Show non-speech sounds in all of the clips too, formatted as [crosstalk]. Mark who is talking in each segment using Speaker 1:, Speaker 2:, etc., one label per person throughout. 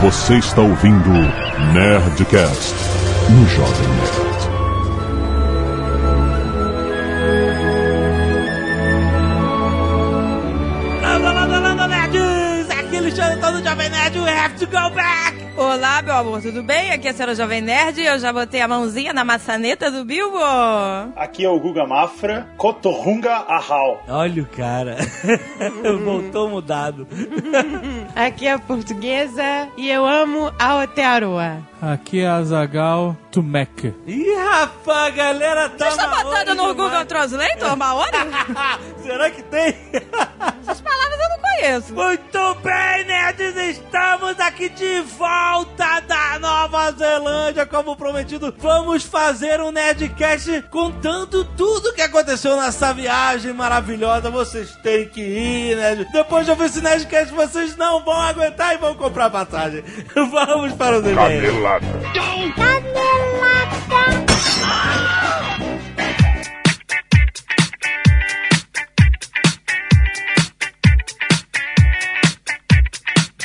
Speaker 1: Você está ouvindo Nerdcast no Jovem Nerd.
Speaker 2: Landa, landa, landa, nerds! Aqui é Alexandre, todo Jovem Nerd, we have to go back!
Speaker 3: Olá, meu amor, tudo bem? Aqui é a senhora Jovem Nerd e eu já botei a mãozinha na maçaneta do Bilbo.
Speaker 4: Aqui é o Guga Mafra, Cotorrunga Arral.
Speaker 5: Olha o cara. [laughs] Voltou mudado.
Speaker 6: [laughs] Aqui é a portuguesa e eu amo a Aotearoa.
Speaker 7: Aqui é Azagal Tumek.
Speaker 5: Ih, rapaz, a galera tá
Speaker 3: Vocês estão botando
Speaker 5: maones
Speaker 3: no
Speaker 5: demais. Ah,
Speaker 3: Google Translator, Maori?
Speaker 5: [laughs] Será que tem?
Speaker 3: Essas palavras eu não conheço.
Speaker 5: Muito bem, nerds, estamos aqui de volta da Nova Zelândia, como prometido. Vamos fazer um Nerdcast contando tudo que aconteceu nessa viagem maravilhosa. Vocês têm que ir, nerd. Depois de ouvir esse Nerdcast, vocês não vão aguentar e vão comprar passagem. [laughs] Vamos para os e-mails.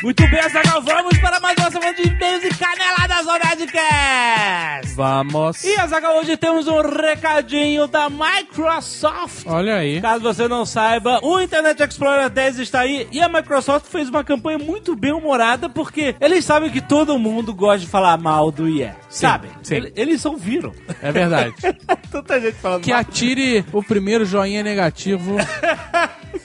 Speaker 5: Muito bem, Azaghal, vamos para mais uma semana de e-mails e caneladas ao Nerdcast.
Speaker 7: Vamos.
Speaker 5: E Azaghal, hoje temos um recadinho da Microsoft.
Speaker 7: Olha aí.
Speaker 5: Caso você não saiba, o Internet Explorer 10 está aí e a Microsoft fez uma campanha muito bem humorada porque eles sabem que todo mundo gosta de falar mal do IE. Sabem?
Speaker 7: sim.
Speaker 5: Ele- Eles ouviram.
Speaker 7: É verdade.
Speaker 5: [laughs] Tanta gente falando
Speaker 7: Que
Speaker 5: mal.
Speaker 7: atire o primeiro joinha negativo.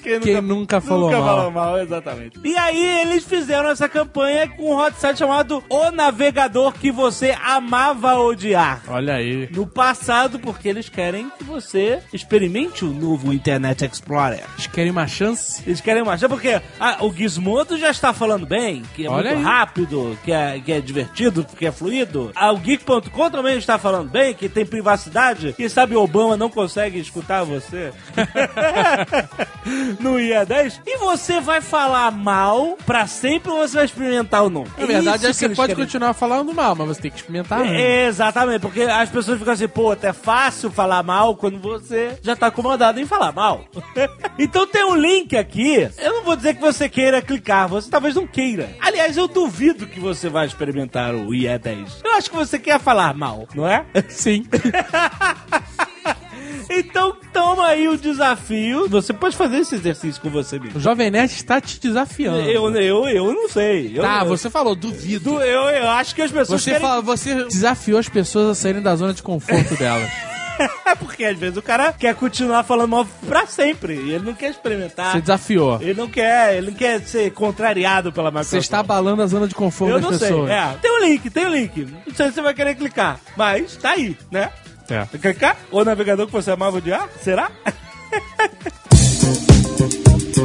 Speaker 5: Quem
Speaker 7: Quem nunca falou
Speaker 5: nunca
Speaker 7: mal.
Speaker 5: falou mal, exatamente. E aí eles fizeram essa campanha com um hot site chamado O Navegador que você amava odiar.
Speaker 7: Olha aí.
Speaker 5: No passado, porque eles querem que você experimente o novo Internet Explorer.
Speaker 7: Vocês querem uma chance?
Speaker 5: Eles querem mais. É porque ah, o Gizmodo já está falando bem, que é
Speaker 7: Olha
Speaker 5: muito
Speaker 7: aí.
Speaker 5: rápido, que é, que é divertido, que é fluido. Ah, o Geek.com também está falando bem, que tem privacidade. Quem sabe Obama não consegue escutar você [laughs] no IA10. E você vai falar mal pra sempre ou você vai experimentar o novo?
Speaker 7: Na verdade,
Speaker 5: Isso
Speaker 7: é que você
Speaker 5: eles
Speaker 7: pode
Speaker 5: querem.
Speaker 7: continuar falando mal, mas você tem que experimentar. antes.
Speaker 5: É, Exatamente, porque as pessoas ficam assim, pô, é fácil falar mal quando você já tá acomodado em falar mal. [laughs] então tem um link aqui. Eu não vou dizer que você queira clicar, você talvez não queira. Aliás, eu duvido que você vai experimentar o IE10. Eu acho que você quer falar mal, não é? [laughs]
Speaker 7: Sim.
Speaker 5: então toma aí o desafio. Você pode fazer esse exercício com você
Speaker 7: O
Speaker 5: mesmo.
Speaker 7: Jovem Nerd está te desafiando.
Speaker 5: Eu, eu, eu não sei. Eu,
Speaker 7: Tá,
Speaker 5: eu-
Speaker 7: você falou, duvido.
Speaker 5: Eu, eu acho que as pessoas
Speaker 7: Você,
Speaker 5: querem...
Speaker 7: fala, você desafiou as pessoas a saírem da zona
Speaker 5: [laughs]
Speaker 7: de conforto delas.
Speaker 5: É porque às vezes o cara quer continuar falando mal pra sempre. E ele não quer experimentar.
Speaker 7: Você desafiou.
Speaker 5: Ele não quer, ele não quer ser contrariado pela Microsoft.
Speaker 7: Você está abalando a zona de conforto
Speaker 5: Eu
Speaker 7: das
Speaker 5: não
Speaker 7: pessoas.
Speaker 5: sei. É, tem um link, tem um link. Não sei se você vai querer clicar, mas tá aí, né?
Speaker 7: É.
Speaker 5: Vai clicar? O navegador que você amava odiar? Será? [laughs]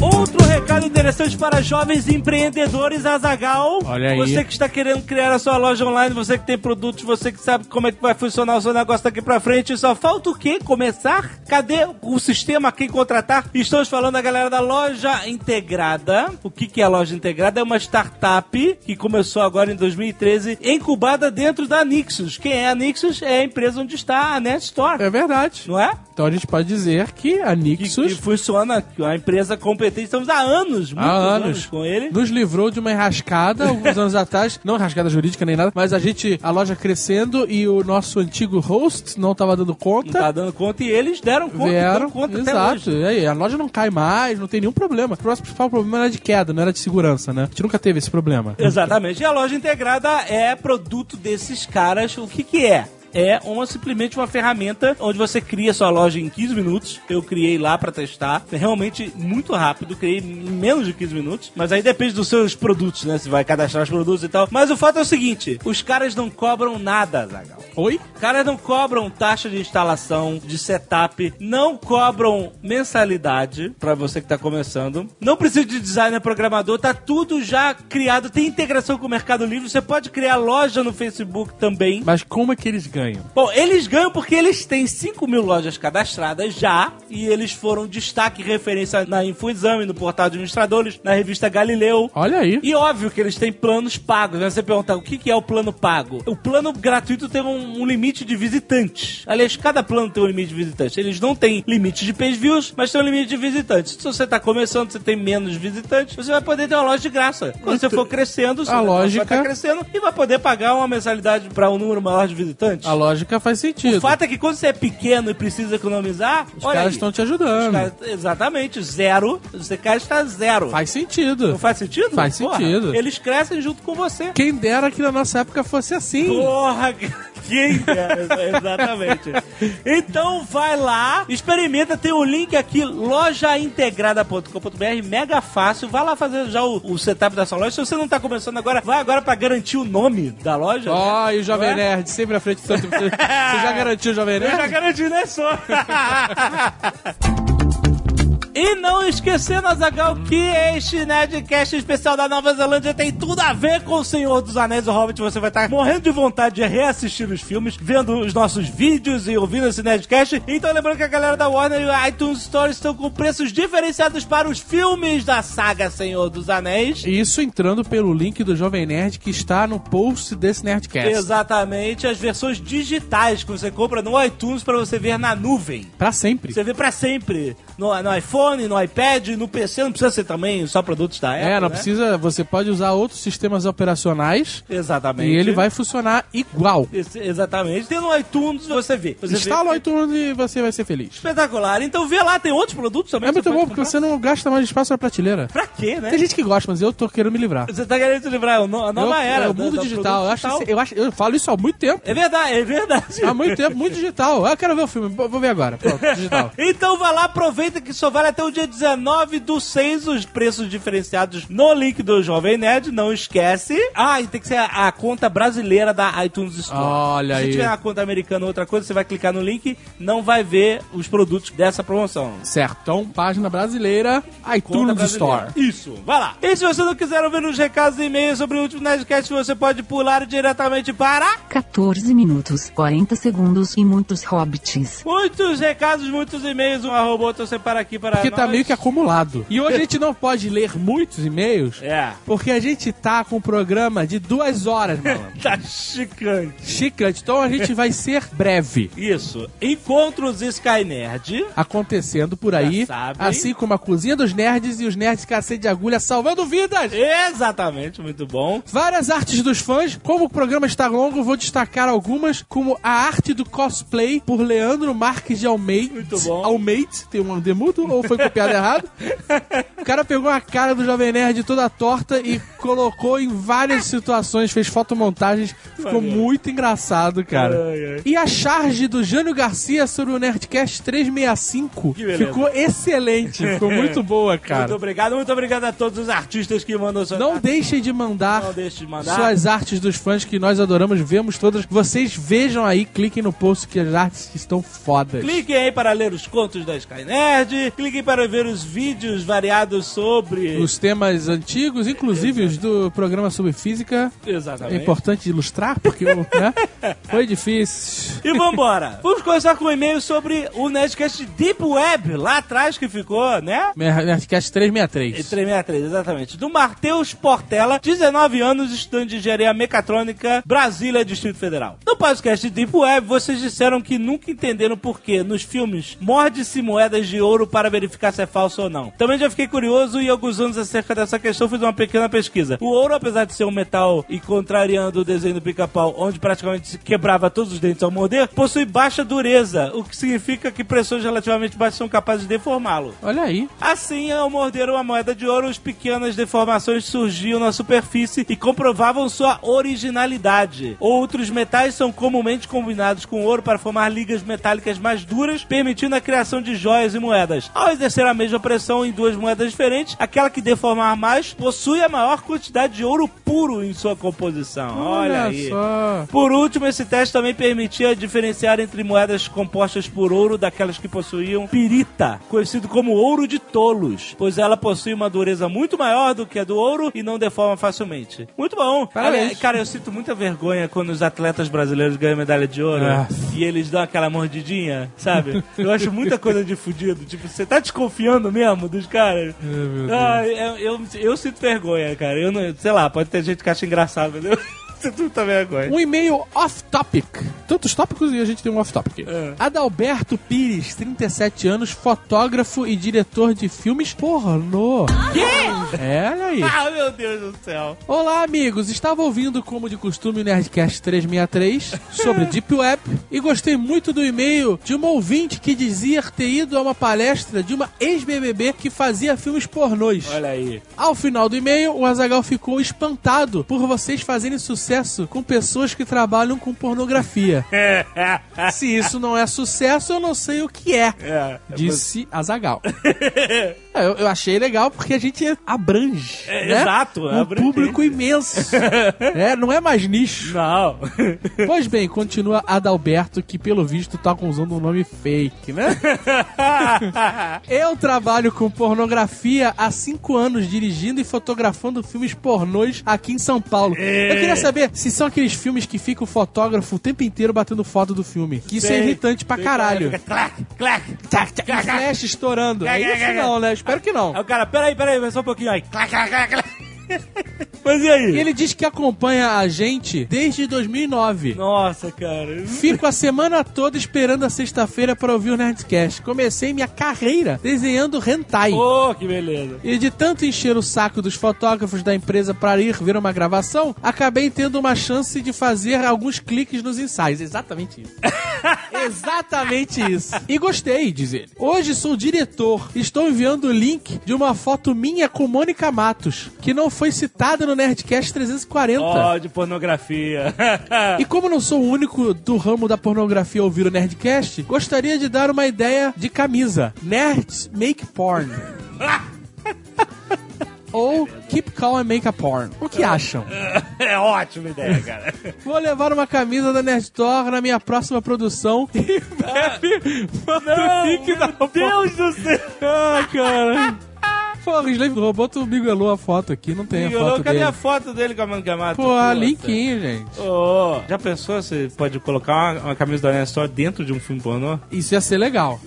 Speaker 5: Outro recado interessante para jovens empreendedores, Azagal.
Speaker 7: Olha aí.
Speaker 5: Você que está querendo criar a sua loja online, você que tem produtos, você que sabe como é que vai funcionar o seu negócio daqui pra frente, só falta o quê? Começar? Cadê o sistema? Quem contratar? Estamos falando da galera da Loja Integrada. O que que é a Loja Integrada? É uma startup que começou agora em 2013, incubada dentro da Nixus. Quem é a Nixus? É a empresa onde está a NetStore,
Speaker 7: É verdade.
Speaker 5: não é?
Speaker 7: Então a gente pode dizer que a
Speaker 5: que,
Speaker 7: Nixus
Speaker 5: que funciona, que é uma empresa competente. Estamos há anos, muitos
Speaker 7: Há
Speaker 5: anos.
Speaker 7: anos.
Speaker 5: com ele.
Speaker 7: Nos livrou de uma enrascada alguns anos atrás, não enrascada jurídica nem nada, mas a gente, a loja crescendo e o nosso antigo host não estava dando
Speaker 5: Não
Speaker 7: conta.
Speaker 5: tá dando conta e eles deram conta,
Speaker 7: Vieram,
Speaker 5: dão conta até
Speaker 7: exato.
Speaker 5: hoje. né?
Speaker 7: E aí, a loja não cai mais, não tem nenhum problema. O nosso principal problema era de queda, não era de segurança, né? A gente nunca teve esse problema.
Speaker 5: Exatamente. E a loja integrada é produto desses caras. O que que é? É uma, simplesmente uma ferramenta onde você cria sua loja em 15 minutos. Eu criei lá pra testar. Foi Realmente muito rápido. Criei em menos de 15 minutos. Mas aí depende dos seus produtos, né? Se vai cadastrar os produtos e tal. Mas o fato é o seguinte. Os caras não cobram nada, Zagal.
Speaker 7: Oi?
Speaker 5: Caras não cobram taxa de instalação, de setup, não cobram mensalidade pra você que tá começando. Não precisa de designer programador, tá tudo já criado, tem integração com o Mercado Livre, você pode criar loja no Facebook também.
Speaker 7: Mas como é que eles
Speaker 5: ganham? Bom, eles ganham porque eles têm 5 mil lojas cadastradas já e eles foram destaque e referência na InfoExame, no portal de administradores, na revista Galileu.
Speaker 7: Olha aí.
Speaker 5: E óbvio que eles têm planos pagos. Aí você pergunta, o que que é o plano pago? O plano gratuito tem um, um limite de visitantes. Aliás, cada plano tem um limite de visitantes. Eles não têm limite de page views, mas tem um limite de visitantes. Se você tá começando, você tem menos visitantes, você vai poder ter uma loja de graça. Quando você for crescendo, você
Speaker 7: lógica-
Speaker 5: vai estar crescendo e vai poder pagar uma mensalidade para um número maior de visitantes.
Speaker 7: A lógica faz sentido.
Speaker 5: O fato é que quando você é pequeno e precisa economizar,
Speaker 7: Os
Speaker 5: olha
Speaker 7: caras
Speaker 5: aí,
Speaker 7: estão te ajudando.
Speaker 5: os caras- exatamente, zero. Você está zero.
Speaker 7: Faz sentido.
Speaker 5: Não faz sentido?
Speaker 7: Faz sentido.
Speaker 5: Eles crescem junto com você.
Speaker 7: Quem dera que na nossa época fosse assim.
Speaker 5: Porra, quem é? [laughs] Exatamente. Então vai lá, experimenta, tem o link aqui, lojaintegrada.com.br, mega fácil. Vai lá fazer já o, o setup da sua loja. Se você não tá começando agora, vai agora pra garantir o nome da loja.
Speaker 7: Ó, e o Jovem
Speaker 5: Não é?
Speaker 7: Nerd, sempre à frente do seu tempo. Você
Speaker 5: [laughs]
Speaker 7: já garantiu o Jovem
Speaker 5: Eu
Speaker 7: Nerd?
Speaker 5: já garanti, né, só? [laughs] E não esquecendo, Azagal, que este Nerdcast especial da Nova Zelândia tem tudo a ver com o Senhor dos Anéis e o Hobbit. Você vai estar morrendo de vontade de reassistir os filmes, vendo os nossos vídeos e ouvindo esse Nerdcast. Então, lembrando que a galera da Warner e o iTunes Store estão com preços diferenciados para os filmes da saga Senhor dos Anéis.
Speaker 7: Isso entrando pelo link do Jovem Nerd que está no post desse Nerdcast.
Speaker 5: Exatamente, as versões digitais que você compra no iTunes para você ver na nuvem.
Speaker 7: Pra sempre.
Speaker 5: Você vê pra sempre. No, no iPhone, no iPad, no PC, não precisa ser também só produtos da Apple.
Speaker 7: É, não
Speaker 5: né?
Speaker 7: precisa. Você pode usar outros sistemas operacionais
Speaker 5: Exatamente.
Speaker 7: e ele vai funcionar igual.
Speaker 5: Esse- exatamente. Tem no iTunes, você vê. Você
Speaker 7: Instala o
Speaker 5: vê.
Speaker 7: iTunes e você vai ser feliz.
Speaker 5: Espetacular. Então vê lá, tem outros produtos também.
Speaker 7: É
Speaker 5: que
Speaker 7: muito
Speaker 5: você
Speaker 7: bom
Speaker 5: pode
Speaker 7: porque
Speaker 5: comprar.
Speaker 7: você não gasta mais espaço na prateleira.
Speaker 5: Pra quê, né?
Speaker 7: Tem gente que gosta, mas eu tô querendo me livrar.
Speaker 5: Você tá querendo se livrar, é o no- a nova
Speaker 7: Eu-
Speaker 5: era.
Speaker 7: É o
Speaker 5: da-
Speaker 7: mundo
Speaker 5: da
Speaker 7: digital. Eu,
Speaker 5: produto
Speaker 7: acho, Ah,
Speaker 5: digital.
Speaker 7: eu acho- eu falo isso há muito tempo.
Speaker 5: É verdade, é verdade.
Speaker 7: Há muito tempo, muito digital. Ah, Eu quero ver o filme. Vou vou ver agora. Pronto,
Speaker 5: [laughs]
Speaker 7: digital.
Speaker 5: Então vai lá, aproveita que só vale até o dia 19 do 6 os preços diferenciados no link do Jovem Nerd, não esquece. Ah, e tem que ser a, a conta brasileira da iTunes Store.
Speaker 7: Olha
Speaker 5: Se
Speaker 7: aí.
Speaker 5: tiver uma conta americana ou outra coisa, você vai clicar no link, não vai ver os produtos dessa promoção.
Speaker 7: Certo. Então, página brasileira,
Speaker 5: Conta
Speaker 7: iTunes
Speaker 5: brasileira.
Speaker 7: Store.
Speaker 5: Isso, vai lá. E se você não quiser ouvir os recados e e-mails sobre o último Nerdcast, você pode pular diretamente para
Speaker 8: 14 minutos, 40 segundos e muitos hobbits.
Speaker 5: muitos recados, muitos e-mails. Um arroba outro você para aqui para
Speaker 7: Porque tá
Speaker 5: nós.
Speaker 7: meio que acumulado. E hoje a gente não pode ler muitos e-mails.
Speaker 5: É.
Speaker 7: Porque a gente tá com um programa de duas horas, [laughs] mano.
Speaker 5: Tá chicante.
Speaker 7: Chiclete. Então a gente vai ser breve.
Speaker 5: Isso. Encontros Skynerd.
Speaker 7: Acontecendo por aí.
Speaker 5: sabem.
Speaker 7: Assim como a cozinha dos nerds e os nerds cacete de agulha salvando vidas.
Speaker 5: Exatamente, muito bom.
Speaker 7: Várias artes dos fãs. Como o programa está longo, vou destacar algumas, como a arte do cosplay por Leandro Marques de Almeida.
Speaker 5: Muito bom.
Speaker 7: Almeida, tem um demudo ou foi copiado errado? O cara pegou a cara do Jovem Nerd toda torta e colocou em várias situações, fez fotomontagens. Ficou muito engraçado, cara. E a charge do Jânio Garcia sobre o Nerdcast 365
Speaker 5: beleza.
Speaker 7: ficou excelente. Ficou
Speaker 5: [laughs]
Speaker 7: muito boa,
Speaker 5: Muito
Speaker 7: cara.
Speaker 5: obrigado, muito obrigado a todos os artistas que mandou sua
Speaker 7: Não deixem de mandar
Speaker 5: Não deixe de mandar.
Speaker 7: suas artes dos fãs que nós adoramos, vemos todas. Vocês vejam aí, cliquem no post que as artes estão fodas.
Speaker 5: Cliquem aí para ler os contos da Skynerd. Cliquem para ver os vídeos variados sobre.
Speaker 7: Os temas antigos, inclusive os do programa sobre física. É
Speaker 5: Exatamente.
Speaker 7: importante ilustrar, porque eu,
Speaker 5: [laughs]
Speaker 7: né, foi difícil.
Speaker 5: E vambora! Vamos começar com um e-mail sobre o Nerdcast Deep Web, lá atrás que ficou, né?
Speaker 7: Nerdcast
Speaker 5: E
Speaker 7: 363.
Speaker 5: 363, exatamente. Do Matheus Portela, 19 anos, estudante de engenharia mecatrônica, Brasília, Distrito Federal. No podcast Deep Web, vocês disseram que nunca entenderam por que nos filmes morde-se moedas de ouro para verificar se é falso ou não. Também já fiquei curioso e alguns anos acerca dessa questão fiz uma pequena pesquisa. O ouro, apesar de ser um metal e contrariando o desenho do pica-pau, onde praticamente se quebrava todos os dentes ao morder, possui baixa dureza, o que significa que pressões relativamente baixas são capazes de deformá-lo.
Speaker 7: Olha aí.
Speaker 5: Assim, ao morder uma moeda de ouro, as pequenas deformações surgiam na superfície e comprovavam sua originalidade. Outros metais são comumente combinados com ouro para formar ligas metálicas mais duras, permitindo a criação de joias e moedas. Ao exercer exercer a mesma pressão em duas moedas diferentes, aquela que deformar mais possui a maior quantidade de ouro puro em sua composição. Olha, aí.
Speaker 7: só.
Speaker 5: Por último, esse teste também permitia diferenciar entre moedas compostas por ouro daquelas que possuíam pirita, conhecido como ouro de tolos, pois ela possui uma dureza muito maior do que a do ouro e não deforma facilmente. Muito bom.
Speaker 7: Parabéns.
Speaker 5: Olha, cara, eu sinto muita vergonha quando os atletas brasileiros ganham medalha de ouro
Speaker 7: Ah.
Speaker 5: e eles dão aquela mordidinha, sabe? Eu acho muita coisa de fudido. Tipo, você tá desconfiando mesmo dos caras? Ah, eu, eu, eu sinto vergonha, cara. Eu não, sei lá, pode ter gente que acha engraçado, mas eu [laughs] sinto muita vergonha.
Speaker 7: Um e-mail off-topic. Tantos tópicos e a gente tem um off-topic. Adalberto Pires, 37 anos, fotógrafo e diretor de filmes pornô. Quê? É, olha aí.
Speaker 5: Ah, meu Deus do céu.
Speaker 7: Olá, amigos. Estava ouvindo, como de costume, o Nerdcast 363 sobre Deep Web e gostei muito do e-mail de uma ouvinte que dizia ter ido a uma palestra de uma ex-BBB que fazia filmes pornôs.
Speaker 5: Olha aí.
Speaker 7: Ao final do e-mail, o Azagal ficou espantado por vocês fazerem sucesso com pessoas que trabalham com pornografia.
Speaker 5: [laughs]
Speaker 7: Se isso não é sucesso, eu não sei o que é.
Speaker 5: É.
Speaker 7: Disse Azagal. É, eu, eu achei legal porque a gente abrange.
Speaker 5: É,
Speaker 7: né?
Speaker 5: exato,
Speaker 7: Um
Speaker 5: abrangente.
Speaker 7: público imenso.
Speaker 5: [laughs]
Speaker 7: é, não é mais nicho.
Speaker 5: Não.
Speaker 7: Pois bem, continua Adalberto, que pelo visto tá usando um nome
Speaker 5: [laughs]
Speaker 7: fake, né? Eu trabalho com pornografia há cinco anos, dirigindo e fotografando filmes pornôs aqui em São Paulo.
Speaker 5: É.
Speaker 7: Eu queria saber se são aqueles filmes que fica o fotógrafo o tempo inteiro batendo foto do filme. Que isso é
Speaker 5: Sei. é.
Speaker 7: irritante pra caralho.
Speaker 5: [laughs] clac, clac, tac, tac,
Speaker 7: E
Speaker 5: clac.
Speaker 7: Flash estourando.
Speaker 5: Clac,
Speaker 7: É isso
Speaker 5: clac, clac.
Speaker 7: não, né? Espero que não.
Speaker 5: Aí o cara, peraí, peraí, vai só um pouquinho aí. Clac, clac, clac, clac. [laughs] Mas e aí?
Speaker 7: E ele diz que acompanha a gente desde 2009.
Speaker 5: Nossa, cara.
Speaker 7: Fico a semana toda esperando a sexta-feira para ouvir o Nerdcast. Comecei minha carreira desenhando hentai.
Speaker 5: Ô, que beleza.
Speaker 7: E de tanto encher o saco dos fotógrafos da empresa para ir ver uma gravação, acabei tendo uma chance de fazer alguns cliques nos ensaios. Exatamente isso. Exatamente isso. E gostei, diz ele. Hoje sou diretor. Estou enviando o link de uma foto minha com Mônica Matos, que não foi citada no Nerdcast 340.
Speaker 5: Ó, de pornografia. [laughs]
Speaker 7: E como não sou o único do ramo da pornografia a ouvir o Nerdcast, gostaria de dar uma ideia de camisa. Nerds make [laughs] porn. Ou keep calm and make a porn. O que acham?
Speaker 5: é ótima ideia, cara.
Speaker 7: Vou levar uma camisa da Nerd Store na minha próxima produção. [laughs]
Speaker 5: Não, meu Deus do céu.
Speaker 7: ah, cara. Pô, o Slave Robô, tu miguelou a foto aqui, não tem a foto
Speaker 5: Cadê
Speaker 7: dele.
Speaker 5: a foto dele com a Mônica Matos?
Speaker 7: Pô,
Speaker 5: Nossa.
Speaker 7: linkinho, gente.
Speaker 5: Ô, já pensou se pode colocar uma, uma camisa da Nerd Store dentro de um filme pornô?
Speaker 7: Isso ia ser [laughs] legal.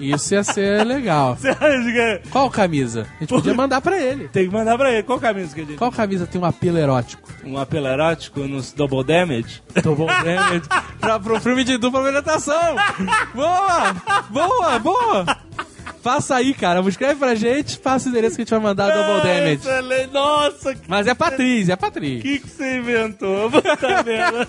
Speaker 7: Isso ia ser legal.
Speaker 5: Você acha que-
Speaker 7: Qual camisa? A gente podia mandar pra
Speaker 5: [laughs]
Speaker 7: ele.
Speaker 5: Tem que mandar pra ele. Qual camisa que ele
Speaker 7: Qual camisa tem um apelo erótico?
Speaker 5: Um apelo erótico nos Double Damage?
Speaker 7: Double Damage. né, pra, pro filme de dupla penetração. Boa! Boa, boa! Passa aí, cara. Escreve pra gente, passa o endereço que a gente vai mandar Double Damage.
Speaker 5: Excelente. Nossa, que
Speaker 7: Mas é Patriz, é Patriz.
Speaker 5: que que você inventou? Puta merda.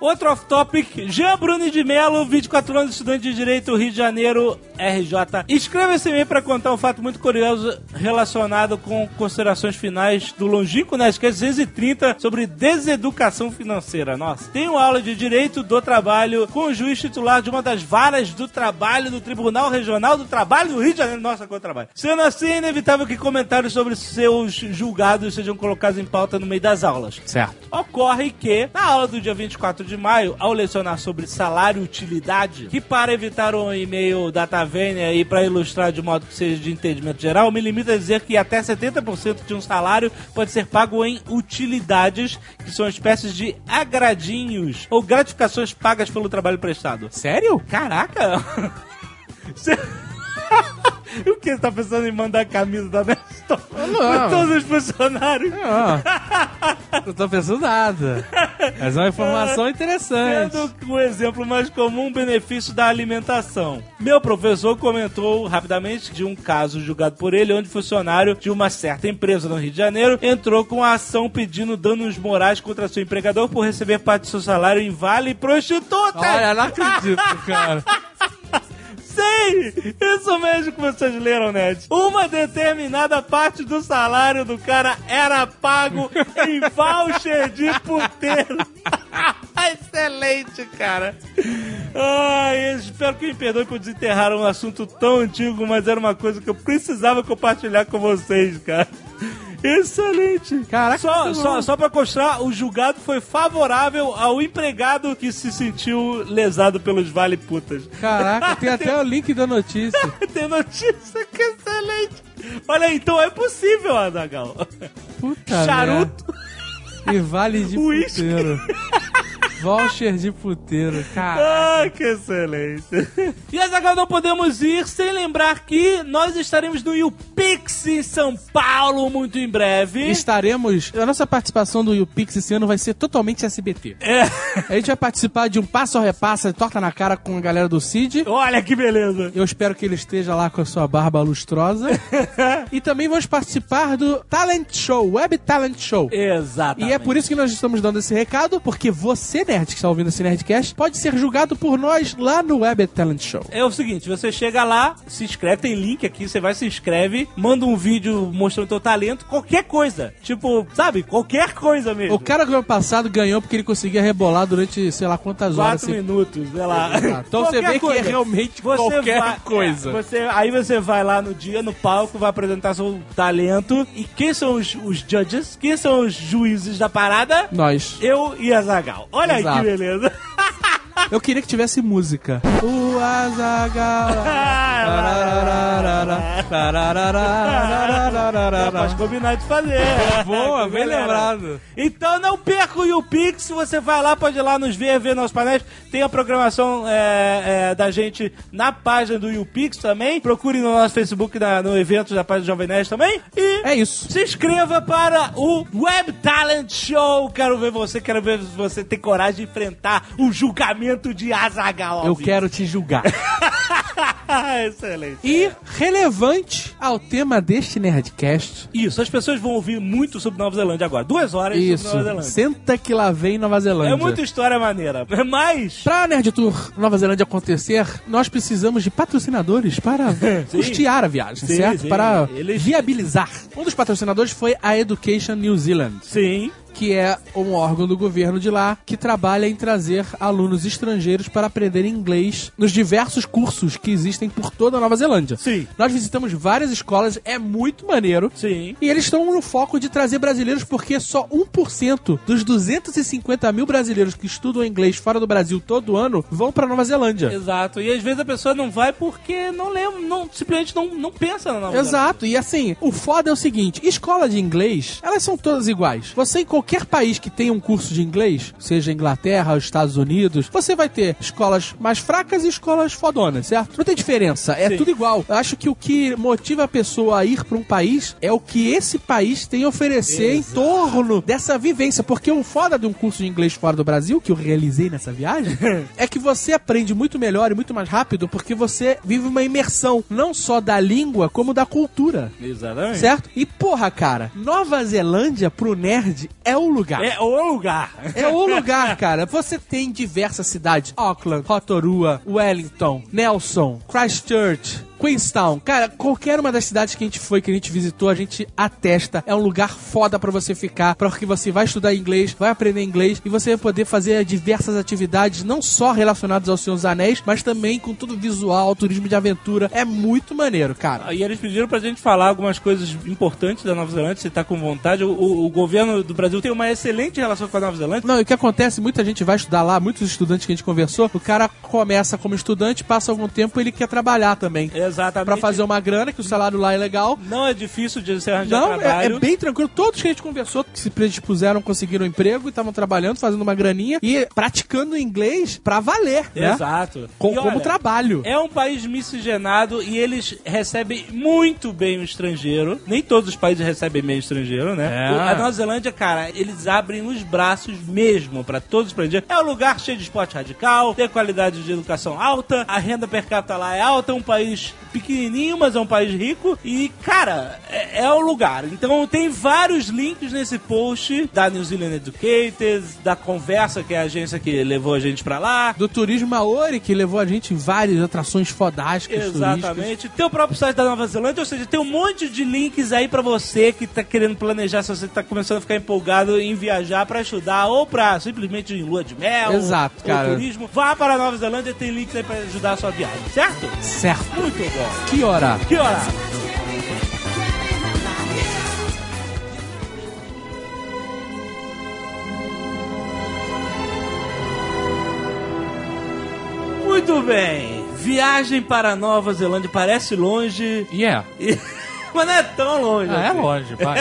Speaker 5: Outro off-topic. Jean Bruno de Mello, 24 anos, estudante de Direito, Rio de Janeiro, RJ. Escreva esse e-mail pra contar um fato muito curioso relacionado com considerações finais do longínquo né? Nerdcast 630 sobre deseducação financeira. Nossa, tenho aula de Direito do Trabalho com o juiz titular de uma das varas do trabalho do Tribunal Regional do Trabalho do Rio de Janeiro. Nossa, quanto trabalho. Sendo assim, é inevitável que comentários sobre seus julgados sejam colocados em pauta no meio das aulas.
Speaker 7: Certo.
Speaker 5: Ocorre que, na aula do dia 24 de maio, ao lecionar sobre salário e utilidade, que para evitar um e-mail da Tavênia e para ilustrar de modo que seja de entendimento geral, me limito a dizer que até 70% de um salário pode ser pago em utilidades, que são espécies de agradinhos ou gratificações pagas pelo trabalho prestado.
Speaker 7: Sério?
Speaker 5: Caraca! [laughs] Você- O que você tá pensando em mandar a camisa da Nestor?
Speaker 7: não.
Speaker 5: Todos os funcionários.
Speaker 7: Ah, não tô pensando nada. Mas é uma informação interessante.
Speaker 5: Sendo o um exemplo mais comum, o benefício da alimentação. Meu professor comentou rapidamente de um caso julgado por ele, onde funcionário de uma certa empresa no Rio de Janeiro entrou com a ação pedindo danos morais contra seu empregador por receber parte do seu salário em vale prostituta.
Speaker 7: Olha, não acredito, cara.
Speaker 5: Sei! Isso mesmo que vocês leram, Ned. Uma determinada parte do salário do cara era pago [laughs] em voucher de puteiro. [laughs] Excelente, cara. Ai, eu espero que me perdoe por desenterrar um assunto tão antigo, mas era uma coisa que eu precisava compartilhar com vocês, cara. Excelente!
Speaker 7: Caraca,
Speaker 5: só,
Speaker 7: muito
Speaker 5: só,
Speaker 7: bom.
Speaker 5: só pra constar, o julgado foi favorável ao empregado que se sentiu lesado pelos vale-putas.
Speaker 7: Caraca, tem até o link da notícia.
Speaker 5: [laughs] Tem notícia que é excelente. Olha, aí, então é possível, Azagal.
Speaker 7: Puta
Speaker 5: Charuto.
Speaker 7: merda. E vale de
Speaker 5: Uísque.
Speaker 7: puteiro. Voucher de puteiro, cara.
Speaker 5: Ah, que excelente. E Azagal, não podemos ir sem lembrar que nós estaremos no YouPix em São Paulo muito em breve.
Speaker 7: Estaremos. A nossa participação do YouPix esse ano vai ser totalmente SBT.
Speaker 5: É.
Speaker 7: A gente vai participar de um passo a repassa, torta na cara com a galera do Cid.
Speaker 5: Olha que beleza.
Speaker 7: Eu espero que ele esteja lá com a sua barba
Speaker 5: [laughs]
Speaker 7: lustrosa. e também vamos participar do Talent Show, Web Talent Show.
Speaker 5: Exatamente.
Speaker 7: E é por isso que nós estamos dando esse recado, porque você, nerd, que está ouvindo esse Nerdcast, pode ser julgado por nós lá no Web Talent Show.
Speaker 5: É o seguinte, você chega lá, se inscreve, tem link aqui, você vai, se inscreve, manda um vídeo mostrando teu talento, qualquer coisa. Tipo, sabe? Qualquer coisa mesmo.
Speaker 7: O cara do ano passado ganhou porque ele conseguia rebolar durante sei lá quantas horas.
Speaker 5: Quatro
Speaker 7: sem-
Speaker 5: minutos, sei lá. [laughs]
Speaker 7: Exato. Então você
Speaker 5: Qualquer
Speaker 7: vê que é realmente qualquer coisa.
Speaker 5: é, você- aí você vai lá no dia, no palco, vai apresentar seu talento. E quem são os, os judges? Quem são os juízes da parada?
Speaker 7: Nós.
Speaker 5: Eu e a Zagal. Olha aí
Speaker 7: Exato.
Speaker 5: que beleza.
Speaker 7: Eu queria que tivesse música. O
Speaker 5: Mas
Speaker 7: Azagal.
Speaker 5: combinar de fazer.
Speaker 7: Boa,
Speaker 5: [laughs] Com
Speaker 7: bem
Speaker 5: galera.
Speaker 7: lembrado.
Speaker 5: Então não perca o YouPix, você vai lá, pode ir lá nos ver, ver nossos painéis. Tem a programação é, é, da gente na página do YouPix também. Procure no nosso Facebook, na- no evento da página do Jovem Nerd também. E
Speaker 7: É isso.
Speaker 5: se inscreva para o Web Talent Show. Quero ver você, quero ver se você tem coragem de enfrentar o julgamento de Azagal. [laughs]
Speaker 7: Eu quero te julgar.
Speaker 5: Ah, Excelente.
Speaker 7: E relevante ao tema deste Nerdcast.
Speaker 5: Isso, as pessoas vão ouvir muito sobre Nova Zelândia agora. Duas horas sobre Nova
Speaker 7: Isso.
Speaker 5: Zelândia.
Speaker 7: Senta que lá vem Nova Zelândia.
Speaker 5: É muita história maneira. Mas.
Speaker 7: Pra Nerd Tour Nova Zelândia acontecer, nós precisamos de patrocinadores para
Speaker 5: [laughs]
Speaker 7: custear a viagem,
Speaker 5: Sim,
Speaker 7: certo?
Speaker 5: sim.
Speaker 7: Para
Speaker 5: Eles-
Speaker 7: viabilizar. Um dos patrocinadores foi a Education New Zealand.
Speaker 5: Sim.
Speaker 7: que é um órgão do governo de lá que trabalha em trazer alunos estrangeiros para aprender inglês nos diversos cursos que existem por toda a Nova Zelândia.
Speaker 5: Sim.
Speaker 7: Nós visitamos várias escolas, é muito maneiro.
Speaker 5: Sim.
Speaker 7: E eles estão no foco de trazer brasileiros porque só 1% dos 250 mil brasileiros que estudam inglês fora do Brasil todo ano vão para Nova Zelândia.
Speaker 5: Exato. E às vezes a pessoa não vai porque não lembra, não, simplesmente não, não pensa na Nova
Speaker 7: Exato, e assim, o foda é o seguinte: escola de inglês, elas são todas iguais. Você, em qualquer país que tenha um curso de inglês, seja Inglaterra, os Estados Unidos, você vai ter escolas mais fracas e escolas fodonas, certo? Não tem diferença, é
Speaker 5: Sim.
Speaker 7: tudo igual. Eu acho que o que motiva a pessoa a ir pra um país é o que esse país tem a oferecer em torno dessa vivência. Porque o foda de um curso de inglês fora do Brasil, que eu realizei nessa viagem, é que você aprende muito melhor e muito mais rápido porque você vive uma imersão, não só da língua, como da cultura.
Speaker 5: Zelândia. Exatamente.
Speaker 7: Certo? E porra, cara, Nova Zelândia pro nerd é o lugar.
Speaker 5: É o lugar.
Speaker 7: É o lugar, cara. Você tem diversas cidades: Auckland, Rotorua, Wellington, Nelson, Christchurch. Queenstown, cara, qualquer uma das cidades que a gente foi, que a gente visitou, a gente atesta. É um lugar foda pra você ficar, porque você vai estudar inglês, vai aprender inglês e você vai poder fazer diversas atividades, não só relacionadas ao Senhor dos Anéis, mas também com tudo visual, turismo de aventura. É muito maneiro, cara.
Speaker 5: E eles pediram pra gente falar algumas coisas importantes da Nova Zelândia, se tá com vontade. O, o- o governo do Brasil tem uma excelente relação com a Nova Zelândia.
Speaker 7: Não, e o que acontece, muita gente vai estudar lá, muitos estudantes que a gente conversou, o cara começa como estudante, passa algum tempo ele quer trabalhar também.
Speaker 5: Exatamente.
Speaker 7: Pra fazer uma grana, que o salário lá é legal.
Speaker 5: Não é difícil de se arranjar
Speaker 7: Não, é, é
Speaker 5: trabalho.
Speaker 7: bem tranquilo. Todos que a gente conversou que se predispuseram, conseguiram um emprego e estavam trabalhando, fazendo uma graninha e praticando inglês pra valer, né?
Speaker 5: Exato.
Speaker 7: Com,
Speaker 5: E
Speaker 7: como
Speaker 5: olha,
Speaker 7: trabalho.
Speaker 5: É um país miscigenado e eles recebem muito bem o estrangeiro. Nem todos os países recebem bem o estrangeiro, né?
Speaker 7: É.
Speaker 5: O- A Nova Zelândia, cara, eles abrem os braços mesmo pra todos os estrangeiros. É um lugar cheio de esporte radical, tem qualidade de educação alta, a renda per capita lá é alta, é um país pequenininho, mas é um país rico. E, cara, é, é o lugar. Então tem vários links nesse post da New Zealand Educators, da Conversa, que é a agência que levou a gente pra lá.
Speaker 7: Do turismo Maori, que levou a gente em várias atrações fodásticas turísticas.
Speaker 5: Exatamente. Tem o próprio site da Nova Zelândia, ou seja, tem um monte de links aí pra você que tá querendo planejar, se você tá começando a ficar empolgado em viajar pra estudar ou pra simplesmente em lua de mel.
Speaker 7: Exato,
Speaker 5: ou
Speaker 7: cara.
Speaker 5: turismo. Vá para a Nova Zelândia, tem links aí pra ajudar a sua viagem, certo?
Speaker 7: Certo.
Speaker 5: Muito bom.
Speaker 7: Que hora?
Speaker 5: Que hora? Muito bem. Viagem para a Nova Zelândia parece longe,
Speaker 7: Yeah.
Speaker 5: e- [laughs] mas não é tão longe.
Speaker 7: Ah, é
Speaker 5: assim.
Speaker 7: longe, pai.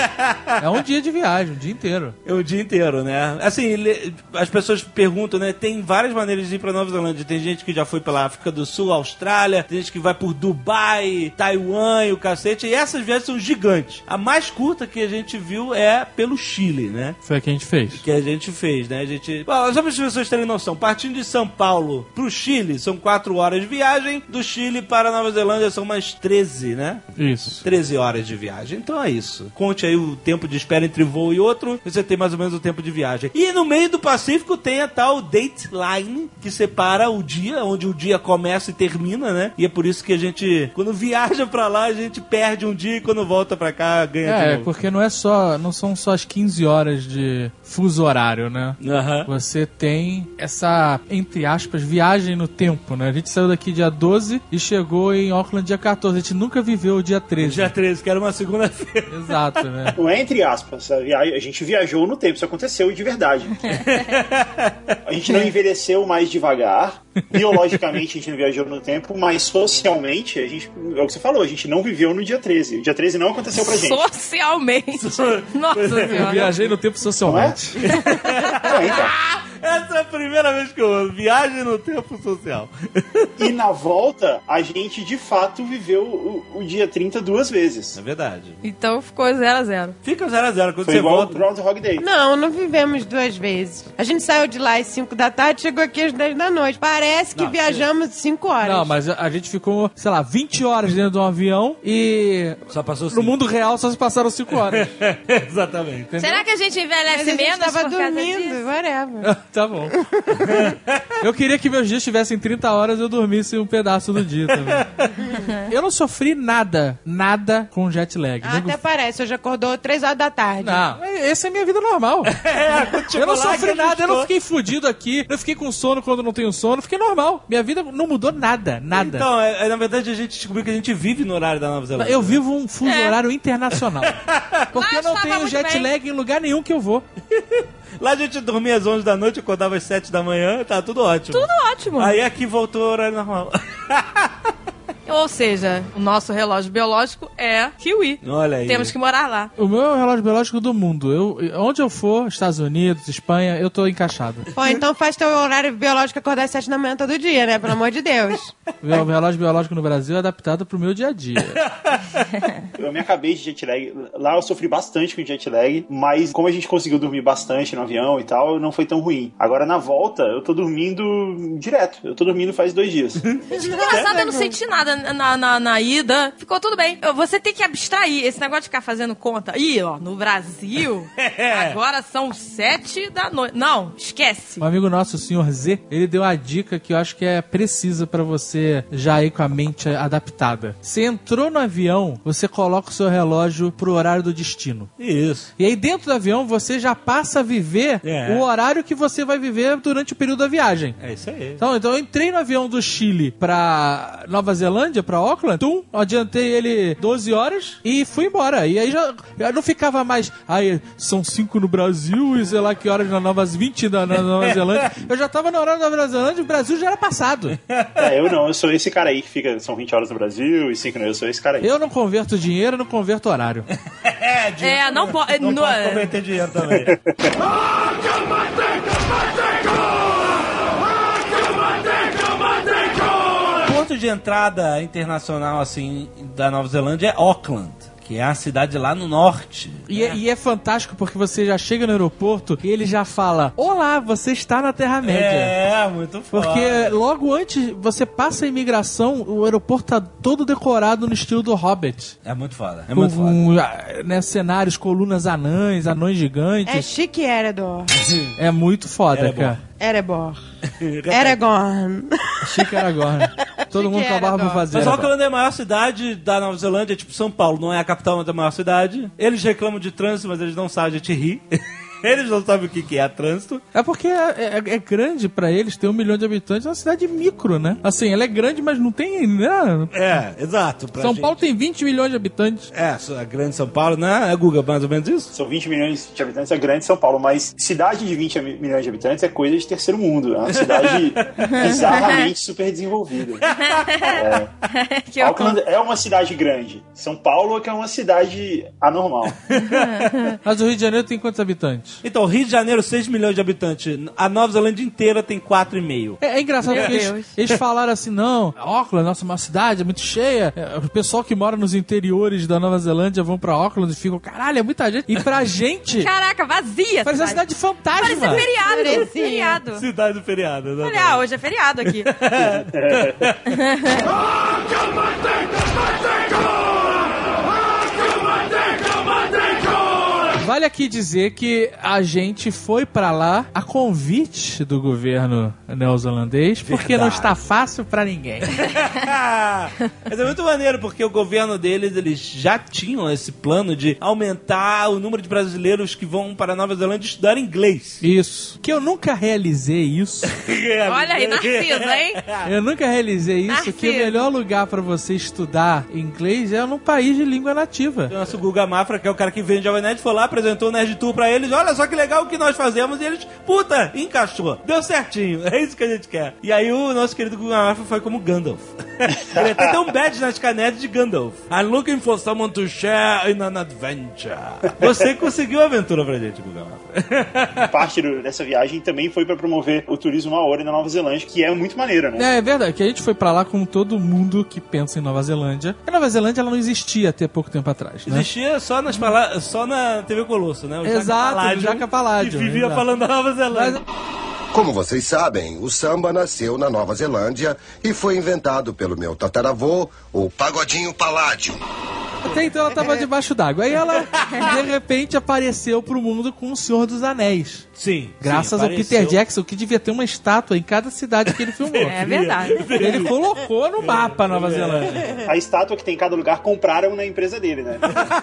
Speaker 7: É um dia de viagem, um dia inteiro.
Speaker 5: É o dia inteiro, né? Assim, le- as pessoas perguntam, né? Tem várias maneiras de ir pra Nova Zelândia. Tem gente que já foi pela África do Sul, Austrália, tem gente que vai por Dubai, Taiwan e o cacete. E essas viagens são gigantes. A mais curta que a gente viu é pelo Chile, né?
Speaker 7: Foi o que a gente fez.
Speaker 5: Que a gente fez, né? A gente. Bom, só para as pessoas terem noção, partindo de São Paulo pro Chile, são 4 horas de viagem. Do Chile para a Nova Zelândia são mais 13, né?
Speaker 7: Isso.
Speaker 5: 13 horas de viagem. Então é isso. Conte aí o tempo de espera entre um voo e outro, você tem mais ou menos o tempo de viagem. E no meio do Pacífico tem a tal dateline, que separa o dia, onde o dia começa e termina, né? E é por isso que a gente, quando viaja pra lá, a gente perde um dia e quando volta pra cá, ganha
Speaker 7: É,
Speaker 5: de novo.
Speaker 7: porque não é só. Não são só as 15 horas de fuso horário, né?
Speaker 5: Aham.
Speaker 7: Você tem essa, entre aspas, viagem no tempo, né? A gente saiu daqui dia 12 e chegou em Auckland dia 14. A gente nunca viveu o dia 13.
Speaker 5: Dia 13, que era uma segunda-feira. [laughs]
Speaker 7: Exato, né?
Speaker 4: Não é entre aspas, a via- a gente viajou no tempo, isso aconteceu de verdade. A gente não envelheceu mais devagar, biologicamente a gente não viajou no tempo, mas socialmente, a gente, é o que você falou, a gente não viveu no dia 13. O dia 13 não aconteceu pra gente.
Speaker 3: Socialmente. Nossa
Speaker 7: [laughs] Eu
Speaker 3: senhora.
Speaker 7: viajei no tempo
Speaker 4: Não é?
Speaker 7: socialmente.
Speaker 4: [laughs] É, então.
Speaker 5: Essa é a primeira vez que eu ouço. Viagem no tempo social.
Speaker 4: E na volta, a gente de fato viveu o, o dia 30 duas vezes.
Speaker 5: É verdade.
Speaker 3: Então ficou 0 a 0
Speaker 5: Fica 0 a 0 quando
Speaker 4: Foi
Speaker 5: você
Speaker 4: igual
Speaker 5: volta.
Speaker 4: o Groundhog Day.
Speaker 6: Não, não vivemos duas vezes. A gente saiu de lá às 5 da tarde, chegou aqui às 10 da noite. Parece que
Speaker 5: Não,
Speaker 6: viajamos 5 horas.
Speaker 7: Não, mas a a gente ficou, sei lá, 20 horas dentro de um avião e.
Speaker 5: Só passou
Speaker 7: [laughs] No mundo real só se passaram 5 horas.
Speaker 5: Exatamente.
Speaker 3: Será que a gente
Speaker 6: Mas
Speaker 3: envelhece
Speaker 6: a gente
Speaker 3: menos
Speaker 6: tava
Speaker 3: por causa
Speaker 6: dormindo,
Speaker 3: disso?
Speaker 6: whatever.
Speaker 7: [laughs] [laughs] tá bom. Eu queria que meus dias tivessem 30 horas e eu dormisse um pedaço do dia também. [laughs] Eu não sofri nada, nada com jet lag.
Speaker 6: Ah,
Speaker 7: Nego
Speaker 6: Até parece, hoje acordou 3 horas da tarde.
Speaker 7: Não, essa é minha
Speaker 5: [laughs]
Speaker 7: vida normal. eu não
Speaker 5: Ah. É, lá,
Speaker 7: sofri
Speaker 5: que
Speaker 7: nada, eu não
Speaker 5: ajustou.
Speaker 7: fiquei fudido aqui, eu fiquei com sono quando não tenho sono, fiquei normal. Minha vida não mudou nada, nada.
Speaker 5: Então, é- é, na verdade, a gente descobriu que a gente vive no horário da Nova Zelândia.
Speaker 7: eu vivo um fuso
Speaker 3: É.
Speaker 7: horário
Speaker 3: [laughs]
Speaker 7: internacional. Porque
Speaker 3: Lá
Speaker 7: eu não
Speaker 3: estava
Speaker 7: tenho
Speaker 3: muito
Speaker 7: jet
Speaker 3: bem.
Speaker 7: lag em lugar nenhum que eu vou.
Speaker 5: Lá a gente dormia às 11 da noite, acordava às 7 da manhã, tá tudo ótimo.
Speaker 3: Tudo ótimo.
Speaker 5: Aí aqui voltou o horário normal. [laughs]
Speaker 3: Ou seja, o nosso relógio biológico é kiwi.
Speaker 5: Olha aí.
Speaker 3: Temos que morar lá.
Speaker 7: O meu é o relógio biológico do mundo. Eu, onde eu for, Estados Unidos, Espanha, eu tô encaixado.
Speaker 6: Pô, então faz teu horário biológico acordar às 7 da manhã todo dia, né? Pelo amor de Deus.
Speaker 7: Meu relógio biológico no Brasil é adaptado pro meu dia a dia.
Speaker 4: Eu me acabei de jet lag. Lá eu sofri bastante com jet lag, mas como a gente conseguiu dormir bastante no avião e tal, não foi tão ruim. Agora na volta, eu tô dormindo direto. Eu tô dormindo faz dois dias.
Speaker 3: Engraçado, eu não senti nada na, na, na ida. Ficou tudo bem. Você tem que abstrair esse negócio de ficar fazendo conta. Ih, ó, no Brasil, agora são sete da noite. Não, esquece.
Speaker 7: Um amigo nosso, o senhor Z, ele deu a dica que eu acho que é precisa pra você já ir com a mente adaptada. Você entrou no avião, você coloca o seu relógio pro horário do destino.
Speaker 5: Isso.
Speaker 7: E aí dentro do avião você já passa a viver
Speaker 5: É.
Speaker 7: o horário que você vai viver durante o período da viagem.
Speaker 5: É isso aí.
Speaker 7: Então, então eu entrei no avião do Chile pra Nova Zelândia, pra Auckland, tum, adiantei ele 12 horas e fui embora. E aí já eu não ficava mais, aí são 5 no Brasil e sei lá que horas na Nova 20 da na Nova Zelândia. Eu já tava na hora da Nova Zelândia, o Brasil já era passado.
Speaker 4: É, eu não, eu sou esse cara aí que fica. São 20 horas no Brasil e 5 Eu sou esse cara aí.
Speaker 7: Eu não converto dinheiro, não converto horário.
Speaker 3: É, não pode.
Speaker 5: Não
Speaker 3: no-
Speaker 5: pode converter dinheiro também. O ponto de entrada internacional, assim, da Nova Zelândia é Auckland. que que é a cidade lá no norte.
Speaker 7: E é, e é fantástico porque você já chega no aeroporto e ele já fala: Olá, você está na Terra-média.
Speaker 5: É, muito foda.
Speaker 7: Porque logo antes você passa a imigração, o aeroporto tá todo decorado no estilo do Hobbit.
Speaker 5: É muito foda. É
Speaker 7: com,
Speaker 5: muito foda.
Speaker 7: ah, né, cenários, colunas anãs, anões [laughs]
Speaker 6: É
Speaker 7: gigantes.
Speaker 6: chique Eredor.
Speaker 7: É, muito foda,
Speaker 5: Era
Speaker 7: cara. [laughs]
Speaker 6: Erebor. Eregorn.
Speaker 7: Chique
Speaker 5: [laughs]
Speaker 7: Aragorn. né? Todo
Speaker 6: Chique
Speaker 7: mundo com a barba pra
Speaker 6: Aragorn.
Speaker 7: fazer.
Speaker 5: Mas só que
Speaker 7: agora.
Speaker 5: quando é a maior cidade da Nova Zelândia, é tipo São Paulo, não é a capital, mas é a maior cidade. Eles reclamam de trânsito, mas eles não sabem, a gente ri. [laughs] Eles não sabem o que que é trânsito.
Speaker 7: É porque é, é- é grande pra eles, tem um milhão de habitantes, é uma cidade micro, né? Assim, ela é grande, mas não tem. né?
Speaker 5: É, exato. pra
Speaker 7: São
Speaker 5: gente.
Speaker 7: Paulo tem 20 milhões de habitantes.
Speaker 5: É, a grande São Paulo, né? É Guga, mais ou menos isso?
Speaker 4: São 20 milhões de habitantes, é grande São Paulo, mas cidade de 20 mi- milhões de habitantes é coisa de terceiro mundo. É uma cidade bizarramente super desenvolvida.
Speaker 3: Que eu-
Speaker 4: Auckland é uma cidade grande. São Paulo é que é uma cidade anormal.
Speaker 7: Mas o Rio de Janeiro tem quantos habitantes?
Speaker 5: Então, Rio de Janeiro, 6 milhões de habitantes. A Nova Zelândia inteira tem 4,5.
Speaker 7: É, é engraçado
Speaker 3: Meu
Speaker 7: porque eles,
Speaker 3: Deus.
Speaker 7: eles falaram assim: não, Auckland, nossa, uma cidade é muito cheia. É, O pessoal que mora nos interiores da Nova Zelândia vão pra Auckland e ficam, caralho, é muita gente.
Speaker 3: [laughs]
Speaker 7: E pra gente,
Speaker 3: Caraca, vazia.
Speaker 7: parece uma
Speaker 3: cidade.
Speaker 7: cidade é fantasma.
Speaker 3: Parece feriado.
Speaker 6: Parecia.
Speaker 3: Feriado.
Speaker 5: Cidade do feriado, né? exatamente.
Speaker 3: Olha, hoje é feriado aqui.
Speaker 7: Vale aqui dizer que a gente foi pra lá a convite do governo neozelandês, porque não
Speaker 5: Verdade.
Speaker 7: está fácil pra ninguém.
Speaker 5: [laughs] Mas é muito maneiro, porque o governo deles, eles já tinham esse plano de aumentar o número de brasileiros que vão para a Nova Zelândia estudar inglês.
Speaker 7: Isso. Que eu nunca realizei isso.
Speaker 3: Olha aí,
Speaker 5: [laughs]
Speaker 3: Narciso, hein?
Speaker 7: Eu nunca realizei isso.
Speaker 3: Narciso.
Speaker 7: Que o melhor lugar pra você estudar inglês é num país de língua
Speaker 5: O
Speaker 7: nativa.
Speaker 5: nosso Guga Mafra, que é o cara que vende Jovem Nerd, foi lá, apresentou o Nerd Tour pra eles. Olha só que legal o que nós fazemos. E eles, puta, encaixou. Deu certinho. [laughs] É isso que a gente quer. E aí o nosso querido Guga Mafra foi como Gandalf. [laughs] Ele até tem um badge nas canetas de Gandalf. I'm looking for someone to share in an adventure. Você conseguiu a aventura pra gente, Guga
Speaker 7: Né?
Speaker 5: Mafra.
Speaker 4: Parte do- dessa viagem também foi para promover o turismo maori na Nova Zelândia, que é muito maneiro, né?
Speaker 7: É, é verdade, que a gente foi pra lá como todo mundo que pensa em Nova Zelândia. A Nova Zelândia ela não existia até pouco tempo atrás, né?
Speaker 5: Existia só, nas pala- só na TV Colosso, né? O Jaca
Speaker 7: Exato, o
Speaker 5: Paládio,
Speaker 7: Jaca Paládio,
Speaker 5: Que vivia
Speaker 7: exato.
Speaker 5: falando da Nova Zelândia.
Speaker 7: Mas-
Speaker 9: Como vocês sabem, o samba nasceu na Nova Zelândia e foi inventado pelo meu tataravô, o Pagodinho Paládio.
Speaker 7: Até então ela
Speaker 5: É.
Speaker 7: tava debaixo d'água. Aí ela, de repente, apareceu pro mundo com o Senhor dos Anéis.
Speaker 5: Sim.
Speaker 7: Graças
Speaker 5: sim,
Speaker 7: ao Peter
Speaker 5: apareceu. [laughs]
Speaker 7: Jackson, que devia ter uma estátua em cada cidade que ele filmou.
Speaker 3: É verdade.
Speaker 7: Ele colocou no mapa Nova
Speaker 5: É.
Speaker 7: Zelândia.
Speaker 4: A estátua que tem em cada lugar compraram na empresa dele, né? [laughs]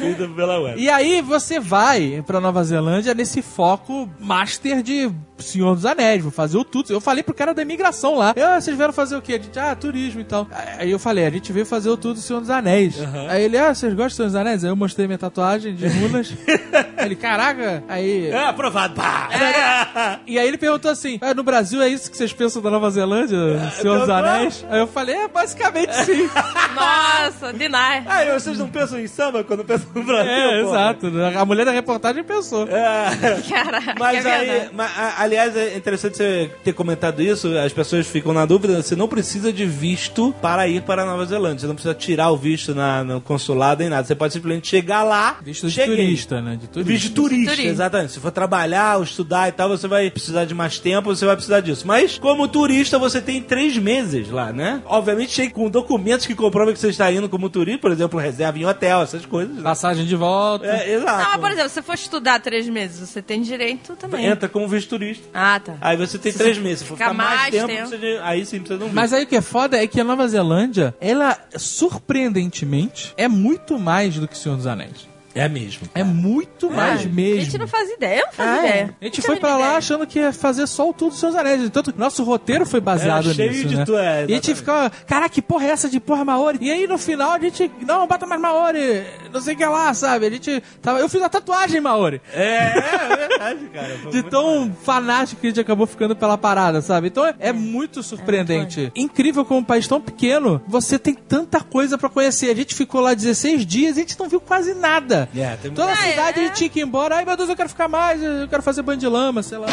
Speaker 5: Feito pela web.
Speaker 7: E aí você vai pra Nova Zelândia nesse foco master de Senhor dos Anéis, vou fazer o tudo. Eu falei pro cara da imigração lá. Eu, "Ah, vocês vieram fazer o quê? A gente, ah, turismo e tal. Aí eu falei, a gente veio fazer o tudo do Senhor dos Anéis. Aí ele, ah, vocês gostam do Senhor dos Anéis? Aí eu mostrei minha tatuagem de runas.
Speaker 5: [laughs]
Speaker 7: Aí ele, caraca. Aí
Speaker 5: É, aprovado. Pá. É.
Speaker 7: E aí ele perguntou assim: "Ah, no Brasil é isso que vocês pensam da Nova Zelândia, Senhor dos
Speaker 5: tá bom.
Speaker 7: Anéis? Aí eu falei, é basicamente
Speaker 5: [laughs]
Speaker 7: sim.
Speaker 3: [laughs] Nossa, Dinar.
Speaker 5: Ah, e vocês não pensam em samba quando pensam no Brasil?
Speaker 7: é,
Speaker 5: pô?
Speaker 7: exato. A mulher da reportagem pensou.
Speaker 5: né? É.
Speaker 3: Caraca,
Speaker 5: Mas
Speaker 3: é
Speaker 5: aí,
Speaker 3: verdade.
Speaker 5: mas, a- aliás, é interessante você ter comentado isso. As pessoas ficam na dúvida. Você não precisa de visto para ir para a Nova Zelândia. Você não precisa tirar o visto na, no consulado nem nada. Você pode simplesmente chegar lá.
Speaker 7: Visto de
Speaker 5: cheguei.
Speaker 7: turista, né? De turista.
Speaker 5: Visto de turista,
Speaker 3: Turista.
Speaker 5: exatamente. Se for trabalhar ou estudar e tal, você vai precisar de mais tempo, você vai precisar disso. Mas, como turista, você tem três meses lá, né? Obviamente, chegue com documentos que comprovam que você está indo como turista, por exemplo, reserva em hotel, essas coisas. né?
Speaker 7: Passagem de volta.
Speaker 5: É, exato.
Speaker 3: Não, mas, por exemplo, se você for estudar três meses, você tem direito também.
Speaker 5: Entra como visto turista.
Speaker 3: Ah, tá.
Speaker 5: Aí você tem três meses. Se for
Speaker 3: ficar
Speaker 5: ficar mais,
Speaker 3: mais
Speaker 5: tempo,
Speaker 3: tempo.
Speaker 5: Precisa de, aí sim precisa de um visto.
Speaker 7: Mas aí o que é foda é que a Nova Zelândia, ela, surpreendentemente, é muito mais do que Senhor dos Anéis.
Speaker 5: É mesmo.
Speaker 7: É muito mais
Speaker 3: Ah,
Speaker 7: mesmo. Ah, é.
Speaker 3: A gente não faz ideia, eu não faz ideia.
Speaker 7: A gente foi pra lá achando que ia fazer só o tudo dos seus anéis. Tanto que nosso roteiro foi baseado
Speaker 5: Era cheio
Speaker 7: nisso,
Speaker 5: de
Speaker 7: né?
Speaker 5: tu- é,
Speaker 7: e a gente
Speaker 5: exatamente.
Speaker 7: ficava, caraca, que porra é essa de porra Maori? E aí no final a gente, não, bota mais Maori, não sei o que lá, sabe? A gente tava, eu fiz a tatuagem Maori.
Speaker 5: É, é verdade, cara. Foi
Speaker 7: De
Speaker 5: muito
Speaker 7: tão fanático que a gente acabou ficando pela parada, sabe? Então é, é muito surpreendente. Incrível como um país tão pequeno, você tem tanta coisa pra conhecer. A gente ficou lá 16 dias e a gente não viu quase nada.
Speaker 5: Yeah, tem-
Speaker 7: Toda a
Speaker 3: Ah, é,
Speaker 7: cidade a
Speaker 3: é.
Speaker 7: gente tinha que ir embora. Ai meu Deus, eu quero ficar mais, eu quero fazer bandilama, sei lá.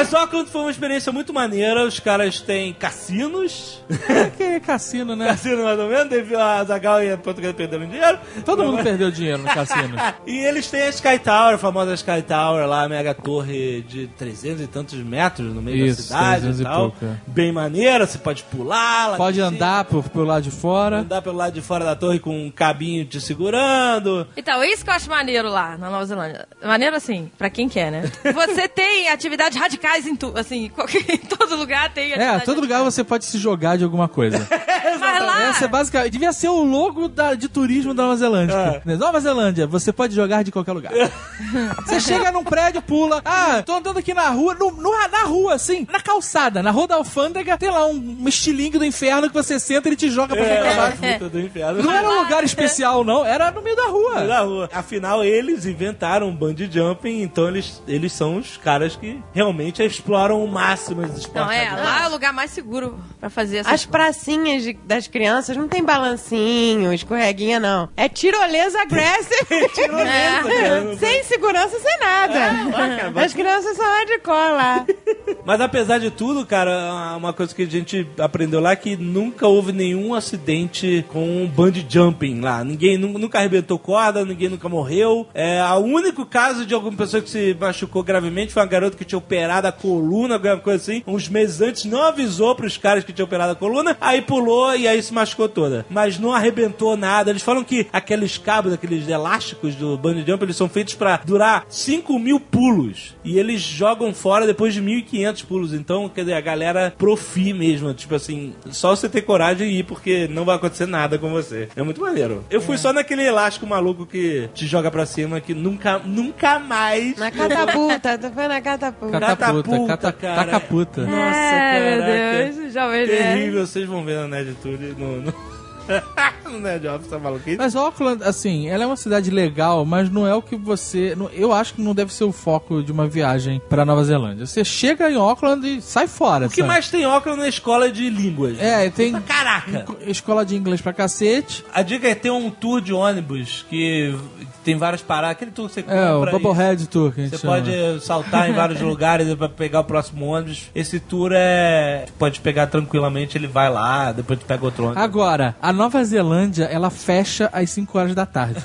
Speaker 5: Mas Auckland foi uma experiência muito maneira. Os caras têm cassinos.
Speaker 7: Que é cassino, né?
Speaker 5: Cassino mais ou menos. Teve a Zagal e a Portugal perderam dinheiro.
Speaker 7: Todo mundo perdeu dinheiro no cassino.
Speaker 5: [laughs] E eles têm a Sky Tower, a famosa Sky Tower lá, a mega torre de 300 e tantos metros no meio da
Speaker 7: Isso,
Speaker 5: cidade
Speaker 7: 300
Speaker 5: e
Speaker 7: e
Speaker 5: tal.
Speaker 7: pouco, é.
Speaker 5: Bem maneira, você pode pular. lá
Speaker 7: Pode
Speaker 5: de
Speaker 7: andar né? por, por lá de
Speaker 5: cima,
Speaker 7: fora.
Speaker 5: Andar pelo lado de fora da torre com um cabinho te segurando.
Speaker 3: Então, isso que eu acho maneiro lá na Nova Zelândia. Maneiro assim, pra quem quer,
Speaker 7: [laughs]
Speaker 3: né? Você tem atividades radicais em tudo, assim, qualquer- [laughs] em todo lugar tem
Speaker 7: É,
Speaker 3: atividade
Speaker 7: todo lugar você pode se jogar de alguma coisa.
Speaker 3: radical. Mas
Speaker 5: Ah.
Speaker 3: lá,
Speaker 7: Essa é basicamente. Devia ser o logo da- de turismo da Nova
Speaker 5: Ah.
Speaker 7: Zelândia. Né? Nova Zelândia, você pode jogar de qualquer
Speaker 5: [laughs]
Speaker 7: lugar. você chega num prédio, pula. Ah, tô andando aqui na rua. no- no- na rua, assim, na calçada, na rua da alfândega, tem lá um, um estilingue do inferno que você senta e ele te
Speaker 5: É,
Speaker 7: joga pra frente e pra baixo.
Speaker 3: [laughs]
Speaker 5: Puta do inferno.
Speaker 7: Não era um lugar especial, não. é? Era no meio da
Speaker 5: Meio
Speaker 7: rua.
Speaker 5: da rua. Afinal, eles inventaram o bungee jumping, então eles, eles são os caras que realmente exploram o máximo os esportes.
Speaker 3: não é,
Speaker 7: Ah.
Speaker 5: radicais.
Speaker 3: lá é o lugar mais seguro pra fazer essas
Speaker 6: As pracinhas de- das crianças não tem balancinho, escorreguinha, não.
Speaker 7: [laughs]
Speaker 6: É tirolesa aggressive.
Speaker 3: É.
Speaker 5: cara.
Speaker 6: sem segurança, sem
Speaker 5: É,
Speaker 6: nada. As crianças são hardcore lá.
Speaker 5: Mas apesar de tudo, cara, é uma coisa que a gente aprendeu lá é que nunca houve nenhum acidente com um bungee jumping lá. Ninguém nu- nunca arrebentou corda, ninguém nunca morreu. É, o único caso de alguma pessoa que se machucou gravemente foi uma garota que tinha operado a coluna, alguma coisa assim. Uns meses antes não avisou pros caras que tinha operado a coluna, aí pulou e aí se machucou toda. Mas não arrebentou nada. Eles falam que aqueles cabos, aqueles elásticos do bungee jump, eles são feitos pra durar 5 mil pulos. E eles jogam fora depois de 1.500 pulos. Então, quer dizer, a galera profi mesmo. Tipo assim, só você ter coragem e ir, porque não vai acontecer nada com você. É muito maneiro. Eu fui só naquele elástico maluco que te joga pra cima, que nunca, nunca mais... [laughs]
Speaker 6: Na catapulta, tu foi na catapulta.
Speaker 7: Cataputa,
Speaker 5: um Catapulta,
Speaker 7: cata,
Speaker 5: cara.
Speaker 7: tacaputa.
Speaker 5: Nossa,
Speaker 3: É,
Speaker 5: caraca.
Speaker 3: meu Deus, jovem nerd.
Speaker 5: Terrível, vocês vão ver na Nerditude no... [laughs] no... no Nerd Office, tá maluquice?
Speaker 7: Mas Auckland, assim, ela é uma cidade legal, mas não é o que você. não- Eu acho que não deve ser o foco de uma viagem pra Nova Zelândia. Você chega em Auckland e sai fora.
Speaker 5: O que
Speaker 7: sabe?
Speaker 5: mais tem óculos na escola de línguas?
Speaker 7: É, tem
Speaker 5: Caraca!
Speaker 7: escola de inglês pra cacete.
Speaker 5: A dica é ter um tour de ônibus que tem várias paradas. Aquele tour que você
Speaker 7: É, o
Speaker 5: compra. e
Speaker 7: Bubblehead Tour que a gente
Speaker 5: Você
Speaker 7: chama.
Speaker 5: pode saltar em
Speaker 7: [laughs]
Speaker 5: vários lugares pra pegar o próximo ônibus. Esse tour é. Pode pegar tranquilamente, ele vai lá, depois tu pega outro ônibus.
Speaker 7: Agora, a Nova Zelândia, ela fecha às 5 horas
Speaker 5: [laughs]
Speaker 7: da tarde.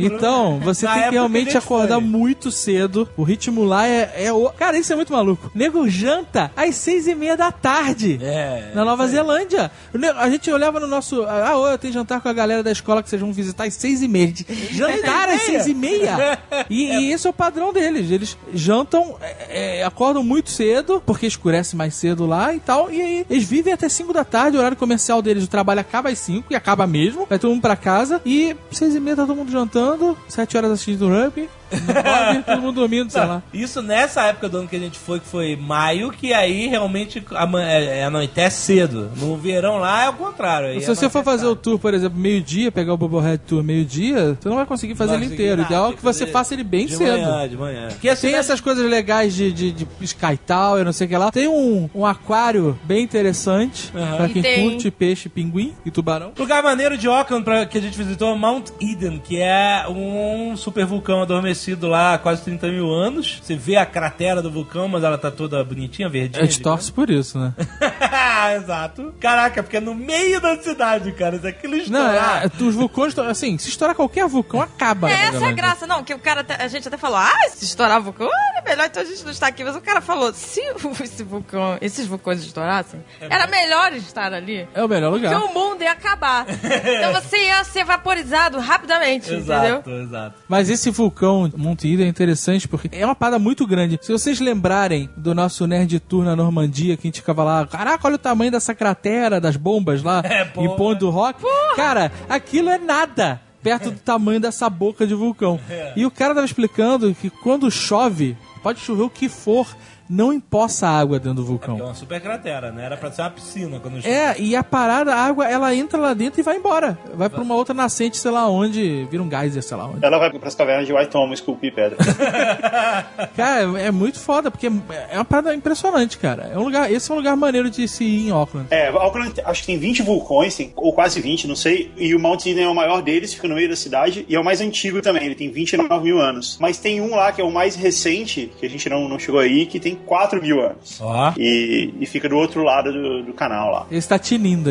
Speaker 7: Então, você
Speaker 5: Na
Speaker 7: tem que
Speaker 5: época que
Speaker 7: realmente
Speaker 5: a gente
Speaker 7: acordar
Speaker 5: foi.
Speaker 7: muito cedo. O ritmo lá é, é o... Cara, isso é muito maluco. Nego janta às seis e meia da tarde.
Speaker 5: É,
Speaker 7: Na Nova Zelândia. O nego- A gente olhava no nosso... Ah, ô, eu tenho jantar com a galera da escola que vocês vão visitar às seis e meia. A gente, Jantar às seis e meia? E, e esse é o padrão deles. Eles jantam, é, é, acordam muito cedo, porque escurece mais cedo lá e tal. E aí eles vivem até 5 da tarde, o horário comercial deles. O trabalho acaba às 5 e acaba mesmo. Vai todo mundo pra casa. E 6 e meia tá todo mundo jantando, 7 horas assistindo rugby, 9 todo mundo dormindo, sei lá.
Speaker 5: Isso nessa época do ano que a gente foi, que foi maio, que aí realmente ama- é, é, anoitece cedo. No verão lá é o contrário. aí
Speaker 7: Se você for
Speaker 5: anoitece
Speaker 7: fazer o
Speaker 5: tarde.
Speaker 7: tour, por exemplo, meio-dia, pegar o Bobblehead Tour meio-dia, você não vai conseguir fazer
Speaker 5: Não
Speaker 7: ele
Speaker 5: vai
Speaker 7: inteiro. O
Speaker 5: conseguir
Speaker 7: ideal
Speaker 5: nada,
Speaker 7: é que você
Speaker 5: fazer
Speaker 7: faça ele bem
Speaker 5: de
Speaker 7: cedo. né,
Speaker 5: Manhã, de manhã. Porque assim,
Speaker 7: Tem essas coisas legais de, de, de Sky Tower, não sei o que lá. Tem um, um aquário bem interessante pra
Speaker 3: E
Speaker 7: quem
Speaker 3: tem-
Speaker 7: curte peixe, pinguim e tubarão.
Speaker 5: Lugar maneiro de Auckland pra, que a gente visitou é Mount Eden, que é um super vulcão adormecido lá há quase 30 mil anos. Você vê a cratera do vulcão, mas ela tá toda bonitinha, verdinha.
Speaker 7: A gente torce por isso, né?
Speaker 5: digamos. [laughs] Exato. Caraca, porque é no meio da cidade, cara. Isso é aquilo
Speaker 7: Não, é,
Speaker 5: estourar.
Speaker 7: é, os vulcões, tão- assim, se estourar qualquer vulcão, acaba.
Speaker 3: É
Speaker 7: né,
Speaker 3: essa a
Speaker 7: galera?
Speaker 3: graça, não, que o cara, até- a gente até falou, ah, se estourar vulcão, ah, é melhor então a gente não estar aqui. Mas o cara falou, se o- [laughs] esse vulcão, esses vulcões estourassem, era melhor estar ali.
Speaker 7: É o melhor
Speaker 3: Porque
Speaker 7: lugar.
Speaker 3: o mundo ia acabar. então você ia ser vaporizado rapidamente, assim, entendeu?
Speaker 5: Exato, exato.
Speaker 7: Mas esse vulcão Monte Ida é interessante porque é uma parada muito grande. Se vocês lembrarem do nosso Nerd Tour na Normandia, que a gente ficava lá, caraca, olha o tamanho dessa cratera das bombas lá em Ponto do Rock. Cara, aquilo é nada. Perto do tamanho dessa boca de vulcão. E o cara tava explicando que quando chove, pode chover o que for, não empoça água dentro do
Speaker 5: É
Speaker 7: vulcão.
Speaker 5: uma super cratera, né? Era pra ser uma piscina quando
Speaker 7: É, e a parada, a água, ela entra lá dentro e vai embora. Vai pra uma outra nascente, sei lá onde, vira um geyser, sei lá onde.
Speaker 4: Ela vai pras cavernas de Waitomo esculpir pedra.
Speaker 7: Cara, é muito foda, porque é uma parada impressionante, cara. É um lugar, esse é um lugar maneiro de se ir em Auckland.
Speaker 4: É, Auckland acho que tem 20 vulcões, tem, ou quase 20, não sei. E o Mount Eden é o maior deles, fica no meio da cidade, e é o mais antigo também, ele tem 29 mil anos. Mas tem um lá que é o mais recente, que a gente não, não chegou aí, que tem tem 4 mil anos.
Speaker 5: [laughs] Ó.
Speaker 4: E, e fica do outro lado do, do canal lá.
Speaker 7: Ele está tinindo tá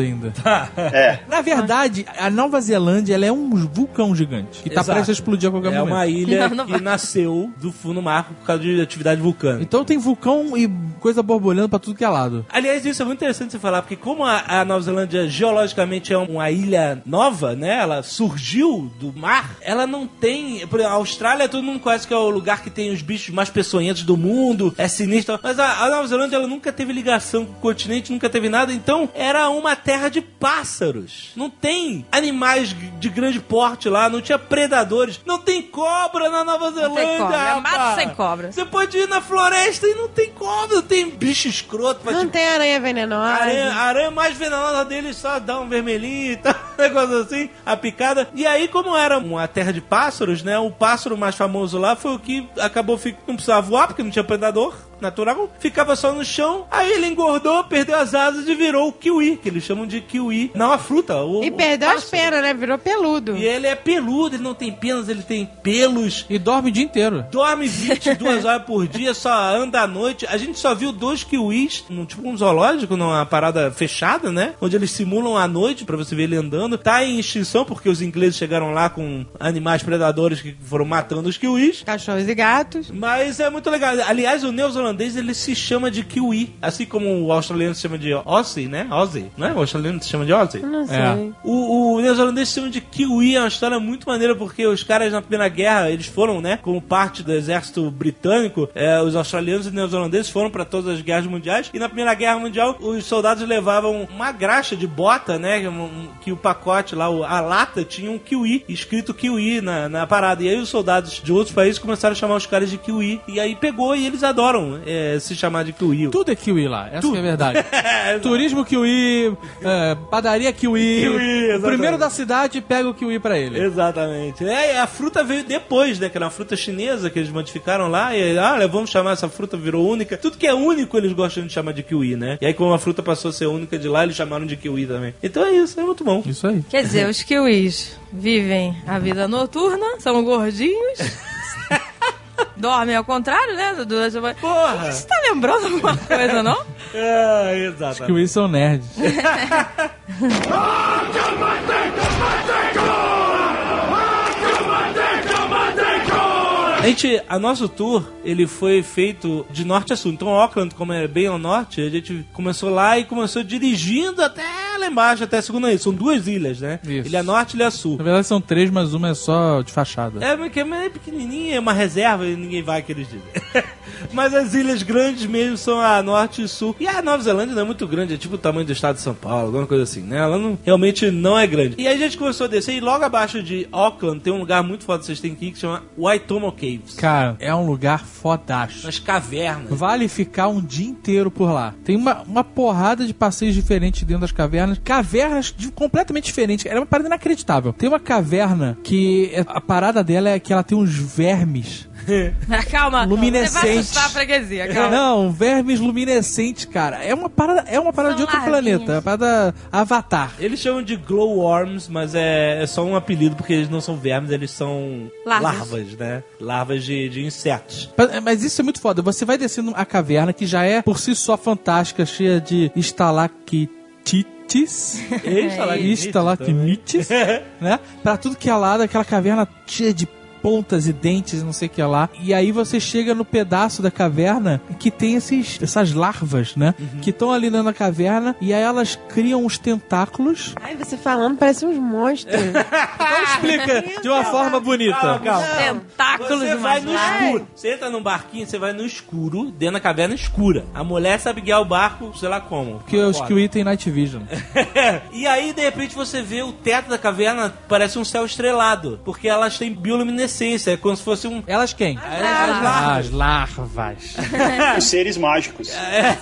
Speaker 7: ainda.
Speaker 4: É.
Speaker 7: Na verdade, a Nova Zelândia ela é um vulcão gigante. Que tá
Speaker 5: Exato.
Speaker 7: prestes a explodir a qualquer
Speaker 5: É
Speaker 7: momento.
Speaker 5: uma ilha
Speaker 3: Não, não
Speaker 5: que
Speaker 3: vai.
Speaker 5: nasceu do fundo do mar por causa de atividade vulcânica.
Speaker 7: Então tem vulcão e coisa borbolhando pra tudo que é lado.
Speaker 5: Aliás, isso é muito interessante você falar, porque como a, a Nova Zelândia geologicamente é uma ilha nova, né? Ela surgiu do mar, ela não tem. Por exemplo, a Austrália, todo mundo conhece que é o lugar que tem os bichos mais peçonhentos do mundo, é sinistro. Mas a, a Nova Zelândia ela nunca teve ligação com o continente, nunca teve nada, então era uma terra de pássaros. Não tem animais de grande porte lá, não tinha predadores, não tem cobra na Nova Zelândia.
Speaker 3: cobra, é mato
Speaker 5: rapaz.
Speaker 3: sem cobra.
Speaker 5: Você pode ir na floresta e não tem cobra, não tem bicho escroto pra te
Speaker 6: Não tem aranha venenosa.
Speaker 5: Aranha, a aranha é mais venenosa dele só dá um vermelhinho e tal, [laughs] um negócio assim, a picada. E aí, como era um- uma terra de pássaros, né? O pássaro mais famoso lá foi o que acabou ficando. Não precisava voar, porque não tinha predador natural. Ficava só no chão. Aí ele engordou, perdeu as asas e virou o kiwi, que eles chamam de kiwi. Não, a fruta. O,
Speaker 6: E
Speaker 5: o
Speaker 6: perdeu as
Speaker 5: pássaro.
Speaker 6: pernas, né? Virou peludo.
Speaker 5: E ele é peludo, ele não tem penas, ele tem pelos.
Speaker 7: E dorme o dia inteiro.
Speaker 5: Dorme 22 horas por dia, só anda à noite. A gente só viu dois kiwis, num, tipo um zoológico, numa parada fechada, né? Onde eles simulam a noite pra você ver ele andando. Tá em extinção porque os ingleses chegaram lá com animais predadores que foram matando os kiwis.
Speaker 6: Cachorros e gatos.
Speaker 5: Mas é muito legal. Aliás, o neozelandês ele se chama de kiwi, assim como o australiano se chama de Aussie, né? Aussie, não é? O australiano se chama de Aussie.
Speaker 6: Não sei.
Speaker 7: É.
Speaker 5: O, o neozelandês se chama de Kiwi, é uma história muito maneira, porque os caras na Primeira Guerra, eles foram, né, como parte do exército britânico, eh, os australianos e neozelandeses foram para todas as guerras mundiais, e na Primeira Guerra Mundial, os soldados levavam uma graxa de bota, né, um- um- que o pacote lá, o- a lata, tinha um Kiwi, escrito Kiwi na, na parada, e aí os soldados de outros países começaram a chamar os caras de Kiwi, e aí pegou, e eles adoram eh, se chamar de Kiwi.
Speaker 7: Tudo é kiwi lá, essa que é
Speaker 5: [laughs]
Speaker 7: a verdade. Turismo kiwi, é, padaria kiwi.
Speaker 5: Kiwi,
Speaker 7: o
Speaker 5: exatamente.
Speaker 7: primeiro da cidade pega o kiwi pra ele.
Speaker 5: Exatamente. É, a fruta veio depois, né? Que era uma fruta chinesa que eles modificaram lá. E, ah, vamos chamar essa fruta, virou única. Tudo que é único eles gostam de chamar de kiwi, né? E aí, como a fruta passou a ser única de lá, eles chamaram de kiwi também. Então é isso, é muito bom.
Speaker 7: Isso aí.
Speaker 3: Quer dizer, os kiwis vivem a vida noturna, são gordinhos. [laughs] Dormem ao contrário, né? Durante a...
Speaker 5: Porra!
Speaker 3: Você tá lembrando alguma coisa, não?
Speaker 5: É, exatamente.
Speaker 7: Kiwis são nerds.
Speaker 5: A gente, a nosso tour, ele foi feito de norte a sul. Então, Auckland, como é bem ao norte, a gente começou lá e começou dirigindo até lá embaixo, até a segunda ilha. São duas ilhas, né?
Speaker 7: Isso.
Speaker 5: Ilha Norte e Ilha Sul.
Speaker 7: Na verdade são três, mas uma é só de fachada.
Speaker 5: É, porque é pequenininha, é uma reserva e ninguém vai aqueles dias. [laughs] Mas as ilhas grandes mesmo são a Norte e Sul. E a Nova Zelândia não é muito grande, é tipo o tamanho do estado de São Paulo, alguma coisa assim, né? Ela não- realmente não é grande. E aí a gente começou a descer e logo abaixo de Auckland tem um lugar muito foda que vocês têm que ir que chama Waitomo Caves.
Speaker 7: Cara, é um lugar fodaço.
Speaker 5: Umas cavernas.
Speaker 7: Vale ficar um dia inteiro por lá. Tem uma, uma porrada de passeios diferentes dentro das cavernas. Cavernas de- completamente diferentes. Era uma parada inacreditável. Tem uma caverna que é- a parada dela é que ela tem uns vermes.
Speaker 3: Mas calma, você
Speaker 7: Luminescente.
Speaker 3: vai assustar a freguesia, calma.
Speaker 7: Não, vermes luminescentes, cara. É uma parada, é uma parada de
Speaker 3: São
Speaker 7: outro
Speaker 3: larvinhas.
Speaker 7: planeta. É uma parada avatar.
Speaker 5: Eles chamam de glowworms, mas é, é só um apelido porque eles não são vermes, eles são larvas,
Speaker 3: Larvas.
Speaker 5: né? Larvas de, de insetos.
Speaker 7: Pa- Mas isso é muito foda. Você vai descendo a caverna que já é por si só fantástica, cheia de [laughs] estalactites.
Speaker 5: Estalagmites
Speaker 7: [laughs] Estalactites, né? Pra tudo que é lado, aquela caverna cheia de pontas e dentes e não sei o que lá. E aí você chega no pedaço da caverna que tem esses, essas larvas, né? Que estão ali dentro da caverna e aí elas criam os tentáculos. Ah,
Speaker 6: Ai, você falando parece uns
Speaker 5: [laughs]
Speaker 6: monstros.
Speaker 7: Então Explica de uma forma bonita.
Speaker 5: Calma, calma.
Speaker 3: Tentáculos
Speaker 5: Você vai
Speaker 3: mais
Speaker 5: no
Speaker 3: largos.
Speaker 5: escuro. Você entra num barquinho, você vai no escuro, dentro da caverna escura. A mulher sabe guiar o barco, sei lá como.
Speaker 7: Que é os
Speaker 5: Foda.
Speaker 7: Kiwi tem Night Vision.
Speaker 5: [laughs] E aí, de repente, você vê o teto da caverna, parece um céu estrelado. Porque elas têm bioluminescência, é como se fosse um.
Speaker 7: Elas quem?
Speaker 5: As larvas.
Speaker 7: As larvas.
Speaker 4: Os seres mágicos.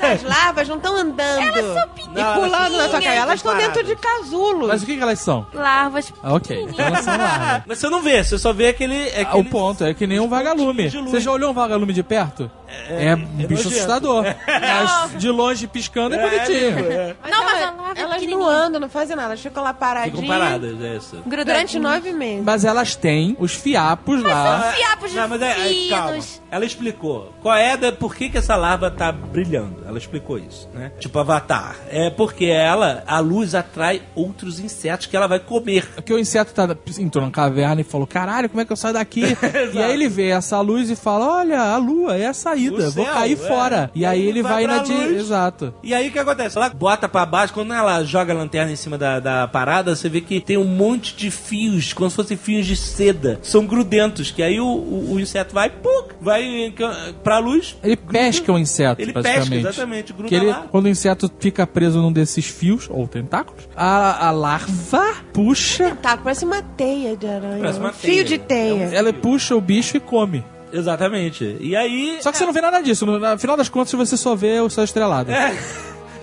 Speaker 6: As larvas não estão andando. Elas são
Speaker 5: Não,
Speaker 6: E pulando na sua
Speaker 5: pequenininhas,
Speaker 6: cara. Elas estão dentro de casulos.
Speaker 7: Mas o que, que elas são?
Speaker 3: Larvas.
Speaker 5: [laughs]
Speaker 7: Ah, ok. Então elas são larvas.
Speaker 5: [laughs] Mas você não vê, você só vê aquele.
Speaker 7: Ah,
Speaker 5: aquele...
Speaker 7: O ponto é que nem um vagalume.
Speaker 5: de luz.
Speaker 7: Você já olhou um vagalume de perto? É, um bicho
Speaker 5: nojento. [laughs]
Speaker 7: assustador. Mas de longe piscando é bonitinho.
Speaker 3: Não, mas a larva
Speaker 6: elas continuando, não fazem nada. Elas ficam lá paradinhas.
Speaker 5: é Ficam paradas, é isso.
Speaker 6: Durante nove meses.
Speaker 7: Mas elas têm os fiapos lá.
Speaker 10: Fiapos
Speaker 5: Não, mas é, é, calma.
Speaker 10: finos.
Speaker 5: Ela explicou qual é da, por que, que essa larva tá brilhando. Ela explicou isso, né? Tipo avatar. É porque ela, a luz atrai outros insetos que ela vai comer.
Speaker 7: Porque o inseto tá, entrou na caverna e falou: caralho, como é que eu
Speaker 5: [laughs]
Speaker 7: saio daqui? e aí ele vê essa luz e fala: olha, a lua é a saída,
Speaker 5: O
Speaker 7: vou
Speaker 5: céu,
Speaker 7: cair
Speaker 5: é.
Speaker 7: fora. E aí ele vai,
Speaker 5: pra
Speaker 7: na direita.
Speaker 5: luz.
Speaker 7: Exato.
Speaker 5: E aí o que acontece? Ela bota pra baixo, quando ela joga a lanterna em cima da, da parada, você vê que tem um monte de fios, como se fossem fios de seda. São grudentos, que aí o, o- o inseto vai, pum, vai pra luz.
Speaker 7: Ele pesca o inseto,
Speaker 5: Ele pesca,
Speaker 7: basicamente.
Speaker 5: exatamente, gruda
Speaker 7: que ele,
Speaker 5: lá.
Speaker 7: Quando o inseto fica preso num desses fios, ou tentáculos, a, a larva puxa,
Speaker 6: Tá, parece uma teia de aranha.
Speaker 5: Parece uma
Speaker 6: um fio
Speaker 5: teia. É
Speaker 6: de teia.
Speaker 7: ela puxa o bicho e come.
Speaker 5: Exatamente. E aí.
Speaker 7: Só que você não vê nada disso. No, na- final das contas, você só vê o céu estrelado.
Speaker 5: É.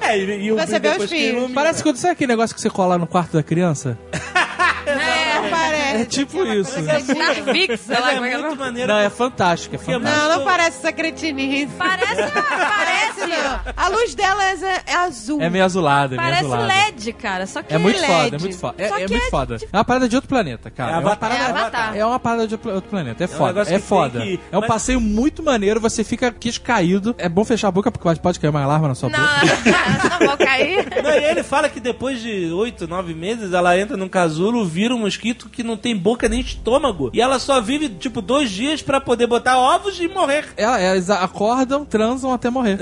Speaker 5: É, e, e o
Speaker 6: Você vê os
Speaker 5: depois que
Speaker 6: fios.
Speaker 5: ilumina.
Speaker 7: Parece que sabe aquele negócio que você cola no quarto da criança?
Speaker 6: Não parece.
Speaker 7: É tipo isso.
Speaker 3: Starvix, sei lá
Speaker 5: Mas
Speaker 3: como é
Speaker 5: é
Speaker 3: que
Speaker 5: muito
Speaker 3: ela-
Speaker 5: maneiro.
Speaker 7: Não, é fantástico, é
Speaker 5: Porque-
Speaker 7: fantástico.
Speaker 6: Não, não parece essa cretinice.
Speaker 3: Parece, parece,
Speaker 6: Não, A luz dela é, é azul.
Speaker 7: É meio azulado, é meio
Speaker 3: parece
Speaker 7: azulado.
Speaker 3: LED, cara. Só que
Speaker 7: É muito
Speaker 3: LED.
Speaker 7: foda, é muito foda. É,
Speaker 3: Só
Speaker 7: é
Speaker 3: que
Speaker 7: muito
Speaker 3: é
Speaker 7: foda. É uma parada de outro planeta,
Speaker 5: É
Speaker 7: cara. É, uma
Speaker 5: avatar.
Speaker 7: parada.
Speaker 3: É avatar.
Speaker 7: É uma parada de outro outro planeta, é foda,
Speaker 5: um negócio
Speaker 7: é
Speaker 5: que tem
Speaker 7: foda.
Speaker 5: que-
Speaker 7: É um
Speaker 5: mas-
Speaker 7: passeio muito maneiro, você fica quis caído. É bom fechar a boca porque pode- pode cair uma larva na sua
Speaker 3: Não, [laughs]
Speaker 7: boca.
Speaker 3: não vou cair.
Speaker 5: Não, e ele fala que depois de oito, nove meses, ela entra num casulo, vira um mosquito que não tem boca nem estômago. E ela só vive, tipo, dois dias pra poder botar ovos e morrer.
Speaker 7: Ela- elas acordam, transam
Speaker 5: [laughs]
Speaker 7: até morrer.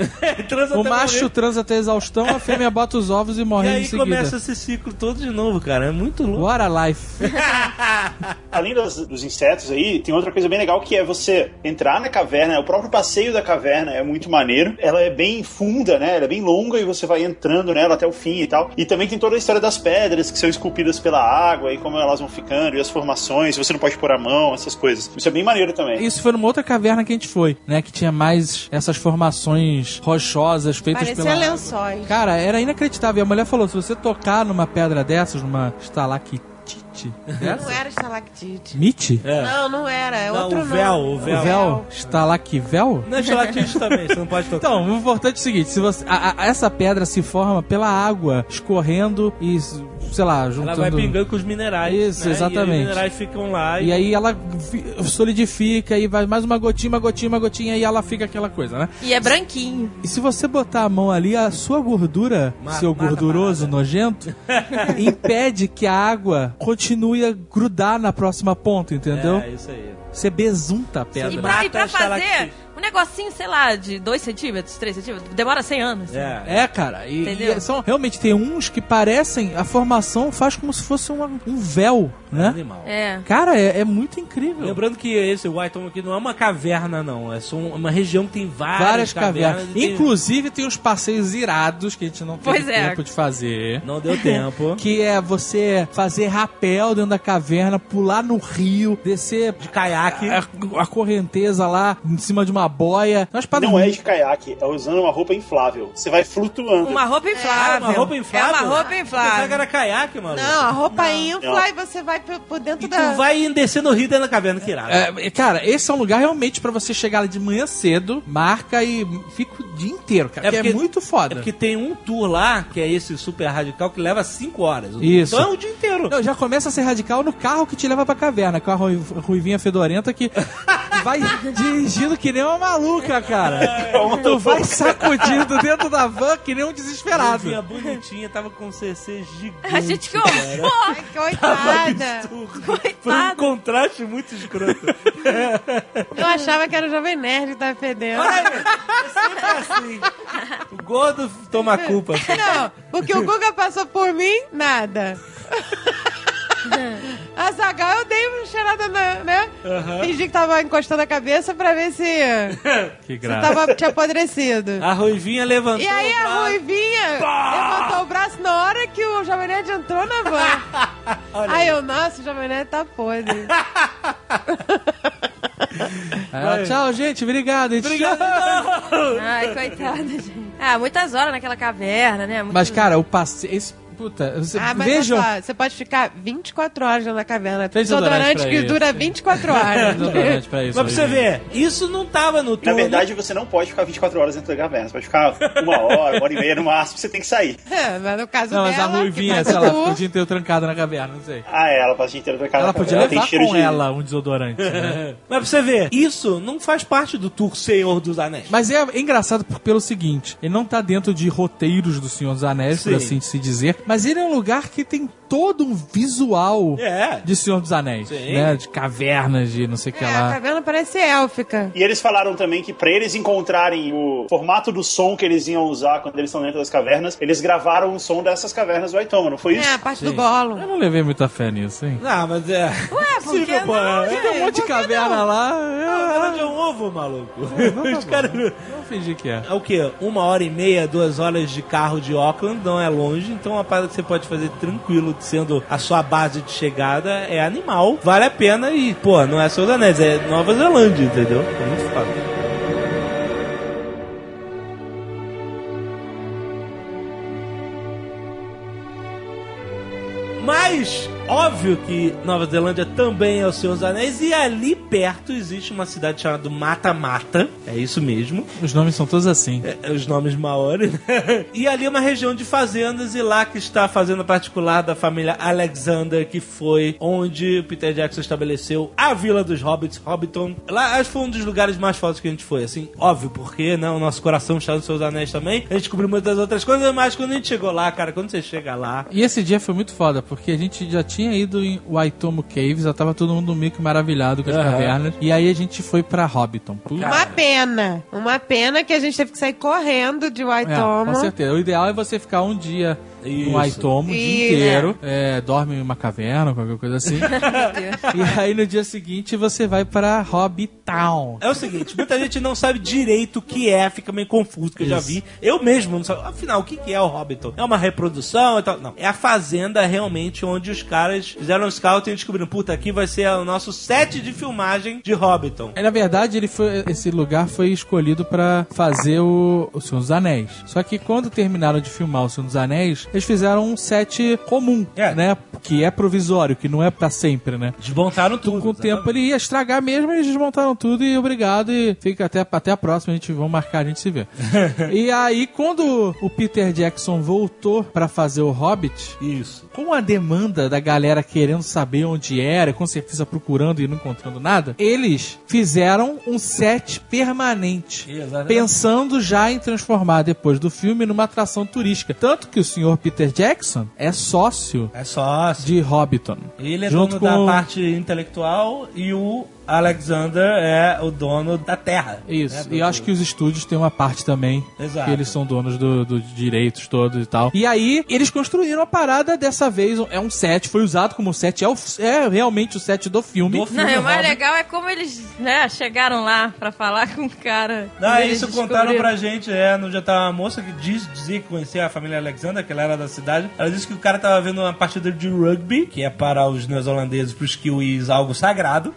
Speaker 5: Transa
Speaker 7: o
Speaker 5: até
Speaker 7: macho
Speaker 5: morrer.
Speaker 7: transa até exaustão, a fêmea bota os ovos e
Speaker 5: E
Speaker 7: morre em
Speaker 5: aí
Speaker 7: seguida.
Speaker 5: começa esse ciclo todo de novo, cara. É muito louco.
Speaker 7: What a life.
Speaker 4: Além das- dos insetos aí, tem outra coisa bem legal que é você entrar na caverna, o próprio passeio da caverna é muito maneiro. Ela é bem funda, né? Ela é bem longa e você vai entrando nela até o fim e tal. E também tem toda a história das pedras que são esculpidas pela água e como elas vão ficando e as formações, você não pode pôr a mão, essas coisas. Isso é bem maneiro também.
Speaker 7: Isso foi numa outra caverna que a gente foi, né? Que tinha mais essas formações rochosas feitas
Speaker 6: Parecia
Speaker 7: pela...
Speaker 6: lençóis.
Speaker 7: Cara, era inacreditável. E a mulher falou, se você tocar numa pedra dessas, numa estalactite...
Speaker 5: [laughs]
Speaker 6: Não era estalactite.
Speaker 7: Mite?
Speaker 5: É.
Speaker 6: Não, não era. É
Speaker 5: Não,
Speaker 6: outro
Speaker 5: o véu,
Speaker 6: nome.
Speaker 5: o véu.
Speaker 7: O véu? Estalactvel?
Speaker 5: Não é gelatina também, você não pode tocar.
Speaker 7: Então, o importante é o seguinte, se você, a- a- essa pedra se forma pela água escorrendo e, sei lá, juntando...
Speaker 5: ela vai pingando com os minerais.
Speaker 7: Isso,
Speaker 5: né? E aí
Speaker 7: exatamente.
Speaker 5: os minerais ficam lá
Speaker 7: E aí ela vi- solidifica e vai mais uma gotinha, uma gotinha, uma gotinha e ela fica aquela coisa, né?
Speaker 3: E é branquinho.
Speaker 7: E se você botar a mão ali, a sua gordura,
Speaker 5: Mata-
Speaker 7: seu
Speaker 5: mata a [laughs]
Speaker 7: gorduroso nojento, impede que a água continue a grudar na próxima ponta, entendeu?
Speaker 5: É, isso aí.
Speaker 7: Você besunta a pedra.
Speaker 3: E pra, e
Speaker 5: Mata
Speaker 3: pra
Speaker 5: a estalactite.
Speaker 3: fazer um negocinho, sei lá, de 2 centímetros, 3 centímetros, demora 100 anos.
Speaker 5: É.
Speaker 7: É, cara, e,
Speaker 3: Entendeu?
Speaker 7: e são, realmente tem uns que parecem, a formação faz como se fosse uma- um véu, né?
Speaker 5: Animal.
Speaker 3: É.
Speaker 7: Cara, é, é muito incrível.
Speaker 5: Lembrando que esse White Home aqui não é uma caverna, não. É só um- uma região que tem várias,
Speaker 7: Várias cavernas.
Speaker 5: e tem-
Speaker 7: Inclusive tem uns passeios irados que a gente não teve
Speaker 3: Pois é.
Speaker 7: tempo de fazer.
Speaker 5: Não deu [laughs] tempo.
Speaker 7: Que é você fazer rapel dentro da caverna, pular no rio, descer
Speaker 5: De caiaque.
Speaker 7: a, a correnteza lá em cima de uma boia. Nós para
Speaker 4: Não é de caiaque, é usando uma roupa inflável. Você vai flutuando.
Speaker 3: Uma roupa
Speaker 5: Ah,
Speaker 3: inflável.
Speaker 5: uma roupa inflável?
Speaker 3: É uma roupa
Speaker 5: Pensava
Speaker 3: [laughs]
Speaker 5: que
Speaker 3: inflável.
Speaker 5: era caiaque, mano.
Speaker 6: Não, a roupa infla
Speaker 4: Não.
Speaker 6: e você vai pro- por dentro
Speaker 5: E
Speaker 6: da...
Speaker 5: tu vai descer no rio dentro da caverna, que irado.
Speaker 7: É, cara, esse é um lugar realmente pra você chegar lá de manhã cedo, marca e fica o dia inteiro,
Speaker 5: É
Speaker 7: cara. É, que é
Speaker 5: porque-
Speaker 7: muito foda.
Speaker 5: É porque tem um tour lá, que é esse super radical, que leva 5 horas.
Speaker 7: Isso.
Speaker 5: Então é o dia inteiro.
Speaker 7: Não, já começa a ser radical no carro que te leva pra caverna, com a rui- ruivinha fedorenta que vai dirigindo que nem uma maluca, cara. Tu vai sacudindo dentro da van que nem um desesperado.
Speaker 5: Novinha bonitinha, tava com um CC gigante.
Speaker 3: A gente que horror!
Speaker 6: Ai, coitada.
Speaker 5: Foi um
Speaker 3: Coitado.
Speaker 5: contraste muito escroto.
Speaker 3: [laughs]
Speaker 6: Eu achava que era o Jovem Nerd que tava fedendo.
Speaker 5: Ai, é sempre assim. O gordo toma a culpa. assim.
Speaker 6: Não, o que o Guga passou por mim, nada. A Zagal eu dei uma cheirada, na, né? Fingi que tava encostando a cabeça pra
Speaker 7: [laughs]
Speaker 6: ver se,
Speaker 7: Que Ah,
Speaker 6: se tava, tinha apodrecido.
Speaker 5: A Ruivinha levantou.
Speaker 6: E aí
Speaker 5: o braço.
Speaker 6: a Ruivinha levantou o braço na hora que o Jovem Nerd entrou na van.
Speaker 7: [laughs]
Speaker 6: aí eu, nossa, o Jovem Nerd tá podre.
Speaker 7: Aí ela, É. tchau, gente, obrigado. gente.
Speaker 3: Ai, coitada, gente. Ah, muitas horas naquela caverna, né? Muitas-
Speaker 7: Mas, cara, o passe... esse Puta, você,
Speaker 6: Ah, mas
Speaker 7: vejam.
Speaker 6: olha só, você pode ficar 24 horas na caverna.
Speaker 7: Tem
Speaker 6: Tem
Speaker 7: desodorante
Speaker 6: desodorante
Speaker 7: pra
Speaker 6: que
Speaker 7: isso.
Speaker 6: dura
Speaker 7: [laughs]
Speaker 6: 24
Speaker 7: É,
Speaker 6: horas.
Speaker 7: Desodorante pra isso,
Speaker 5: Mas pra você
Speaker 7: hoje.
Speaker 5: ver, isso não tava no
Speaker 4: Na
Speaker 5: turno.
Speaker 4: verdade, você não pode ficar 24 horas dentro da caverna. Você pode ficar uma hora, uma hora e meia no máximo, você tem que sair.
Speaker 6: É, [laughs] mas no caso
Speaker 7: Não,
Speaker 6: dela...
Speaker 7: mas a
Speaker 6: que tá
Speaker 7: ruivinha,
Speaker 6: faz
Speaker 7: sei lá,
Speaker 6: o-
Speaker 7: ficou o dia inteiro trancada na caverna, não sei.
Speaker 4: Ah, é, ela passa o dia inteiro trancada
Speaker 7: Ela
Speaker 4: na
Speaker 7: podia
Speaker 4: caverna. Ela tem
Speaker 7: levar
Speaker 4: cheiro
Speaker 7: com
Speaker 4: de...
Speaker 7: ela um desodorante, né?
Speaker 5: [laughs] Mas pra você ver, isso não faz parte do tour Senhor dos Anéis.
Speaker 7: Mas é engraçado p- pelo seguinte: ele não tá dentro de roteiros do Senhor dos Anéis, por
Speaker 5: Sim.
Speaker 7: assim se dizer, mas ele é um lugar que tem todo um visual
Speaker 5: É.
Speaker 7: de Senhor dos Anéis,
Speaker 5: Sim.
Speaker 7: né? De cavernas, de não sei o que
Speaker 6: É, a
Speaker 7: lá.
Speaker 6: caverna parece élfica.
Speaker 4: E eles falaram também que pra eles encontrarem o formato do som que eles iam usar quando eles estão dentro das cavernas, eles gravaram o som dessas cavernas do Aitoma, não foi isso?
Speaker 6: É, a parte do
Speaker 7: Eu
Speaker 6: Gollum.
Speaker 7: não levei muita fé nisso, hein?
Speaker 5: Ah, mas é.
Speaker 3: Ué, por que
Speaker 5: Sim, pô,
Speaker 3: não,
Speaker 5: é.
Speaker 7: Tem um monte de caverna lá.
Speaker 5: Ela de um ovo, maluco. [laughs]
Speaker 3: É,
Speaker 5: Os caras.
Speaker 7: Eu não fingi que é.
Speaker 5: É o quê? Uma hora e meia, duas horas de carro de Auckland, não é longe, então é uma parada que você pode fazer tranquilo, sendo a sua base de chegada é animal, vale a pena e, pô, não é Senhor dos Anéis, é Nova Zelândia, entendeu? É muito foda. Mas, óbvio que Nova Zelândia também é o Senhor dos Anéis, e ali perto existe uma cidade chamada Mata Mata, é isso mesmo,
Speaker 7: Os nomes são todos assim.
Speaker 5: é, os nomes maori, né? E ali é uma região de fazendas, e lá que está a fazenda particular da família Alexander, que foi onde Peter Jackson estabeleceu a Vila dos Hobbits, Hobbiton. Lá acho que foi um dos lugares mais fodas que a gente foi, assim, óbvio, porque, né? O nosso coração está nos seus anéis também. A gente descobriu muitas outras coisas, mas quando a gente chegou lá, cara, quando você chega lá,
Speaker 7: E esse dia foi muito foda, porque a gente já tinha ido em Waitomo Caves, já tava todo mundo meio que maravilhado com as
Speaker 5: Aham.
Speaker 7: cavernas. E aí a gente foi pra Hobbiton. Puta.
Speaker 6: Uma pena. Uma pena que a gente teve que sair correndo de
Speaker 7: É, com
Speaker 6: Waitomo.
Speaker 7: certeza. O ideal é você ficar um dia em
Speaker 5: Isso.
Speaker 7: Waitomo, o dia
Speaker 6: E, né?
Speaker 7: inteiro, é, dorme em uma caverna, qualquer coisa assim. e aí no dia seguinte você vai pra Hobbitown.
Speaker 5: É o seguinte, muita gente não sabe direito o que é, fica meio confuso, que eu já
Speaker 7: Isso.
Speaker 5: vi. Eu mesmo não sabe. Afinal, o que que é o Hobbiton? É uma reprodução e tal? Não. É a fazenda realmente onde os caras fizeram um scout e descobriram, puta, aqui vai ser o nosso set de filmagem de Hobbiton.
Speaker 7: É, Na verdade, ele foi, esse lugar foi escolhido pra fazer o, o Senhor dos Anéis. Só que quando terminaram de filmar o Senhor dos Anéis, eles fizeram um set comum,
Speaker 5: É.
Speaker 7: né? Que é provisório, que não é pra sempre, né?
Speaker 5: Desmontaram tudo.
Speaker 7: Com o tempo ele ia estragar mesmo, eles desmontaram tudo e obrigado e fica até, até a próxima, a gente vai marcar, a
Speaker 5: [laughs]
Speaker 7: gente se vê. e aí, quando o Peter Jackson voltou pra fazer o Hobbit,
Speaker 5: Isso.
Speaker 7: com a demanda da galera querendo saber onde era, com certeza procurando e não encontrando nada, eles fizeram um set permanente.
Speaker 5: Exatamente.
Speaker 7: Pensando já em transformar depois do filme numa atração turística. Tanto que o senhor Peter Jackson é sócio
Speaker 5: É sócio.
Speaker 7: de Hobbiton.
Speaker 5: Ele é
Speaker 7: junto
Speaker 5: dono
Speaker 7: com
Speaker 5: da parte intelectual e o Alexander é o dono da terra. né,
Speaker 7: Isso,
Speaker 5: do-
Speaker 7: e eu acho que os estúdios têm uma parte também.
Speaker 5: Exato.
Speaker 7: Que eles são donos do- dos direitos todos e tal. E aí, eles construíram a parada dessa vez. É um set, foi usado como set. É, o- é realmente o set do filme.
Speaker 5: Do filme.
Speaker 3: Não, e o mais
Speaker 5: Robin.
Speaker 3: legal é como eles né, chegaram lá pra falar [laughs] com o cara.
Speaker 5: Ah,
Speaker 3: Eles
Speaker 5: isso contaram
Speaker 3: descobriram.
Speaker 5: pra gente, é, no dia tava uma moça que diz, dizia que conhecia a família Alexander, que ela era da cidade. Ela disse que o cara tava vendo uma partida de rugby, que é para os neozelandeses, pros kiwis, algo sagrado.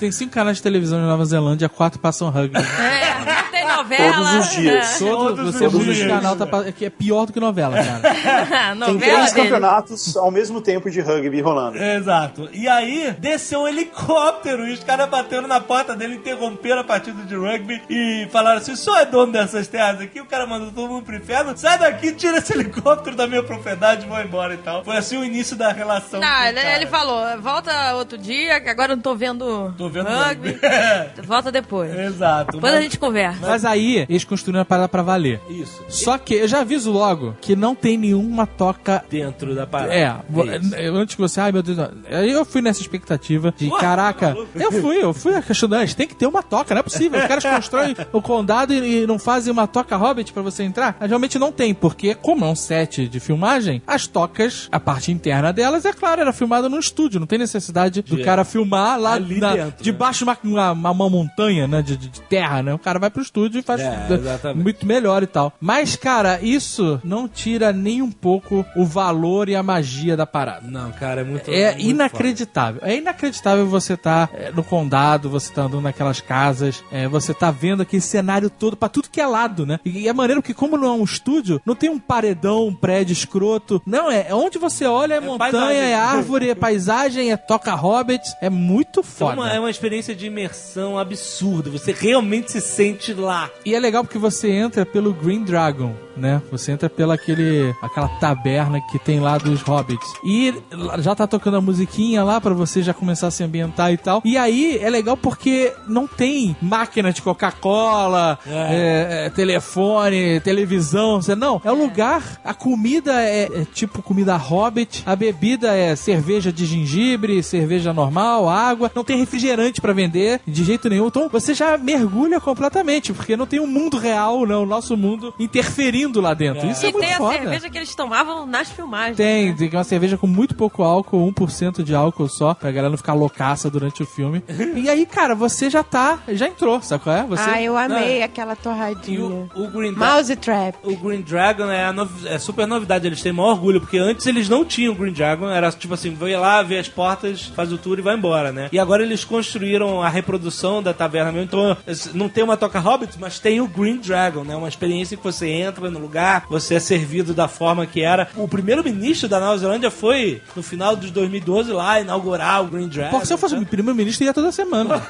Speaker 7: Tem cinco canais de televisão na Nova Zelândia, quatro passam rugby.
Speaker 3: É, não tem novela. né?
Speaker 4: Todos os dias.
Speaker 5: [laughs] [laughs]
Speaker 7: Todo,
Speaker 5: Todos
Speaker 7: você
Speaker 5: os
Speaker 7: muda de
Speaker 5: dias.
Speaker 7: canal, tá, pa- que é pior do que novela, cara.
Speaker 3: É,
Speaker 4: Tem
Speaker 3: novela
Speaker 4: três
Speaker 3: dele.
Speaker 4: campeonatos ao mesmo tempo de rugby rolando.
Speaker 5: É. Exato. E aí, desceu um helicóptero e os caras bateram na porta dele, interromperam a partida de rugby e falaram assim: só é dono dessas terras aqui. O cara mandou todo mundo pro inferno, sai daqui, tira esse helicóptero da minha propriedade e vou embora e tal. Foi assim o início da relação. com
Speaker 3: Não,
Speaker 5: o
Speaker 3: ele,
Speaker 5: cara.
Speaker 3: ele falou, volta outro dia, que agora eu não tô vendo.
Speaker 5: Tô vendo É.
Speaker 3: rugby.
Speaker 5: [laughs]
Speaker 3: [laughs] volta depois.
Speaker 5: Exato.
Speaker 3: Depois
Speaker 5: [laughs]
Speaker 3: a
Speaker 5: mas-
Speaker 3: gente conversa.
Speaker 7: Mas aí, eles construíram a parada pra valer.
Speaker 5: Isso.
Speaker 7: Só que, eu já aviso logo, que não tem nenhuma toca
Speaker 5: dentro da parada.
Speaker 7: É, vo-
Speaker 5: Isso.
Speaker 7: eh, antes que você, ai meu Deus, aí eu fui nessa expectativa de
Speaker 5: Ué,
Speaker 7: caraca,
Speaker 5: maluco.
Speaker 7: eu fui, eu fui questionante, tem que ter uma toca, não é possível. Os caras constroem o condado e, e não fazem uma toca hobbit pra você entrar. Mas realmente não tem, porque como é um set de filmagem, as tocas, a parte interna delas, é claro, era filmada num estúdio, não tem necessidade do
Speaker 5: De-
Speaker 7: cara filmar lá
Speaker 5: Ali
Speaker 7: na-
Speaker 5: dentro, né?
Speaker 7: debaixo de uma, uma, uma montanha, né, de, de- de terra, né? O cara vai pro estúdio estúdio e faz
Speaker 5: É,
Speaker 7: da-
Speaker 5: exatamente.
Speaker 7: muito melhor e tal. Mas, cara, isso não tira nem um pouco o valor e a magia da parada.
Speaker 5: Não, cara, é muito.
Speaker 7: É
Speaker 5: muito
Speaker 7: inacreditável. É inacreditável você estar no condado, você tá andando naquelas casas, é, você tá vendo aquele cenário todo pra tudo que é lado, né? E, e é maneiro porque, como não é um estúdio, não tem um paredão, um prédio escroto. Não, é, é onde você olha, é, montanha,
Speaker 5: paisagem.
Speaker 7: é árvore, é paisagem, é toca hobbits. É muito
Speaker 5: foda.
Speaker 7: foda.
Speaker 5: É uma, é uma experiência de imersão absurda. Você realmente se sente lá.
Speaker 7: E é legal porque você entra pelo Green Dragon, né? Você entra pela aquele, aquela taberna que tem lá dos hobbits. E lá- já tá tocando a musiquinha lá pra você já começar a se ambientar e tal. E aí é legal porque não tem máquina de Coca-Cola, é, é, telefone, televisão, você não. É o lugar, a comida é, é tipo comida hobbit, a bebida é cerveja de gengibre, cerveja normal, água, não tem refrigerante pra vender de jeito nenhum. Então você já mergulha completamente, porque não tem um mundo real, não, o nosso mundo interferindo lá dentro. Isso é
Speaker 3: E
Speaker 7: muito
Speaker 3: tem a
Speaker 7: foda.
Speaker 3: cerveja que eles tomavam nas filmagens.
Speaker 7: Tem,
Speaker 3: né?
Speaker 7: tem uma cerveja com muito pouco álcool, 1% de álcool só, pra galera não ficar loucaça durante o filme. E aí, cara, você já tá, já entrou, sabe qual é? Você
Speaker 6: Ah, eu amei
Speaker 5: Não.
Speaker 6: aquela
Speaker 5: E o,
Speaker 6: torradinha.
Speaker 5: o Green Dragon.
Speaker 6: Mouse Trap.
Speaker 5: O Green Dragon é, a nov- é super novidade, eles têm maior orgulho, porque antes eles não tinham o Green Dragon, era tipo assim, vai lá, vê as portas, faz o tour e vai embora, né? E agora eles construíram a reprodução da taverna mesmo, então es- não tem uma toca Hobbit, mas tem o Green Dragon, né? Uma experiência que você entra no lugar, você é servido da forma que era. O primeiro-ministro da Nova Zelândia foi, no final de 2012, lá inaugurar o Green Dragon.
Speaker 7: Pô, se eu fosse um-
Speaker 5: né?
Speaker 7: primeiro-ministro, eu ia toda semana.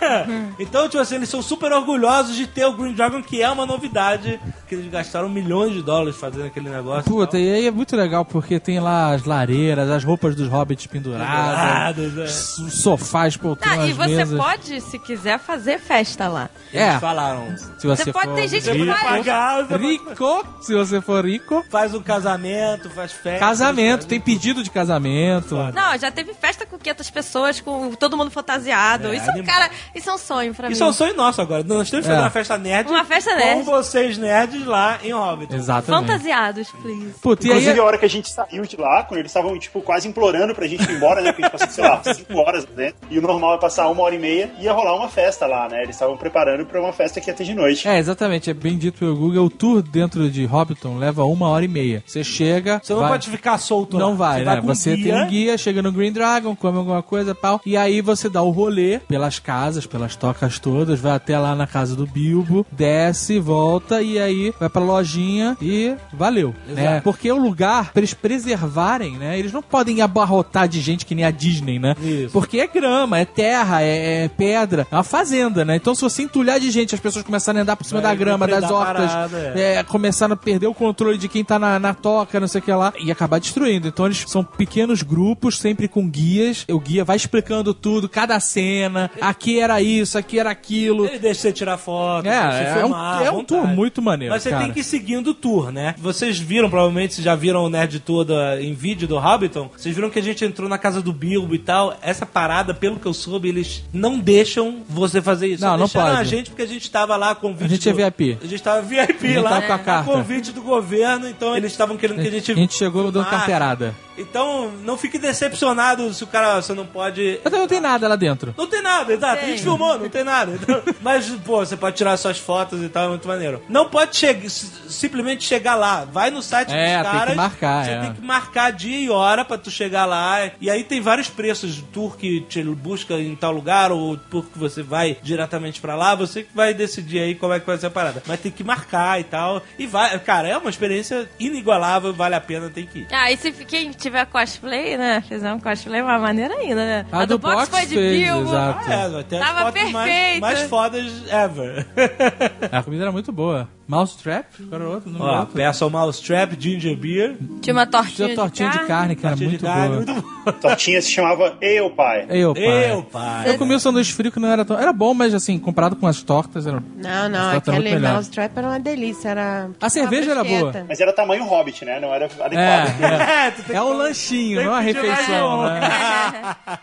Speaker 5: Então, tipo assim, eles são super orgulhosos de ter o Green Dragon, que é uma novidade, que eles gastaram milhões de dólares fazendo aquele negócio. e
Speaker 7: Puta,
Speaker 5: tal.
Speaker 7: e aí é muito legal porque tem lá as lareiras, as roupas dos hobbits penduradas,
Speaker 5: Penduradas, é.
Speaker 7: so- sofás, poltronas,
Speaker 3: Ah, e você
Speaker 7: mesas.
Speaker 3: pode, se quiser, fazer festa lá.
Speaker 5: Eles
Speaker 7: É,
Speaker 5: falaram.
Speaker 7: se você,
Speaker 3: Você pode
Speaker 7: for
Speaker 3: ter gente que
Speaker 5: Você vai
Speaker 3: faz.
Speaker 5: pagar, você vai-
Speaker 7: rico, se você for rico,
Speaker 5: faz um casamento, faz festa.
Speaker 7: casamento, tem pedido de casamento.
Speaker 3: Não, já teve festa com 500 pessoas, com todo mundo fantasiado.
Speaker 5: É,
Speaker 3: isso é um
Speaker 5: animal.
Speaker 3: cara, isso é um sonho pra
Speaker 5: Isso é
Speaker 3: mim.
Speaker 5: um sonho nosso agora. Nós temos que fazer
Speaker 7: É.
Speaker 5: uma festa nerd.
Speaker 3: Uma festa nerd.
Speaker 5: Com vocês nerds lá em Hobbit.
Speaker 7: Exatamente.
Speaker 3: Fantasiados, please.
Speaker 7: Puta, e aí...
Speaker 4: Inclusive, a hora que a gente saiu de lá, quando eles estavam, tipo, quase implorando pra gente ir embora, né? Porque a gente passou, sei lá, cinco horas dentro. E o normal é passar uma hora e meia. Ia rolar uma festa lá, né? Eles estavam preparando pra uma festa que ia ter de noite.
Speaker 7: É, exatamente, é bem dito pelo Google, o tour dentro de Hobbiton leva uma hora e meia. Você chega...
Speaker 5: Você não
Speaker 7: vai-
Speaker 5: pode ficar solto.
Speaker 7: Não
Speaker 5: lá.
Speaker 7: vai, né?
Speaker 5: com
Speaker 7: Você
Speaker 5: guia.
Speaker 7: tem um guia, chega no Green Dragon, come alguma coisa e tal. E aí você dá o rolê pelas casas, pelas tocas todas, vai até lá na casa do Bilbo, desce, volta e aí vai pra lojinha e valeu. Né? Porque o lugar, pra eles preservarem, né? Eles não podem abarrotar de gente que nem a Disney, né?
Speaker 5: Isso.
Speaker 7: Porque é grama, é terra, é, é pedra, é uma fazenda, né? Então se você entulhar de gente, as pessoas começarem a andar por cima
Speaker 5: Vai
Speaker 7: da grama, das
Speaker 5: depredar a
Speaker 7: hortas,
Speaker 5: parada, é.
Speaker 7: é, é, começaram a perder o controle de quem tá na, na toca, não sei o que lá, e acabar destruindo. Então eles são pequenos grupos, sempre com guias. O guia vai explicando tudo, cada cena. Aqui era isso, aqui era aquilo.
Speaker 5: Ele deixa você tirar foto,
Speaker 7: É,
Speaker 5: deixa você
Speaker 7: é
Speaker 5: filmar,
Speaker 7: um- é
Speaker 5: à
Speaker 7: um
Speaker 5: vontade.
Speaker 7: tour muito maneiro,
Speaker 5: Mas você
Speaker 7: cara.
Speaker 5: tem que ir seguindo o tour, né? Vocês viram, provavelmente, vocês já viram o Nerd Toda em vídeo do Hobbiton. Vocês viram que a gente entrou na casa do Bilbo e tal. Essa parada, pelo que eu soube, eles não deixam você fazer isso.
Speaker 7: Não,
Speaker 5: Só
Speaker 7: não
Speaker 5: deixaram
Speaker 7: pode.
Speaker 5: a gente porque a gente tava lá a convite
Speaker 7: A gente é
Speaker 5: do-
Speaker 7: VIP.
Speaker 5: A gente tava VIP
Speaker 7: A gente
Speaker 5: lá,
Speaker 7: tava com a carta.
Speaker 5: convite do governo. Então, eles estavam querendo que a gente...
Speaker 7: A gente chegou dando
Speaker 5: filmasse.
Speaker 7: carteirada.
Speaker 5: Então, não fique decepcionado se o cara... Você não pode...
Speaker 7: Mas não tem nada lá dentro.
Speaker 5: Não tem nada, exato. A gente
Speaker 3: Tem.
Speaker 5: filmou, não tem
Speaker 3: [laughs]
Speaker 5: nada. Então, mas, pô, você pode tirar suas fotos e tal, é muito maneiro. Não pode chegar, si- simplesmente chegar lá. Vai no site dos
Speaker 7: É, tem
Speaker 5: caras.
Speaker 7: que marcar,
Speaker 5: Você
Speaker 7: é.
Speaker 5: tem que marcar dia e hora pra tu chegar lá. E aí tem vários preços. Tour que te busca em tal lugar, ou tour que você vai diretamente pra lá. Você que vai decidir aí como é que vai ser a parada. Mas tem que marcar e tal. E vai, cara, é uma experiência inigualável, vale a pena, tem que ir.
Speaker 3: Ah, e se quem tiver cosplay, né? Fizer um cosplay, uma maneira ainda, né?
Speaker 7: A do box
Speaker 3: foi de
Speaker 7: fez,
Speaker 3: Bilbo.
Speaker 7: exato.
Speaker 5: Ah, é, vai ter as
Speaker 3: Tava
Speaker 5: fotos mais,
Speaker 3: perfeito.
Speaker 5: mais fodas ever. [laughs]
Speaker 7: É, A comida era muito boa. Mousetrap? Qual era o é outro? Não
Speaker 5: Ó, peça o Mousetrap, Ginger Beer.
Speaker 3: Tinha uma tortinha,
Speaker 7: Tinha tortinha de
Speaker 3: de
Speaker 7: carne, que era
Speaker 5: Tortinha
Speaker 7: muito
Speaker 5: de carne,
Speaker 7: boa.
Speaker 5: muito boa.
Speaker 4: Tortinha Então, se chamava Eu, pai.
Speaker 7: Eu, pai.
Speaker 5: Eu, pai.
Speaker 7: Eu comi o sanduíche frio que não era tão... Era bom, mas assim, comparado com as tortas, era...
Speaker 6: Não, não,
Speaker 7: Essa tá muito
Speaker 6: aquele
Speaker 7: melhor.
Speaker 6: Mouse Trap era uma delícia. Era
Speaker 7: A cerveja era boa.
Speaker 6: brusqueta.
Speaker 4: Mas era tamanho hobbit, né? Não era adequado.
Speaker 5: É, tu tem
Speaker 7: É
Speaker 5: que-
Speaker 7: um lanchinho,
Speaker 5: tem
Speaker 7: não é uma
Speaker 5: que pedir mais
Speaker 7: refeição,
Speaker 5: um.
Speaker 7: né?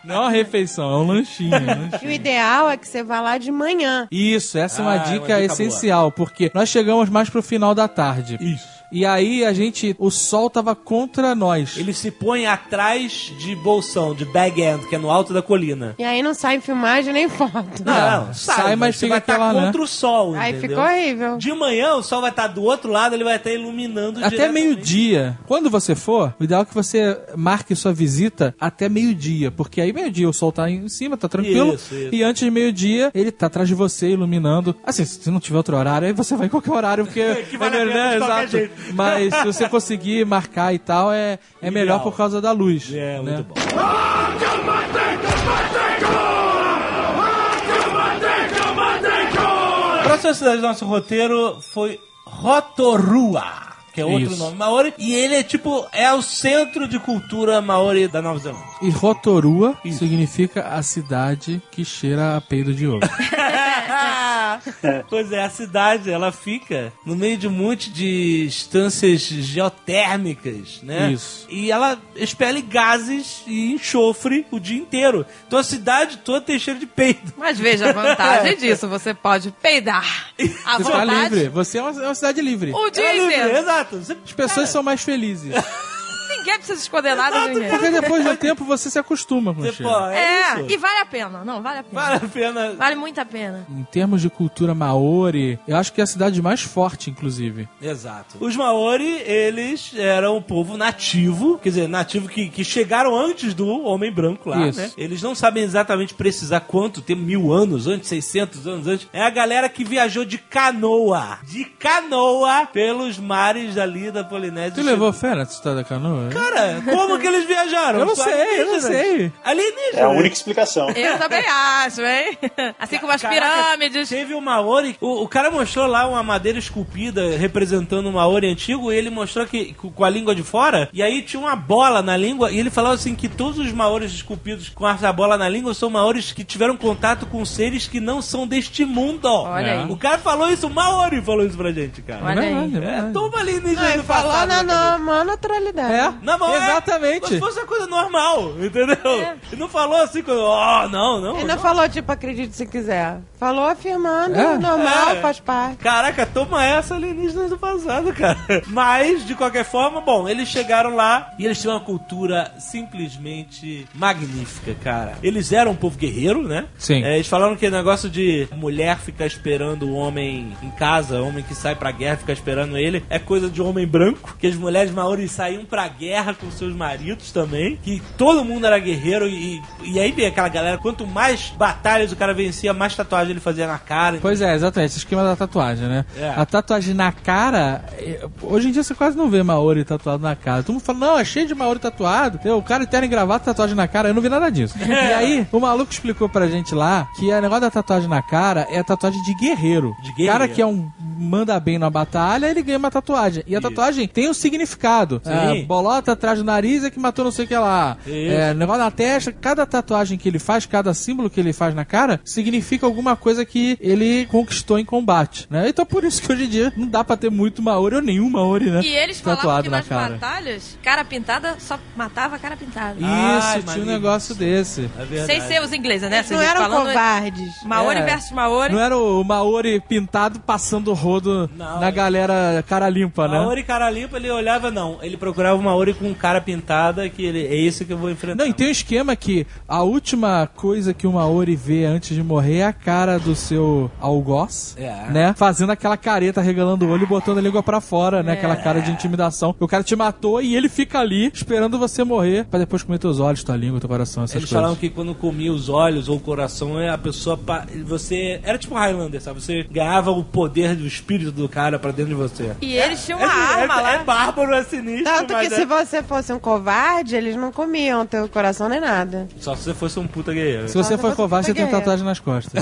Speaker 7: [laughs] Não é uma refeição, é um lanchinho. é um lanchinho.
Speaker 6: E o ideal é que você vá lá de manhã.
Speaker 7: Isso, essa é uma
Speaker 5: Ah, é uma
Speaker 7: dica
Speaker 5: dica
Speaker 7: essencial, porque nós chegamos mais pro final da tarde.
Speaker 5: Isso.
Speaker 7: E aí a gente. O sol tava contra nós.
Speaker 5: Ele se põe atrás de Bolsão, de Bag End, que é no alto da colina.
Speaker 6: E aí não sai em filmagem nem foto.
Speaker 5: Não, não
Speaker 7: Ah, sai,
Speaker 5: sai,
Speaker 7: mas
Speaker 5: você
Speaker 7: fica
Speaker 5: vai estar
Speaker 7: aquela, né?
Speaker 5: contra o sol,
Speaker 6: Aí
Speaker 5: entendeu?
Speaker 6: ficou horrível.
Speaker 5: De manhã o sol vai estar do outro lado, ele vai estar iluminando
Speaker 7: Até
Speaker 5: diretamente.
Speaker 7: meio-dia. Quando você for, o ideal é que você marque sua visita até meio-dia. Porque aí meio-dia o sol tá em cima, tá tranquilo.
Speaker 5: Isso, isso.
Speaker 7: E antes de meio-dia, ele tá atrás de você, iluminando. Assim, se não tiver outro horário, aí você vai em qualquer
Speaker 5: [laughs]
Speaker 7: horário, porque.
Speaker 5: É
Speaker 7: é
Speaker 5: Que vale a
Speaker 7: melhor,
Speaker 5: pena de qualquer
Speaker 7: Exato.
Speaker 5: jeito. [laughs]
Speaker 7: Mas se você conseguir marcar e tal, é, é melhor por causa da luz.
Speaker 5: É,
Speaker 7: né?
Speaker 5: muito bom. A próxima cidade do nosso roteiro foi Rotorua, que é outro
Speaker 7: Isso.
Speaker 5: nome maori, e ele é tipo, é o centro de cultura maori da Nova Zelândia.
Speaker 7: E Rotorua significa a cidade que cheira a peido de
Speaker 5: [laughs]
Speaker 7: ovo. Tá
Speaker 5: pois é, a cidade, ela fica no meio de um monte de estâncias geotérmicas, né?
Speaker 7: Isso.
Speaker 5: E ela expele gases e enxofre o dia inteiro. Então a cidade toda tem cheiro de peido.
Speaker 3: Mas veja a
Speaker 7: [laughs]
Speaker 3: vantagem disso, você pode peidar à
Speaker 7: Você tá
Speaker 3: vontade
Speaker 7: livre. Você é uma, é uma cidade livre.
Speaker 3: o dia
Speaker 5: Ela é livre,
Speaker 3: inteiro.
Speaker 5: Exato. Você-
Speaker 7: As pessoas são mais felizes.
Speaker 3: Ninguém precisa esconder nada de ninguém.
Speaker 7: Porque depois do tempo você se acostuma com o
Speaker 5: Você,
Speaker 7: cheiro.
Speaker 5: pô, é,
Speaker 3: É,
Speaker 5: isso.
Speaker 3: e vale a pena. Não, vale a pena.
Speaker 5: Vale a pena.
Speaker 3: Vale muito a pena.
Speaker 7: Em termos de cultura maori, eu acho que é a cidade mais forte, inclusive.
Speaker 5: Exato. Os Maori, eles eram o povo nativo, quer dizer, nativo que, que chegaram antes do homem branco lá,
Speaker 7: Isso.
Speaker 5: né? Eles não sabem exatamente precisar quanto tempo, mil anos antes, 600 anos antes. É a galera que viajou de canoa, de canoa, pelos mares ali da Polinésia.
Speaker 7: Tu levou fé na cidade da canoa?
Speaker 5: Cara, como que eles viajaram?
Speaker 7: Eu não sei, eu não
Speaker 5: Alienígenas.
Speaker 7: sei.
Speaker 5: Alienígenas.
Speaker 4: É a única explicação.
Speaker 3: Eu também acho, hein? [laughs] Assim como as
Speaker 5: Caraca,
Speaker 3: pirâmides.
Speaker 5: Teve um Maori, o, o cara mostrou lá uma madeira esculpida representando um Maori antigo e ele mostrou que com com a língua de fora, e aí tinha uma bola na língua, e ele falava assim que todos os Maoris esculpidos com essa bola na língua são Maoris que tiveram contato com seres que não são deste mundo.
Speaker 3: Olha aí.
Speaker 5: O cara falou isso, o Maori falou isso pra gente, cara.
Speaker 3: Olha aí.
Speaker 7: verdade, é
Speaker 5: É,
Speaker 7: verdade.
Speaker 5: toma ali
Speaker 6: Ai,
Speaker 5: do
Speaker 6: falou
Speaker 5: passado.
Speaker 6: na,
Speaker 5: né,
Speaker 6: na maior naturalidade.
Speaker 7: "Ah, É,
Speaker 5: na moral, é, Como se
Speaker 7: exatamente.
Speaker 5: fosse uma coisa normal, entendeu? E não falou assim, como, ó, não, não.
Speaker 6: Ele não falou, tipo, acredite se quiser. Falou afirmando,
Speaker 7: É.
Speaker 6: normal,
Speaker 5: É.
Speaker 6: faz parte.
Speaker 5: Caraca, toma essa alienígenas do passado, cara. Mas, de qualquer forma, bom, eles chegaram lá e eles tinham uma cultura simplesmente magnífica, cara. Eles eram um povo guerreiro, né?
Speaker 7: Sim.
Speaker 5: É, eles falaram que o negócio de mulher ficar esperando o homem em casa, homem que sai pra guerra ficar esperando ele, é coisa de homem branco, que as mulheres maoris saíam pra guerra com seus maridos também, que todo mundo era guerreiro e, e aí vem aquela galera, quanto mais batalhas o cara vencia, mais tatuagem ele fazia na cara.
Speaker 7: Pois é, exatamente. Esse esquema da tatuagem, né?
Speaker 5: É.
Speaker 7: A tatuagem na cara, eh, hoje em dia você quase não vê Maori tatuado na cara. Todo mundo fala, não, é cheio de Maori tatuado. Entendeu? O cara terno e gravata, tatuagem na cara. Eu não vi nada
Speaker 5: [laughs]
Speaker 7: disso.
Speaker 5: É.
Speaker 7: E aí, o maluco explicou pra gente lá que o negócio da tatuagem na cara é a tatuagem de guerreiro.
Speaker 5: De guerreiro.
Speaker 7: cara que é um manda bem na batalha, ele ganha uma tatuagem. E a tatuagem tem um significado.
Speaker 5: Sim.
Speaker 7: É, bolota atrás do nariz é que matou não sei o que lá.
Speaker 5: Isso.
Speaker 7: É, negócio na testa, cada tatuagem que ele faz, cada símbolo que ele faz na cara, significa alguma coisa que ele conquistou em combate, né? Então por isso que hoje em dia não dá pra ter muito Maori ou nenhum Maori, né?
Speaker 3: E eles falavam
Speaker 7: tatuado
Speaker 3: que
Speaker 7: na
Speaker 3: nas
Speaker 7: cara.
Speaker 3: batalhas, cara pintada só matava cara pintada.
Speaker 7: Isso,
Speaker 5: Ai,
Speaker 7: tinha um
Speaker 5: maneiro.
Speaker 7: negócio desse.
Speaker 5: É verdade.
Speaker 3: Sem ser os ingleses, né?
Speaker 6: Eles
Speaker 3: Vocês
Speaker 6: não eram
Speaker 3: falando
Speaker 6: covardes.
Speaker 3: Maori
Speaker 7: É.
Speaker 3: versus Maori.
Speaker 7: Não era o Maori pintado passando rodo
Speaker 5: Não.
Speaker 7: na galera cara limpa, né?
Speaker 5: Maori cara limpa, ele olhava, não. Ele procurava uma Maori com cara pintada, que ele, é isso que eu vou enfrentar.
Speaker 7: Não, e tem um esquema que a última coisa que o Maori vê antes de morrer é a cara do seu algoz,
Speaker 5: É.
Speaker 7: né? Fazendo aquela careta, regalando o olho e botando a língua pra fora, né? Aquela cara de intimidação. O cara te matou e ele fica ali esperando você morrer pra depois comer teus olhos, tua língua, teu coração, essas
Speaker 5: Eles
Speaker 7: coisas.
Speaker 5: falavam que quando comia os olhos ou o coração, é a pessoa. pa- Você. Era tipo um Highlander, sabe? Você ganhava o poder do espírito do cara pra dentro de você.
Speaker 3: E eles tinham uma
Speaker 5: é,
Speaker 3: arma
Speaker 5: é,
Speaker 3: lá.
Speaker 5: É bárbaro, é sinistro.
Speaker 6: Tanto que
Speaker 5: mas
Speaker 6: se
Speaker 5: é-
Speaker 6: você fosse um covarde, eles não comiam teu coração nem nada.
Speaker 5: Só se você fosse um puta guerreiro.
Speaker 7: Se você
Speaker 6: Nossa,
Speaker 7: for
Speaker 6: você
Speaker 7: covarde, você
Speaker 6: foi
Speaker 7: tem
Speaker 6: guerreiro.
Speaker 7: tatuagem nas
Speaker 6: [laughs]
Speaker 7: costas.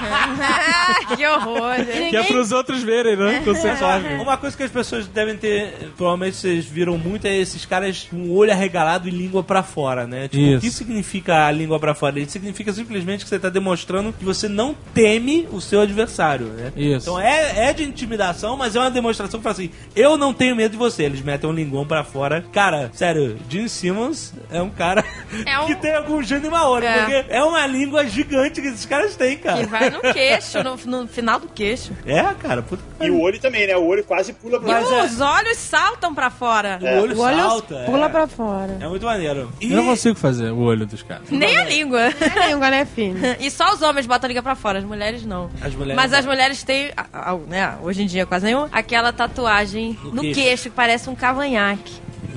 Speaker 3: Ah, [laughs] que horror, gente.
Speaker 7: que é pros outros verem, né? Que você
Speaker 5: É. Uma coisa que as pessoas devem ter, provavelmente vocês viram muito, é esses caras com o olho arregalado e língua pra fora, né? Tipo,
Speaker 7: Isso.
Speaker 5: o que significa a língua pra fora? Ele significa simplesmente que você tá demonstrando que você não teme o seu adversário, né?
Speaker 7: Isso.
Speaker 5: Então é, é de intimidação, mas é uma demonstração que fala assim: eu não tenho medo de você. Eles metem um linguão pra fora. Cara, sério, Jim Simmons é um cara
Speaker 3: É
Speaker 5: [laughs]
Speaker 3: um-
Speaker 5: que tem algum gênio maori,
Speaker 3: É.
Speaker 5: porque é uma língua gigante que esses caras têm, cara.
Speaker 6: Que
Speaker 3: vai no queixo, no, no final do queixo.
Speaker 5: É, cara, puta que
Speaker 4: E o olho também, né? O olho quase pula pra
Speaker 5: Mas
Speaker 3: e
Speaker 5: é-
Speaker 3: os olhos saltam pra fora.
Speaker 5: O olho
Speaker 6: O olho
Speaker 5: salta.
Speaker 6: pula
Speaker 5: é.
Speaker 6: pra fora.
Speaker 5: É muito maneiro. E...
Speaker 7: Eu não consigo fazer o olho dos caras.
Speaker 3: Nem a língua. [laughs]
Speaker 6: A língua,
Speaker 5: [laughs]
Speaker 6: né, filho?
Speaker 3: E só os homens botam a língua pra fora, as mulheres não.
Speaker 5: As mulheres
Speaker 3: Mas
Speaker 5: não.
Speaker 3: as mulheres têm, a- a- né, hoje em dia quase nenhuma, aquela tatuagem no,
Speaker 5: queixo.
Speaker 3: queixo. que parece um cavanhaque.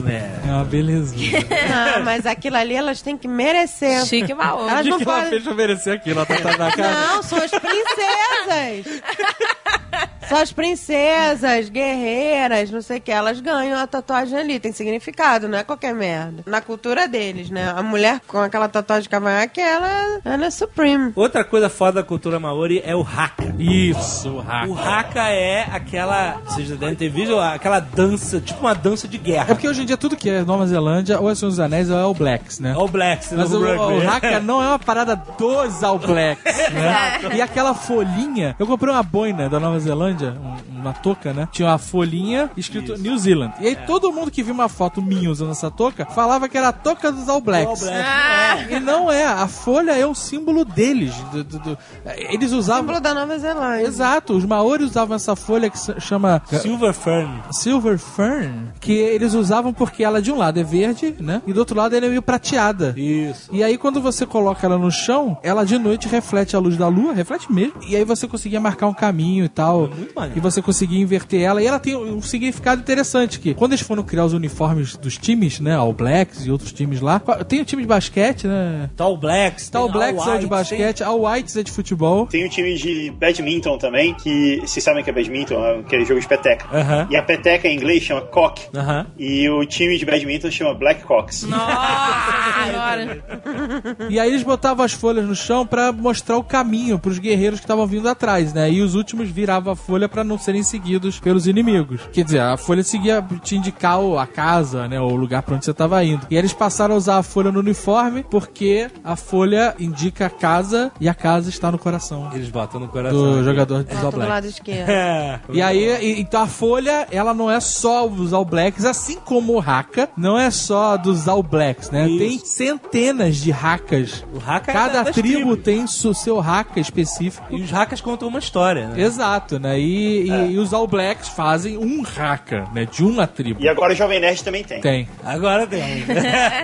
Speaker 5: É.
Speaker 7: É uma
Speaker 6: [laughs]
Speaker 7: beleza.
Speaker 6: Ah, mas aquilo ali elas têm que merecer.
Speaker 3: Chique maluco.
Speaker 6: Elas
Speaker 7: O
Speaker 6: não
Speaker 7: que, que ela
Speaker 6: podem.
Speaker 7: fez pra merecer aquilo? Ela tá tá na cara?
Speaker 6: Não, são as princesas. São as princesas, guerreiras, não sei o que. Elas ganham a tatuagem ali. Tem significado, não é qualquer merda. Na cultura deles, né? A mulher com aquela tatuagem de cavanhaque, ela, ela é supreme.
Speaker 5: Outra coisa foda da cultura maori é o haka.
Speaker 7: Isso, o
Speaker 5: O
Speaker 7: hack.
Speaker 5: haka é aquela, vocês já devem ter visto, aquela dança, tipo uma dança de
Speaker 7: É
Speaker 5: guerra.
Speaker 7: porque hoje em dia tudo que é Nova Zelândia, ou é Senhor dos Anéis, ou é o Blacks, né?
Speaker 5: É o Blacks,
Speaker 7: Mas
Speaker 5: do
Speaker 7: o,
Speaker 5: rugby.
Speaker 7: o Haka não é uma parada dos All Blacks, né? E aquela folhinha... Eu comprei uma boina da Nova Zelândia, um- uma touca, né? Tinha uma folhinha escrito New Zealand. E aí todo mundo que viu uma foto minha usando essa touca, falava que era a touca dos All
Speaker 5: All
Speaker 7: Blacks.
Speaker 5: Blacks.
Speaker 7: E não é, a folha é o símbolo deles. do- do- do- eles usavam...
Speaker 6: Símbolo da Nova Zelândia.
Speaker 7: Exato, os maori usavam essa folha que se chama...
Speaker 5: Silver Fern.
Speaker 7: Silver Fern, que eles usavam porque ela de um lado é verde, né? E do outro lado ela é meio prateada.
Speaker 5: Isso.
Speaker 7: E aí quando você coloca ela no chão, ela de noite reflete a luz da lua, reflete mesmo. E aí você conseguia marcar um caminho e tal.
Speaker 5: É muito maneiro.
Speaker 7: E você conseguia inverter ela. E ela tem um significado interessante que quando eles foram criar os uniformes dos times, né? All Blacks e outros times lá. Tem o time de basquete, né?
Speaker 5: Tall Blacks.
Speaker 7: Tal
Speaker 5: tem
Speaker 7: Blacks
Speaker 5: All
Speaker 7: é o de
Speaker 5: Whites,
Speaker 7: basquete, All Whites é de futebol.
Speaker 4: Tem o time de badminton também, que vocês sabem que é badminton, é aquele jogo de peteca.
Speaker 5: Aham.
Speaker 4: E a peteca em inglês chama cock.
Speaker 5: tem- Aham.
Speaker 4: E o time de badminton chama Black Cox.
Speaker 3: Nossa senhora.
Speaker 7: E aí eles botavam as folhas no chão pra mostrar o caminho pros guerreiros que estavam vindo atrás, né? E os últimos viravam a folha pra não serem seguidos pelos inimigos. Quer dizer, a folha seguia te indicar o- a casa, né? Ou o lugar pra onde você tava indo. E aí eles passaram a usar a folha no uniforme porque a folha indica a casa e a casa está no coração
Speaker 5: Eles botam no
Speaker 7: do
Speaker 5: coração.
Speaker 7: jogador dos All
Speaker 6: Do
Speaker 7: Blacks.
Speaker 6: lado esquerdo.
Speaker 5: É.
Speaker 7: E aí, e- então a folha, ela não é só dos All Blacks, assim como o Haka, não é só dos All Blacks, né?
Speaker 5: Isso.
Speaker 7: Tem centenas de Hakas.
Speaker 5: O Haka é da-
Speaker 7: Cada
Speaker 5: das
Speaker 7: tribo
Speaker 5: tribos.
Speaker 7: tem su- seu Haka específico.
Speaker 5: E os hackers contam uma história, né?
Speaker 7: Exato, né? E, e-
Speaker 5: É.
Speaker 7: e os All Blacks fazem um Haka, né? De uma tribo.
Speaker 4: E agora o Jovem Nerd também tem.
Speaker 7: Tem.
Speaker 5: Agora tem.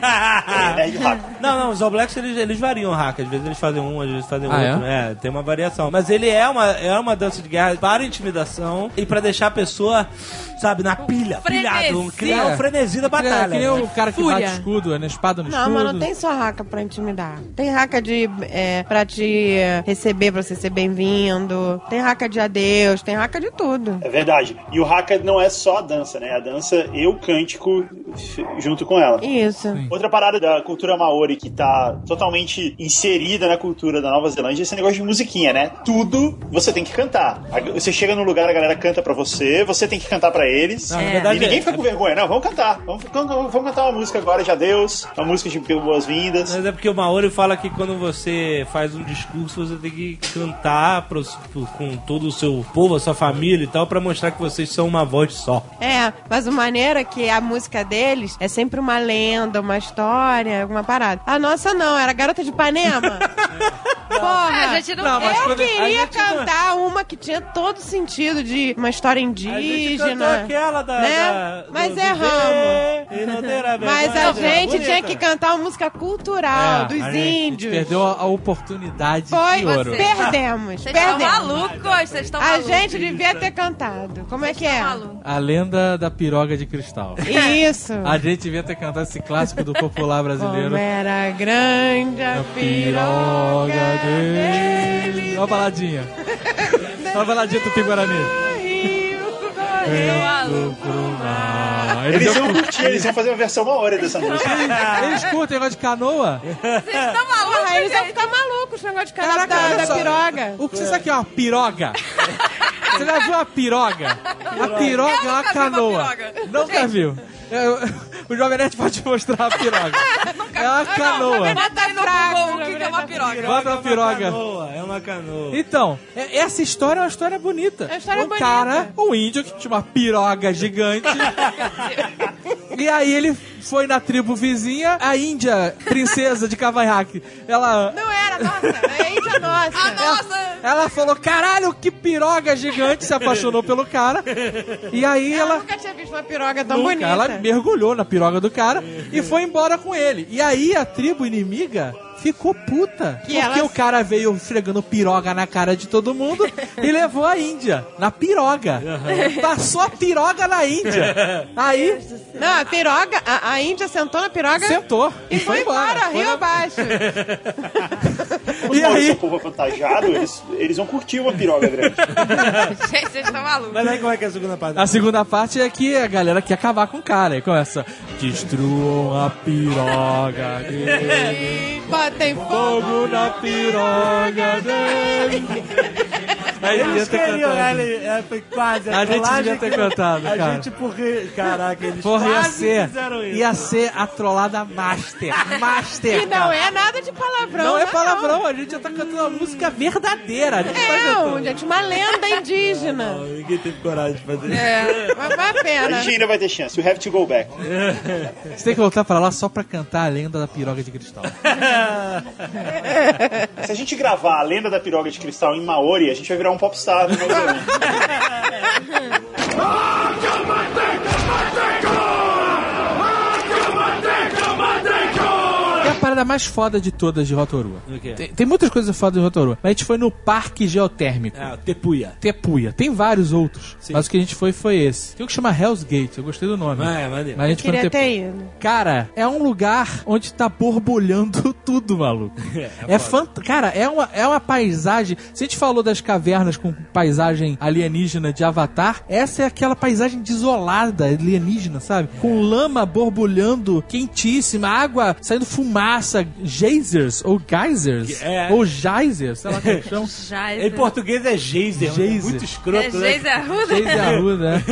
Speaker 5: Ah.
Speaker 4: Jovem Nerd rápido.
Speaker 5: Não, não, os All Blacks eles, eles variam o hack. Às vezes eles fazem um, às vezes fazem
Speaker 7: Ah,
Speaker 5: outro. É? tem uma variação. Mas ele é uma, é uma dança de guerra para intimidação e para deixar a pessoa, sabe, na pilha,
Speaker 3: frenesi.
Speaker 5: pilhado. um- Criar um frenesi da
Speaker 7: É, que nem
Speaker 5: batalha. né?
Speaker 7: o cara que
Speaker 3: Fúria.
Speaker 7: bate escudo, né? Espada no escudo.
Speaker 6: Não, mas não tem só raca pra intimidar. Tem raca de é, pra te receber, pra você ser bem-vindo. Tem raca de adeus, tem raca de tudo.
Speaker 4: É verdade. E o Haka não é só a dança, né? A dança e o cântico f- junto com ela.
Speaker 6: Isso.
Speaker 4: Outra parada da cultura maori que tá totalmente inserida na cultura da Nova Zelândia é esse negócio de musiquinha, né? Tudo você tem que cantar. A- Você chega num lugar, a galera canta pra você, você tem que cantar pra eles.
Speaker 5: Não, na verdade,
Speaker 4: e ninguém
Speaker 5: é-
Speaker 4: fica com vergonha, não. Vamos cantar. Vamos, vamos- vamos cantar uma música agora de adeus, uma música de boas-vindas.
Speaker 5: Mas é porque o Maori fala que quando você faz um discurso, você tem que cantar pros- pro- com todo o seu povo, a sua família e tal, pra mostrar que vocês são uma voz só.
Speaker 6: É, mas o maneiro é que a música deles é sempre uma lenda, uma história, alguma parada. A nossa não, era Garota
Speaker 3: [laughs]
Speaker 6: de Ipanema. Porra!
Speaker 3: A gente não,
Speaker 5: Não, mas
Speaker 6: eu
Speaker 5: quando- a
Speaker 6: queria
Speaker 5: gente não-
Speaker 6: cantar uma que tinha todo sentido de uma história indígena.
Speaker 5: A gente cantou aquela da...
Speaker 6: né?
Speaker 5: da-
Speaker 6: Mas
Speaker 5: do
Speaker 6: erramos.
Speaker 5: viver e não ter a
Speaker 6: Mas
Speaker 5: vergonha
Speaker 6: a
Speaker 5: de-
Speaker 6: gente
Speaker 5: Bonita.
Speaker 6: tinha que cantar uma música cultural
Speaker 7: É,
Speaker 6: dos
Speaker 7: a gente
Speaker 6: índios.
Speaker 7: Perdeu a, a oportunidade
Speaker 6: Foi,
Speaker 7: de ouro.
Speaker 5: tá
Speaker 3: você. tá
Speaker 6: perdemos,
Speaker 3: Vocês estão
Speaker 6: perdemos.
Speaker 3: malucos, vocês estão
Speaker 6: A
Speaker 3: malucos.
Speaker 6: gente devia ter cantado. Como é que é?
Speaker 3: tá Maluco.
Speaker 7: A lenda da piroga de cristal.
Speaker 5: [laughs]
Speaker 6: Isso.
Speaker 7: A gente devia ter cantado esse clássico do popular brasileiro.
Speaker 6: Como era grande a piroga dele.
Speaker 7: Uma baladinha. Uma baladinha do Guarani.
Speaker 4: Eles iam curtir, eles iam fazer uma versão
Speaker 5: [laughs]
Speaker 4: maori dessa música.
Speaker 7: Eles curtem negócio de canoa?
Speaker 3: Vocês estão malucos,
Speaker 6: Aí eles iam
Speaker 3: gente.
Speaker 6: ficar malucos tá esse negócio de
Speaker 3: Tá
Speaker 6: cara da, da
Speaker 7: olha só.
Speaker 6: piroga.
Speaker 7: O que você sabe que é uma piroga? Você já viu uma piroga? A piroga
Speaker 3: nunca
Speaker 7: é uma
Speaker 3: vi uma
Speaker 7: canoa.
Speaker 3: piroga.
Speaker 7: Nunca viu. É, [laughs] O Jovem Nerd pode te mostrar a piroga. É uma canoa.
Speaker 3: Bota
Speaker 6: Tá
Speaker 3: aí no Google o que que é uma piroga.
Speaker 7: Bota uma
Speaker 5: É
Speaker 7: piroga.
Speaker 5: uma canoa, é uma canoa.
Speaker 7: Então, é- essa história é uma história bonita. É
Speaker 6: uma história
Speaker 7: um
Speaker 6: bonita. [laughs]
Speaker 7: cara, um índio que tinha uma piroga gigante. e aí ele foi na tribo vizinha, a Índia, princesa de Cavanhaque, ela,
Speaker 6: Não
Speaker 3: [laughs]
Speaker 6: era, nossa. É índia nossa.
Speaker 3: Ah, nossa!
Speaker 7: ela falou, caralho, que piroga gigante, se apaixonou pelo cara. E aí
Speaker 6: Ela
Speaker 7: ela...
Speaker 6: nunca tinha visto uma piroga tão
Speaker 7: Nunca.
Speaker 6: Tá bonita.
Speaker 7: Ela mergulhou na piroga do cara e foi embora com ele. E aí a tribo inimiga ficou puta.
Speaker 6: Que
Speaker 7: porque
Speaker 6: ela-
Speaker 7: o cara veio fregando piroga na cara de todo
Speaker 6: [laughs]
Speaker 7: mundo e levou a Índia na piroga. Passou a piroga na Índia. Aí
Speaker 6: Não, a piroga, a, a índia sentou na piroga
Speaker 7: sentou
Speaker 6: e foi embora,
Speaker 7: Foi
Speaker 6: rio
Speaker 7: na- [laughs]
Speaker 6: abaixo.
Speaker 4: Como
Speaker 7: E
Speaker 4: eles são
Speaker 7: aí,
Speaker 4: povo avantajado, eles, eles vão curtir uma piroga grande.
Speaker 3: Gente, vocês estão malucos.
Speaker 5: Mas aí como é que é a segunda parte?
Speaker 7: a segunda parte é que a galera quer acabar com o cara. E começa: Destruam a piroga
Speaker 6: [laughs]
Speaker 7: dele.
Speaker 6: E botem fogo.
Speaker 7: Fogo na
Speaker 5: [laughs]
Speaker 7: piroga dele. Aí
Speaker 5: Eles
Speaker 7: ia ter
Speaker 5: queriam,
Speaker 7: cantado.
Speaker 5: ele, é, foi quase
Speaker 7: A gente
Speaker 5: trollagem
Speaker 7: devia ter
Speaker 5: que- [laughs]
Speaker 7: cantado,
Speaker 5: A
Speaker 7: cara.
Speaker 5: gente, porque, caraca, eles
Speaker 7: Porra, ia
Speaker 5: quase
Speaker 7: ser,
Speaker 5: fizeram isso.
Speaker 7: ia ser a
Speaker 5: [laughs]
Speaker 7: trollada master. Master.
Speaker 6: E não
Speaker 7: cara.
Speaker 6: é nada de palavrão.
Speaker 7: Não é
Speaker 6: não.
Speaker 7: palavrão, a gente já tá cantando uma música verdadeira. A gente tá
Speaker 6: Não, É,
Speaker 7: cantando.
Speaker 6: gente, uma lenda
Speaker 7: [laughs]
Speaker 6: indígena.
Speaker 5: Ninguém teve coragem de fazer
Speaker 6: É, mas uma
Speaker 4: A
Speaker 6: pena.
Speaker 4: gente ainda vai ter chance. You have to go back.
Speaker 7: Você tem que voltar pra lá só pra cantar a lenda da piroga de cristal.
Speaker 4: Se a gente gravar a lenda da piroga de cristal em Maori, a gente vai virar um popstar. do Maori.
Speaker 7: É a parada mais foda de todas de Rotorua.
Speaker 5: O quê?
Speaker 7: Tem, tem muitas coisas fodas de Rotorua. Mas a gente foi no parque geotérmico.
Speaker 5: Ah, tepuia.
Speaker 7: Tepuia. Tem vários outros.
Speaker 5: Sim.
Speaker 7: Mas o que a gente foi foi esse. Tem um que chama Hell's Gate. Eu gostei do nome.
Speaker 5: Ah, é, maneiro.
Speaker 7: Mas a gente foi no
Speaker 6: Queria
Speaker 7: Tepuia.
Speaker 6: ter ido.
Speaker 7: Cara, é um lugar onde tá borbulhando [laughs] tudo, maluco. É, fant... Cara, é uma, é uma paisagem. Se a gente falou das cavernas com paisagem alienígena de Avatar, essa é aquela paisagem desolada, alienígena, sabe? Com lama borbulhando, quentíssima, água saindo fumaça, geysers ou geysers,
Speaker 5: É.
Speaker 7: ou geysers, sei lá como
Speaker 3: [laughs]
Speaker 7: é chama.
Speaker 3: Já,
Speaker 5: Em português é geyser.
Speaker 7: Geyser.
Speaker 5: Muito
Speaker 3: É
Speaker 5: escroto, né?
Speaker 3: Geise Arruda?
Speaker 7: Geyser arruda, né?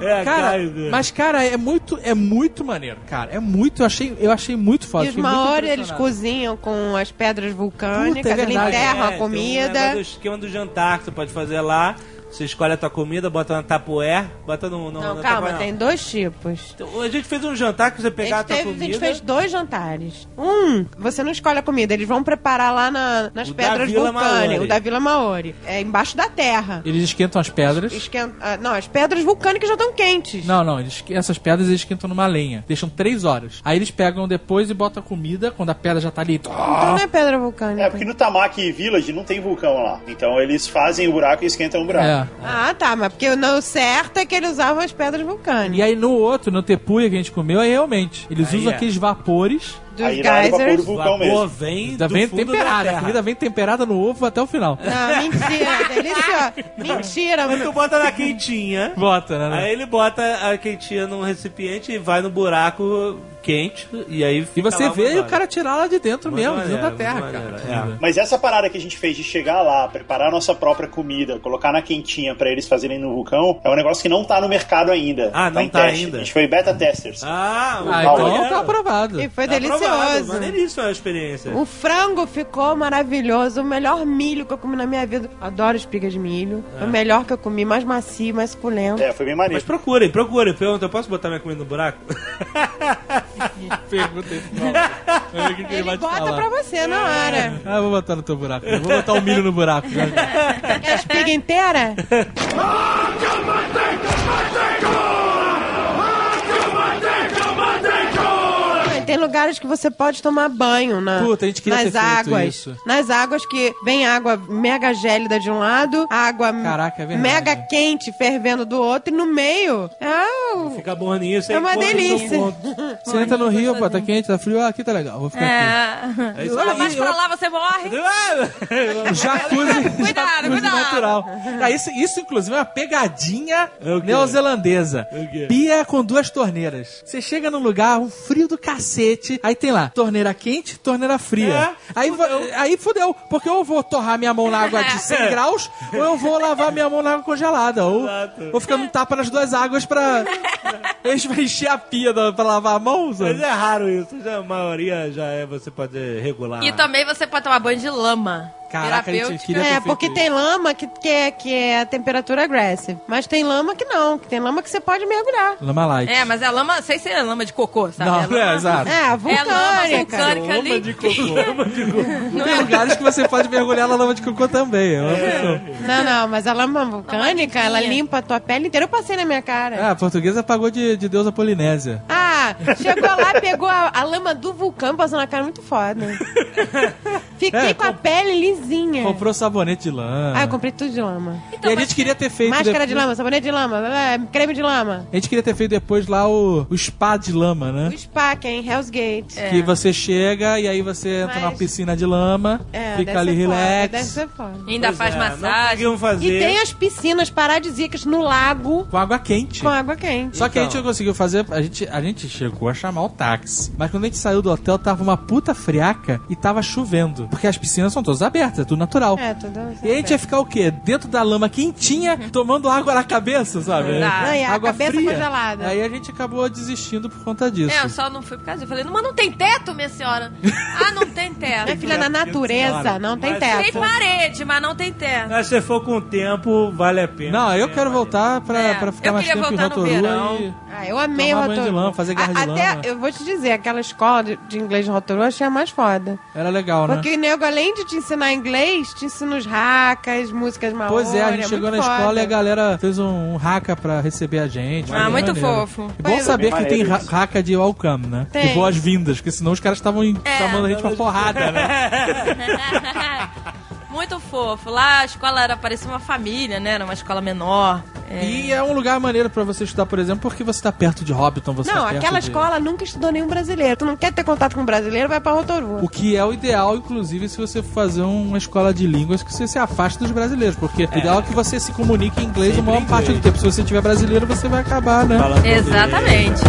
Speaker 5: É,
Speaker 7: Cara,
Speaker 5: geyser.
Speaker 7: mas cara, é muito, é muito maneiro, cara. É muito, eu achei, eu achei muito foda.
Speaker 6: E os
Speaker 7: fiquei muito
Speaker 6: maori, eles
Speaker 7: impressionado.
Speaker 6: cozinham com as pedras vulcânicas,
Speaker 7: Puta, é
Speaker 6: eles
Speaker 7: verdade.
Speaker 6: enterram
Speaker 5: tem
Speaker 6: a
Speaker 5: um
Speaker 6: comida.
Speaker 5: negócio do esquema do jantar que você pode fazer lá. Você escolhe a tua comida, bota na tapoé, bota no... no
Speaker 6: Não,
Speaker 5: na
Speaker 6: calma,
Speaker 5: tapoé,
Speaker 6: tem dois tipos.
Speaker 5: não. A gente fez um jantar que você
Speaker 6: A
Speaker 5: pegava a
Speaker 6: gente,
Speaker 5: tua
Speaker 6: teve, a
Speaker 5: comida...
Speaker 6: gente fez dois jantares. Um, você não escolhe a comida, eles vão preparar lá na- nas
Speaker 5: O da
Speaker 6: pedras
Speaker 5: Vila
Speaker 6: vulcânicas,
Speaker 5: Maori.
Speaker 6: o da Vila Maori. É embaixo da terra.
Speaker 7: Eles esquentam as pedras.
Speaker 6: Esquenta, ah, não, as pedras vulcânicas já estão quentes.
Speaker 7: Não, não, eles, essas pedras eles esquentam numa lenha. Deixam três horas. Aí eles pegam depois e botam a comida quando a pedra já tá ali.
Speaker 6: Então não é pedra
Speaker 4: É,
Speaker 6: vulcânica.
Speaker 4: porque no Tamaki Village não tem vulcão lá. Então eles fazem o buraco e esquentam o buraco.
Speaker 7: É.
Speaker 6: Ah, tá, mas porque o certo é que eles usavam as pedras
Speaker 7: E
Speaker 6: vulcânicas.
Speaker 7: aí no outro, no tepuia que a gente comeu, aí realmente. Eles
Speaker 5: Aí
Speaker 7: usam
Speaker 5: é.
Speaker 7: aqueles vapores.
Speaker 6: Dos
Speaker 4: Aí lá era o vapor do
Speaker 6: geysers.
Speaker 4: vulcão
Speaker 5: Vapor
Speaker 4: mesmo.
Speaker 5: vem
Speaker 7: Da
Speaker 5: do
Speaker 7: vem
Speaker 5: fundo da
Speaker 7: temperada.
Speaker 5: terra.
Speaker 7: A comida vem temperada no ovo até o final.
Speaker 5: [laughs]
Speaker 6: Não, mentira, delícia. Mentira,
Speaker 5: Aí tu bota na quentinha.
Speaker 7: [laughs] Bota, né? né?
Speaker 5: Aí ele bota a quentinha num recipiente e vai no buraco quente. E aí
Speaker 7: e
Speaker 5: fica
Speaker 7: você
Speaker 5: lá uma
Speaker 7: vê e o
Speaker 5: hora.
Speaker 7: cara tirar lá de dentro
Speaker 5: Muito
Speaker 7: mesmo,
Speaker 5: maneiro,
Speaker 7: dentro da terra,
Speaker 5: muito
Speaker 7: cara.
Speaker 5: maneiro, é.
Speaker 4: Mas essa parada que a gente fez de chegar lá, preparar nossa própria comida, colocar na quentinha pra eles fazerem no vulcão, é um negócio que não tá no mercado ainda.
Speaker 5: Ah, não
Speaker 4: em
Speaker 5: tá
Speaker 4: teste.
Speaker 5: ainda.
Speaker 4: A gente foi beta testers.
Speaker 5: Ah,
Speaker 7: Ah,
Speaker 4: Não,
Speaker 7: então
Speaker 4: maneiro.
Speaker 7: tá aprovado.
Speaker 6: E foi
Speaker 5: Aprovado,
Speaker 6: é delicioso. Uh.
Speaker 5: Maneiríssima a experiência.
Speaker 6: O frango ficou maravilhoso, o melhor milho que eu comi na minha vida. Adoro espigas de milho. É o melhor que eu comi, mais macio, mais suculento.
Speaker 4: É, foi bem maneiro.
Speaker 5: Mas procurem, procurem. Pergunta, eu posso botar minha comida no buraco?
Speaker 7: Perguntei pro [laughs] maluco. Olha o que que
Speaker 6: Ele
Speaker 7: vai te
Speaker 6: bota
Speaker 7: falar.
Speaker 6: pra você na hora.
Speaker 7: Ah, eu vou botar no teu buraco. Eu vou botar o milho no buraco. [laughs] né?
Speaker 6: Quer a espiga inteira? Mas Tem lugares que você pode tomar banho na,
Speaker 7: Puta, a gente queria ter
Speaker 6: nas
Speaker 7: feito
Speaker 6: águas.
Speaker 7: isso.
Speaker 6: Nas águas que vem água mega gélida de um lado, água
Speaker 7: Caraca, é verdade.
Speaker 6: mega quente fervendo do outro, e no meio é o-
Speaker 5: Fica bom nisso. aí
Speaker 6: É uma
Speaker 5: conta o seu
Speaker 6: delícia.
Speaker 5: ponto.
Speaker 7: Você entra no rio, pô, tá quente, tá frio, ah, aqui tá legal, vou ficar aqui.
Speaker 3: É.
Speaker 5: isso
Speaker 3: Ah,
Speaker 5: aí,
Speaker 3: mas
Speaker 5: eu-
Speaker 3: pra lá você morre.
Speaker 5: Ah,
Speaker 7: Jacuzzi,
Speaker 3: [laughs] Cuidado,
Speaker 7: jacuzzi
Speaker 3: cuidado.
Speaker 7: natural. Ah, isso, isso, inclusive, é uma pegadinha
Speaker 5: É o quê?
Speaker 7: neozelandesa.
Speaker 5: É o quê?
Speaker 7: Pia com duas torneiras. Você chega num lugar, um frio do cacete, aí tem lá, torneira quente, torneira fria.
Speaker 5: É,
Speaker 7: aí, vo- aí fudeu, porque ou eu vou torrar minha mão na água de [laughs] 100 graus, ou eu vou lavar minha mão na água congelada, ou
Speaker 5: Exato.
Speaker 7: vou ficar num tapa nas duas águas pra... [laughs] A gente vai encher a pia da- pra lavar a mão,
Speaker 5: Mas
Speaker 7: sabe?
Speaker 5: é raro isso. Já, a maioria já é você pode regular.
Speaker 3: E também você pode tomar banho de lama.
Speaker 7: Ah. Caraca, a gente
Speaker 3: Terapêutico.
Speaker 7: queria ter
Speaker 6: é,
Speaker 7: feito
Speaker 6: porque
Speaker 7: isso.
Speaker 6: tem lama que, que, é, que é a temperatura aggressive. Mas tem lama que não, que tem lama que você pode mergulhar.
Speaker 7: Lama light.
Speaker 3: É, mas é lama, sei se é lama de cocô, sabe?
Speaker 7: Não,
Speaker 3: lama-
Speaker 7: é, exato.
Speaker 6: É,
Speaker 3: lama
Speaker 6: vulcânica.
Speaker 3: vulcânica ali.
Speaker 7: Tem lugares que você pode mergulhar na lama de cocô também. É uma opção.
Speaker 6: não, não, mas a lama vulcânica, ela
Speaker 3: limpinha.
Speaker 6: limpa a tua pele inteira. Eu passei na minha cara.
Speaker 7: Ah, a portuguesa pagou de, de Deus a Polinésia.
Speaker 6: Ah, chegou lá, pegou a, a lama do vulcão, passou na cara, muito foda. Fiquei
Speaker 7: É,
Speaker 6: com a pele lisinha.
Speaker 7: Comprou sabonete de lama.
Speaker 6: É. Ah, eu comprei tudo de lama.
Speaker 7: e a gente queria ter feito.
Speaker 6: Máscara de
Speaker 7: depois-
Speaker 6: lama, sabonete de lama, blá, blá, creme de lama.
Speaker 7: A gente queria ter feito depois lá o, o spa de lama, né?
Speaker 6: O spa, que é em Hell's Gate.
Speaker 7: Que você chega e aí você entra
Speaker 6: Mas-
Speaker 7: na piscina de lama,
Speaker 6: É, deve
Speaker 7: fica ali
Speaker 6: ser foda,
Speaker 7: relax.
Speaker 6: Deve ser foda.
Speaker 3: Ainda faz
Speaker 7: é,
Speaker 5: Não
Speaker 3: massagem.
Speaker 5: conseguimos fazer.
Speaker 6: Ah, E tem as piscinas paradisíacas no lago
Speaker 7: Com água quente.
Speaker 6: com água quente.
Speaker 7: Só que a
Speaker 5: Então.
Speaker 7: gente não conseguiu fazer, a gente, a gente chegou a chamar o táxi. Mas quando a gente saiu do hotel, tava uma puta friaca e tava chovendo. Porque as piscinas são todas abertas, é tudo natural.
Speaker 6: É, tudo assim.
Speaker 7: E a gente ia ficar o quê? Dentro da lama quentinha, tomando água na cabeça, sabe?
Speaker 3: Exato.
Speaker 6: Não, e a
Speaker 7: água
Speaker 6: cabeça
Speaker 7: fria.
Speaker 6: congelada.
Speaker 7: Aí a gente acabou desistindo por conta disso.
Speaker 3: É, eu só não fui por causa disso. Eu falei, mas não tem teto, minha
Speaker 7: [laughs]
Speaker 3: senhora? ah, não tem teto.
Speaker 6: Minha é filha, na
Speaker 5: Senhora,
Speaker 6: natureza, não tem
Speaker 5: mas-
Speaker 3: Tem
Speaker 6: teto.
Speaker 3: parede, mas não tem teto.
Speaker 5: Mas Ah, se for com o tempo, vale a pena.
Speaker 7: Não, eu quero voltar pra,
Speaker 3: É,
Speaker 7: pra ficar
Speaker 3: eu
Speaker 7: mais
Speaker 3: queria
Speaker 7: tempo em
Speaker 3: voltar no
Speaker 7: Rotorua
Speaker 3: verão.
Speaker 7: e...
Speaker 6: Ah, eu amei
Speaker 7: Tomar
Speaker 6: o
Speaker 7: banho de
Speaker 6: Rotorua.
Speaker 7: lama, fazer guerra de
Speaker 6: A- até,
Speaker 7: lama.
Speaker 6: eu vou te dizer, aquela escola de, de inglês de Rotorua eu achei a mais foda.
Speaker 7: Era legal, né?
Speaker 6: Porque o nego, além de te ensinar inglês, te ensina os racas, músicas maori.
Speaker 7: Pois é, a gente chegou
Speaker 6: muito
Speaker 7: na
Speaker 6: foda.
Speaker 7: escola e a galera fez um, um haka pra receber a gente.
Speaker 3: Ah,
Speaker 7: Foi bem
Speaker 3: muito
Speaker 7: maneiro.
Speaker 3: fofo. [laughs]
Speaker 7: É bom
Speaker 6: Foi
Speaker 7: saber
Speaker 4: bem
Speaker 7: que tem
Speaker 4: maneiro
Speaker 7: ra-
Speaker 4: isso.
Speaker 7: haka de welcome, né?
Speaker 6: Tem.
Speaker 7: De boas-vindas, porque senão os caras estavam em-
Speaker 3: É.
Speaker 7: chamando a gente pra porrada, né?
Speaker 3: Muito fofo. Lá a escola era parecia uma família, né? Era uma escola menor. É.
Speaker 7: E é um lugar maneiro pra você estudar, por exemplo, porque você tá perto de Hobbiton, você
Speaker 6: Não,
Speaker 7: tá perto
Speaker 6: aquela
Speaker 7: de-
Speaker 6: escola nunca estudou nenhum brasileiro. Tu não quer ter contato com um brasileiro, vai pra Rotorua.
Speaker 7: O que é o ideal, inclusive, se você for fazer uma escola de línguas que você se afaste dos brasileiros, porque o ideal é que você se comunique em inglês a maior parte do tempo. Se você tiver brasileiro, você vai acabar, né?
Speaker 5: Falando sobre-
Speaker 3: Exatamente.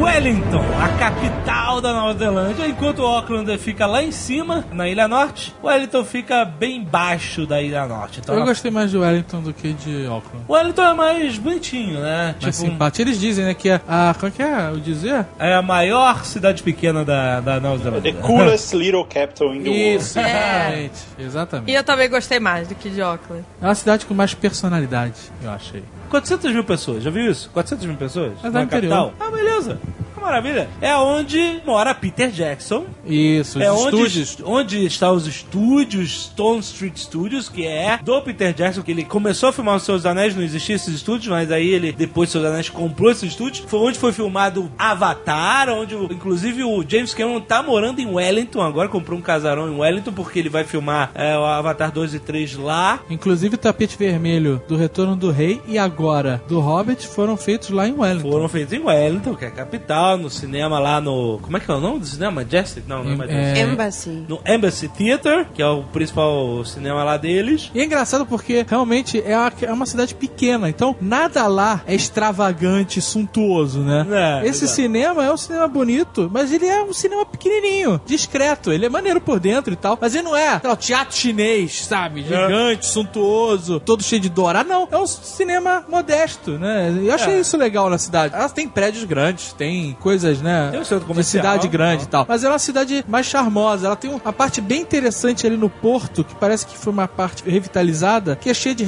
Speaker 5: Wellington, a capital da Nova Zelândia, enquanto Auckland fica lá em cima, na Ilha Norte, Wellington fica bem embaixo da Ilha Norte. Então,
Speaker 7: Eu
Speaker 5: ela-
Speaker 7: gostei mais de Wellington do que de Auckland.
Speaker 5: Wellington é mais bonitinho, né?
Speaker 7: Mas
Speaker 5: tipo,
Speaker 7: simpático. Eles dizem, né, que é a... Como é que é o dizer?
Speaker 5: é a maior cidade pequena da, da Nova
Speaker 4: The
Speaker 5: Zelândia.
Speaker 4: coolest little capital in the world.
Speaker 7: Isso, exatamente. Exatamente.
Speaker 3: E eu também gostei mais do que de Auckland.
Speaker 7: É uma cidade com mais personalidade, eu achei.
Speaker 5: 400 mil pessoas, já viu isso? 400 mil pessoas?
Speaker 7: Mas
Speaker 5: na
Speaker 7: é
Speaker 5: capital.
Speaker 7: interior.
Speaker 5: Ah, beleza. Que maravilha. É onde mora Peter Jackson.
Speaker 7: Isso, os
Speaker 5: é onde,
Speaker 7: estúdios.
Speaker 5: est- onde está os estúdios, Stone Street Studios, que é do Peter Jackson, que ele começou a filmar os Seus Anéis, não existia esses estúdios, mas aí ele, depois dos Seus Anéis, comprou esses estúdios. Foi onde foi filmado Avatar, onde, o- inclusive, o James Cameron tá morando em Wellington agora, comprou um casarão em Wellington, porque ele vai filmar é, o Avatar 2 e 3 lá.
Speaker 7: Inclusive o tapete vermelho do Retorno do Rei e agora do Hobbit foram feitos lá em Wellington.
Speaker 5: Foram feitos em Wellington, que é a capital, no cinema lá no. Como é que é o nome do cinema? Majestic? Não, não é
Speaker 7: Em-
Speaker 5: Majestic.
Speaker 7: é-
Speaker 6: Embassy.
Speaker 5: No Embassy Theater, que é o principal cinema lá deles.
Speaker 7: E é engraçado porque realmente é uma, é uma cidade pequena, então nada lá é extravagante, suntuoso, né?
Speaker 5: É,
Speaker 7: Esse
Speaker 5: exato.
Speaker 7: cinema é um cinema bonito, mas ele é um cinema pequenininho, discreto. Ele é maneiro por dentro e tal, mas ele não é sei lá, o teatro chinês,
Speaker 5: É.
Speaker 7: sabe? Gigante, suntuoso, todo cheio de dourado. Não, é um cinema modesto, né? Eu achei
Speaker 5: É.
Speaker 7: isso legal na cidade. Ela tem prédios grandes, tem coisas, né?
Speaker 5: Tem um centro
Speaker 7: de
Speaker 5: comercial,
Speaker 7: cidade grande
Speaker 5: tal.
Speaker 7: e tal. Mas ela é uma cidade mais charmosa. Ela tem uma parte bem interessante ali no porto, que parece que foi uma parte revitalizada, que é cheia de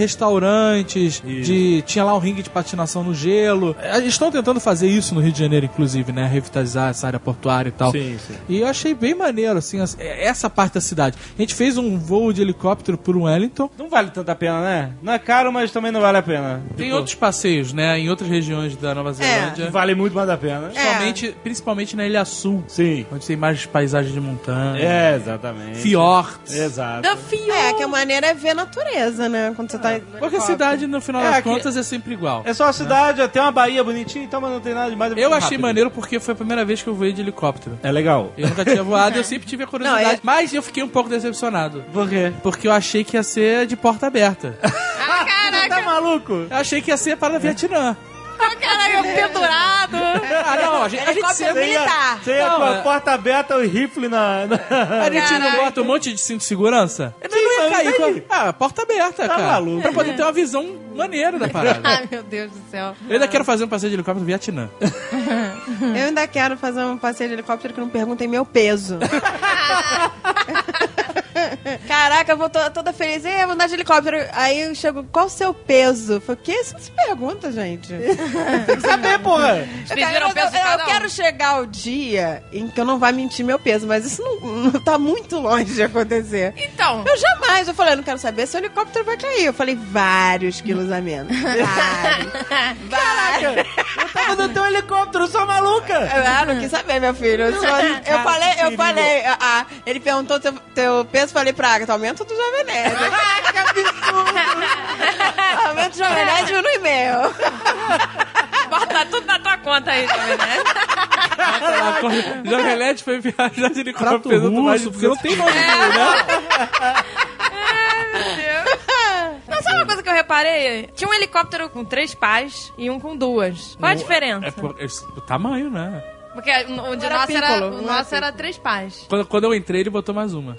Speaker 7: restaurantes, de tinha lá um ringue de patinação no gelo. Eh, Eles estão tentando fazer isso no Rio de Janeiro, inclusive, né? Revitalizar essa área portuária e tal.
Speaker 5: Sim, sim.
Speaker 7: E eu achei bem maneiro, assim, as- eh, essa parte da cidade. A gente fez um voo de helicóptero por Wellington.
Speaker 5: Não vale tanta pena, né? Não é caro, mas também não vale a pena.
Speaker 7: Tem
Speaker 5: Tipo,
Speaker 7: outros passeios, né? Em outras regiões da Nova Zelândia.
Speaker 5: Vale muito mais a pena.
Speaker 7: Principalmente, principalmente na Ilha Sul,
Speaker 5: Sim.
Speaker 7: onde tem mais paisagens de montanha,
Speaker 5: É, exatamente.
Speaker 7: fiordes.
Speaker 5: Exato.
Speaker 3: Da Fio.
Speaker 6: É, que a maneira é ver a natureza, né? Quando você tá.
Speaker 7: Porque a cidade, no final
Speaker 5: É,
Speaker 7: das
Speaker 5: que-
Speaker 7: contas, é sempre igual.
Speaker 5: É só a cidade, tem uma Bahia bonitinha, então, mas não tem nada demais. é
Speaker 7: Eu
Speaker 5: muito
Speaker 7: achei
Speaker 5: rápido.
Speaker 7: maneiro porque foi a primeira vez que eu voei de helicóptero.
Speaker 5: É legal.
Speaker 7: Eu nunca tinha voado, eu sempre tive a curiosidade.
Speaker 6: Não, é-
Speaker 7: Mas eu fiquei um pouco decepcionado.
Speaker 5: Por quê?
Speaker 7: Porque eu achei que ia ser de porta aberta.
Speaker 3: Ah,
Speaker 5: Tá
Speaker 3: caraca.
Speaker 5: maluco?
Speaker 7: Eu achei que ia ser para Vietnã.
Speaker 3: Caraca, pendurado.
Speaker 7: Ah, não, a [laughs] gente, a
Speaker 6: Ele
Speaker 7: gente
Speaker 6: copia
Speaker 7: sempre...
Speaker 6: militar.
Speaker 5: Você ia
Speaker 7: Não,
Speaker 5: com a
Speaker 7: é.
Speaker 5: porta aberta, o rifle na. na- [laughs]
Speaker 7: A gente não
Speaker 3: Caraca.
Speaker 7: bota um monte de cinto de segurança? Ele
Speaker 5: Sim,
Speaker 7: não ia
Speaker 5: mas
Speaker 7: cair.
Speaker 5: daí?
Speaker 7: com a- Ah, porta aberta,
Speaker 5: Tá
Speaker 7: cara.
Speaker 5: maluco.
Speaker 7: Pra poder ter uma visão maneira da parada.
Speaker 3: Ai, meu Deus do céu.
Speaker 7: Eu ainda quero fazer um passeio de helicóptero no Vietnã.
Speaker 6: Eu ainda quero fazer um passeio de helicóptero que não perguntem meu peso. [laughs] Caraca, eu vou to- toda feliz. Ei, eu vou andar de helicóptero. Aí eu chego, qual o seu peso? Eu Falei, o que isso se pergunta, gente?
Speaker 5: Tem que saber, porra.
Speaker 7: [laughs]
Speaker 6: Eu,
Speaker 3: Eles viram
Speaker 6: quero,
Speaker 3: o peso de
Speaker 6: eu- eu
Speaker 3: cada um.
Speaker 6: quero chegar o dia em que eu não vai mentir meu peso, mas isso não, não tá muito longe de acontecer.
Speaker 3: Então,
Speaker 6: Eu jamais, eu falei, eu não quero saber se o helicóptero vai cair. Eu falei, vários quilos a [laughs] menos. Vários. Vários.
Speaker 5: Eu tava no teu helicóptero, sou maluca.
Speaker 6: Ah, não quis saber, meu filho. Eu, só- eu falei, eu falei. ah, ah, ele perguntou teu, teu peso, falei pra Agatha, aumenta o do Jovem [laughs] Nerd. Ah, que absurdo! Aumenta o Jovem Nerd um no e-mail.
Speaker 3: bota tudo na tua conta aí, né? Jovem Nerd.
Speaker 7: Jovem Nerd foi viajar de helicóptero
Speaker 5: Prato
Speaker 7: pesando mais
Speaker 5: russo,
Speaker 7: de
Speaker 5: porque não tem nome.
Speaker 7: [laughs]
Speaker 3: Não, sabe uma coisa que eu reparei? Tinha um helicóptero com três pás e um com duas. Qual a diferença?
Speaker 7: É por- é o tamanho, né?
Speaker 3: Porque o de
Speaker 6: Era
Speaker 3: nosso era,
Speaker 6: piccolo,
Speaker 3: o
Speaker 6: não
Speaker 3: nosso
Speaker 6: era
Speaker 3: era três pás.
Speaker 7: Quando, quando eu entrei, ele botou mais uma.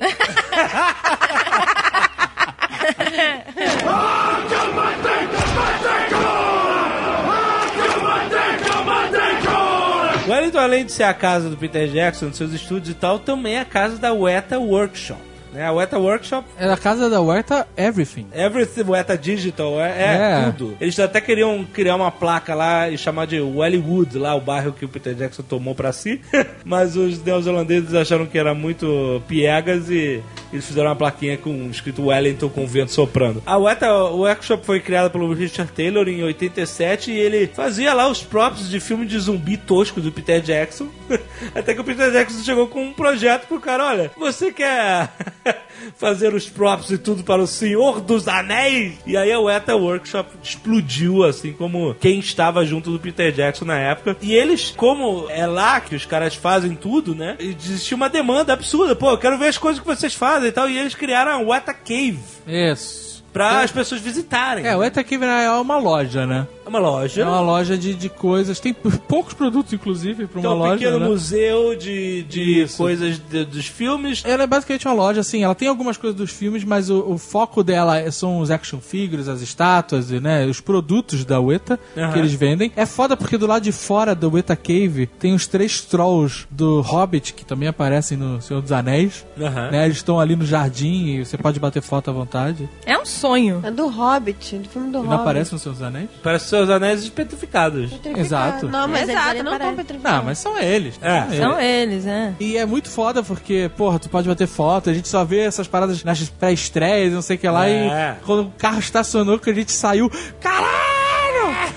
Speaker 5: Wellington, além de ser a casa do Peter Jackson, dos seus estúdios e tal, também é a casa da Weta Workshop. Né? A Weta Workshop,
Speaker 7: Era a É, casa da Huerta Everything.
Speaker 5: Everything Weta Digital, é, é
Speaker 7: É.
Speaker 5: tudo. Eles até queriam criar uma placa lá e chamar de Wellywood, lá o bairro que o Peter Jackson tomou pra si. [laughs] Mas os neozelandeses acharam que era muito piegas e eles fizeram uma plaquinha com escrito Wellington com o vento soprando. A Weta Workshop foi criada pelo Richard Taylor em 87 e ele fazia lá os props de filme de zumbi tosco do Peter Jackson. [laughs] Até que o Peter Jackson chegou com um projeto pro cara, olha, você quer [laughs] fazer os props e tudo para o Senhor dos Anéis? E aí a Weta Workshop explodiu, assim, como quem estava junto do Peter Jackson na época. E eles, como é lá que os caras fazem tudo, né? E Existia uma demanda absurda. Pô, eu quero ver as coisas que vocês fazem e tal. E eles criaram a Weta Cave
Speaker 7: Isso.
Speaker 5: para as pessoas visitarem.
Speaker 7: É, o Eta aqui é uma loja, né?
Speaker 5: É uma loja.
Speaker 7: É uma loja de, de coisas. Tem p- poucos produtos, inclusive, pra uma
Speaker 5: Então, um
Speaker 7: loja.
Speaker 5: pequeno
Speaker 7: né?
Speaker 5: museu de, de
Speaker 7: Isso.
Speaker 5: coisas de- dos filmes.
Speaker 7: Ela é basicamente uma loja, assim, ela tem algumas coisas dos filmes, mas o, o foco dela é- são os action figures, as estátuas, e, né, os produtos da Weta
Speaker 5: Aham.
Speaker 7: que eles vendem. É foda porque do lado de fora da Weta Cave tem os três trolls do Hobbit, que também aparecem no Senhor dos Anéis.
Speaker 5: Aham.
Speaker 7: Né, eles estão ali no jardim e você pode bater foto à vontade.
Speaker 3: É um sonho.
Speaker 6: É do Hobbit, do filme do
Speaker 7: E
Speaker 6: Hobbit.
Speaker 7: não aparece no Senhor dos Anéis?
Speaker 5: Parece seus anéis espetrificados.
Speaker 6: Petrificado.
Speaker 7: Exato.
Speaker 6: Não, mas
Speaker 3: Exato,
Speaker 6: eles ali não
Speaker 3: não
Speaker 6: estão
Speaker 3: aparece.
Speaker 6: petrificados.
Speaker 7: Ah, mas são eles.
Speaker 5: É.
Speaker 7: São eles.
Speaker 3: São eles, é.
Speaker 7: E é muito foda porque, porra, tu pode bater foto, a gente só vê essas paradas nas pré-estreias, não sei o que lá,
Speaker 5: É.
Speaker 7: e quando o carro estacionou, que a gente saiu, caralho!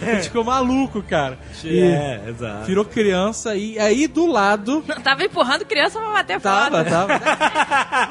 Speaker 7: A gente ficou maluco, cara. E
Speaker 5: É, exato.
Speaker 7: virou criança e aí do lado
Speaker 5: [laughs]
Speaker 3: Tava empurrando criança pra bater
Speaker 7: tava,
Speaker 3: foto.
Speaker 7: tava.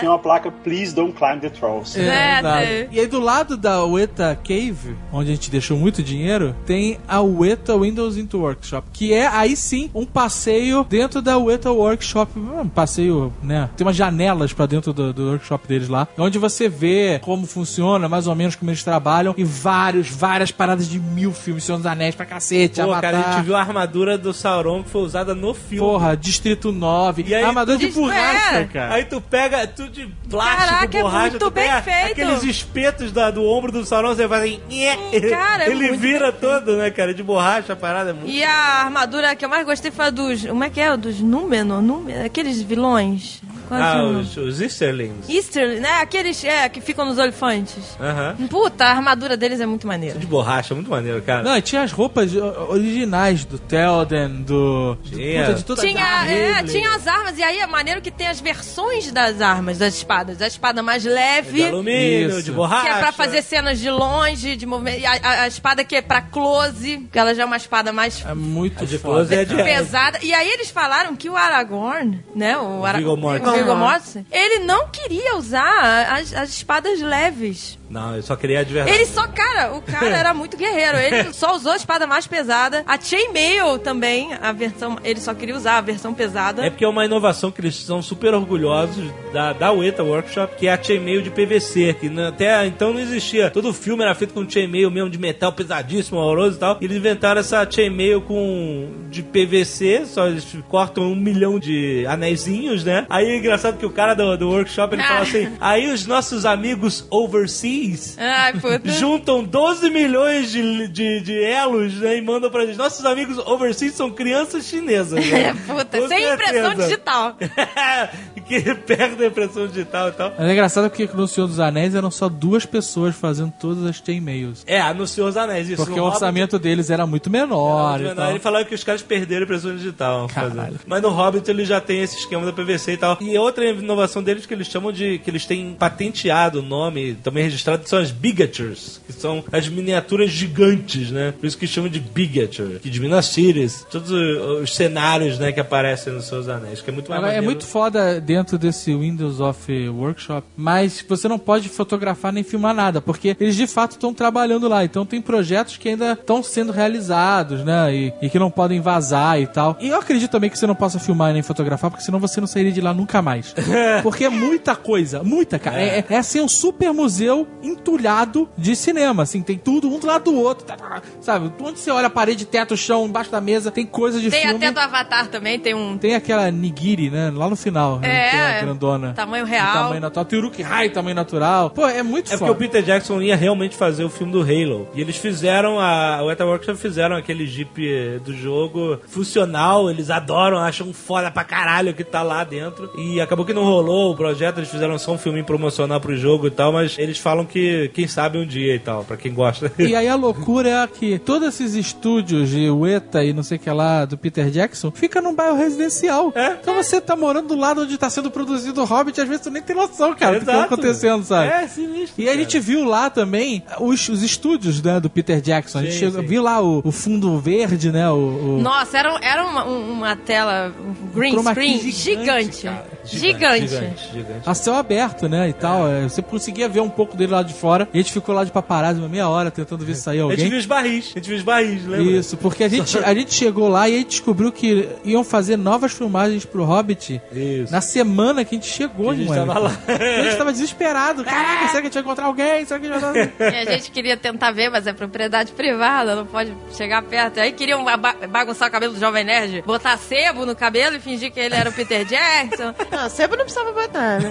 Speaker 4: Tem uma placa Please Don't Climb the Trolls.
Speaker 3: É,
Speaker 7: Exato.
Speaker 3: é.
Speaker 7: né? E aí do lado da Weta Cave, onde a gente deixou muito dinheiro, tem a Weta Windows into Workshop, que é aí sim um passeio dentro da Weta Workshop, um passeio, né? Tem umas janelas pra dentro do, do workshop deles lá, onde você vê como funciona, mais ou menos como eles trabalham e vários, várias paradas de mil filmes, Senhor dos Anéis pra cacete,
Speaker 5: Pô,
Speaker 7: Avatar.
Speaker 5: cara, a gente viu a armadura do Sauron que foi usada no filme.
Speaker 7: Porra, Distrito 9,
Speaker 5: E aí-
Speaker 7: armadura de
Speaker 3: Diz-
Speaker 7: borracha,
Speaker 3: é.
Speaker 7: cara.
Speaker 5: Aí tu pega tudo de plástico,
Speaker 3: Caraca, é
Speaker 5: borracha,
Speaker 3: muito
Speaker 5: tu
Speaker 3: bem
Speaker 5: pega
Speaker 3: feito.
Speaker 5: aqueles espetos da- do ombro do Sauron, você faz assim... nhé.
Speaker 3: cara, é
Speaker 5: Ele
Speaker 3: muito
Speaker 5: vira todo, né, cara? De borracha, a parada é muito...
Speaker 3: E a armadura que eu mais gostei foi a dos. Como é que é? Dos Númenor? Númenor aqueles vilões. Qual é
Speaker 5: Ah,
Speaker 3: o nome?
Speaker 5: os, os Easterlings.
Speaker 3: Easterly, né? Aqueles é, que ficam nos elefantes.
Speaker 5: Aham.
Speaker 3: Puta, a armadura deles é muito maneira.
Speaker 5: De borracha, muito maneiro, cara.
Speaker 7: Não, e tinha as roupas o- originais do Telden, do. do-
Speaker 5: Tinha.
Speaker 7: puta, de toda
Speaker 3: Tinha, é,
Speaker 7: Ridley.
Speaker 3: tinha as armas, e aí é maneiro que tem as versões das armas, das espadas. A espada mais leve,
Speaker 5: É de alumínio,
Speaker 7: Isso.
Speaker 5: de borracha.
Speaker 3: que é pra fazer cenas de longe, de movimento. E a, a- a espada que é pra close, que ela já é uma espada mais
Speaker 7: É muito
Speaker 5: de
Speaker 7: foda.
Speaker 5: close Ah, é de-
Speaker 3: pesada. E aí eles falaram que o Aragorn, né? O Ara-
Speaker 5: Viggo Mortensen.
Speaker 3: Viggo Mortensen, ele não queria usar as, as espadas leves.
Speaker 5: Não, eu só queria de verdade.
Speaker 3: Ele só, cara, o cara era muito
Speaker 5: [laughs]
Speaker 3: guerreiro. Ele só usou a espada mais pesada. A chainmail também, a versão, ele só queria usar a versão pesada.
Speaker 5: É porque é uma inovação que eles são super orgulhosos da, da UETA Workshop, que é a chainmail de PVC, que na- até então não existia. Todo filme era feito com chainmail mesmo de metal pesadíssimo, horroroso e tal. Eles inventaram essa chainmail com de PVC, só eles cortam um milhão de anéisinhos, né? Aí é engraçado que o cara do, do workshop, ele
Speaker 3: Ah.
Speaker 5: fala assim, aí os nossos amigos overseas
Speaker 3: Ai, puta.
Speaker 5: juntam 12 milhões de, de, de elos né, e mandam pra gente. Nossos amigos overseas são crianças chinesas. Né?
Speaker 3: [laughs] Puta,
Speaker 5: Com
Speaker 3: sem impressão
Speaker 5: certeza.
Speaker 3: digital.
Speaker 5: [laughs] que perdem a impressão digital e tal.
Speaker 7: Mas é engraçado porque no Senhor dos Anéis eram só duas pessoas fazendo todas as chainmails.
Speaker 5: É, anunciou os anéis. Isso
Speaker 7: Porque
Speaker 5: não
Speaker 7: o
Speaker 5: rola-
Speaker 7: orçamento deles era muito menor e
Speaker 5: Ele
Speaker 7: tal.
Speaker 5: falava que os caras perderam a impressão digital.
Speaker 7: Caralho.
Speaker 5: fazendo. Mas no Hobbit ele já tem esse esquema da PVC e tal. E outra inovação deles que eles chamam de. que eles têm patenteado o nome, também registrado, que são as bigatures, que são as miniaturas gigantes, né? Por isso que chamam de bigature, que de Minas Tirith, todos o- os cenários, né, que aparecem nos seus anéis, que é muito mais
Speaker 7: Agora, é
Speaker 5: maneiro.
Speaker 7: muito foda dentro desse Windows of eh, Workshop, mas você não pode fotografar nem filmar nada, porque eles de fato estão trabalhando lá. Então tem projetos que ainda estão sendo realizados, né? E, e que não podem vazar e tal. E eu acredito também que você não possa filmar nem fotografar, porque senão você não sairia de lá nunca
Speaker 5: [laughs]
Speaker 7: mais. porque é muita coisa, muita, cara. É, é- é, assim um super museu entulhado de cinema, assim, tem tudo um do lado do outro, tá, tá, tá, sabe? Onde você olha a parede, teto, chão, embaixo da mesa, tem coisa de
Speaker 3: Tem
Speaker 7: filme.
Speaker 3: até do Avatar também, tem um
Speaker 7: Tem aquela nigiri, né? Lá no final. né,
Speaker 3: É,
Speaker 7: que é a grandona.
Speaker 3: tamanho
Speaker 7: De
Speaker 3: real.
Speaker 7: Tamanho natural. Tem Uruk-hai, tamanho natural. Pô, é muito
Speaker 5: É porque
Speaker 7: foda.
Speaker 5: o Peter Jackson ia realmente fazer o filme do Halo. E eles fizeram, a o Eta Workshop fizeram aquele Jeep eh, do jogo funcional, eles adoram, acham foda pra caralho o que tá lá dentro. E acabou que não rolou o projeto, eles fizeram só um filminho promocional pro jogo e tal, mas eles falam que quem sabe um dia e tal, pra quem
Speaker 7: [laughs]
Speaker 5: gosta.
Speaker 7: E aí a loucura é que todos esses estúdios de Ueta e não sei o que lá do Peter Jackson fica num bairro residencial.
Speaker 5: É.
Speaker 7: Então você tá morando do lado onde tá sendo produzido o Hobbit, às vezes tu nem tem noção, cara, do que tá
Speaker 5: Exato.
Speaker 7: acontecendo, sabe?
Speaker 5: É, sinistro.
Speaker 7: E a
Speaker 5: cara.
Speaker 7: gente viu lá também os, os estúdios né, do Peter Jackson. A gente
Speaker 5: Sim,
Speaker 7: chegou-
Speaker 5: sim.
Speaker 7: viu lá o, o fundo verde, né? O, o-
Speaker 3: Nossa, era, um- era uma, um- uma tela um green
Speaker 7: chroma key
Speaker 3: screen gigante.
Speaker 7: gigante, cara.
Speaker 3: Gigante.
Speaker 5: Gigante, gigante.
Speaker 7: A céu aberto, né? E tal. É, Você conseguia ver um pouco dele lá de fora. E a gente ficou lá de paparazzi uma meia hora tentando ver se saía
Speaker 5: É. A gente
Speaker 7: alguém.
Speaker 5: viu os barris, a gente viu os barris, lembra?
Speaker 7: Isso, porque a gente, a gente chegou lá e aí descobriu que iam fazer novas filmagens pro Hobbit
Speaker 5: Isso.
Speaker 7: na semana que a gente chegou,
Speaker 5: A gente
Speaker 7: mano.
Speaker 5: tava lá. É.
Speaker 7: A gente tava desesperado. Caraca, será que a gente vai encontrar alguém? Será que a gente vai...
Speaker 3: E a gente queria tentar ver, mas é propriedade privada, não pode chegar perto. Aí queriam aba- bagunçar o cabelo do Jovem Nerd, botar sebo no cabelo e fingir que ele era o Peter Jackson.
Speaker 6: Não, sempre não precisava botar, né?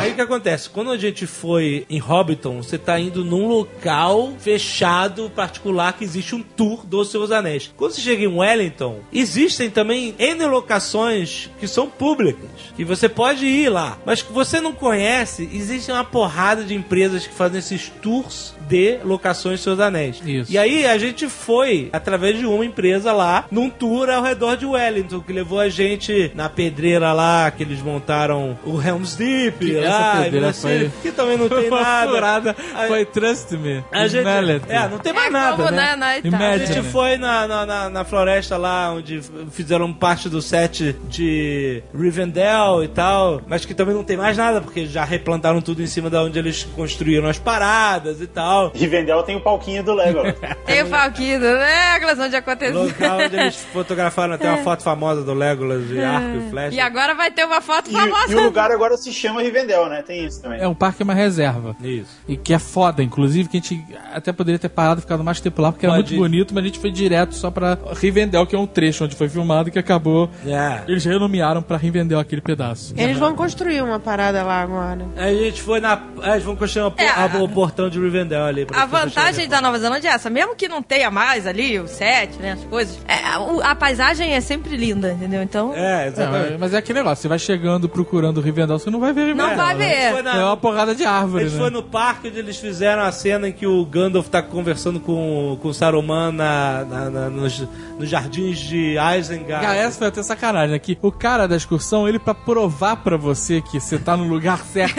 Speaker 5: Aí o que acontece? Quando a gente foi em Hobbiton, você tá indo num local fechado, particular, que existe um tour dos seus anéis. Quando você chega em Wellington, existem também N locações que são públicas, que você pode ir lá. Mas que você não conhece, existe uma porrada de empresas que fazem esses tours de locações dos seus anéis.
Speaker 7: Isso.
Speaker 5: E aí a gente foi através de uma empresa lá, num tour ao redor de Wellington, que levou a gente na pedreira lá, que eles montaram o Helm's Deep,
Speaker 7: Que essa
Speaker 5: lá, e
Speaker 7: pedreira
Speaker 5: você-
Speaker 7: foi-
Speaker 5: Ah, que também [laughs] não
Speaker 7: [laughs]
Speaker 5: tem
Speaker 7: Uma
Speaker 5: nada.
Speaker 7: furada.
Speaker 5: A-
Speaker 7: Foi Trust Me.
Speaker 5: A gente,
Speaker 7: Smellet.
Speaker 5: é, não tem mais
Speaker 3: É
Speaker 5: nada,
Speaker 3: como,
Speaker 5: né?
Speaker 3: né, na Itália.
Speaker 5: A
Speaker 7: Imagine.
Speaker 5: gente foi na, na, na- na floresta lá, onde f- fizeram parte do set de Rivendell e tal, mas que também não tem mais nada, porque já replantaram tudo em cima da onde eles construíram as paradas e
Speaker 3: [laughs]
Speaker 5: tal.
Speaker 4: Rivendell tem o palquinho do Lego.
Speaker 5: [laughs]
Speaker 3: Tem o Falquino, né? Aquelas onde aconteceu.
Speaker 5: Local onde eles fotografaram até uma foto famosa do Legolas de arco e flecha.
Speaker 3: É. E agora vai ter uma foto
Speaker 4: E, e o
Speaker 3: famosa.
Speaker 4: lugar agora se chama Rivendell, né? Tem isso também.
Speaker 7: É um parque, é uma reserva.
Speaker 5: Isso.
Speaker 7: E que é foda, inclusive, que a gente até poderia ter parado e ficado mais tempo lá, porque era
Speaker 5: Pode
Speaker 7: muito
Speaker 5: ir.
Speaker 7: bonito, mas a gente foi direto só pra Rivendell, que é um trecho onde foi filmado e que acabou.
Speaker 5: É.
Speaker 7: Eles renomearam pra Rivendell aquele pedaço.
Speaker 6: Eles vão construir uma parada lá agora.
Speaker 5: A gente foi na. A gente foi construir uma,
Speaker 3: É,
Speaker 5: a-
Speaker 3: a-
Speaker 5: o portão de Rivendell ali. pra-
Speaker 3: A
Speaker 5: pra
Speaker 3: vantagem
Speaker 5: chegar.
Speaker 3: da Nova Zelândia é essa, mesmo que não tenha mais ali o set, né, as coisas, é, a, o- a paisagem é sempre linda, entendeu? Então,
Speaker 5: É,
Speaker 7: É,
Speaker 5: exatamente.
Speaker 7: mas- mas é aquele negócio, você vai chegando procurando o Rivendell, você não vai ver Rivendell.
Speaker 3: não vai
Speaker 7: né?
Speaker 5: A gente
Speaker 3: ver.
Speaker 5: foi na-
Speaker 7: É uma porrada de árvore,
Speaker 5: Eles
Speaker 7: né?
Speaker 5: foram no parque onde eles fizeram a cena em que o Gandalf tá conversando com, com o Saruman na, na- na- nos, nos jardins de Isengard.
Speaker 7: Cara, essa foi até sacanagem, né? Que o cara da excursão, ele pra provar pra [laughs] você que você tá no lugar certo,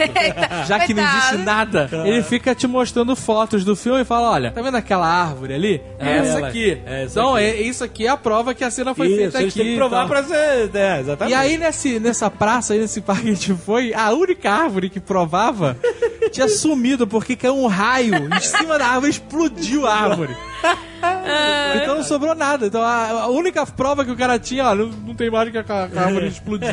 Speaker 7: já que não existe
Speaker 3: Coitado.
Speaker 7: nada, ele fica te mostrando fotos do filme e fala: olha, tá vendo aquela árvore ali? É,
Speaker 5: É
Speaker 7: essa
Speaker 5: ela.
Speaker 7: aqui.
Speaker 5: É essa
Speaker 7: então,
Speaker 5: aqui.
Speaker 7: É, isso aqui é a prova que a cena foi
Speaker 5: Isso,
Speaker 7: feita
Speaker 5: eles
Speaker 7: aqui.
Speaker 5: têm que provar
Speaker 7: e tal.
Speaker 5: pra ser. É, exatamente.
Speaker 7: E aí, nesse, nessa praça, aí, nesse parque que a gente foi, a única árvore que provava tinha sumido, porque caiu um raio em cima da árvore, explodiu a árvore. Então não sobrou nada. Então a, a única prova que o cara tinha, ó, não, não tem mais que a, ca- a
Speaker 5: É. [laughs]
Speaker 7: árvore explodiu.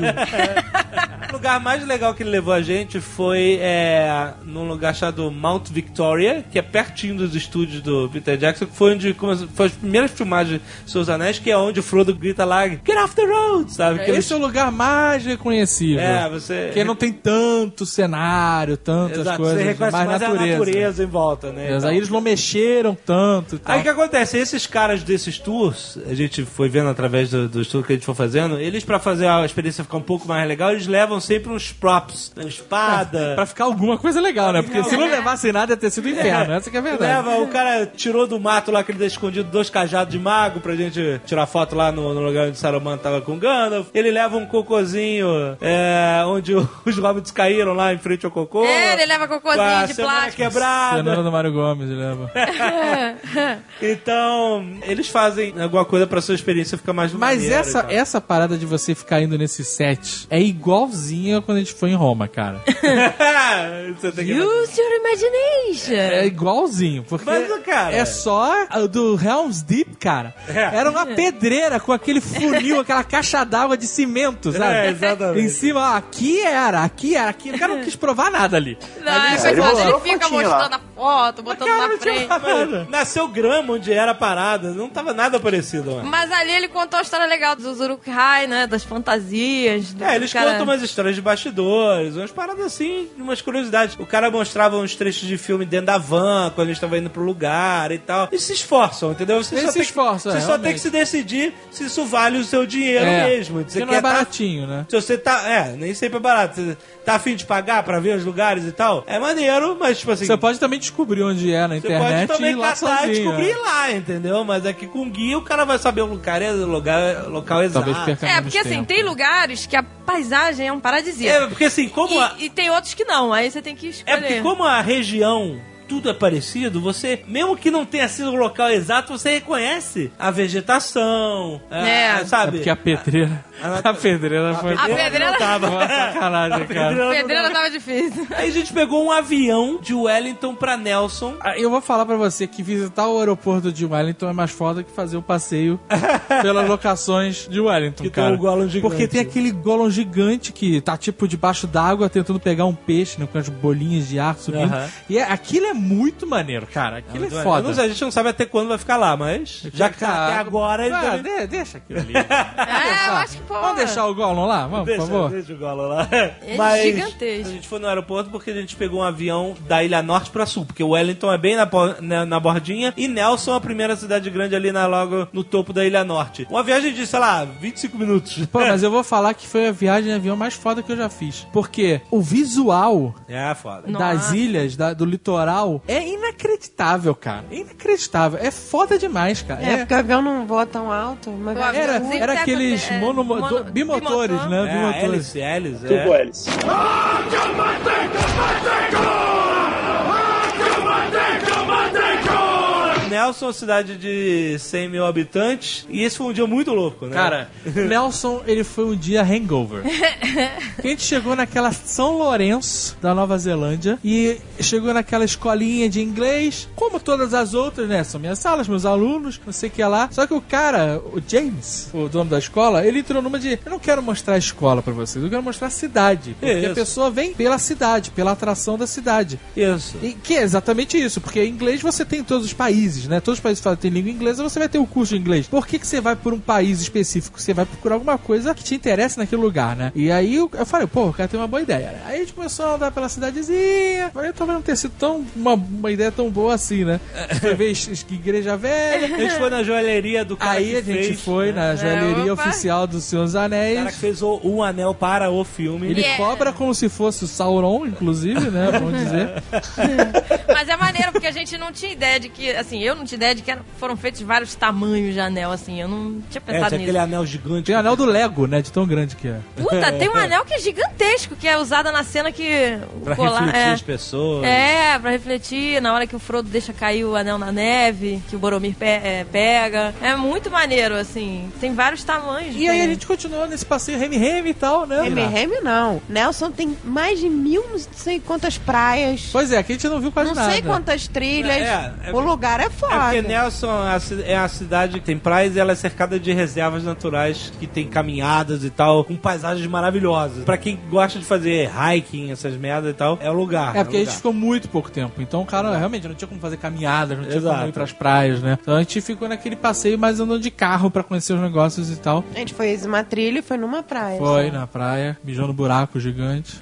Speaker 5: O lugar mais legal que ele levou a gente foi é, num lugar chamado Mount Victoria, que é pertinho dos estúdios do Peter Jackson, que foi onde começou, foi as primeiras filmagens de Seus Anéis, que é onde o Frodo grita lá, Get off the road, sabe? Que
Speaker 7: Esse é o lugar mais reconhecível.
Speaker 5: É, você-
Speaker 7: Porque não tem tanto cenário, tantas
Speaker 5: Exato,
Speaker 7: coisas,
Speaker 5: você reconhece
Speaker 7: mais
Speaker 5: mais
Speaker 7: natureza.
Speaker 5: a natureza em volta, né?
Speaker 7: Mas
Speaker 5: Então-
Speaker 7: Aí eles não mexeram tanto. e tal.
Speaker 5: Aí o que acontece? Esses caras desses tours, a gente foi vendo através do- dos tours que a gente foi fazendo, eles pra fazer a experiência ficar um pouco mais legal, eles levam sempre uns props, né? uma espada.
Speaker 7: É, Pra ficar alguma coisa legal, né? Porque se não levassem nada ia ter sido inferno. Essa que é a verdade.
Speaker 5: Leva, o cara tirou do mato lá que ele deixa escondido dois cajados de mago pra gente tirar foto lá no, no lugar onde Saruman tava com Gandalf. Ele leva um cocôzinho é, onde [laughs] o- os hobbits caíram lá em frente ao cocô.
Speaker 3: É, ele leva cocôzinho
Speaker 5: Com a
Speaker 3: de
Speaker 5: semana
Speaker 3: plástico.
Speaker 5: quebrada.
Speaker 7: Cenoura do Mário Gomes, ele leva.
Speaker 5: É Então, eles fazem alguma coisa pra sua experiência ficar mais
Speaker 7: Mas
Speaker 5: maneira e
Speaker 7: essa,
Speaker 5: tal.
Speaker 7: essa parada de você ficar indo nesses sets é igualzinha quando a gente foi em Roma, cara.
Speaker 5: [laughs] Você tem que-
Speaker 3: Use your imagination.
Speaker 7: É igualzinho, porque
Speaker 5: Mas, cara- É.
Speaker 7: é só a do Helm's Deep, cara. Era uma
Speaker 3: É.
Speaker 7: pedreira com aquele funil, aquela caixa d'água de cimento, sabe?
Speaker 5: É, exatamente.
Speaker 7: Em cima, ó, aqui era, aqui era, aqui. O cara não quis provar nada ali.
Speaker 3: Não, é
Speaker 4: sério,
Speaker 3: coitado,
Speaker 4: rolou
Speaker 3: ele
Speaker 4: uma
Speaker 3: fica
Speaker 4: fotinha lá.
Speaker 3: mostrando a foto, botando na frente.
Speaker 5: Mano, Nasceu grama onde era a parada, não tava nada parecido, né? mano.
Speaker 3: Mas ali ele contou a história legal dos Uruk-hai, né? Das fantasias. do
Speaker 5: É, eles
Speaker 3: cara-
Speaker 5: contam umas histórias de bastidores, umas paradas assim, umas curiosidades. O cara mostrava uns trechos de filme dentro da van, quando eles estavam indo pro lugar e tal. Eles se esforçam, entendeu? Você
Speaker 7: Eles
Speaker 5: só
Speaker 7: se
Speaker 5: tem que-
Speaker 7: esforçam,
Speaker 5: Você
Speaker 7: é,
Speaker 5: só
Speaker 7: realmente.
Speaker 5: tem que se decidir se isso vale o seu dinheiro
Speaker 7: É,
Speaker 5: mesmo.
Speaker 7: porque
Speaker 5: Você
Speaker 7: não é
Speaker 5: quer tá-
Speaker 7: baratinho, né?
Speaker 5: Se você tá. É, nem sempre é barato. Você tá afim de pagar pra ver os lugares e tal? É maneiro, mas tipo assim.
Speaker 7: Você pode também descobrir onde é na
Speaker 5: Você pode
Speaker 7: internet e
Speaker 5: também
Speaker 7: ir lá
Speaker 5: catar e
Speaker 7: sozinho.
Speaker 5: descobrir
Speaker 7: né?
Speaker 5: lá, entendeu? Mas aqui com guia o cara vai saber o lugar, é- lugar local exato.
Speaker 7: Talvez perca
Speaker 3: É,
Speaker 7: menos
Speaker 3: porque assim,
Speaker 7: tempo.
Speaker 3: tem lugares que a paisagem é um paradisíaco.
Speaker 5: É, porque assim, como a,
Speaker 3: E, e tem outros que não, aí você tem que escolher.
Speaker 5: é porque como a região tudo é parecido, você, mesmo que não tenha sido o local exato, você reconhece a vegetação, a-
Speaker 3: É.
Speaker 5: a-
Speaker 7: É
Speaker 5: sabe?
Speaker 7: porque a pedreira.
Speaker 5: Ah, A-
Speaker 7: [laughs] A pedreira foi.
Speaker 3: A
Speaker 5: não
Speaker 3: pedreira-
Speaker 7: [laughs] Foi uma
Speaker 5: tava.
Speaker 7: sacanagem, cara.
Speaker 5: não
Speaker 3: Pedreira
Speaker 5: tava.
Speaker 3: tava difícil.
Speaker 5: Aí a gente pegou um avião de Wellington pra Nelson.
Speaker 7: Ah, Eu vou falar pra você que visitar o aeroporto de Wellington é mais foda que fazer
Speaker 5: [laughs]
Speaker 7: o passeio pelas locações de Wellington,
Speaker 5: Que tem
Speaker 7: cara.
Speaker 5: um Gollum gigante.
Speaker 7: Porque tem aquele Gollum gigante que tá tipo debaixo d'água tentando pegar um peixe, né, com as bolinhas de ar subindo.
Speaker 5: Aham.
Speaker 7: E é- aquilo é muito maneiro, cara. Aquilo é,
Speaker 5: Eu
Speaker 7: foda.
Speaker 5: não sei, a gente não sabe até quando vai ficar lá, mas já que tá até agora, ele
Speaker 7: ah,
Speaker 5: deve-
Speaker 7: de- deixa
Speaker 5: [laughs]
Speaker 7: aquilo ali.
Speaker 3: É, eu acho que, pô.
Speaker 7: Vamos deixar o Gollum lá, vamos,
Speaker 5: Deixa,
Speaker 7: por favor.
Speaker 5: deixa o Gollum lá. [laughs]
Speaker 3: É
Speaker 5: Mas
Speaker 3: gigantesco.
Speaker 5: A gente foi no aeroporto porque a gente pegou um avião da Ilha Norte pra Sul, porque Wellington é bem na, po- na, na bordinha e Nelson é a primeira cidade grande ali na, logo no topo da Ilha Norte. Uma viagem de, sei lá, 25 minutos.
Speaker 7: Pô,
Speaker 3: É.
Speaker 7: mas eu vou falar que foi a viagem de avião mais foda que eu já fiz. Porque o visual
Speaker 5: É, foda.
Speaker 7: das ilhas, da- do litoral, é inacreditável, cara. Inacreditável. É foda demais, cara.
Speaker 6: É,
Speaker 7: É-
Speaker 6: porque o avião não voa tão alto. Mas é
Speaker 3: Pô,
Speaker 7: era
Speaker 3: Inclusive,
Speaker 7: era
Speaker 3: tá
Speaker 7: aqueles
Speaker 3: aconte- é,
Speaker 7: mono,
Speaker 3: mono-
Speaker 7: do- bimotores,
Speaker 3: bimotor.
Speaker 7: né?
Speaker 5: É, a
Speaker 7: Bimotores.
Speaker 5: hélice, hélice, é.
Speaker 4: Turbo Hélice.
Speaker 5: Nelson é uma cidade de 100 mil habitantes e esse foi um dia muito louco, né?
Speaker 7: Cara, Nelson, ele foi um dia hangover. Porque a gente chegou naquela São Lourenço da Nova Zelândia e chegou naquela escolinha de inglês, como todas as outras, né? São minhas salas, meus alunos, não sei o que lá. Só que o cara, o James, o dono da escola, ele entrou numa de: eu não quero mostrar a escola pra vocês, eu quero mostrar a cidade. Porque
Speaker 5: Isso.
Speaker 7: a pessoa vem pela cidade, pela atração da cidade.
Speaker 5: isso.
Speaker 7: E que é exatamente isso, porque inglês você tem em todos os países, né? Todos os países falam que tem língua inglesa, você vai ter o curso de inglês. Por que, que você vai por um país específico? Você vai procurar alguma coisa que te interessa naquele lugar, né? E aí eu, eu falei, pô, o cara tem uma boa ideia. né? Aí a gente começou a andar pela cidadezinha. Falei, talvez não tenha sido tão uma, uma ideia tão boa
Speaker 5: [laughs]
Speaker 7: assim, né? Foi ver es- es- igreja
Speaker 5: A [laughs]
Speaker 7: velha.
Speaker 5: gente foi na joalheria do cara
Speaker 7: Aí
Speaker 5: que
Speaker 7: a gente
Speaker 5: fez,
Speaker 7: foi na joalheria
Speaker 3: opa.
Speaker 7: oficial do Senhor dos
Speaker 5: O cara que
Speaker 7: Anéis.
Speaker 5: fez o, um anel para o filme.
Speaker 7: Ele
Speaker 5: [laughs]
Speaker 3: Yeah.
Speaker 7: cobra como se fosse o Sauron, inclusive, né? Vamos dizer.
Speaker 3: Mas é maneiro, porque a gente não tinha ideia de que, assim, eu não tinha ideia de que eram- foram feitos vários tamanhos de anel, assim, eu não tinha
Speaker 5: É, tinha
Speaker 3: pensado nisso.
Speaker 5: aquele anel gigante.
Speaker 7: Tem o anel do Lego, né? De tão grande que é.
Speaker 3: Puta,
Speaker 5: [laughs]
Speaker 3: tem um anel que é gigantesco, que é usado na cena que o
Speaker 5: Pra
Speaker 3: colar-
Speaker 5: refletir
Speaker 3: é.
Speaker 5: as pessoas.
Speaker 3: É, pra refletir, na hora que o Frodo deixa cair o anel na neve, que o Boromir pe- é, pega. É muito maneiro, assim. Tem vários tamanhos.
Speaker 7: E aí a
Speaker 3: diferentes.
Speaker 7: gente continuou nesse passeio remi-remi e tal, né?
Speaker 6: Né? Remy Remy não. Nelson tem mais de mil, não sei quantas praias.
Speaker 7: Pois é, que a gente não viu quase
Speaker 6: Não
Speaker 7: nada.
Speaker 6: sei quantas trilhas.
Speaker 5: É, é-
Speaker 6: o lugar é
Speaker 5: É
Speaker 6: foda.
Speaker 5: porque Nelson é a ci- é a cidade que tem praias e ela é cercada de reservas naturais que tem caminhadas e tal, com paisagens maravilhosas. Pra quem gosta de fazer hiking, essas merdas e tal, é o lugar.
Speaker 7: É, porque
Speaker 5: o
Speaker 7: a
Speaker 5: lugar.
Speaker 7: gente ficou muito pouco tempo. Então, cara, realmente não tinha como fazer caminhadas, não tinha
Speaker 5: Exato.
Speaker 7: como ir pras praias, né? Então a gente ficou naquele passeio, mas andando de carro pra conhecer os negócios e tal.
Speaker 6: A gente fez uma trilha e foi numa praia.
Speaker 7: Foi na praia, mijando buraco gigante.
Speaker 6: [laughs]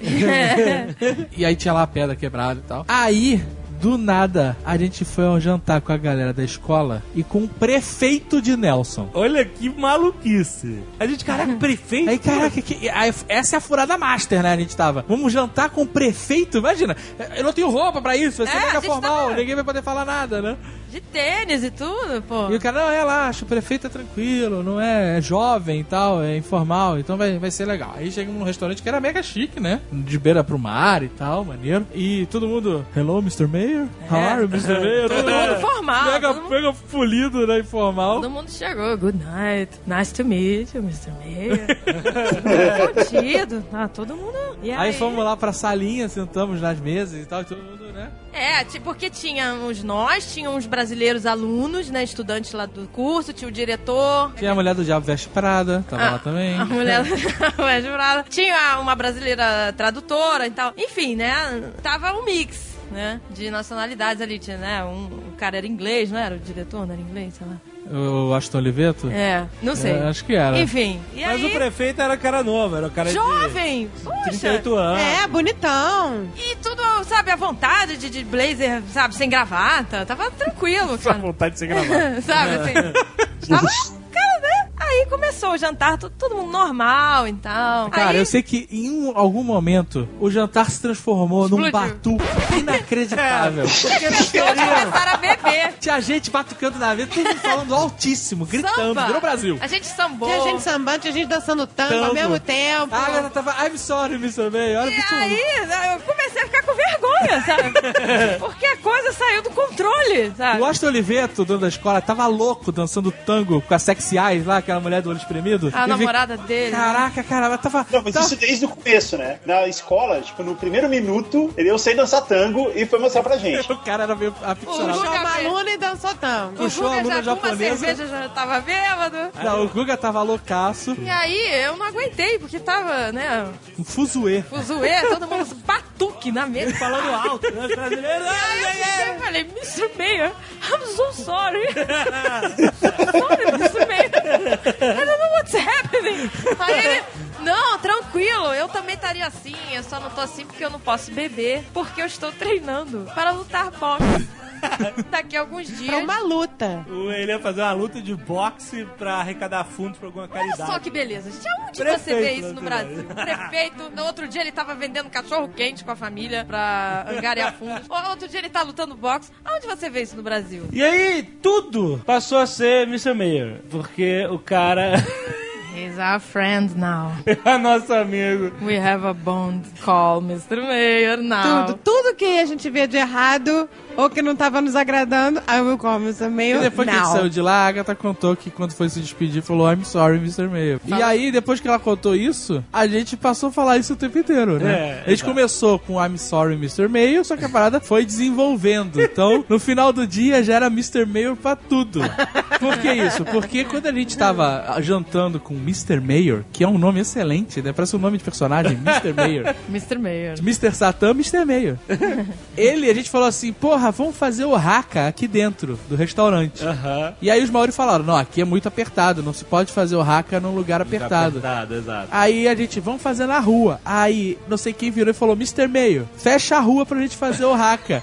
Speaker 7: e aí tinha lá a pedra quebrada e tal. Aí, do nada, a gente foi a um jantar com a galera da escola e com o prefeito de Nelson.
Speaker 5: Olha que maluquice. A gente, caraca, prefeito.
Speaker 7: Aí, caraca, que- aí, essa é a furada master, né? A gente tava. Vamos jantar com o prefeito? Imagina, eu não tenho roupa pra isso, vai ser
Speaker 3: É, a
Speaker 7: mega
Speaker 3: gente
Speaker 7: formal,
Speaker 3: tava-
Speaker 7: ninguém vai poder falar nada, né?
Speaker 3: De tênis e tudo, pô.
Speaker 7: E o cara, não, relaxa, o prefeito é tranquilo, não é, é jovem e tal, é informal, então vai, vai ser legal. Aí chega num restaurante que era mega chique, né? De beira pro mar e tal, maneiro. E todo mundo, hello, Mr. Mayor? How are you, Mr.
Speaker 3: [laughs]
Speaker 7: Mayor?
Speaker 3: É. Todo mundo formal,
Speaker 7: [laughs] Mega,
Speaker 3: todo mundo-
Speaker 7: mega polido, né, informal.
Speaker 3: Todo mundo chegou. Good night. Nice to meet you, Mr. [laughs] Mayor. Contido. Ah, todo mundo. E
Speaker 7: Aí fomos lá pra salinha, sentamos nas mesas e tal, e todo mundo, né?
Speaker 3: É, ti- porque tínhamos nós, tinha uns brasileiros alunos, né? Estudantes lá do curso, tinha o diretor.
Speaker 7: Tinha a mulher do Diabo Veste Prada, tava
Speaker 3: Ah.
Speaker 7: lá
Speaker 3: [laughs]
Speaker 7: também. É.
Speaker 3: A mulher, [laughs] a mulher jurada. Tinha uma brasileira tradutora e tal. Enfim, né? Tava um mix, né? De nacionalidades ali. Tinha, né? Um, o cara era inglês, não era? O diretor não era inglês, sei lá.
Speaker 7: O Aston Oliveto?
Speaker 3: É, não sei.
Speaker 7: É, acho que era.
Speaker 3: Enfim. E
Speaker 5: Mas o
Speaker 3: aí,
Speaker 5: prefeito era cara novo, era o cara
Speaker 3: jovem!
Speaker 5: de
Speaker 3: Poxa!
Speaker 5: 38 anos.
Speaker 6: É, bonitão.
Speaker 3: E tudo, sabe, à vontade de, de blazer, sabe, sem gravata. Tava tranquilo, cara. [laughs]
Speaker 5: vontade de ser gravado.
Speaker 3: sabe,
Speaker 7: É.
Speaker 3: assim. Tava, cara, né? Aí começou o jantar, tu- todo mundo normal e tal.
Speaker 7: Cara,
Speaker 3: aí,
Speaker 7: eu sei que em um- algum momento o jantar se transformou num
Speaker 3: Explodiu. [laughs]
Speaker 7: batuque inacreditável.
Speaker 3: pessoas começaram a beber.
Speaker 7: Tinha gente batucando na mesa, todo mundo falando altíssimo, [laughs] gritando,
Speaker 3: Samba.
Speaker 7: virou Brasil.
Speaker 3: A gente sambou.
Speaker 6: Tinha gente sambando, tinha gente dançando tango,
Speaker 7: Tango.
Speaker 6: ao mesmo tempo.
Speaker 7: Ah, a galera tava, I'm sorry, Miss May, olha
Speaker 3: E
Speaker 7: que
Speaker 3: aí, né,
Speaker 7: tudo.
Speaker 3: eu comecei a ficar com vergonha, sabe?
Speaker 7: [laughs]
Speaker 3: Porque a coisa saiu do controle, sabe?
Speaker 7: O Astro Oliveto, dono da escola, tava louco dançando tango com a Sexy Eyes lá, aquela mulher do olho espremido.
Speaker 3: A
Speaker 7: Eu vi-
Speaker 3: namorada dele.
Speaker 7: Caraca, cara, ela tava...
Speaker 4: Não, mas
Speaker 5: Tá.
Speaker 7: tava-
Speaker 4: isso desde o começo, né? Na escola, tipo, no primeiro minuto, ele eu sei dançar tango e foi mostrar pra gente.
Speaker 7: [laughs] O cara era meio aficionado.
Speaker 3: Puxa.
Speaker 6: Puxou uma aluna e dançou tango.
Speaker 3: o
Speaker 7: puxou é a
Speaker 3: Guga
Speaker 7: aluna
Speaker 3: já com uma
Speaker 7: japonesa.
Speaker 3: cerveja já tava bêbado.
Speaker 7: Não, o Guga tava loucaço,
Speaker 3: E aí, eu não aguentei, porque tava, né,
Speaker 7: um fuzuê.
Speaker 3: o zoeiro, todo mundo assim, batuque na mesa.
Speaker 5: Falando alto, né? Os brasileiros.
Speaker 3: Aí
Speaker 5: "Ai, ai, ai".
Speaker 3: eu falei, Mr. Mayor, I'm so sorry. [laughs] sorry, Mr. Mayor. I don't know what's happening. Aí ele, não, tranquilo, eu também estaria assim, eu só não tô assim porque eu não posso beber, porque eu estou treinando para lutar boxe. Daqui a alguns
Speaker 6: Pra
Speaker 3: dias.
Speaker 6: uma luta.
Speaker 5: O- Ele ia fazer uma luta de boxe pra arrecadar fundos pra alguma
Speaker 3: Olha
Speaker 5: caridade.
Speaker 3: só que beleza, gente. Aonde você
Speaker 5: Prefeito,
Speaker 3: vê isso no
Speaker 5: né,
Speaker 3: Brasil? Prefeito, no outro dia ele tava vendendo cachorro quente com a família pra angariar fundos. O- Outro dia ele tá lutando boxe. Aonde você vê isso no Brasil?
Speaker 5: E aí, tudo passou a ser Mr. Mayor, porque o cara
Speaker 3: He's our friend now.
Speaker 5: [laughs] é nosso amigo.
Speaker 3: We have a bond. Call Mr. Mayor now.
Speaker 6: Tudo, tudo que a gente via de errado ou que não tava nos agradando, I will come também.
Speaker 7: E depois que a gente saiu de lá, a Agatha contou que quando foi se despedir, falou I'm sorry, Mr. Mayor. E aí, depois que ela contou isso, a gente passou a falar isso o tempo inteiro, né?
Speaker 5: É,
Speaker 7: a gente começou com I'm sorry, Mr. Mayor, só que a parada foi desenvolvendo. Então, no final do dia, já era Mr. Mayor pra tudo. Por que isso? Porque quando a gente tava jantando com Mr. Mayor, que é um nome excelente, né? Parece um nome de personagem, Mr. Mayor.
Speaker 3: Mr. Mayor.
Speaker 7: Mr. Satã, Mr. Mayor.
Speaker 5: [laughs]
Speaker 7: Ele, a gente falou assim, porra, vamos fazer o haka aqui dentro do restaurante.
Speaker 5: Aham.
Speaker 7: E aí os maori falaram, não, aqui é muito apertado, não se pode fazer o haka num lugar [laughs] apertado.
Speaker 5: Apertado, exato.
Speaker 7: Aí a gente, vamos fazer na rua. Aí, não sei quem virou e falou, Mr. Mayor, fecha a rua pra gente fazer
Speaker 5: [laughs]
Speaker 7: o haka.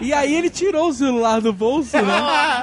Speaker 7: e aí ele tirou o celular do bolso, né?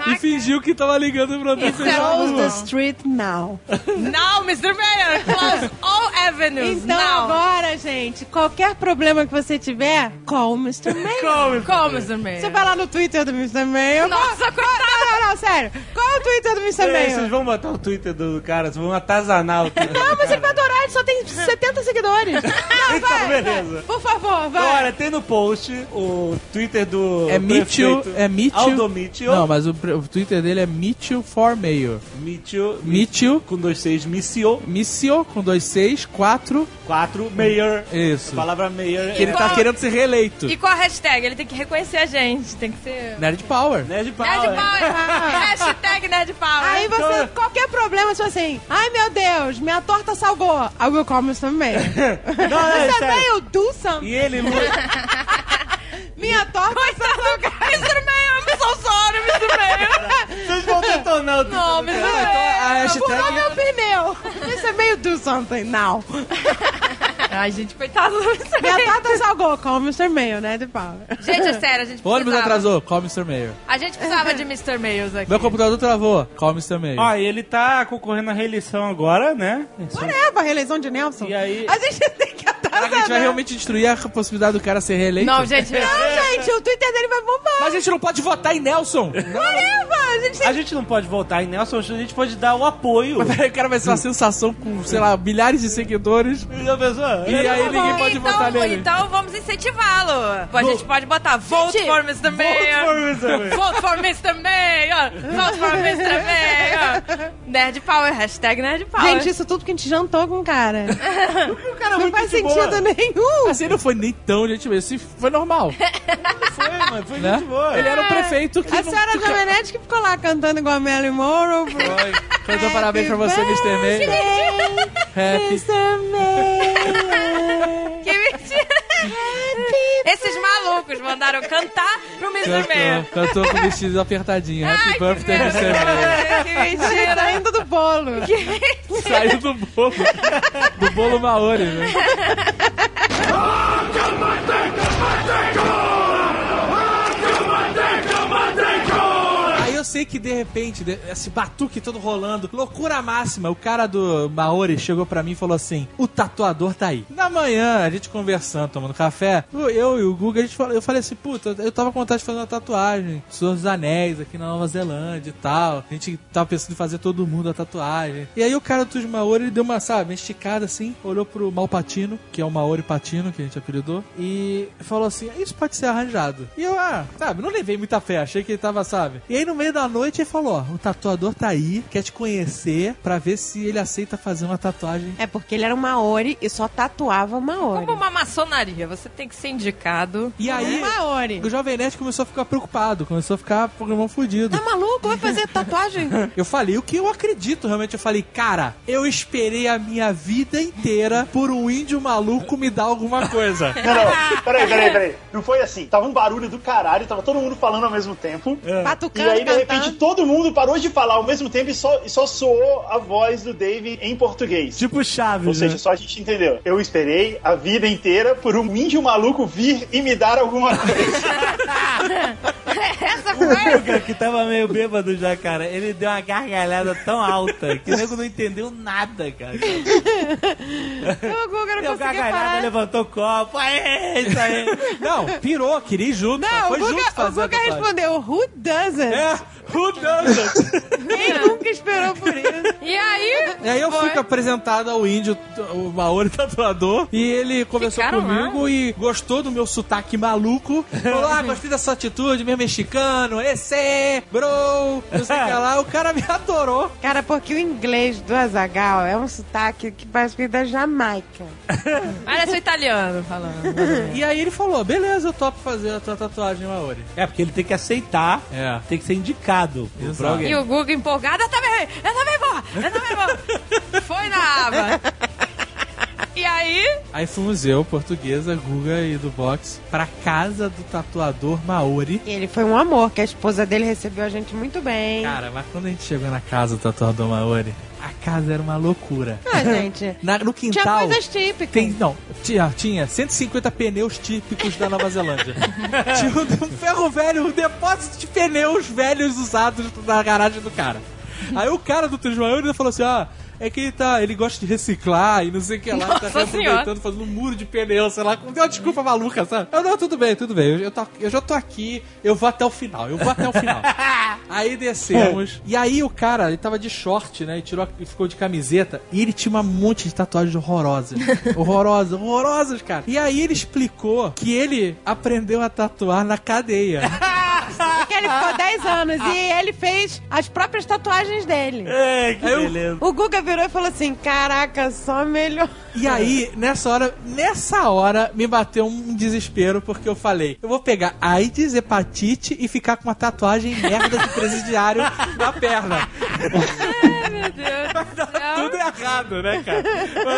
Speaker 7: e fingiu que tava
Speaker 5: é
Speaker 7: ligando pra não fechar a
Speaker 6: Close the
Speaker 7: rua.
Speaker 6: street now.
Speaker 3: Now, Mr. Mayor, close all revenues.
Speaker 6: Então
Speaker 3: Now.
Speaker 6: agora, gente, qualquer problema que você tiver, call o Mr. Mayor.
Speaker 5: Come.
Speaker 3: Como, Mr. é Mayor?
Speaker 6: Você vai lá no Twitter do Mr. Mayor.
Speaker 3: Nossa, coitada!
Speaker 6: Não, não, não, sério. Qual o Twitter do Mr.
Speaker 5: É, Vocês
Speaker 6: Mayor?
Speaker 5: vão botar o Twitter do cara, vocês vão atazanar o
Speaker 7: [laughs]
Speaker 5: Twitter.
Speaker 6: Não, mas ele vai adorar, ele só [laughs] tem 70 seguidores. Não, vai, vai.
Speaker 5: beleza. Então,
Speaker 6: Por favor, vai.
Speaker 5: Olha, tem no post o Twitter do.
Speaker 7: É Mitchell,
Speaker 5: prefeito
Speaker 7: é Mitchell.
Speaker 5: Aldo Mitchell.
Speaker 7: Não, mas o, pre- o Twitter dele é Mitchell for Mayor.
Speaker 5: Mitchell.
Speaker 7: Mitchell,
Speaker 5: Com dois seis, Missio.
Speaker 7: Missio com 264.
Speaker 5: 4, Mayor.
Speaker 7: Isso.
Speaker 5: A palavra Mayor
Speaker 7: Que ele
Speaker 5: é
Speaker 7: tá querendo ser reeleito.
Speaker 3: E qual a hashtag? Ele tem que reconhecer a gente, tem que ser...
Speaker 7: Nerd Power.
Speaker 5: Nerd Power.
Speaker 3: Nerd Power! hashtag Nerd Power!
Speaker 6: Aí você, qualquer problema, tipo assim, ai meu Deus, minha torta salgou. I will call Mr.
Speaker 5: [laughs]
Speaker 6: Mayor.
Speaker 5: Não, não, é
Speaker 6: Mr.
Speaker 5: sério.
Speaker 6: Mayor, do something.
Speaker 5: E ele luta.
Speaker 6: Minha torta salgou.
Speaker 3: Mr. Mayor, I'm so sorry, Mr. Mayor!
Speaker 5: Vocês vão detonar o Twitter.
Speaker 3: Não,
Speaker 5: [laughs] do
Speaker 3: Mr.
Speaker 5: cara.
Speaker 3: Mayor!
Speaker 7: A
Speaker 6: Furou
Speaker 7: hashtag.
Speaker 6: meu pneu. Mr. Mayor, do something now.
Speaker 3: Ai, gente, coitado do Mr.
Speaker 6: Minha
Speaker 3: Mayor.
Speaker 6: torta salgou. Call Mr. Mayor, né, de pau.
Speaker 3: Gente, é sério, a gente
Speaker 7: O ônibus
Speaker 3: precisava.
Speaker 7: atrasou, call Mr. Mayor.
Speaker 3: A gente precisava de Mr. Mayors aqui.
Speaker 7: Meu computador travou, call Mr. Mayor.
Speaker 5: Ó, e ele tá concorrendo à reeleição agora, né?
Speaker 6: Whatever, a reeleição de Nelson.
Speaker 5: E aí-
Speaker 6: A gente [laughs] tem que atrasar,
Speaker 7: Será que a gente vai
Speaker 6: né?
Speaker 7: realmente destruir a possibilidade do cara ser reeleito?
Speaker 3: Não, gente,
Speaker 6: Não, gente, o Twitter dele vai bombar.
Speaker 7: Mas a gente não pode votar em Nelson!
Speaker 6: Whatever, a gente tem
Speaker 5: A gente não pode votar em Nelson, a gente pode dar o apoio.
Speaker 7: Mas peraí, o cara vai ser uma sensação com, sei lá, milhares de seguidores.
Speaker 5: Já pensou?
Speaker 7: E aí ninguém pode
Speaker 3: então,
Speaker 7: votar nele.
Speaker 3: então vamos incentivá-lo. A gente pode botar vote
Speaker 6: Gente,
Speaker 3: for Mr. Mayor.
Speaker 5: Vamos, vamos.
Speaker 3: Vote for Mr. Mayor! Vote for Mr. Mayor! Nerd Power, hashtag Nerd Power.
Speaker 6: Gente, isso tudo porque a gente jantou com o [laughs] cara.
Speaker 5: O cara é
Speaker 6: Não
Speaker 5: muito
Speaker 6: faz
Speaker 5: gente
Speaker 6: sentido
Speaker 5: boa.
Speaker 6: nenhum.
Speaker 7: Assim, não foi nem tão gente mesmo, assim, foi normal,
Speaker 5: Foi, mano, foi
Speaker 7: né?
Speaker 5: gente boa.
Speaker 7: Ele era o prefeito que
Speaker 6: A
Speaker 7: não-
Speaker 6: senhora Jovenete que ficou lá cantando igual a Melly Moro. [laughs]
Speaker 7: Quero dar um parabéns pra você, Mr. May. Happy.
Speaker 6: May.
Speaker 3: Que mentira! Esses malucos mandaram cantar pro Mr. Mayor.
Speaker 7: Cantou, cantou com o vestido apertadinho.
Speaker 3: Ai,
Speaker 7: Happy
Speaker 3: que
Speaker 7: birthday,
Speaker 3: merda.
Speaker 7: Mr. May.
Speaker 3: Que
Speaker 6: Tira
Speaker 3: mentira!
Speaker 6: tá saindo do bolo.
Speaker 7: Saiu do bolo. Do bolo Maori, né? Aí eu sei que de repente, de- esse batuque todo rolando, loucura máxima. O cara do Maori chegou pra mim e falou assim: o tatuador tá aí. Na manhã, a gente conversando, tomando café, eu- eu e o Guga, a gente falou, eu falei assim: puta, eu tava com vontade de fazer uma tatuagem, Senhor dos Anéis, aqui na Nova Zelândia e tal. A gente tava pensando em fazer todo mundo a tatuagem. E aí o cara dos Maori, ele deu uma, sabe, uma esticada assim, olhou pro Malpatino, que é o Maori Patino, que a gente apelidou, e falou assim: isso pode ser arranjado. E eu, ah, sabe, não levei muita fé, achei que ele tava, sabe. E aí no meio da noite ele falou: ó, o tatuador tá aí, quer te conhecer pra ver se ele aceita fazer uma tatuagem.
Speaker 6: É porque ele era um Maori e só tatuava Maori.
Speaker 3: Como uma maçonaria, você tem que ser indicado.
Speaker 7: E
Speaker 6: Um
Speaker 7: aí
Speaker 6: Maori.
Speaker 7: o Jovem Nerd começou a ficar preocupado, começou a ficar programão fudido.
Speaker 6: Tá maluco? Vai
Speaker 7: [laughs]
Speaker 6: fazer tatuagem?
Speaker 7: Eu falei o que eu acredito, realmente. Eu falei, cara, eu esperei a minha vida inteira por um índio maluco me dar alguma coisa.
Speaker 4: Não, não, peraí, peraí, peraí. Não foi assim. Tava um barulho do caralho, tava todo mundo falando ao mesmo tempo. E
Speaker 5: É.
Speaker 6: Batucando,
Speaker 4: aí, de repente,
Speaker 6: cantando.
Speaker 4: todo mundo parou de falar ao mesmo tempo e só, e só soou a voz do Dave em português.
Speaker 5: Tipo Chaves,
Speaker 4: Ou seja,
Speaker 5: né?
Speaker 4: só a gente entendeu. Eu esperei a vida inteira por um índio maluco vir e me dar alguma
Speaker 5: [laughs]
Speaker 4: coisa.
Speaker 3: Essa foi.
Speaker 5: O cara que tava meio bêbado já, cara, ele deu uma gargalhada tão alta que o nego não entendeu nada, cara.
Speaker 6: O Guga não
Speaker 5: Deu
Speaker 6: conseguia
Speaker 5: gargalhada,
Speaker 6: parar.
Speaker 5: levantou o copo, aê, isso aí.
Speaker 7: Não, pirou, queria ir junto.
Speaker 6: Não, o
Speaker 7: foi junto
Speaker 6: Guga, o
Speaker 7: fazer a
Speaker 6: Guga
Speaker 7: tatuagem.
Speaker 6: respondeu, who doesn't?
Speaker 7: [laughs] É, who does it?
Speaker 6: Quem nunca esperou por isso?
Speaker 3: E aí,
Speaker 7: E aí eu
Speaker 3: Foi.
Speaker 7: fico apresentado ao índio, o Maori [laughs] tatuador, e ele conversou
Speaker 3: Ficaram
Speaker 7: comigo e gostou do meu sotaque maluco. Falou, ah, gostei da sua atitude, meio mexicano, esse, é, bro, não sei o que lá. O cara me adorou.
Speaker 6: Cara, porque o inglês do Azagal é um sotaque que parece que é da Jamaica.
Speaker 3: parece o italiano falando.
Speaker 7: E aí ele falou, beleza, eu topo fazer a tua tatuagem, Maori.
Speaker 5: É, porque ele tem que aceitar,
Speaker 7: É.
Speaker 5: tem que ser indicado pro- pra
Speaker 7: Exato.
Speaker 5: alguém.
Speaker 3: E o Guga empolgado, eu também, eu também vou, eu também vou. Foi na aba. E aí,
Speaker 7: Aí fomos eu, portuguesa, Guga e do Box, pra casa do tatuador Maori.
Speaker 6: E ele foi um amor, que a esposa dele recebeu a gente muito bem.
Speaker 7: Cara, mas quando a gente chegou na casa do tatuador Maori, a casa era uma loucura. [laughs]
Speaker 6: Ah, gente.
Speaker 7: Na- no
Speaker 6: Tinha
Speaker 7: quintal.
Speaker 6: coisas típicas.
Speaker 7: Tem, não, tinha, tinha 150 pneus típicos da Nova Zelândia. tinha um, um ferro velho, um depósito de pneus velhos usados na garagem do cara. Aí o cara do Trismael ele falou assim: ó. é que ele tá. Ele gosta de reciclar e não sei o que lá.
Speaker 3: Nossa
Speaker 7: tá reaproveitando,
Speaker 3: Senhora.
Speaker 7: fazendo um muro de pneu, sei lá, com tem uma desculpa maluca, sabe? Eu, não, tudo bem, tudo bem. Eu, eu, tô- eu já tô aqui, eu vou até o final, eu vou até
Speaker 3: [laughs]
Speaker 7: o final. aí descemos.
Speaker 3: É.
Speaker 7: e aí o cara, ele tava de short, né? E tirou e ficou de camiseta. E ele tinha um monte de
Speaker 3: [laughs]
Speaker 7: tatuagens horrorosas. horrorosas, horrorosas, cara. E aí ele explicou que ele aprendeu a tatuar na cadeia.
Speaker 6: Porque
Speaker 7: [laughs]
Speaker 6: ele ficou 10 anos e ele fez as próprias tatuagens dele.
Speaker 5: É, que
Speaker 7: Aí eu-
Speaker 5: beleza.
Speaker 6: O Guga virou e falou assim: Caraca, só melhor.
Speaker 7: E aí, nessa hora, nessa hora, me bateu um desespero, porque eu falei, eu vou pegar AIDS, hepatite e ficar com uma tatuagem merda de presidiário na perna.
Speaker 3: Meu Deus do
Speaker 7: Tudo
Speaker 3: céu.
Speaker 7: errado, né, cara?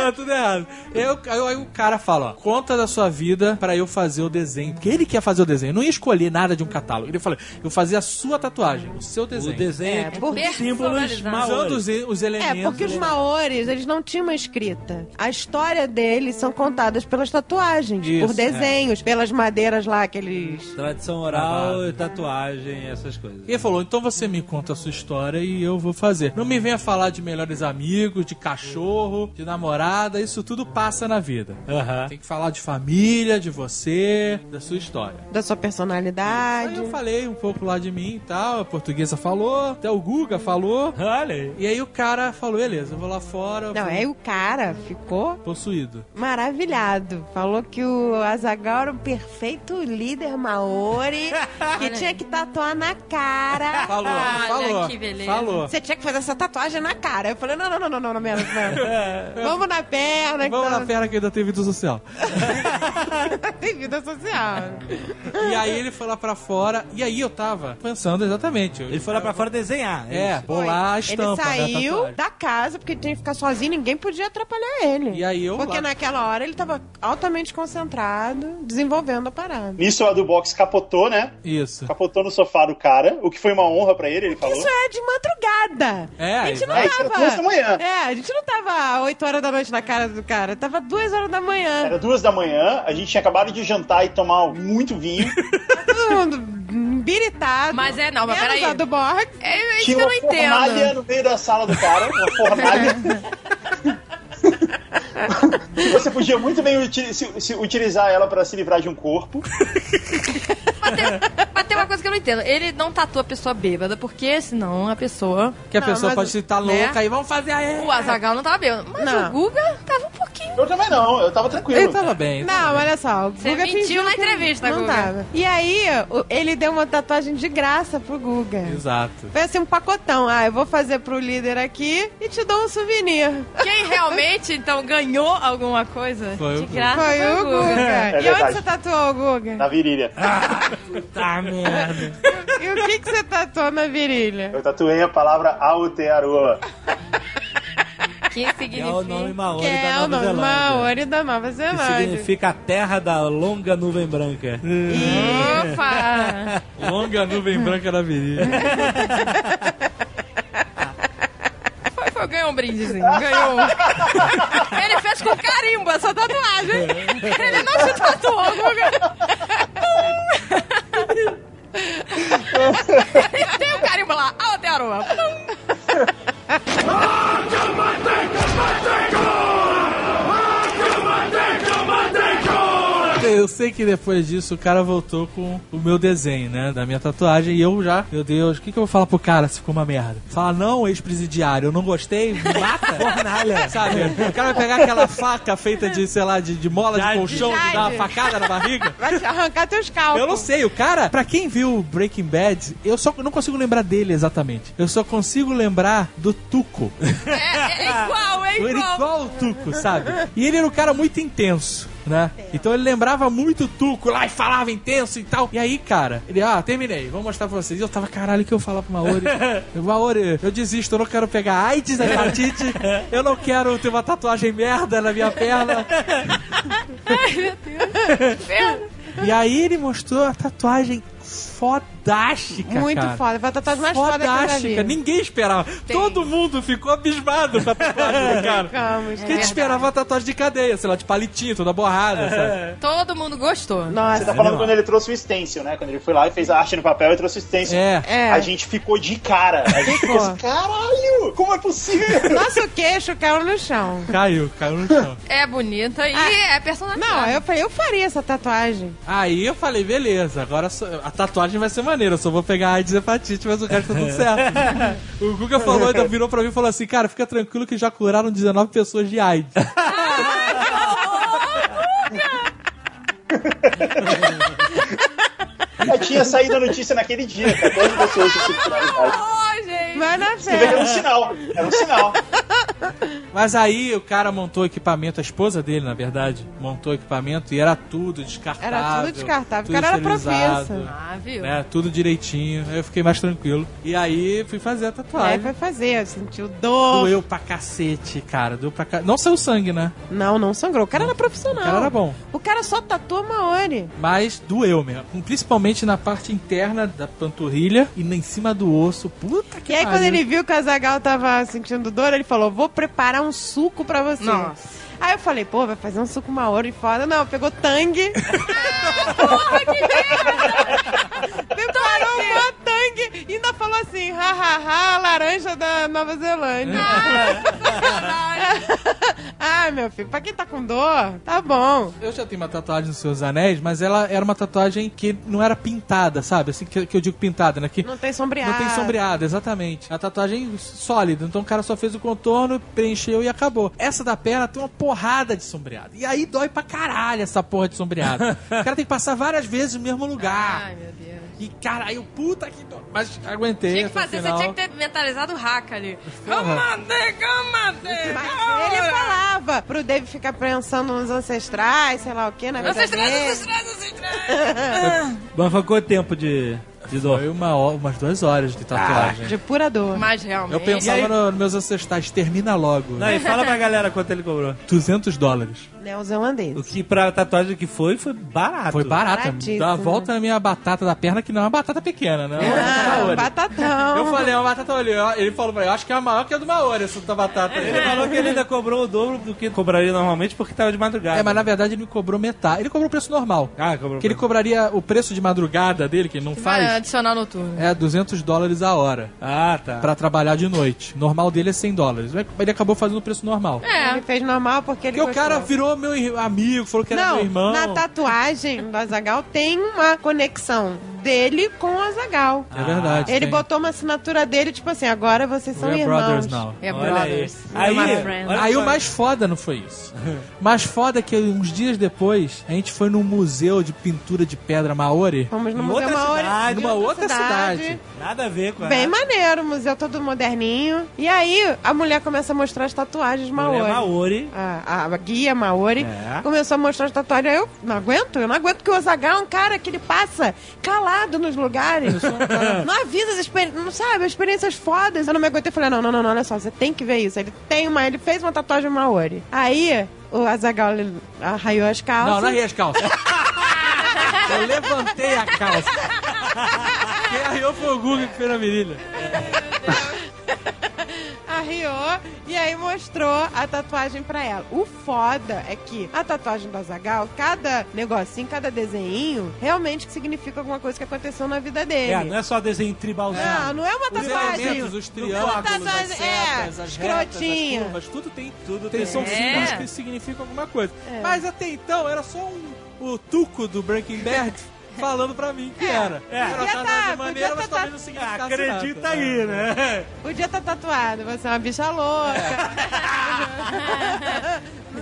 Speaker 7: Ah, Tudo errado. Eu, aí, aí o cara fala, ó, conta da sua vida pra eu fazer o desenho. Porque ele quer fazer o desenho, eu não ia escolher nada de um catálogo. Ele falou, eu vou fazer a sua tatuagem, o seu desenho. é
Speaker 5: O desenho é, tipo,
Speaker 6: por-
Speaker 5: símbolos
Speaker 3: personalizado.
Speaker 7: Usando
Speaker 5: maus.
Speaker 7: os, os elementos.
Speaker 6: É, porque os maores, eles não tinham uma escrita. A história deles são contadas pelas tatuagens,
Speaker 7: Isso, é.
Speaker 6: por desenhos, pelas madeiras lá que eles.
Speaker 5: Tradição oral, tatuagem, essas coisas.
Speaker 7: E ele falou: então você me conta a sua história e eu vou fazer. Não me venha falar de melhores amigos, de cachorro, de namorada, isso tudo passa na vida.
Speaker 5: Aham.
Speaker 7: Tem que falar de família, de você, da sua história.
Speaker 6: Da sua
Speaker 7: Aí
Speaker 6: personalidade.
Speaker 7: eu falei um pouco lá de mim e tal, a portuguesa falou, até o Guga falou.
Speaker 5: Olha aí.
Speaker 7: E aí o cara falou: beleza, eu vou lá fora. eu
Speaker 6: Não,
Speaker 7: fui
Speaker 6: aí o cara ficou
Speaker 3: é. [laughs]
Speaker 7: Possuído.
Speaker 6: maravilhado. Falou que o Azagal era o perfeito
Speaker 7: [laughs]
Speaker 6: líder maori, que tinha que tatuar na cara.
Speaker 7: Falou,
Speaker 3: Olha
Speaker 7: falou.
Speaker 3: que beleza.
Speaker 7: Falou.
Speaker 6: Você tinha que fazer essa tatuagem na cara. Eu falei, não, não, não, não, não,
Speaker 7: [laughs]
Speaker 6: não, não, não. Vamos na perna. que
Speaker 7: Vamos
Speaker 6: tá-
Speaker 7: na perna que ainda tem vídeo social.
Speaker 6: [laughs] Tem vida social.
Speaker 7: E aí ele foi lá pra fora, e aí eu tava pensando exatamente. eu-
Speaker 5: Ele foi lá pra fora desenhar.
Speaker 7: É,
Speaker 5: isso.
Speaker 7: bolar a
Speaker 6: Ele
Speaker 7: estampa da
Speaker 6: saiu
Speaker 7: tatuagem.
Speaker 6: da casa, porque tinha que ficar sozinho, ninguém podia atrapalhar ele.
Speaker 7: E aí eu
Speaker 6: Porque
Speaker 7: lá.
Speaker 6: naquela hora ele tava altamente concentrado, desenvolvendo a parada.
Speaker 4: Nisso, a do box capotou, né?
Speaker 7: Isso.
Speaker 4: Capotou no sofá do cara, o que foi uma honra pra ele, ele falou.
Speaker 6: Isso é de madrugada.
Speaker 7: É,
Speaker 6: a gente não
Speaker 4: vai. É, isso era
Speaker 6: tava.
Speaker 4: duas da manhã.
Speaker 6: É, a gente não tava 8 horas da noite na cara do cara, tava 2 horas da manhã.
Speaker 4: Era duas da manhã, a gente tinha acabado de jantar e tomar muito vinho.
Speaker 6: Todo mundo embiritado.
Speaker 3: Mas é, não, mas
Speaker 6: menos
Speaker 3: peraí.
Speaker 6: a do Borg.
Speaker 3: É isso que
Speaker 4: tinha
Speaker 3: eu
Speaker 4: uma
Speaker 3: não
Speaker 4: fornalha
Speaker 3: entendo.
Speaker 4: no meio da sala do cara, uma fornalha. Você podia muito bem uti- se- se utilizar ela pra se livrar de um corpo.
Speaker 3: Mas tem uma coisa que eu não entendo. Ele não tatua a pessoa bêbada, porque senão a pessoa.
Speaker 7: Que a
Speaker 6: Não,
Speaker 7: pessoa
Speaker 6: mas-
Speaker 7: pode estar
Speaker 3: né?
Speaker 7: louca aí, vamos fazer aí.
Speaker 3: O Azagal não tava bêbado. Mas
Speaker 6: Não.
Speaker 3: o Guga tava um pouquinho.
Speaker 4: Eu também não, eu tava
Speaker 7: Ele
Speaker 4: tranquilo.
Speaker 7: tava bem.
Speaker 6: Não, olha só. O
Speaker 3: Você
Speaker 6: Guga
Speaker 3: mentiu
Speaker 6: fingiu
Speaker 3: na
Speaker 6: que
Speaker 3: entrevista,
Speaker 6: não
Speaker 3: Guga.
Speaker 6: Tava. E aí, o- ele deu uma tatuagem de graça pro Guga.
Speaker 7: Exato.
Speaker 6: Foi assim um pacotão. Ah, eu vou fazer pro líder aqui e te dou um souvenir.
Speaker 3: Quem realmente, então, ganhou alguma coisa?
Speaker 7: Foi o
Speaker 3: de
Speaker 7: Guga.
Speaker 3: graça
Speaker 6: Foi
Speaker 3: foi
Speaker 6: o Guga. e
Speaker 4: É verdade.
Speaker 6: onde você tatuou o Guga?
Speaker 4: Na virilha.
Speaker 5: Tá merda.
Speaker 6: E o que, que você tatuou na virilha?
Speaker 4: Eu tatuei a palavra Aotearoa.
Speaker 3: Que
Speaker 5: Que é o nome
Speaker 3: significa.
Speaker 5: maori
Speaker 6: Que é
Speaker 5: da Nova
Speaker 6: o nome
Speaker 5: Zelândia.
Speaker 6: Maori da Nova
Speaker 5: Que
Speaker 6: Zelândia.
Speaker 5: significa a terra da longa nuvem [laughs] branca.
Speaker 3: Opa!
Speaker 7: Longa nuvem branca na virilha.
Speaker 3: Foi, foi, ganhou um brindezinho.
Speaker 6: [laughs]
Speaker 3: Ganhou. um. Ele fez com carimbo essa tatuagem. Ele não se tatuou, Guga. E Tem o carimbo lá. Aotearoa.
Speaker 7: Eu sei que depois disso o cara voltou com o meu desenho, né? Da minha tatuagem. E eu já, meu Deus, o que, que eu vou falar pro cara se ficou uma merda? Fala, não, ex-presidiário, eu não gostei, me mata. [laughs] Fornalha. Sabe? O cara vai pegar aquela faca feita de, sei lá, de, de mola
Speaker 5: Jade.
Speaker 7: de colchão, de dar uma facada na barriga.
Speaker 6: Vai te arrancar teus calcos.
Speaker 7: Eu não sei, o cara, pra quem viu Breaking Bad, eu só não consigo lembrar dele exatamente. Eu só consigo lembrar do Tuco. [laughs]
Speaker 3: É, é
Speaker 6: [laughs]
Speaker 3: igual, é
Speaker 7: Ele
Speaker 3: igual.
Speaker 7: igual o Tuco, sabe? E ele era um cara muito intenso, né? Então ele lembrava muito o Tuco lá e falava intenso e tal. E aí, cara, ele, ah, terminei, vou mostrar pra vocês. E eu tava, caralho, o que eu falar pro Maori? Eu, Maori, eu desisto, eu não quero pegar AIDS, hepatite, eu não quero ter uma tatuagem merda na minha
Speaker 6: [laughs]
Speaker 7: perna. E aí ele mostrou a tatuagem fodástica,
Speaker 6: Muito
Speaker 7: cara.
Speaker 6: foda. Foi a tatuagem mais foda que eu já vi.
Speaker 7: Fodástica, ninguém esperava. Todo mundo ficou abismado com a tatuagem do
Speaker 6: [laughs]
Speaker 7: cara.
Speaker 6: Ficamos. É.
Speaker 7: Porque É a gente esperava a tatuagem de cadeia, sei lá, de palitinho, toda borrada, sabe?
Speaker 3: Todo mundo gostou.
Speaker 4: Você
Speaker 6: Nossa.
Speaker 4: tá falando quando ele trouxe o stencil, né? Quando ele foi lá e fez a arte no papel e trouxe o stencil.
Speaker 7: É.
Speaker 6: É.
Speaker 4: A gente ficou de cara. A gente ficou assim, caralho! Como é possível?
Speaker 6: Nosso queixo caiu no chão.
Speaker 7: Caiu, caiu no chão.
Speaker 3: É bonita e
Speaker 6: Ah.
Speaker 3: é personalizada.
Speaker 6: Não, eu falei, eu faria essa tatuagem.
Speaker 7: Aí eu falei, beleza, agora só- a tatuagem vai ser maneira, eu só vou pegar a AIDS e hepatite, mas o resto tá tudo
Speaker 6: [laughs]
Speaker 7: certo. o Guga falou, ainda virou pra mim e falou assim, cara, fica tranquilo que já curaram 19 pessoas de AIDS.
Speaker 4: Já tinha saído a notícia naquele dia, 14 pessoas tinham sido finalizadas.
Speaker 3: Ó, gente.
Speaker 6: Vai na
Speaker 4: Você vê que tipo,
Speaker 6: fé.
Speaker 4: era um sinal, era um sinal.
Speaker 7: Mas aí o cara montou equipamento, a esposa dele, na verdade, montou equipamento e era tudo descartável.
Speaker 6: Era tudo descartável, o cara era
Speaker 7: esterilizado,
Speaker 6: profissa.
Speaker 3: Ah, viu?
Speaker 7: Né, tudo direitinho, aí eu fiquei mais tranquilo. E aí fui fazer a
Speaker 6: Aí
Speaker 7: tatuagem.
Speaker 6: foi É, fazer, sentiu dor.
Speaker 7: Doeu pra cacete, cara. Doeu pra ca... Não saiu sangue, né?
Speaker 6: Não, não sangrou. O cara era profissional.
Speaker 7: O cara era bom.
Speaker 6: O cara só tatua Maori.
Speaker 7: Mas doeu mesmo. Principalmente na parte interna da panturrilha e na em cima do osso. Puta que
Speaker 6: E aí,
Speaker 7: pariu.
Speaker 6: quando ele viu que o Azagal tava sentindo dor, ele falou: Vou preparar um suco pra você.
Speaker 3: Nossa.
Speaker 6: Aí eu falei: Pô, vai fazer um suco Maori foda. Não, pegou tangue. Ah, Preparou uma tangue. E ainda falou assim: Ha ha ha, laranja da Nova Zelândia. [laughs] ah, meu filho, pra quem tá com dor, tá bom.
Speaker 7: Eu já tenho uma tatuagem nos seus anéis, mas ela era uma tatuagem que não era pintada, sabe? Assim que, que eu digo pintada, né? Que
Speaker 6: Não tem sombreado.
Speaker 7: não tem sombreado, exatamente. A tatuagem sólida. Então o cara só fez o contorno, preencheu e acabou. Essa da perna tem uma porrada de sombreado. E aí dói pra caralho essa porra de
Speaker 6: [laughs]
Speaker 7: sombreado. o cara tem que passar várias vezes no mesmo lugar.
Speaker 3: Ai, meu Deus.
Speaker 7: E caralho, puta que dó. Mas aguentei.
Speaker 3: Tinha que
Speaker 7: até o
Speaker 3: fazer,
Speaker 7: final.
Speaker 3: você tinha que ter mentalizado o hack ali.
Speaker 7: Porra.
Speaker 3: Comandei, comandei!
Speaker 6: Mas ele é falava pro Dave ficar pensando nos ancestrais, sei lá o que, na vida
Speaker 3: Vocês trazem,
Speaker 6: dele.
Speaker 3: vocês trazem, vocês trazem!
Speaker 5: Mas foi quanto tempo de, de dor?
Speaker 7: Foi uma ho- umas duas horas de tatuagem.
Speaker 6: De pura dor.
Speaker 3: Mas realmente.
Speaker 7: eu
Speaker 5: E
Speaker 7: pensava
Speaker 5: aí?
Speaker 7: no- nos meus ancestrais, termina logo.
Speaker 5: Não, e fala pra galera quanto ele cobrou.
Speaker 7: 200 dólares.
Speaker 6: Neozelandês.
Speaker 5: O que pra tatuagem que foi, foi barato.
Speaker 7: Foi barato.
Speaker 6: Baratíssimo.
Speaker 7: Dá uma volta na minha batata da perna, que não é uma batata pequena, né? É uma batata
Speaker 6: Ah,
Speaker 7: Maori.
Speaker 6: batatão.
Speaker 7: Eu falei, é uma batata olho. Ele falou pra mim, eu acho que é a maior que a do Maori, essa tua batata. aí.
Speaker 5: Ele falou que ele ainda cobrou o dobro do que cobraria normalmente porque tava de madrugada.
Speaker 7: É, mas na verdade ele me cobrou metade. Ele cobrou o preço normal.
Speaker 5: Ah, cobrou.
Speaker 7: Que ele cobraria o preço de madrugada dele, que ele não
Speaker 3: Vai
Speaker 7: faz,
Speaker 3: adicionar noturno.
Speaker 7: é 200 dólares a hora.
Speaker 5: Ah, tá.
Speaker 7: Pra trabalhar de noite. O normal dele é 100 dólares. Ele acabou fazendo o preço normal.
Speaker 6: Ele fez normal porque ele
Speaker 7: Porque o
Speaker 6: gostou.
Speaker 7: cara virou meu ir- amigo, falou que era
Speaker 6: Não,
Speaker 7: meu irmão.
Speaker 6: na tatuagem do Azagal tem uma conexão dele com o Azagal.
Speaker 7: É verdade.
Speaker 6: ele
Speaker 7: tem.
Speaker 6: botou uma assinatura dele, tipo assim, agora vocês são
Speaker 7: We're
Speaker 6: irmãos.
Speaker 7: brothers now.
Speaker 3: É
Speaker 5: Olha aí.
Speaker 3: brothers.
Speaker 5: Aí,
Speaker 3: We're my friends.
Speaker 5: olha
Speaker 7: Aí
Speaker 5: só.
Speaker 7: o mais foda não foi isso. mais foda é que uns dias depois, a gente foi num museu de pintura de pedra maori.
Speaker 6: Fomos no
Speaker 5: Em
Speaker 6: Museu
Speaker 5: outra
Speaker 6: Maori.
Speaker 5: cidade.
Speaker 6: de
Speaker 7: Numa outra cidade.
Speaker 5: Nada a ver com a...
Speaker 6: Bem maneiro, o museu todo moderninho. E aí, a mulher começa a mostrar as tatuagens
Speaker 5: Maori.
Speaker 6: Maori.
Speaker 5: Maori.
Speaker 6: a, a guia Maori,
Speaker 5: É.
Speaker 6: começou a mostrar as tatuagens. Aí Eu não aguento, eu não aguento que o Ozagal é um cara que ele passa calado nos lugares. não avisa as experiências, não sabe, as experiências fodas. Eu não me aguentei e falei, não, não, não, não, olha só, você tem que ver isso. Ele tem uma, ele fez uma tatuagem Maori. Aí... O Azagal arraiou as calças.
Speaker 7: Não, não arrei as calças. Eu levantei a calça. Quem arreou foi o Guga que fez na virilha.
Speaker 6: Arriou e aí mostrou a tatuagem pra ela. O foda é que a tatuagem do Azagal, cada negocinho, cada desenho, realmente significa alguma coisa que aconteceu na vida dele.
Speaker 5: É, não é só desenho tribalzinho.
Speaker 6: Não, não é uma
Speaker 7: Os
Speaker 6: tatuagem.
Speaker 7: elementos, os
Speaker 6: Não,
Speaker 7: triângulos, as
Speaker 6: tatuagem- é,
Speaker 7: setas, as retas, as
Speaker 6: escrotinha.
Speaker 7: curvas, tudo tem, tudo
Speaker 5: tem.
Speaker 7: são
Speaker 5: É.
Speaker 7: símbolos que significam alguma coisa.
Speaker 6: É.
Speaker 7: Mas até então era só um, o tuco do Breaking Bad falando pra mim que era. Era uma
Speaker 6: Podia tá,
Speaker 7: tatuagem
Speaker 6: podia
Speaker 7: maneira,
Speaker 6: tá,
Speaker 7: mas
Speaker 6: tá.
Speaker 7: talvez não significasse nada.
Speaker 5: Assim,
Speaker 7: É.
Speaker 5: Acredita aí, né?
Speaker 6: Podia estar tatuado, você é uma bicha louca.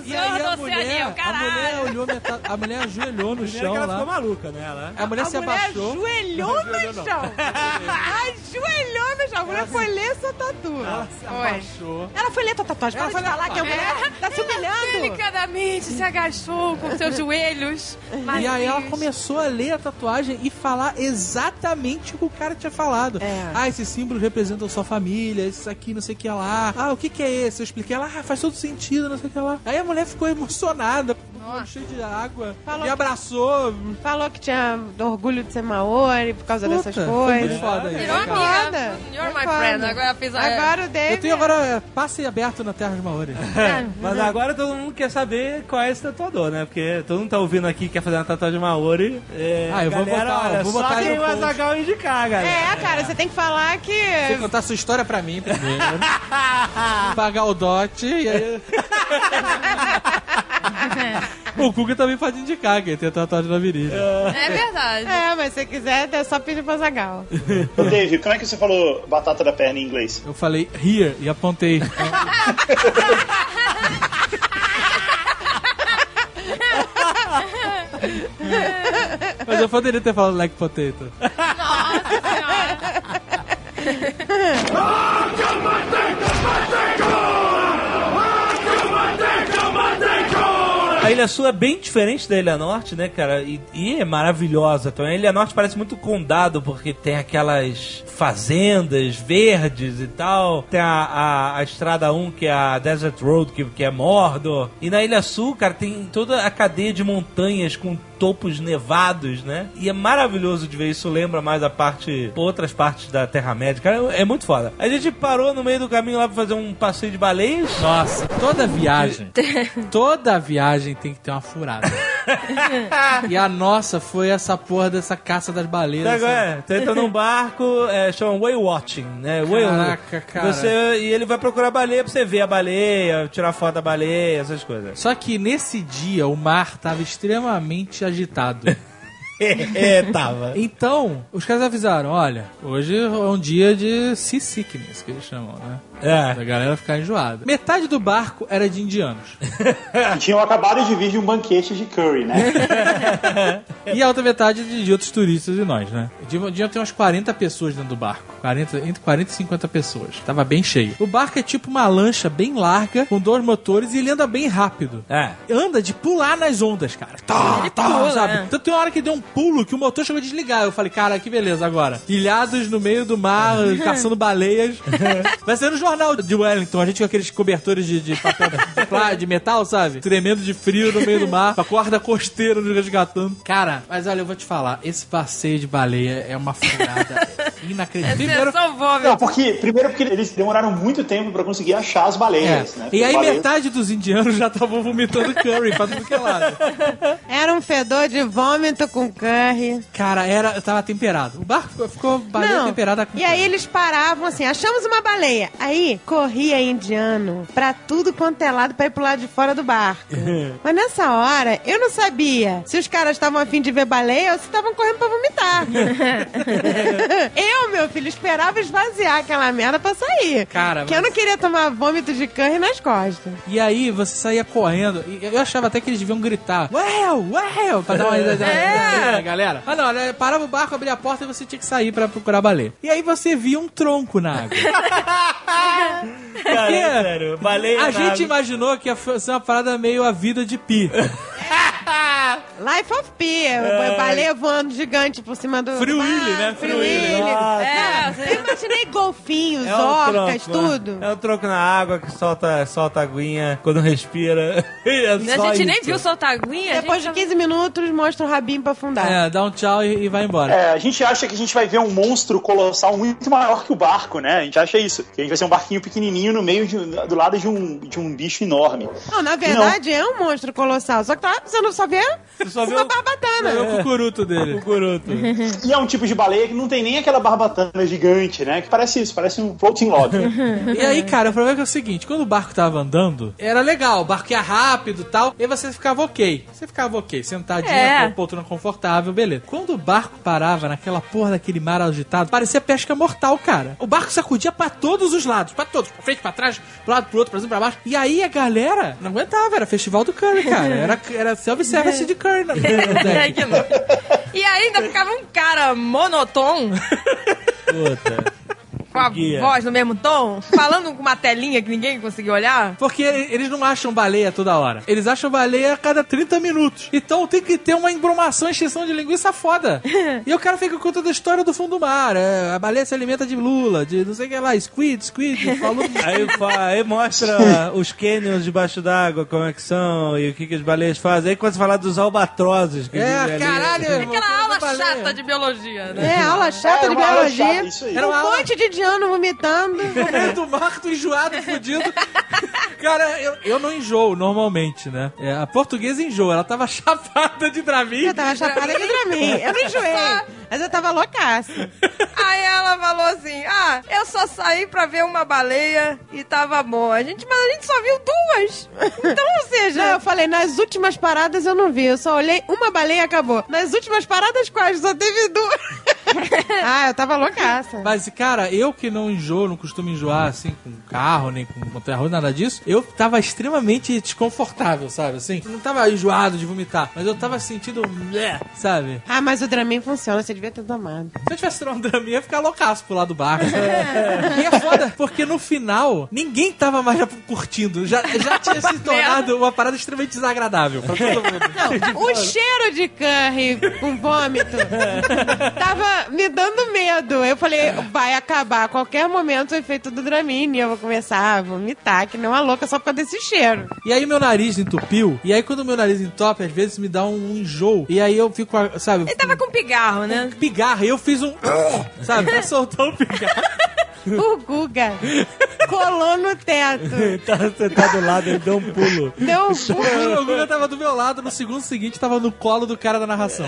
Speaker 7: E aí
Speaker 3: Senhor
Speaker 7: a
Speaker 3: do Oceania,
Speaker 7: mulher, a
Speaker 3: caralho.
Speaker 7: mulher olhou, minha ta- a mulher ajoelhou no
Speaker 5: Primeiro
Speaker 7: chão
Speaker 5: que ela ficou
Speaker 7: lá.
Speaker 5: maluca, né? Ela...
Speaker 7: É, A mulher
Speaker 6: a
Speaker 7: se
Speaker 6: mulher
Speaker 7: abaixou.
Speaker 6: ajoelhou no
Speaker 7: Não,
Speaker 6: chão. ajoelhou no chão. A mulher foi ler sua tatu.
Speaker 7: Ela se
Speaker 3: Oi.
Speaker 7: abaixou.
Speaker 6: Ela foi ler tua tatuagem.
Speaker 7: Ela
Speaker 6: Ela foi
Speaker 7: foi É, ler-
Speaker 6: falar que a mulher tá se humilhando.
Speaker 3: Delicadamente se agachou com seus joelhos.
Speaker 7: E aí ela
Speaker 3: macios.
Speaker 7: começou a ler a tatuagem e falar exatamente o que o cara tinha falado.
Speaker 6: É.
Speaker 7: Ah, esses símbolos representam sua família, esses aqui não sei o que lá. Ah, o que que é esse? Eu expliquei ela, ah, faz todo sentido, não sei o que lá. Aí a mulher ficou emocionada. olho cheio de água.
Speaker 6: Falou
Speaker 7: me
Speaker 6: que-
Speaker 7: abraçou.
Speaker 6: Falou que tinha orgulho de ser maori por causa
Speaker 7: Puta,
Speaker 6: dessas
Speaker 7: foi muito
Speaker 6: coisas.
Speaker 7: foda isso.
Speaker 3: Virou
Speaker 6: É
Speaker 3: amiga.
Speaker 6: foda.
Speaker 3: You're
Speaker 6: É
Speaker 3: my
Speaker 6: foda.
Speaker 3: friend. Agora fez a...
Speaker 6: Agora o David...
Speaker 7: Eu tenho agora é, passe aberto na Terra de Maori.
Speaker 5: Mas agora todo mundo quer saber qual é esse tatuador, né? Porque todo mundo tá ouvindo aqui que quer fazer uma tatuagem Maori. É,
Speaker 7: Ah, eu vou
Speaker 5: galera,
Speaker 7: botar-
Speaker 5: olha,
Speaker 7: eu vou
Speaker 5: só
Speaker 7: botar aí
Speaker 5: quem
Speaker 7: no
Speaker 5: o
Speaker 7: post.
Speaker 5: Azaghal indicar, galera.
Speaker 6: É, cara, você tem que falar que...
Speaker 7: Você contar sua história pra mim primeiro. pagar o dote e aí. o Kuga também pode indicar que ele tem tatuagem na virilha.
Speaker 3: É verdade.
Speaker 6: É, mas se quiser, é só pedir pra Zagal.
Speaker 4: Ô, Dave, como é que você falou batata da perna em inglês?
Speaker 7: Eu falei here e apontei. Mas eu poderia ter falado like potato.
Speaker 5: A Ilha Sul é bem diferente da Ilha Norte, né, cara? E, e é maravilhosa também. A Ilha Norte parece muito condado, porque tem aquelas fazendas verdes e tal. Tem a, a, a Estrada 1, que é a Desert Road, que, que é Mordor. E na Ilha Sul, cara, tem toda a cadeia de montanhas com topos nevados, né? E é maravilhoso de ver isso, lembra mais a parte outras partes da Terra-média. Cara, é muito foda. A gente parou no meio do caminho lá pra fazer um passeio de baleias.
Speaker 7: Nossa, toda viagem, toda viagem tem que ter uma [laughs] furada. e a nossa foi essa porra dessa caça das baleias.
Speaker 5: Tá,
Speaker 7: essa-
Speaker 5: é, você entra num barco, é, chama Whale Watching, né? Whale-
Speaker 7: Caraca, cara.
Speaker 5: Você, e ele vai procurar baleia pra você ver a baleia, tirar foto da baleia, essas coisas. [laughs]
Speaker 7: Só que nesse dia o mar tava extremamente agitado.
Speaker 5: é, tava.
Speaker 7: Então, os caras avisaram, olha, hoje é um dia de sea sickness, que eles chamam, né? Da
Speaker 5: É.
Speaker 7: galera ficar enjoada. Metade do barco era de indianos.
Speaker 4: Ah, Tinham acabado de vir de um banquete de
Speaker 7: [laughs]
Speaker 4: curry, né?
Speaker 7: E a outra metade de, de outros turistas e nós, né? De- Devia ter umas 40 pessoas dentro do barco. 40, entre 40 e 50 pessoas. Tava bem cheio. O barco é tipo uma lancha bem larga, com dois motores, e ele anda bem rápido.
Speaker 5: É.
Speaker 7: Anda de pular nas ondas, cara. Tá, tá,
Speaker 3: pula,
Speaker 7: sabe?
Speaker 3: é.
Speaker 7: Então tem uma hora que deu um pulo que o motor chegou a desligar. Eu falei, cara, que beleza agora. Ilhados no meio do
Speaker 6: [laughs]
Speaker 7: mar, caçando baleias. Vai ser no jornal de Wellington. A gente com aqueles cobertores de, de papel de, plá- de metal, sabe? Tremendo de frio no meio do mar, com a corda costeira nos resgatando. Cara, mas olha, eu vou te falar, esse passeio de baleia é uma
Speaker 6: [laughs]
Speaker 7: furada
Speaker 6: É
Speaker 7: inacreditável.
Speaker 3: Você é um
Speaker 7: Primeiro,
Speaker 3: salvou,
Speaker 4: Não,
Speaker 3: meu.
Speaker 4: porque, primeiro porque eles demoraram muito tempo pra conseguir achar as baleias,
Speaker 7: é.
Speaker 4: né?
Speaker 7: E
Speaker 4: Porque
Speaker 7: aí
Speaker 4: baleia-
Speaker 7: metade dos indianos já estavam vomitando curry pra tudo que é
Speaker 6: [laughs]
Speaker 7: lado.
Speaker 6: Era um fedor de vômito com curry.
Speaker 7: Cara, era, tava temperado. O barco ficou baleia
Speaker 6: Não.
Speaker 7: temperada com
Speaker 6: E aí eles paravam assim, achamos uma baleia. Aí corria indiano pra tudo quanto é lado pra ir pro lado de fora
Speaker 7: [laughs]
Speaker 6: do barco. Mas nessa hora, eu não sabia se os caras estavam afim de ver baleia ou se estavam correndo
Speaker 7: [laughs]
Speaker 6: pra vomitar. eu, meu filho, esperava esvaziar aquela merda pra sair.
Speaker 7: Cara,
Speaker 6: que eu
Speaker 7: mas-
Speaker 6: não queria tomar vômito de curry nas costas.
Speaker 7: E aí você saía correndo. E eu achava até que eles deviam gritar: Uau, uau! Pra dar uma risada na galera. Mas não, né, parava o barco, abria a porta e você tinha que sair pra procurar baleia. E aí você via um tronco na água.
Speaker 5: Cara, é sério. Baleia.
Speaker 7: A
Speaker 5: na
Speaker 7: gente
Speaker 5: água.
Speaker 7: imaginou que ia ser uma parada meio a vida de pi.
Speaker 6: Life of Pi, baleia voando gigante por cima do.
Speaker 7: Free
Speaker 6: do
Speaker 7: Willy,
Speaker 6: mar,
Speaker 7: né?
Speaker 6: Free
Speaker 7: Free Willy.
Speaker 6: Willy.
Speaker 3: É,
Speaker 6: Eu imaginei golfinhos,
Speaker 5: Ah, um
Speaker 6: orcas,
Speaker 5: tronco, né?
Speaker 6: tudo.
Speaker 5: É um troco na água que solta, solta a aguinha quando respira. [laughs] É só
Speaker 3: a gente nem
Speaker 5: isso.
Speaker 3: viu soltar a aguinha. a
Speaker 6: Depois de
Speaker 3: [laughs] gente
Speaker 6: 15 minutos, mostra o rabinho pra afundar.
Speaker 7: É, dá um tchau e, e vai embora.
Speaker 4: É, a gente acha que a gente vai ver um monstro colossal muito maior que o barco, né? A gente acha isso. Que a gente vai ser um barquinho pequenininho no meio de, do lado de um, de um bicho enorme.
Speaker 6: Não, na verdade é um monstro colossal, só que tá, você não só vê
Speaker 5: só vê
Speaker 6: uma
Speaker 5: o-
Speaker 6: barbatana.
Speaker 7: É o cucuruto dele.
Speaker 5: Cucuruto.
Speaker 4: E é um tipo de baleia que não tem nem aquela barbatana gigante, né? Que parece isso, parece um
Speaker 7: [laughs]
Speaker 4: floating log.
Speaker 7: E aí, cara, o problema é, que é o seguinte: quando o barco tava andando, era legal, o barco ia rápido e tal, e você ficava ok. Você ficava ok, sentadinho,
Speaker 3: É.
Speaker 7: com a poltrona confortável, beleza. Quando o barco parava naquela porra daquele mar agitado, parecia pesca mortal, cara. O barco sacudia pra todos os lados, pra todos, pra frente, pra trás, pro lado, pro outro, pra cima, pra baixo. E aí a galera não aguentava, era festival do curry, cara. Era, era self-service de curry. Na, [laughs] na
Speaker 3: É
Speaker 7: deck.
Speaker 3: que não. E ainda ficava um cara monotom.
Speaker 5: Puta.
Speaker 3: Com a
Speaker 5: Guia.
Speaker 3: voz no mesmo tom, falando com uma telinha que ninguém conseguiu olhar.
Speaker 7: Porque eles não acham baleia toda hora. Eles acham baleia a cada 30 minutos. Então tem que ter uma embromação, extinção de
Speaker 3: [laughs]
Speaker 7: linguiça foda. e o cara fica contando a história do fundo do mar. É, a baleia se alimenta de lula, de não sei o que lá, squid,
Speaker 3: [laughs]
Speaker 7: squid, falou.
Speaker 5: Aí, fa- aí mostra os cânions debaixo d'água, como é que são e o que, que as baleias fazem. Aí quando você fala dos albatrozes. Que vivem
Speaker 7: é,
Speaker 5: ali. [laughs] né?
Speaker 7: caralho, irmão,
Speaker 3: Aquela aula
Speaker 7: baleia. [laughs]
Speaker 3: chata de biologia, né?
Speaker 6: É, aula chata
Speaker 4: É,
Speaker 6: de
Speaker 4: uma aula
Speaker 6: biologia.
Speaker 4: chata, isso aí.
Speaker 7: Era uma
Speaker 6: Um
Speaker 7: aula
Speaker 6: monte de indiano [laughs] vomitando.
Speaker 7: no meio do mar, tu
Speaker 3: [laughs]
Speaker 7: enjoado, fudido. Cara, eu, eu não enjoo normalmente, né? É, a portuguesa enjoa, ela tava [laughs] chapada de Dramin.
Speaker 6: Eu tava chapada de Dramin. Eu não enjoei. Mas eu tava loucaça. Então,
Speaker 3: Aí ela falou assim: Ah, eu só saí pra ver uma baleia e tava bom. A gente, mas a gente só viu duas. Então, ou seja,
Speaker 6: Não, eu falei, nas últimas paradas eu não vi. Eu só olhei uma baleia e acabou. Nas últimas paradas quase, só teve duas. [laughs] ah, eu tava loucaça.
Speaker 7: Mas, cara, eu que não enjoo, não costumo enjoar assim com carro, nem com montanha-russa, nada disso, eu tava extremamente desconfortável, sabe? Assim, não tava enjoado de vomitar, mas eu tava sentindo, bleh, sabe?
Speaker 6: Ah, mas o Dramin funciona, você devia ter tomado.
Speaker 7: Se eu tivesse tirado um Dramin, eu ia ficar loucaço pro lado do barco. e é foda, porque no final, ninguém tava mais curtindo. Já, já tinha se tornado uma parada extremamente desagradável. pra todo mundo.
Speaker 5: [laughs]
Speaker 6: Não, o cheiro de curry com vômito tava me dando medo. Eu falei, vai acabar a qualquer momento o efeito do Dramin e eu vou começar a vomitar, que não é louca só por causa desse cheiro.
Speaker 7: E aí meu nariz entupiu, e aí quando meu nariz entope, às vezes me dá um enjoo. E aí eu fico, sabe...
Speaker 3: ele tava com pigarro, né?
Speaker 7: pigarro. E eu fiz um. sabe? Pra soltar o pigarro.
Speaker 6: O Guga colou no teto.
Speaker 5: Tá, [laughs] você tá do lado, ele deu um pulo.
Speaker 6: Deu um pulo.
Speaker 7: O Guga tava do meu lado, no segundo seguinte tava no colo do cara da narração.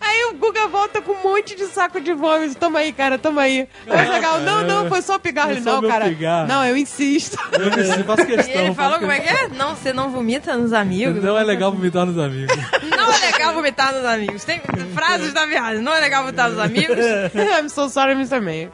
Speaker 6: Aí o Guga volta com um monte de saco de vômito. Toma aí, cara, toma aí. Aí o Zagal, não, não, foi só o pigarro.
Speaker 5: Foi
Speaker 6: Ele,
Speaker 5: só
Speaker 6: Não,
Speaker 5: meu
Speaker 6: cara.
Speaker 5: pigarro.
Speaker 6: Não, eu insisto. [laughs]
Speaker 7: Eu preciso, faço
Speaker 3: E
Speaker 7: questão.
Speaker 3: ele
Speaker 7: faço
Speaker 3: falou como é que
Speaker 7: questão.
Speaker 3: é? Não, você não vomita nos amigos.
Speaker 7: Então, Não é legal vomitar nos amigos.
Speaker 3: Não é legal vomitar nos amigos. Tem frases da viagem. Não é legal vomitar nos amigos.
Speaker 6: I'm so sorry, Mr. May.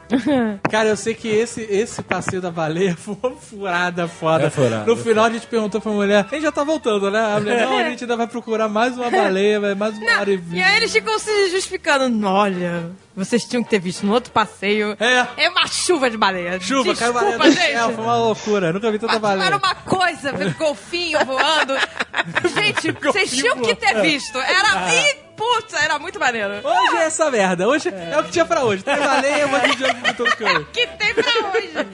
Speaker 7: Cara, eu sei que esse, esse passeio da baleia [laughs] foi uma furada foda.
Speaker 5: É furada,
Speaker 7: no final a gente perguntou pra mulher, a gente já tá voltando, né? A mulher, não, a gente ainda vai procurar mais uma baleia, vai mais uma hora e
Speaker 3: E
Speaker 7: vinte.
Speaker 3: aí eles ficam se justificando. Olha, vocês tinham que ter visto no outro passeio.
Speaker 7: É.
Speaker 3: uma chuva de baleia.
Speaker 7: Chuva, caiu
Speaker 3: Desculpa,
Speaker 7: baleia do
Speaker 3: gente.
Speaker 7: céu, foi uma loucura. Nunca vi
Speaker 5: tá
Speaker 7: tanta baleia.
Speaker 3: Era uma coisa, foi golfinho
Speaker 5: [laughs]
Speaker 3: voando. Gente, vocês tinham que ter visto.
Speaker 5: Ah.
Speaker 3: Era. Ih, putz, era muito maneiro.
Speaker 7: Hoje é essa merda. Hoje é, o que tinha pra hoje. Tem baleia, um monte de jogo vomitando no cano.
Speaker 3: Que tem pra hoje.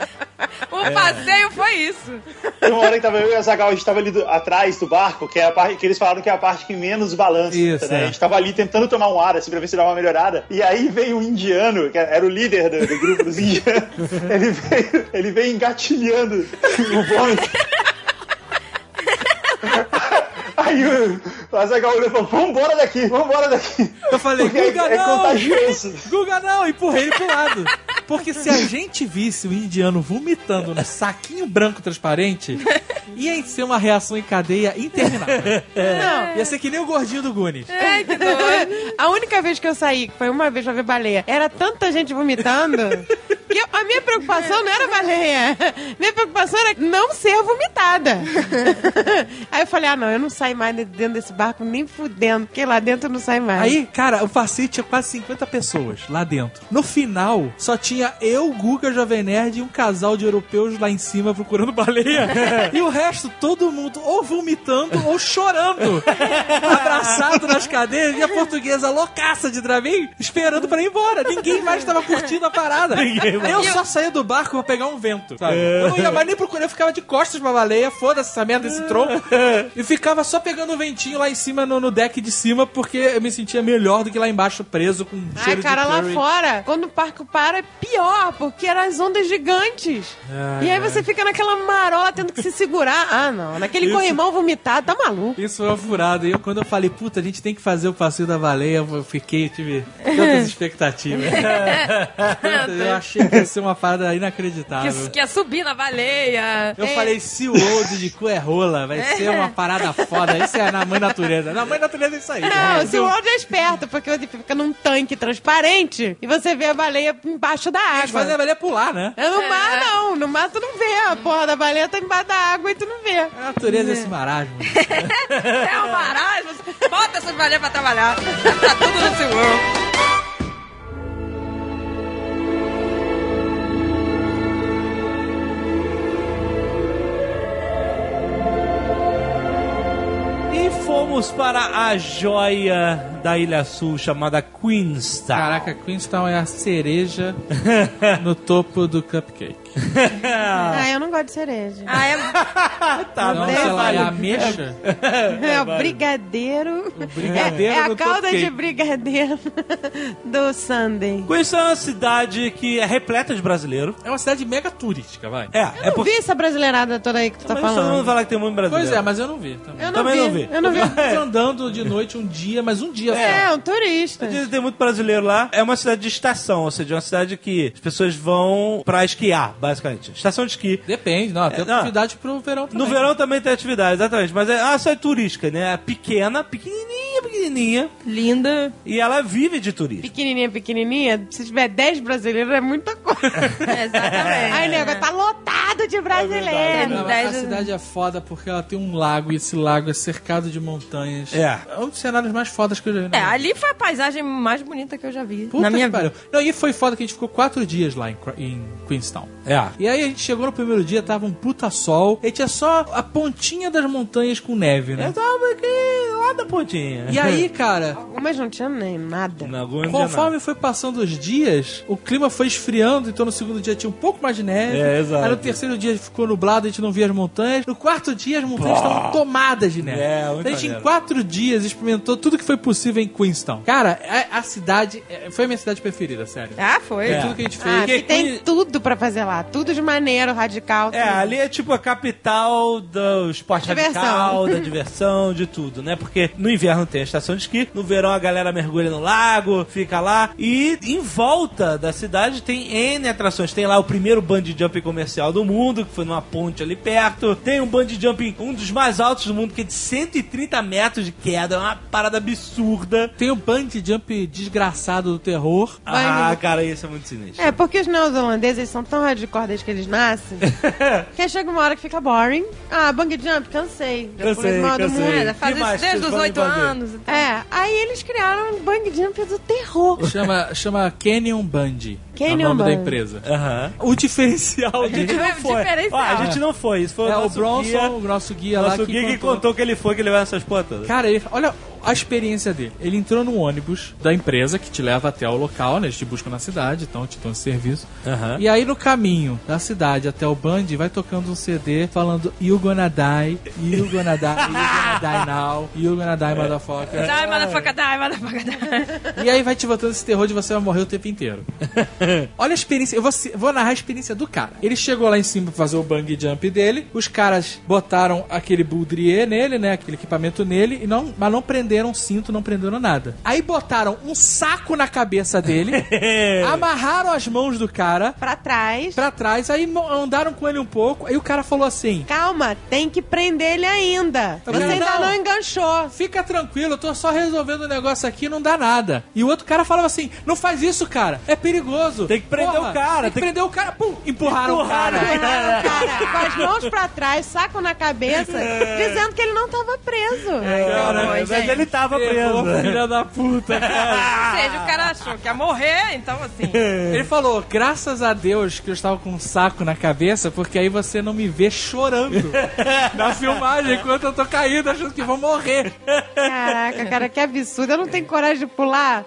Speaker 3: O
Speaker 5: É.
Speaker 3: passeio foi isso.
Speaker 4: Tem uma hora que tava eu e a Zagal, a gente tava ali do- atrás do barco, que é a parte que eles falaram que é a parte que menos balança.
Speaker 7: Isso,
Speaker 4: né?
Speaker 7: é.
Speaker 4: A gente tava ali tentando tomar um ar, assim, pra ver se dava uma melhorada. E aí veio um indiano, que era o líder do, do grupo dos indianos.
Speaker 7: [laughs]
Speaker 4: Ele veio, ele veio engatilhando o vômito. [laughs] Aí o, o Azagal olhou e falou: vambora daqui, vambora daqui.
Speaker 7: Eu falei,
Speaker 4: Porque é,
Speaker 7: Guga,
Speaker 4: é
Speaker 7: não!
Speaker 4: contagioso.
Speaker 7: Guga, não! Empurrei ele pro lado. Porque se a gente visse o indiano vomitando no saquinho branco transparente, ia ser uma reação em cadeia interminável. Ia ser que nem o gordinho do Goonies.
Speaker 3: Ai, que doido.
Speaker 6: [laughs] A única vez que eu saí, que foi uma vez pra ver baleia, era tanta gente vomitando que eu- a minha preocupação não era baleia. [laughs] Minha preocupação era não ser vomitada. [laughs] Aí eu falei, ah, não, eu não saio mais de- dentro desse barco nem fudendo, porque lá dentro não sai mais.
Speaker 7: Aí, cara, o passeio tinha quase 50 pessoas lá dentro. No final, só tinha eu, Guga, Jovem Nerd e um casal de europeus lá em cima procurando baleia. e o resto, todo mundo ou vomitando ou chorando. abraçado nas cadeiras e a portuguesa loucaça de Dramin esperando pra ir embora. Ninguém mais tava curtindo a parada. eu só saía do barco pra pegar um vento, sabe? Eu não ia mais nem procurar, eu ficava de costas pra baleia, foda-se essa merda, esse tronco. E ficava só pegando o ventinho lá em cima, no, no deck de cima, porque eu me sentia melhor do que lá embaixo, preso com
Speaker 6: Ai,
Speaker 7: cheiro
Speaker 6: cara,
Speaker 7: de
Speaker 6: lá
Speaker 7: curry.
Speaker 6: fora, quando o parque para, é pior, porque eram as ondas gigantes. e aí você fica naquela marola tendo que se segurar. Ah, não, naquele corrimão vomitado, tá maluco.
Speaker 7: Isso foi uma furada. E eu, quando eu falei, puta, a gente tem que fazer o passeio da baleia, eu fiquei, tive
Speaker 6: [laughs]
Speaker 7: tantas expectativas. eu achei que ia ser uma parada inacreditável.
Speaker 3: Que, que ia subir na baleia.
Speaker 5: É.
Speaker 6: É.
Speaker 7: Eu falei, se o old de cu é rola, vai ser uma parada foda. Isso é na mãe natureza. Na mãe natureza é isso aí.
Speaker 6: Não, se o World é esperto, porque você fica num tanque transparente e você vê a baleia embaixo da
Speaker 7: Mas fazer a
Speaker 6: água.
Speaker 7: baleia pular, né?
Speaker 6: É no mar, não. No mar tu não vê. A porra da baleia tá embaixo da água e tu não vê.
Speaker 7: A natureza é esse marasmo.
Speaker 3: É uma barragem. você- Bota essas baleias pra trabalhar. Tá tudo no seu
Speaker 5: fomos para a joia da Ilha Sul chamada Queenstown.
Speaker 7: Caraca, Queenstown é a [laughs] cereja no topo do cupcake.
Speaker 6: Ah, eu não gosto de cereja.
Speaker 3: Ah,
Speaker 6: [laughs]
Speaker 3: é...
Speaker 5: tá,
Speaker 7: Não,
Speaker 5: mas
Speaker 7: sei lá, é
Speaker 5: vale.
Speaker 7: a ameixa?
Speaker 6: É o brigadeiro.
Speaker 5: brigadeiro
Speaker 6: é, é
Speaker 5: do
Speaker 6: a calda
Speaker 5: cupcake.
Speaker 6: de brigadeiro [laughs] do Sunday.
Speaker 5: Queenstown é uma cidade que é repleta de brasileiro.
Speaker 7: É uma cidade mega turística, vai.
Speaker 5: É, é
Speaker 6: Eu
Speaker 5: porque.
Speaker 6: vi essa brasileirada toda aí que tu tá
Speaker 5: Mas todo mundo
Speaker 6: falando.
Speaker 5: fala que tem muito brasileiro.
Speaker 7: Pois é, mas eu não vi também.
Speaker 6: Eu não
Speaker 5: Também
Speaker 6: vi.
Speaker 5: não vi.
Speaker 6: Eu não
Speaker 7: [laughs]
Speaker 6: vi.
Speaker 7: Eu tô andando de noite um dia, mas um dia
Speaker 6: É,
Speaker 7: só.
Speaker 6: um turista.
Speaker 5: Dizem que tem muito brasileiro lá. É uma cidade de estação, ou seja, é uma cidade que as pessoas vão pra esquiar, basicamente. Estação de esqui.
Speaker 7: Depende, não, tem
Speaker 5: É, não.
Speaker 7: atividade pro verão também.
Speaker 5: No verão também tem atividade, exatamente. Mas é uma cidade turística, né? É pequena, pequenininha, pequenininha.
Speaker 3: Linda.
Speaker 5: E ela vive de turismo.
Speaker 6: Pequenininha, pequenininha. Se tiver 10 brasileiros é muita coisa.
Speaker 3: Exatamente.
Speaker 7: É,
Speaker 6: Aí,
Speaker 7: né?
Speaker 6: nego, tá lotado de
Speaker 3: É,
Speaker 6: brasileiro.
Speaker 7: Não, mas a cidade é foda porque ela tem um lago e esse lago é cercado de montanhas.
Speaker 5: É.
Speaker 7: É um dos cenários mais fodas que eu já vi. na
Speaker 3: É,
Speaker 7: vida.
Speaker 3: ali foi a paisagem mais bonita que eu já vi.
Speaker 7: Puta
Speaker 3: na minha
Speaker 7: que
Speaker 3: vida.
Speaker 7: pariu. Não, e foi foda que a gente ficou quatro dias lá em, Cra- em Queenstown.
Speaker 5: É.
Speaker 7: E aí a gente chegou no primeiro dia, tava um puta sol, e tinha só a pontinha das montanhas com neve, né?
Speaker 5: Eu tava aqui um lá da pontinha.
Speaker 7: E
Speaker 5: [laughs]
Speaker 7: aí, cara,
Speaker 6: Mas não tinha nem né? nada.
Speaker 5: Na
Speaker 7: é
Speaker 5: Gônia,
Speaker 7: Conforme foi passando os dias, o clima foi esfriando, então no segundo dia tinha um pouco mais de neve.
Speaker 5: É, exato.
Speaker 7: Aí no terceiro dia ficou nublado, a gente não via as montanhas. No quarto dia as montanhas estavam tomadas de neve.
Speaker 5: É, muito
Speaker 7: então, a gente em
Speaker 5: maneiro.
Speaker 7: quatro dias experimentou tudo que foi possível em Queenstown. Cara, a, a cidade é, foi a minha cidade preferida, sério.
Speaker 3: Ah, foi.
Speaker 7: É Tudo que a gente fez.
Speaker 6: Ah, que
Speaker 5: Porque
Speaker 6: tem
Speaker 5: Queen-
Speaker 6: tudo pra fazer lá. Tudo de maneiro, radical.
Speaker 5: É,
Speaker 6: tudo.
Speaker 5: ali é tipo a capital do esporte
Speaker 6: Diversão.
Speaker 5: radical, da diversão, de tudo, né? Porque no inverno tem a estação de esqui, no verão a galera mergulha no lago, fica lá. E em volta da cidade tem N atrações. Tem lá o primeiro bungee jumping comercial do mundo, que foi numa ponte ali perto. Tem um bungee jumping, um dos mais altos do mundo, que é de 130 metros de queda. É uma parada absurda.
Speaker 7: Tem o bungee jump desgraçado do terror.
Speaker 5: Ah, cara, isso é muito sinistro.
Speaker 6: É, porque os neozelandeses eles são tão hardcore desde que
Speaker 7: [laughs]
Speaker 6: eles nascem, que chega uma hora que fica boring. Ah, bungee jump, cansei. Já
Speaker 5: Cansei,
Speaker 6: pulei mal do
Speaker 5: cansei.
Speaker 6: mundo.
Speaker 3: É, faz
Speaker 5: Que
Speaker 3: isso
Speaker 5: mais que
Speaker 3: desde
Speaker 5: vocês
Speaker 3: os
Speaker 5: podem
Speaker 3: oito
Speaker 5: fazer?
Speaker 3: anos.
Speaker 6: É, aí eles criaram um bungee jump do terror.
Speaker 7: Chama, chama Canyon Bungee.
Speaker 6: Canyon
Speaker 7: é o nome da
Speaker 6: Bungee.
Speaker 7: empresa.
Speaker 5: Aham.
Speaker 7: O diferencial de
Speaker 5: A gente não foi.
Speaker 3: Diferencial.
Speaker 5: Ó, a gente não foi. Isso foi
Speaker 7: É o
Speaker 5: nosso
Speaker 7: Bronson,
Speaker 5: guia.
Speaker 7: o nosso guia lá
Speaker 5: Nosso
Speaker 7: que
Speaker 5: guia que contou. que ele foi que levou essas plantas.
Speaker 7: Cara, ele- olha a experiência dele. Ele entrou no ônibus da empresa que te leva até o local, né? Eles te buscam na cidade, então te dão esse serviço.
Speaker 5: Aham.
Speaker 7: E aí no caminho da cidade até o Band, vai tocando um CD falando You gonna die, you gonna die, you gonna die now, you gonna die, motherfucker.
Speaker 3: Dai, motherfucker, dai, motherfucker, dai.
Speaker 7: E aí vai te botando esse terror de você vai morrer o tempo inteiro. Olha a experiência, eu vou, se- vou narrar a experiência do cara. Ele chegou lá em cima pra fazer o bang jump dele, os caras botaram aquele boudrier nele, né, aquele equipamento nele, e não, mas não prenderam o cinto, não prenderam nada. Aí botaram um saco na cabeça dele, amarraram as mãos do cara
Speaker 6: Pra trás.
Speaker 7: pra trás, aí mo- andaram com ele um pouco, aí o cara falou assim...
Speaker 6: Calma, tem que prender ele ainda.
Speaker 7: Tá
Speaker 6: Você
Speaker 7: vendo?
Speaker 6: ainda
Speaker 7: Não.
Speaker 6: não enganchou.
Speaker 7: Fica tranquilo, eu tô só resolvendo o negócio aqui, não dá nada. E o outro cara falava assim: não faz isso, cara, é perigoso.
Speaker 5: Tem que prender o cara,
Speaker 7: Tem que
Speaker 5: tem
Speaker 7: prender o cara, pum, empurraram,
Speaker 5: Empurraram
Speaker 7: o cara. [laughs]
Speaker 6: Cara, com as mãos pra trás, saco na cabeça, dizendo que ele não tava preso.
Speaker 5: Cara,
Speaker 3: Foi,
Speaker 5: mas
Speaker 3: gente.
Speaker 5: ele tava preso.
Speaker 7: Errou, filha da puta, cara.
Speaker 3: Ou seja, o cara achou que ia morrer, então assim.
Speaker 5: [laughs] É.
Speaker 7: Ele falou: graças a Deus que eu estava com um saco na cabeça, porque aí você não me
Speaker 5: [laughs]
Speaker 7: vê chorando na filmagem enquanto eu tô caindo, achando que vou morrer.
Speaker 6: Caraca, cara, que absurdo. Eu não tenho coragem de pular.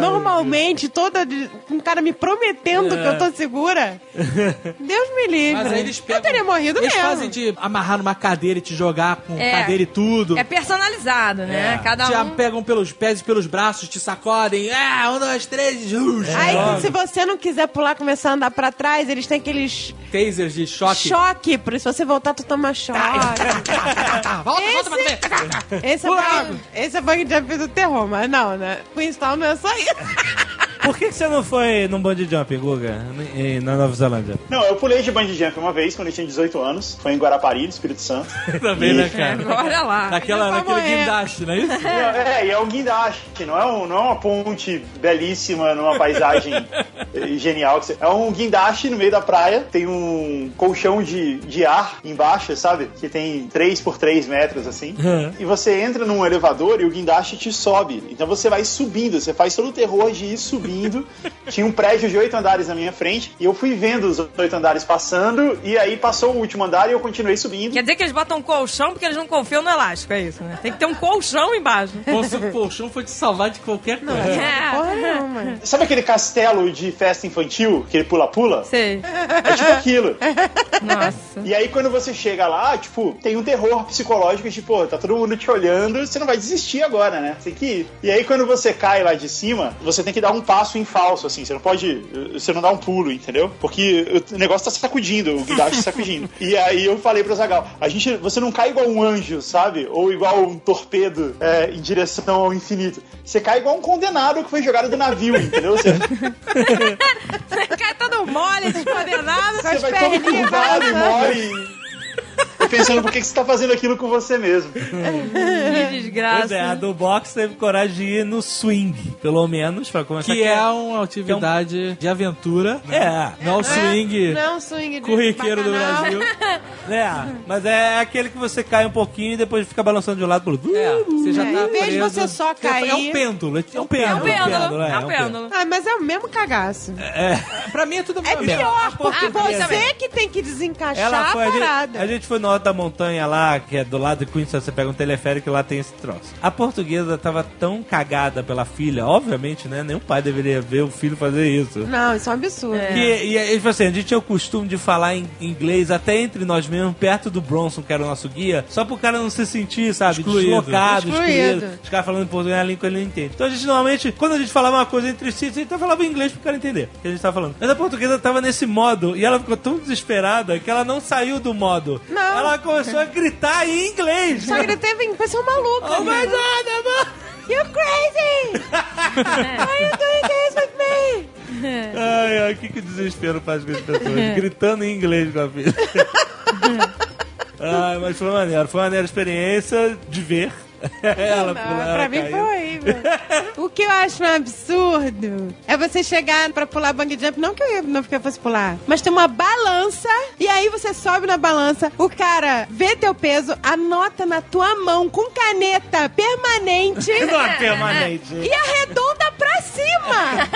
Speaker 6: Normalmente, toda. de- Um cara me prometendo que eu tô segura. Deus me livre.
Speaker 7: Mas aí eles pegam.
Speaker 6: eu teria morrido
Speaker 7: Eles
Speaker 6: mesmo.
Speaker 7: fazem de amarrar numa cadeira e te jogar com
Speaker 3: É.
Speaker 7: cadeira e tudo.
Speaker 3: É personalizado, né?
Speaker 5: É.
Speaker 3: Cada
Speaker 7: te
Speaker 3: um.
Speaker 7: pegam pelos pés e pelos braços, te sacodem. Ah, um, dois, três. Uh,
Speaker 6: Aí, se você não quiser pular, começar a andar pra trás, eles têm aqueles
Speaker 7: Tasers de choque.
Speaker 6: choque. Por isso, se você voltar, tu toma choque.
Speaker 7: Ah, volta, volta pra
Speaker 6: Esse-
Speaker 7: ver.
Speaker 6: Esse é, bug, esse é bug jump do terror, mas não, né? Queenstown não é só isso.
Speaker 5: [laughs] Por que, que você não foi num bungee jump, Guga, em- na Nova Zelândia?
Speaker 4: Não, eu pulei de bungee jump uma vez, quando eu tinha 18 anos. Foi em Guarapari, no Espírito Santo.
Speaker 7: Também, né, cara?
Speaker 3: Olha lá.
Speaker 7: Naquela,
Speaker 6: Vai
Speaker 7: naquele
Speaker 6: morrer.
Speaker 7: guindaste, não é isso?
Speaker 4: É, e é um guindaste, não é, um- não é uma ponte belíssima numa paisagem eh, genial. que você- É um guindaste no meio da praia, tem um colchão de, de ar embaixo, sabe? Que tem 3 por 3 metros, assim. E você entra num elevador e o guindaste te sobe. Então você vai subindo, você faz todo o terror de ir subindo. indo. Tinha um prédio de oito andares na minha frente. E eu fui vendo os oito andares passando. E aí passou o último andar e eu continuei subindo.
Speaker 3: Quer dizer que é eles botam um colchão porque eles não confiam no elástico, é isso, né? Tem que ter um colchão embaixo.
Speaker 5: Bolsa do colchão foi te salvar de qualquer coisa.
Speaker 3: É,
Speaker 6: Porra nenhuma.
Speaker 4: Sabe aquele castelo de festa infantil, que ele pula-pula?
Speaker 3: sei.
Speaker 4: É tipo aquilo.
Speaker 10: [laughs]
Speaker 3: Nossa.
Speaker 4: E aí quando você chega lá, tipo, tem um terror psicológico, tipo, pô, tá todo mundo te olhando, você não vai desistir agora, né? Tem que ir. E aí quando você cai lá de cima, você tem que dar um passo em falso, assim, você não pode, você não dá um pulo, entendeu? Porque o negócio tá sacudindo, o guindaste [laughs] sacudindo. E aí eu falei pro Zagal, a gente, você não cai igual um anjo, sabe? Ou igual um torpedo é, em direção ao infinito. Você cai igual um condenado que foi jogado do navio, entendeu? Você,
Speaker 3: Cai todo mole, descondenado.
Speaker 4: você vai todo
Speaker 6: perninhas
Speaker 4: curvado e
Speaker 6: balançando.
Speaker 4: mole. E pensando por que que você tá fazendo aquilo com você mesmo.
Speaker 3: Que
Speaker 5: Pois é, a
Speaker 3: desgraça.
Speaker 5: do box teve coragem de ir no swing, pelo menos, pra começar.
Speaker 7: Que é uma atividade de aventura.
Speaker 5: É,
Speaker 7: Não é o swing
Speaker 6: Não, swing de
Speaker 7: corriqueiro do
Speaker 6: Ah, bacanal.
Speaker 7: Brasil.
Speaker 5: é, mas é aquele que você cai um pouquinho e depois fica balançando de um lado pro outro.
Speaker 7: É, você já
Speaker 6: É,
Speaker 7: tá
Speaker 6: em vez de
Speaker 7: preso.
Speaker 6: você só
Speaker 7: É um
Speaker 6: cair-
Speaker 7: pêndulo, é um pêndulo.
Speaker 3: É um pêndulo,
Speaker 5: é,
Speaker 3: é
Speaker 5: é um
Speaker 3: um pêndulo.
Speaker 6: Ah, mas é o mesmo cagaço.
Speaker 7: Pra mim é tudo
Speaker 6: É pior, porque
Speaker 3: Ah, pra mim
Speaker 6: você é
Speaker 3: também.
Speaker 6: que tem que desencaixar
Speaker 5: Ela foi,
Speaker 6: a
Speaker 5: a, gente,
Speaker 6: parada.
Speaker 5: a gente foi no alto da montanha lá, que é do lado de Queens, você pega um teleférico e lá tem esse troço. A portuguesa tava tão cagada pela filha, obviamente, né? Nenhum pai deveria ver o filho fazer isso.
Speaker 6: Não, isso é um absurdo.
Speaker 5: Que, e ele falou assim, a gente tinha o costume de falar em inglês até entre nós mesmos, perto do Bronson, que era o nosso guia, só pro cara não se sentir, sabe,
Speaker 7: Excluído.
Speaker 5: deslocado, excluído.
Speaker 6: Excluído.
Speaker 5: Os caras falando em português, a língua que ele não entende. Então a gente normalmente, quando a gente falava uma coisa entre si, a gente até falava em inglês pro cara entender o que a gente tava falando. Mas a portuguesa tava nesse modo e ela ficou tão desesperada que ela não saiu do modo.
Speaker 6: Não.
Speaker 5: Ela começou a gritar em inglês.
Speaker 6: Só que ele teve em pessoa maluca.
Speaker 5: Oh my
Speaker 6: né?
Speaker 5: god, amor!
Speaker 6: You're [laughs] crazy! Why are you doing this with me?
Speaker 5: Ai, ai, que, que desespero faz com as
Speaker 6: [laughs]
Speaker 5: pessoas? Gritando em inglês com a filha. ai, mas foi maneiro. Foi uma maneira experiência de ver. ela,
Speaker 6: Ah,
Speaker 5: ela
Speaker 6: pra mim
Speaker 5: caindo.
Speaker 6: foi horrível. O que eu acho um absurdo é você chegar pra pular bang jump, não que eu ia- não que eu fosse pular, mas tem uma balança e aí você sobe na balança, o cara vê teu peso, anota na tua mão com caneta permanente
Speaker 5: [laughs] Não é permanente.
Speaker 6: e arredonda pra
Speaker 5: [laughs]
Speaker 6: cima.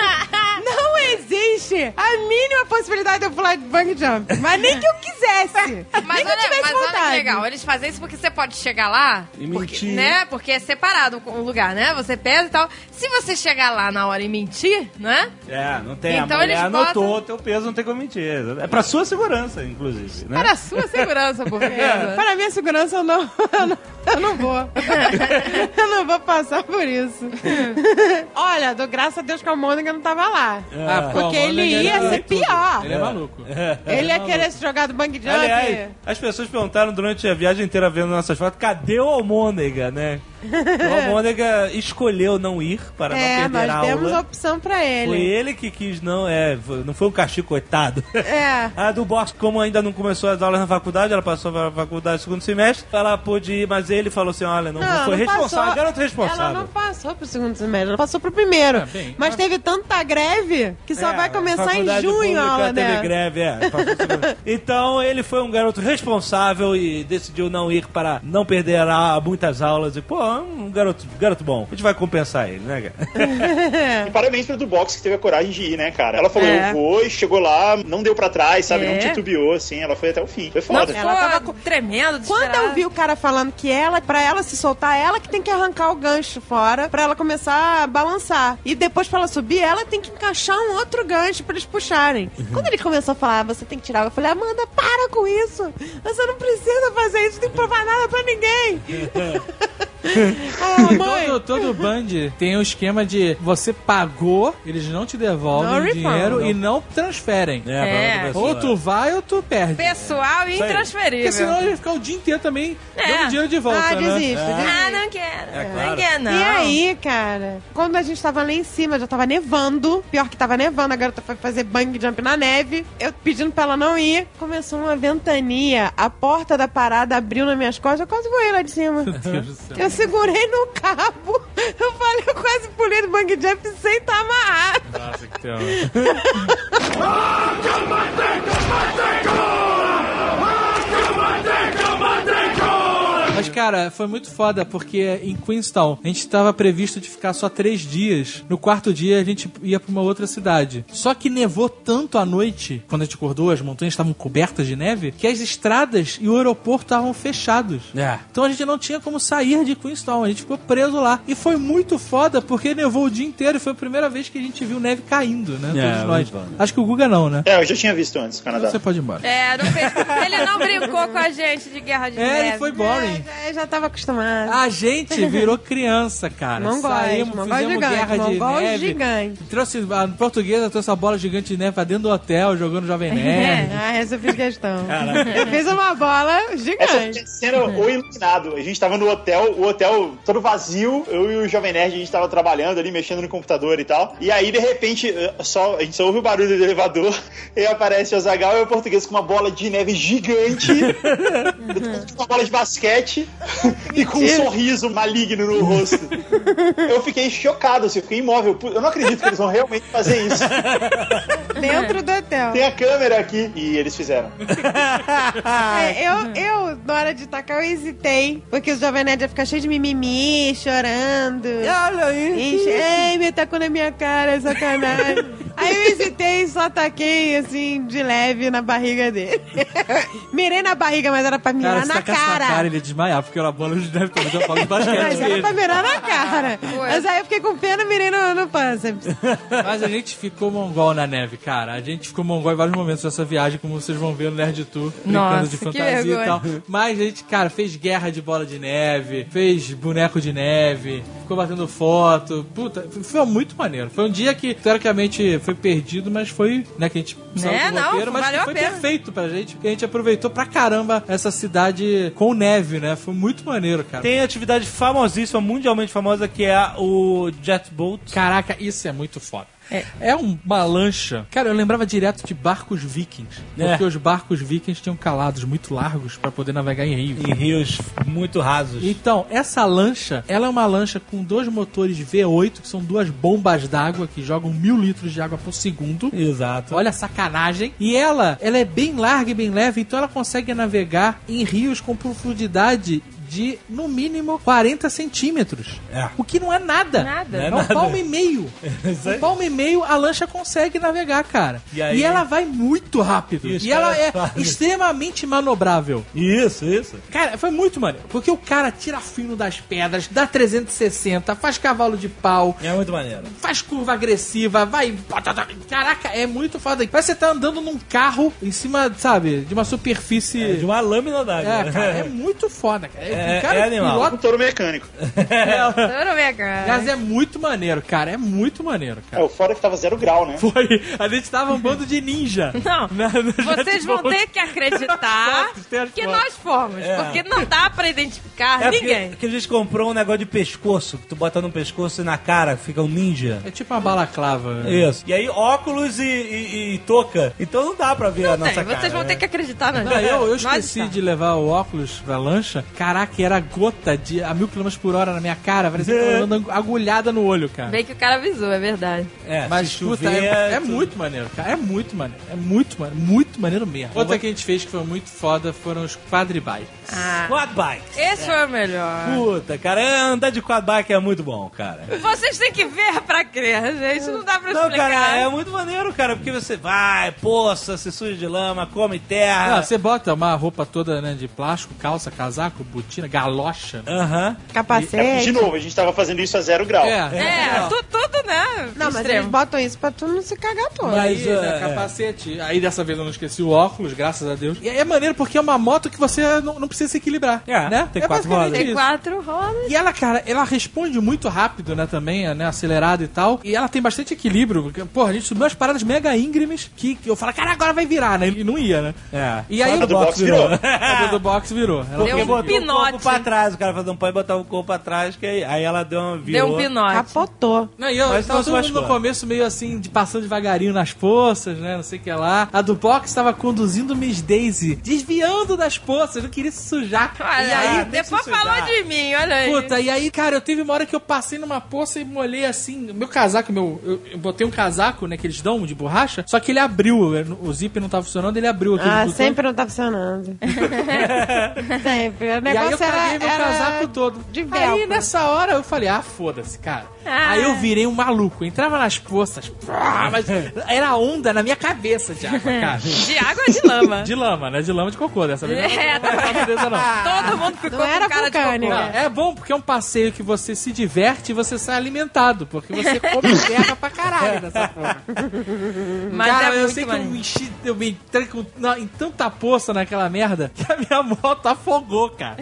Speaker 6: Não existe a mínima possibilidade de eu pular de bang jump, mas nem que eu quisesse,
Speaker 10: Mas,
Speaker 6: nem que eu
Speaker 10: olha,
Speaker 6: tivesse
Speaker 10: mas
Speaker 6: vontade.
Speaker 10: olha que legal, eles fazem isso porque você pode chegar lá.
Speaker 5: E
Speaker 10: porque,
Speaker 5: mentir.
Speaker 10: né? Porque é separado o lugar, né? Você pesa e tal. Se você chegar lá na hora e mentir, né?
Speaker 5: É, não tem.
Speaker 10: Então
Speaker 5: a mulher
Speaker 10: eles botam-
Speaker 5: anotou teu peso, não tem como mentir. É pra sua segurança, inclusive. Né?
Speaker 10: Para a sua segurança,
Speaker 3: [laughs] É.
Speaker 10: portuguesa.
Speaker 6: Para minha segurança, eu não, [laughs] eu não, eu não vou. eu não vou passar por isso. Olha, dou graças a Deus que o Mônica não tava lá.
Speaker 7: Ah, pô,
Speaker 6: Porque
Speaker 7: o
Speaker 6: ele
Speaker 7: Mônica
Speaker 6: ia
Speaker 7: era-
Speaker 6: ser pior.
Speaker 7: Ele é maluco.
Speaker 6: Ele ia querer se jogar do bang É, jump.
Speaker 5: Aliás, as pessoas perguntaram durante a viagem inteira vendo nossas fotos, cadê o Almôndega, né? O Almôndega escolheu não ir para
Speaker 6: é,
Speaker 5: não perder a
Speaker 6: nós demos
Speaker 5: aula.
Speaker 6: opção pra
Speaker 5: Foi
Speaker 6: ele.
Speaker 5: ele que quis, não é, foi- não foi o Caxi, coitado. [laughs]
Speaker 6: É.
Speaker 5: A do Borges, como ainda não começou as aulas na faculdade, ela passou para a faculdade no segundo semestre, ela pôde ir, mas ele falou assim: olha, não, foi responsável, garoto
Speaker 6: Ela
Speaker 5: responsável. Ah,
Speaker 6: não passou pro segundo semestre, ela passou pro primeiro. mas teve tanta greve que só
Speaker 5: É,
Speaker 6: vai começar em
Speaker 5: faculdade
Speaker 6: junho
Speaker 5: pública
Speaker 6: a aula
Speaker 5: teve
Speaker 6: dela.
Speaker 5: greve, é.
Speaker 6: [laughs]
Speaker 5: então ele foi um garoto responsável e decidiu não ir para não perder a- muitas aulas. E, pô, é um garoto, garoto bom. A gente vai compensar ele, né, cara?
Speaker 4: E parabéns pra do box que teve a coragem de ir, né, cara? Ela falou,
Speaker 6: É.
Speaker 4: eu vou, e chegou lá, não deu pra trás, sabe? Não
Speaker 3: É.
Speaker 4: titubeou, assim, ela foi até o fim. Foi
Speaker 3: Não,
Speaker 4: foda.
Speaker 3: ela
Speaker 6: tava
Speaker 3: tava
Speaker 6: com-
Speaker 3: tremendo,
Speaker 6: Quando eu vi o cara falando que ela, pra ela se soltar, ela que tem que arrancar o gancho fora pra ela começar a balançar. E depois pra ela subir, ela tem que encaixar um outro gancho pra eles puxarem. Quando ele começou a falar, "Ah, você tem que tirar, eu falei, Amanda, para com isso! Você não precisa fazer isso, não tem que provar nada pra ninguém! [laughs] ah,
Speaker 7: Todo,
Speaker 6: mãe!
Speaker 7: todo band tem um esquema de você pagou, eles não te devolvem
Speaker 6: Não
Speaker 7: o dinheiro
Speaker 6: refundam.
Speaker 7: e não transferem.
Speaker 3: É.
Speaker 5: pra outra pessoa.
Speaker 7: Ou tu vai ou tu perde.
Speaker 3: Pessoal
Speaker 5: Isso aí.
Speaker 7: Porque
Speaker 3: intransferível.
Speaker 7: senão ele vai ficar o dia inteiro também
Speaker 3: É.
Speaker 7: dando dinheiro de volta, né?
Speaker 6: Ah, desiste,
Speaker 3: Ah,
Speaker 6: desiste.
Speaker 3: não quero.
Speaker 5: É claro.
Speaker 3: Não quero, não.
Speaker 6: E aí, cara, quando a gente tava lá em cima, já tava nevando. Pior que tava nevando, a garota foi fazer bang jump na neve. Eu pedindo pra ela não ir. Começou uma ventania. A porta da parada abriu nas minhas costas. Eu quase voei lá de cima.
Speaker 7: Deus do céu.
Speaker 6: Eu segurei no cabo. Eu falei, eu quase pulei do bang jump sem estar amarrado.
Speaker 7: Nossa, que terror. Mas, cara, foi muito foda, porque em Queenstown a gente tava previsto de ficar só três dias. No quarto dia a gente ia pra uma outra cidade. Só que nevou tanto à noite, quando a gente acordou, as montanhas estavam cobertas de neve, que as estradas e o aeroporto estavam fechados.
Speaker 5: É.
Speaker 7: Então a gente não tinha como sair de Queenstown, a gente ficou preso lá. E foi muito foda, porque nevou o dia inteiro e foi a primeira vez que a gente viu neve caindo, né?
Speaker 5: É,
Speaker 7: Todos nós.
Speaker 5: muito bom, né?
Speaker 7: Acho que o Guga não, né?
Speaker 4: É, eu já tinha visto antes no Canadá.
Speaker 7: Você pode ir embora.
Speaker 3: É, não fez... ele não brincou com a gente de guerra de
Speaker 7: É,
Speaker 3: neve.
Speaker 7: ele foi boring.
Speaker 6: É, já tava acostumado.
Speaker 7: A gente virou criança, cara.
Speaker 6: Mongóis,
Speaker 7: Saímos,
Speaker 6: mongóis
Speaker 7: fizemos
Speaker 6: gigantes,
Speaker 7: guerra de
Speaker 6: mongóis
Speaker 7: neve.
Speaker 6: gigantes.
Speaker 7: Trouxe, a portuguesa trouxe a bola gigante de neve pra dentro do hotel, jogando
Speaker 6: [laughs]
Speaker 7: Jovem Nerd.
Speaker 6: Ah, essa eu fiz questão. Eu fiz uma bola gigante.
Speaker 4: Essa cena, o iluminado. A gente tava no hotel, o hotel todo vazio. Eu e o Jovem Nerd, a gente tava trabalhando ali, mexendo no computador e tal. E aí, de repente, eh, só, a gente só ouve o barulho do elevador [laughs] e aparece o Zagal e o português com uma bola de neve gigante, [laughs] uma bola de basquete [laughs] e com um sorriso maligno no rosto. Eu fiquei chocado, assim, eu fiquei imóvel. Pu- Eu não acredito que eles vão realmente fazer isso.
Speaker 6: Dentro do hotel.
Speaker 4: Tem a câmera aqui. E eles fizeram.
Speaker 6: É, eu, eu, na hora de tacar, eu hesitei. Porque o Jovem Nerd ia ficar cheio de mimimi, chorando.
Speaker 5: Olha aí.
Speaker 6: Ixi, ei, me tacou na minha cara, é sacanagem. Aí eu hesitei e só taquei, assim, de leve na barriga dele. [laughs] Mirei na barriga, mas era pra mirar
Speaker 7: se
Speaker 6: na
Speaker 7: tacasse
Speaker 6: cara.
Speaker 7: na cara, ele ia desmaiar, porque a bola de neve tava jogando bola de basquete.
Speaker 6: [laughs] Mas é era
Speaker 7: mesmo.
Speaker 6: pra mirar na cara. Mas aí eu fiquei com pena e mirei no, no pânceps.
Speaker 7: Mas a gente ficou mongol na neve, cara. A gente ficou mongol em vários momentos dessa viagem, como vocês vão ver no Nerd Tour, brincando
Speaker 3: Nossa,
Speaker 7: de
Speaker 3: que
Speaker 7: fantasia
Speaker 3: vergonha.
Speaker 7: e tal. Mas a gente, cara, fez guerra de bola de neve, fez boneco de neve, ficou batendo foto. Puta, foi muito maneiro. Foi um dia que, teoricamente, foi perdido, mas foi, né, que a gente precisava
Speaker 3: Né,
Speaker 7: do
Speaker 3: não,
Speaker 7: roteiro, mas
Speaker 3: valeu
Speaker 7: que
Speaker 3: a
Speaker 7: foi
Speaker 3: pena.
Speaker 7: perfeito pra gente, porque a gente aproveitou pra caramba essa cidade com neve, né? Foi muito maneiro, cara.
Speaker 5: Tem a atividade famosíssima, mundialmente famosa, que é a- o jet boat.
Speaker 7: Caraca, isso é muito foda. É, um- uma lancha. Cara, eu lembrava direto de barcos vikings. Porque
Speaker 5: É.
Speaker 7: os barcos vikings tinham calados muito largos pra poder navegar em rios.
Speaker 5: Em rios muito rasos.
Speaker 7: Então, essa lancha, ela é uma lancha com dois motores V8, que são duas bombas d'água que jogam mil litros de água por segundo.
Speaker 5: Exato.
Speaker 7: Olha a sacanagem. E ela, ela é bem larga e bem leve, então ela consegue navegar em rios com profundidade de, no mínimo, 40 centímetros.
Speaker 5: É.
Speaker 7: O que não é nada.
Speaker 3: Nada.
Speaker 7: É,
Speaker 5: Não é
Speaker 7: um
Speaker 5: nada. É
Speaker 7: palmo
Speaker 5: [laughs]
Speaker 7: e meio.
Speaker 5: Isso aí.
Speaker 7: um palmo e meio, a lancha consegue navegar, cara.
Speaker 5: E aí?
Speaker 7: ela vai muito rápido.
Speaker 5: E os
Speaker 7: E ela
Speaker 5: caras
Speaker 7: é
Speaker 5: fazem.
Speaker 7: extremamente manobrável.
Speaker 5: Isso, isso.
Speaker 7: Cara, foi muito maneiro. Porque o cara tira fino das pedras, dá 360, faz cavalo de pau,
Speaker 5: É muito maneiro.
Speaker 7: faz curva agressiva, vai. Caraca, é muito foda. Parece que você tá andando num carro em cima, sabe, de uma superfície.
Speaker 5: É de uma lâmina d'água. né?
Speaker 7: É, cara,
Speaker 5: [laughs]
Speaker 7: é muito foda, cara.
Speaker 5: É-
Speaker 7: o cara
Speaker 5: é animal.
Speaker 7: pilota-
Speaker 4: Um touro mecânico.
Speaker 3: Tudo bem, cara.
Speaker 7: Mas é muito maneiro, cara. É muito maneiro,
Speaker 4: É,
Speaker 7: cara.
Speaker 4: o fora que tava zero grau, né?
Speaker 7: Foi. A gente tava um bando de ninja.
Speaker 5: [laughs]
Speaker 3: Não,
Speaker 7: Na- no
Speaker 3: vocês vão
Speaker 7: Jetboat.
Speaker 3: ter que acreditar
Speaker 7: Fotos, tem as
Speaker 3: que
Speaker 7: fotos.
Speaker 3: nós fomos,
Speaker 5: É.
Speaker 3: porque não dá pra identificar
Speaker 5: É porque-
Speaker 3: ninguém.
Speaker 5: Porque a gente comprou um negócio de pescoço, que tu bota no pescoço e na cara fica um ninja.
Speaker 7: É tipo uma balaclava.
Speaker 5: Isso. E aí óculos e, e, e touca. Então não dá pra ver a
Speaker 3: Não
Speaker 5: nossa
Speaker 3: tem,
Speaker 5: cara. né? é.
Speaker 3: vocês vão ter que acreditar na
Speaker 7: Não,
Speaker 3: gente.
Speaker 7: eu, eu
Speaker 3: Nós tá.
Speaker 7: esqueci
Speaker 3: estamos.
Speaker 7: de levar o óculos pra lancha. Caraca, era gota de a mil quilômetros por hora na minha cara. Parecia que eu tava dando agulhada no olho, cara.
Speaker 3: Bem que o cara avisou, é verdade.
Speaker 5: É,
Speaker 7: Mas,
Speaker 5: se
Speaker 7: puta,
Speaker 5: chover,
Speaker 7: é, é
Speaker 5: tu-
Speaker 7: muito maneiro, cara. É muito maneiro. É muito maneiro. Muito maneiro mesmo. Outra que a gente fez que foi muito foda foram os quadribikes.
Speaker 3: Ah,
Speaker 5: Quad bike.
Speaker 3: esse foi o melhor.
Speaker 5: Puta, cara, é- andar de quad bike é muito bom, cara.
Speaker 3: Vocês têm que ver pra crer, gente. Não dá pra
Speaker 5: Não,
Speaker 3: explicar.
Speaker 5: cara, é muito maneiro, cara, porque você vai, poça, se suja de lama, come terra.
Speaker 7: Ah, você bota uma roupa toda né, de plástico, calça, casaco, botina, galocha. né?
Speaker 5: Aham.
Speaker 4: É, de
Speaker 6: Capacete.
Speaker 4: novo, a gente tava fazendo isso a zero grau.
Speaker 3: É, tu- tudo, né?
Speaker 6: Não, mas eles
Speaker 3: Extremo.
Speaker 6: botam isso pra tu não se cagar todo.
Speaker 5: Mas-
Speaker 7: Aí, né,
Speaker 5: é,
Speaker 7: capacete. Aí dessa vez eu não esqueci o óculos, graças a Deus. E é maneiro porque é uma moto que você não, não precisa se equilibrar.
Speaker 5: É,
Speaker 7: né?
Speaker 5: tem quatro
Speaker 7: basicamente
Speaker 5: rodas.
Speaker 7: isso.
Speaker 3: Tem quatro rodas.
Speaker 7: E ela, cara, ela responde muito rápido, né, também, né, acelerada e tal. E ela tem bastante equilíbrio. Porque, porra, a gente subiu umas paradas mega íngremes que, que eu falo, cara, agora vai virar, né? E não ia, né?
Speaker 5: É.
Speaker 7: E aí
Speaker 4: Só a
Speaker 7: o
Speaker 4: do box
Speaker 7: [laughs]
Speaker 4: virou.
Speaker 7: A do box virou. Ela
Speaker 3: Deu um
Speaker 7: conseguiu.
Speaker 5: botou o um
Speaker 3: pinote.
Speaker 5: corpo pra trás, o cara falou, não pode botar o corpo pra trás, que aí, aí ela deu uma
Speaker 3: Deu
Speaker 5: virou.
Speaker 3: um pinote.
Speaker 6: Capotou.
Speaker 7: Não, e eu,
Speaker 5: Mas
Speaker 7: tava
Speaker 5: não se
Speaker 7: todo mundo
Speaker 5: machucou.
Speaker 7: no começo meio assim, de, passando devagarinho nas poças, né? Não sei o que lá. A do box tava conduzindo Miss Daisy, desviando das poças, não queria se sujar. e
Speaker 3: Olha
Speaker 7: aí,
Speaker 3: aí,
Speaker 5: Ah, tem que
Speaker 3: depois
Speaker 5: se
Speaker 3: falou
Speaker 5: suicidar.
Speaker 3: de mim, olha aí.
Speaker 7: Puta, e aí, cara, eu teve uma hora que eu passei numa poça e molhei assim. Meu casaco, meu. Eu, eu botei um casaco, né, que eles dão de borracha, só que ele abriu. eu- O zip não tava funcionando, ele abriu aqui.
Speaker 6: Ah,
Speaker 7: do-
Speaker 6: sempre não tá
Speaker 5: [laughs]
Speaker 6: funcionando. sempre. O
Speaker 7: E aí eu
Speaker 6: negócio
Speaker 7: caguei
Speaker 6: era,
Speaker 7: meu
Speaker 6: era
Speaker 7: casaco todo.
Speaker 6: de velcro.
Speaker 7: aí nessa hora eu falei, ah, foda-se, cara.
Speaker 3: Ah.
Speaker 7: Aí eu virei um maluco, entrava nas poças, pá, [laughs] mas era onda na minha cabeça de água, cara.
Speaker 3: De água ou de
Speaker 5: [laughs]
Speaker 3: lama?
Speaker 7: De lama, né? De lama de cocô dessa vez. [laughs]
Speaker 3: É,
Speaker 7: Não era natureza, não.
Speaker 3: Todo mundo ficou
Speaker 6: Não
Speaker 3: com
Speaker 6: era
Speaker 3: cara de
Speaker 6: vulcânica.
Speaker 3: cocô.
Speaker 7: Não, é bom porque é um passeio que você se diverte e você sai alimentado, porque [laughs] você come terra pra caralho nessa porra.
Speaker 3: Mas
Speaker 7: Cara,
Speaker 3: é
Speaker 7: eu
Speaker 3: muito
Speaker 7: sei que eu
Speaker 3: maneiro.
Speaker 7: me enchi, eu me entrei com- na- em tanta poça naquela merda [laughs] que a minha moto afogou, [laughs] cara.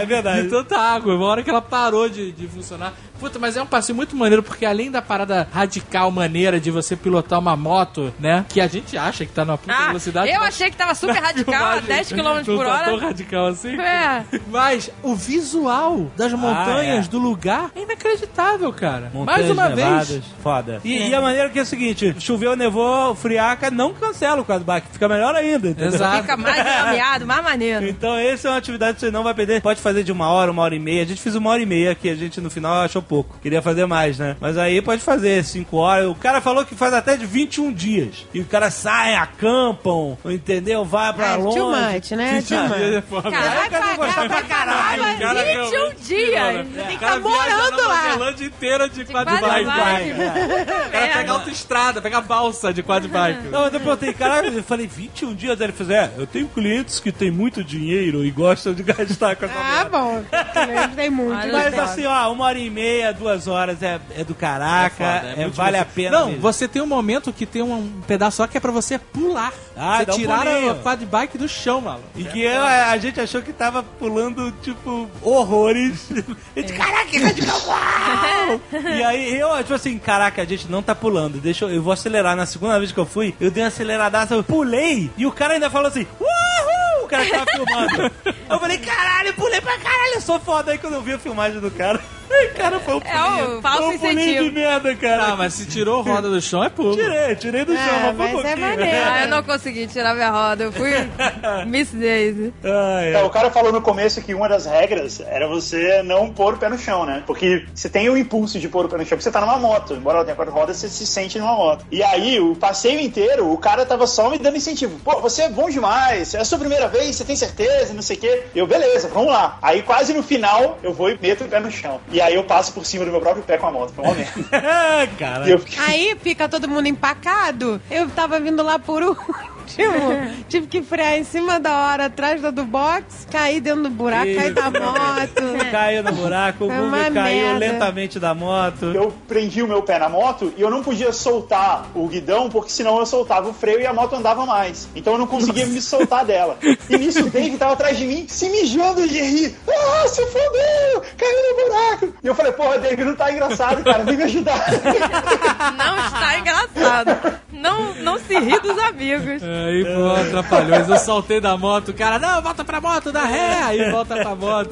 Speaker 5: É verdade.
Speaker 7: De tanta água. Uma hora que ela parou de, de funcionar. Puta, mas é um passeio muito maneiro, porque além da parada radical maneira de você pilotar uma moto, né? Que a gente acha que tá numa puta
Speaker 3: Ah,
Speaker 7: velocidade.
Speaker 3: eu
Speaker 7: mas
Speaker 3: achei que é tava super
Speaker 7: na
Speaker 3: radical, a
Speaker 7: filmagem
Speaker 3: 10 km
Speaker 7: não
Speaker 3: por
Speaker 7: tá tão
Speaker 3: hora.
Speaker 7: radical assim.
Speaker 3: É.
Speaker 7: Mas o visual das montanhas
Speaker 5: é.
Speaker 7: do lugar é inacreditável, cara.
Speaker 5: Montanhas
Speaker 7: [laughs] Mais uma
Speaker 5: nevadas,
Speaker 7: vez.
Speaker 5: Foda. E, e a maneira que é o seguinte: choveu, nevou, friaca, não cancela o quadback, fica melhor ainda, entendeu?
Speaker 7: Exato.
Speaker 3: Fica mais enlameado, mais maneiro.
Speaker 5: Então, essa é uma atividade que você não vai perder. Pode fazer de uma hora, uma hora e meia. A gente fez uma hora e meia, que a gente no final achou pouco. Queria fazer mais, né? Mas aí pode fazer cinco horas. O cara falou que faz até de 21 dias. E o cara sai, acampam, entendeu? Vai pra
Speaker 6: Ah,
Speaker 5: longe.
Speaker 6: too much, né? Too much.
Speaker 3: Cara,
Speaker 5: Cara, vai pagar pra caralho.
Speaker 3: vai
Speaker 5: cara, meu.
Speaker 3: 21 dias. Você tem que estar
Speaker 7: cara viaja
Speaker 3: morando
Speaker 7: Nova
Speaker 3: lá.
Speaker 7: Zelândia inteira de
Speaker 3: quadribike.
Speaker 7: quadribike.
Speaker 3: É.
Speaker 7: O cara pega autoestrada, pega balsa de quadribike.
Speaker 5: Não, mas eu perguntei, caralho, eu falei 21 dias. Aí ele falou, é, eu tenho clientes que têm muito dinheiro e gostam de [laughs] gastar com essa
Speaker 6: Ah, bom. Tem muito.
Speaker 3: Olha
Speaker 5: Mas
Speaker 3: só.
Speaker 5: assim, ó, uma hora e meia, duas horas é, é do caraca,
Speaker 7: Foda,
Speaker 5: é
Speaker 7: muito
Speaker 5: vale a
Speaker 7: difícil.
Speaker 5: pena.
Speaker 7: Não,
Speaker 5: mesmo.
Speaker 7: você tem um momento que tem um, um pedaço só que é pra você pular.
Speaker 5: Ah,
Speaker 7: você
Speaker 5: dá um
Speaker 7: tirar
Speaker 5: pulinho.
Speaker 7: a quadribike do chão, maluco.
Speaker 5: E que eu- a gente achou que tava pulando, tipo,
Speaker 7: [laughs]
Speaker 5: horrores. A
Speaker 7: É.
Speaker 5: gente, caraca, que radical, uau! E aí eu, tipo assim, caraca, a gente não tá pulando, deixa eu, eu vou acelerar. Na segunda vez que eu fui, eu dei uma aceleradaça, eu pulei, e o cara ainda falou assim, uhul! O cara que
Speaker 7: [laughs]
Speaker 5: tava filmando. Eu falei, caralho, eu pulei pra caralho, eu sou foda. Aí quando eu vi a filmagem do cara, [laughs] cara, foi um
Speaker 3: É o
Speaker 5: pulinho.
Speaker 3: falso
Speaker 5: foi um pulinho
Speaker 3: incentivo.
Speaker 5: de merda, cara.
Speaker 7: Ah, mas se tirou roda do chão é pulo.
Speaker 5: Tirei, tirei do chão,
Speaker 6: Ah,
Speaker 5: mas foi um
Speaker 6: mas é
Speaker 5: pouquinho.
Speaker 6: maneiro.
Speaker 3: Ah, eu não consegui tirar minha roda. Eu fui Miss Daisy.
Speaker 5: [laughs] Ai,
Speaker 4: É,
Speaker 5: ai.
Speaker 4: o cara falou no começo que uma das regras era você não pôr o pé no chão, né? Porque você tem o impulso de pôr o pé no chão, porque você tá numa moto. Embora ela tenha quatro rodas, você se sente numa moto. E aí, o passeio inteiro, o cara tava só me dando incentivo. Pô, você é bom demais, é a sua primeira vez, você tem certeza, não sei o quê. Eu, beleza, vamos lá. Aí, quase no final, eu vou e meto o pé no chão. E aí, eu passo por cima do meu próprio pé com a moto. Foi
Speaker 5: [laughs]
Speaker 4: uma merda.
Speaker 5: Ah, cara.
Speaker 4: E eu fiquei...
Speaker 6: Aí fica todo mundo empacado. Eu tava vindo lá por [laughs] último. Tive que frear em cima da hora, atrás da do box, cair dentro do buraco, cair da moto.
Speaker 5: Caiu no buraco, o
Speaker 6: Foi
Speaker 5: Google
Speaker 6: uma
Speaker 5: caiu
Speaker 6: merda.
Speaker 5: lentamente da moto.
Speaker 4: Eu prendi o meu pé na moto e eu não podia soltar o guidão, porque senão eu soltava o freio e a moto andava mais. Então eu não conseguia me soltar dela. E nisso o Dave tava atrás de mim, se mijando de rir. Ah, se fodeu! Caiu no buraco! E eu falei, porra, Dave, não tá engraçado, cara, vem me ajudar.
Speaker 3: Não está engraçado. Não, não se ri dos amigos.
Speaker 7: Aí, É, pô, atrapalhou. Mas eu soltei da moto, o cara, não, volta pra moto, dá ré. Aí volta pra moto.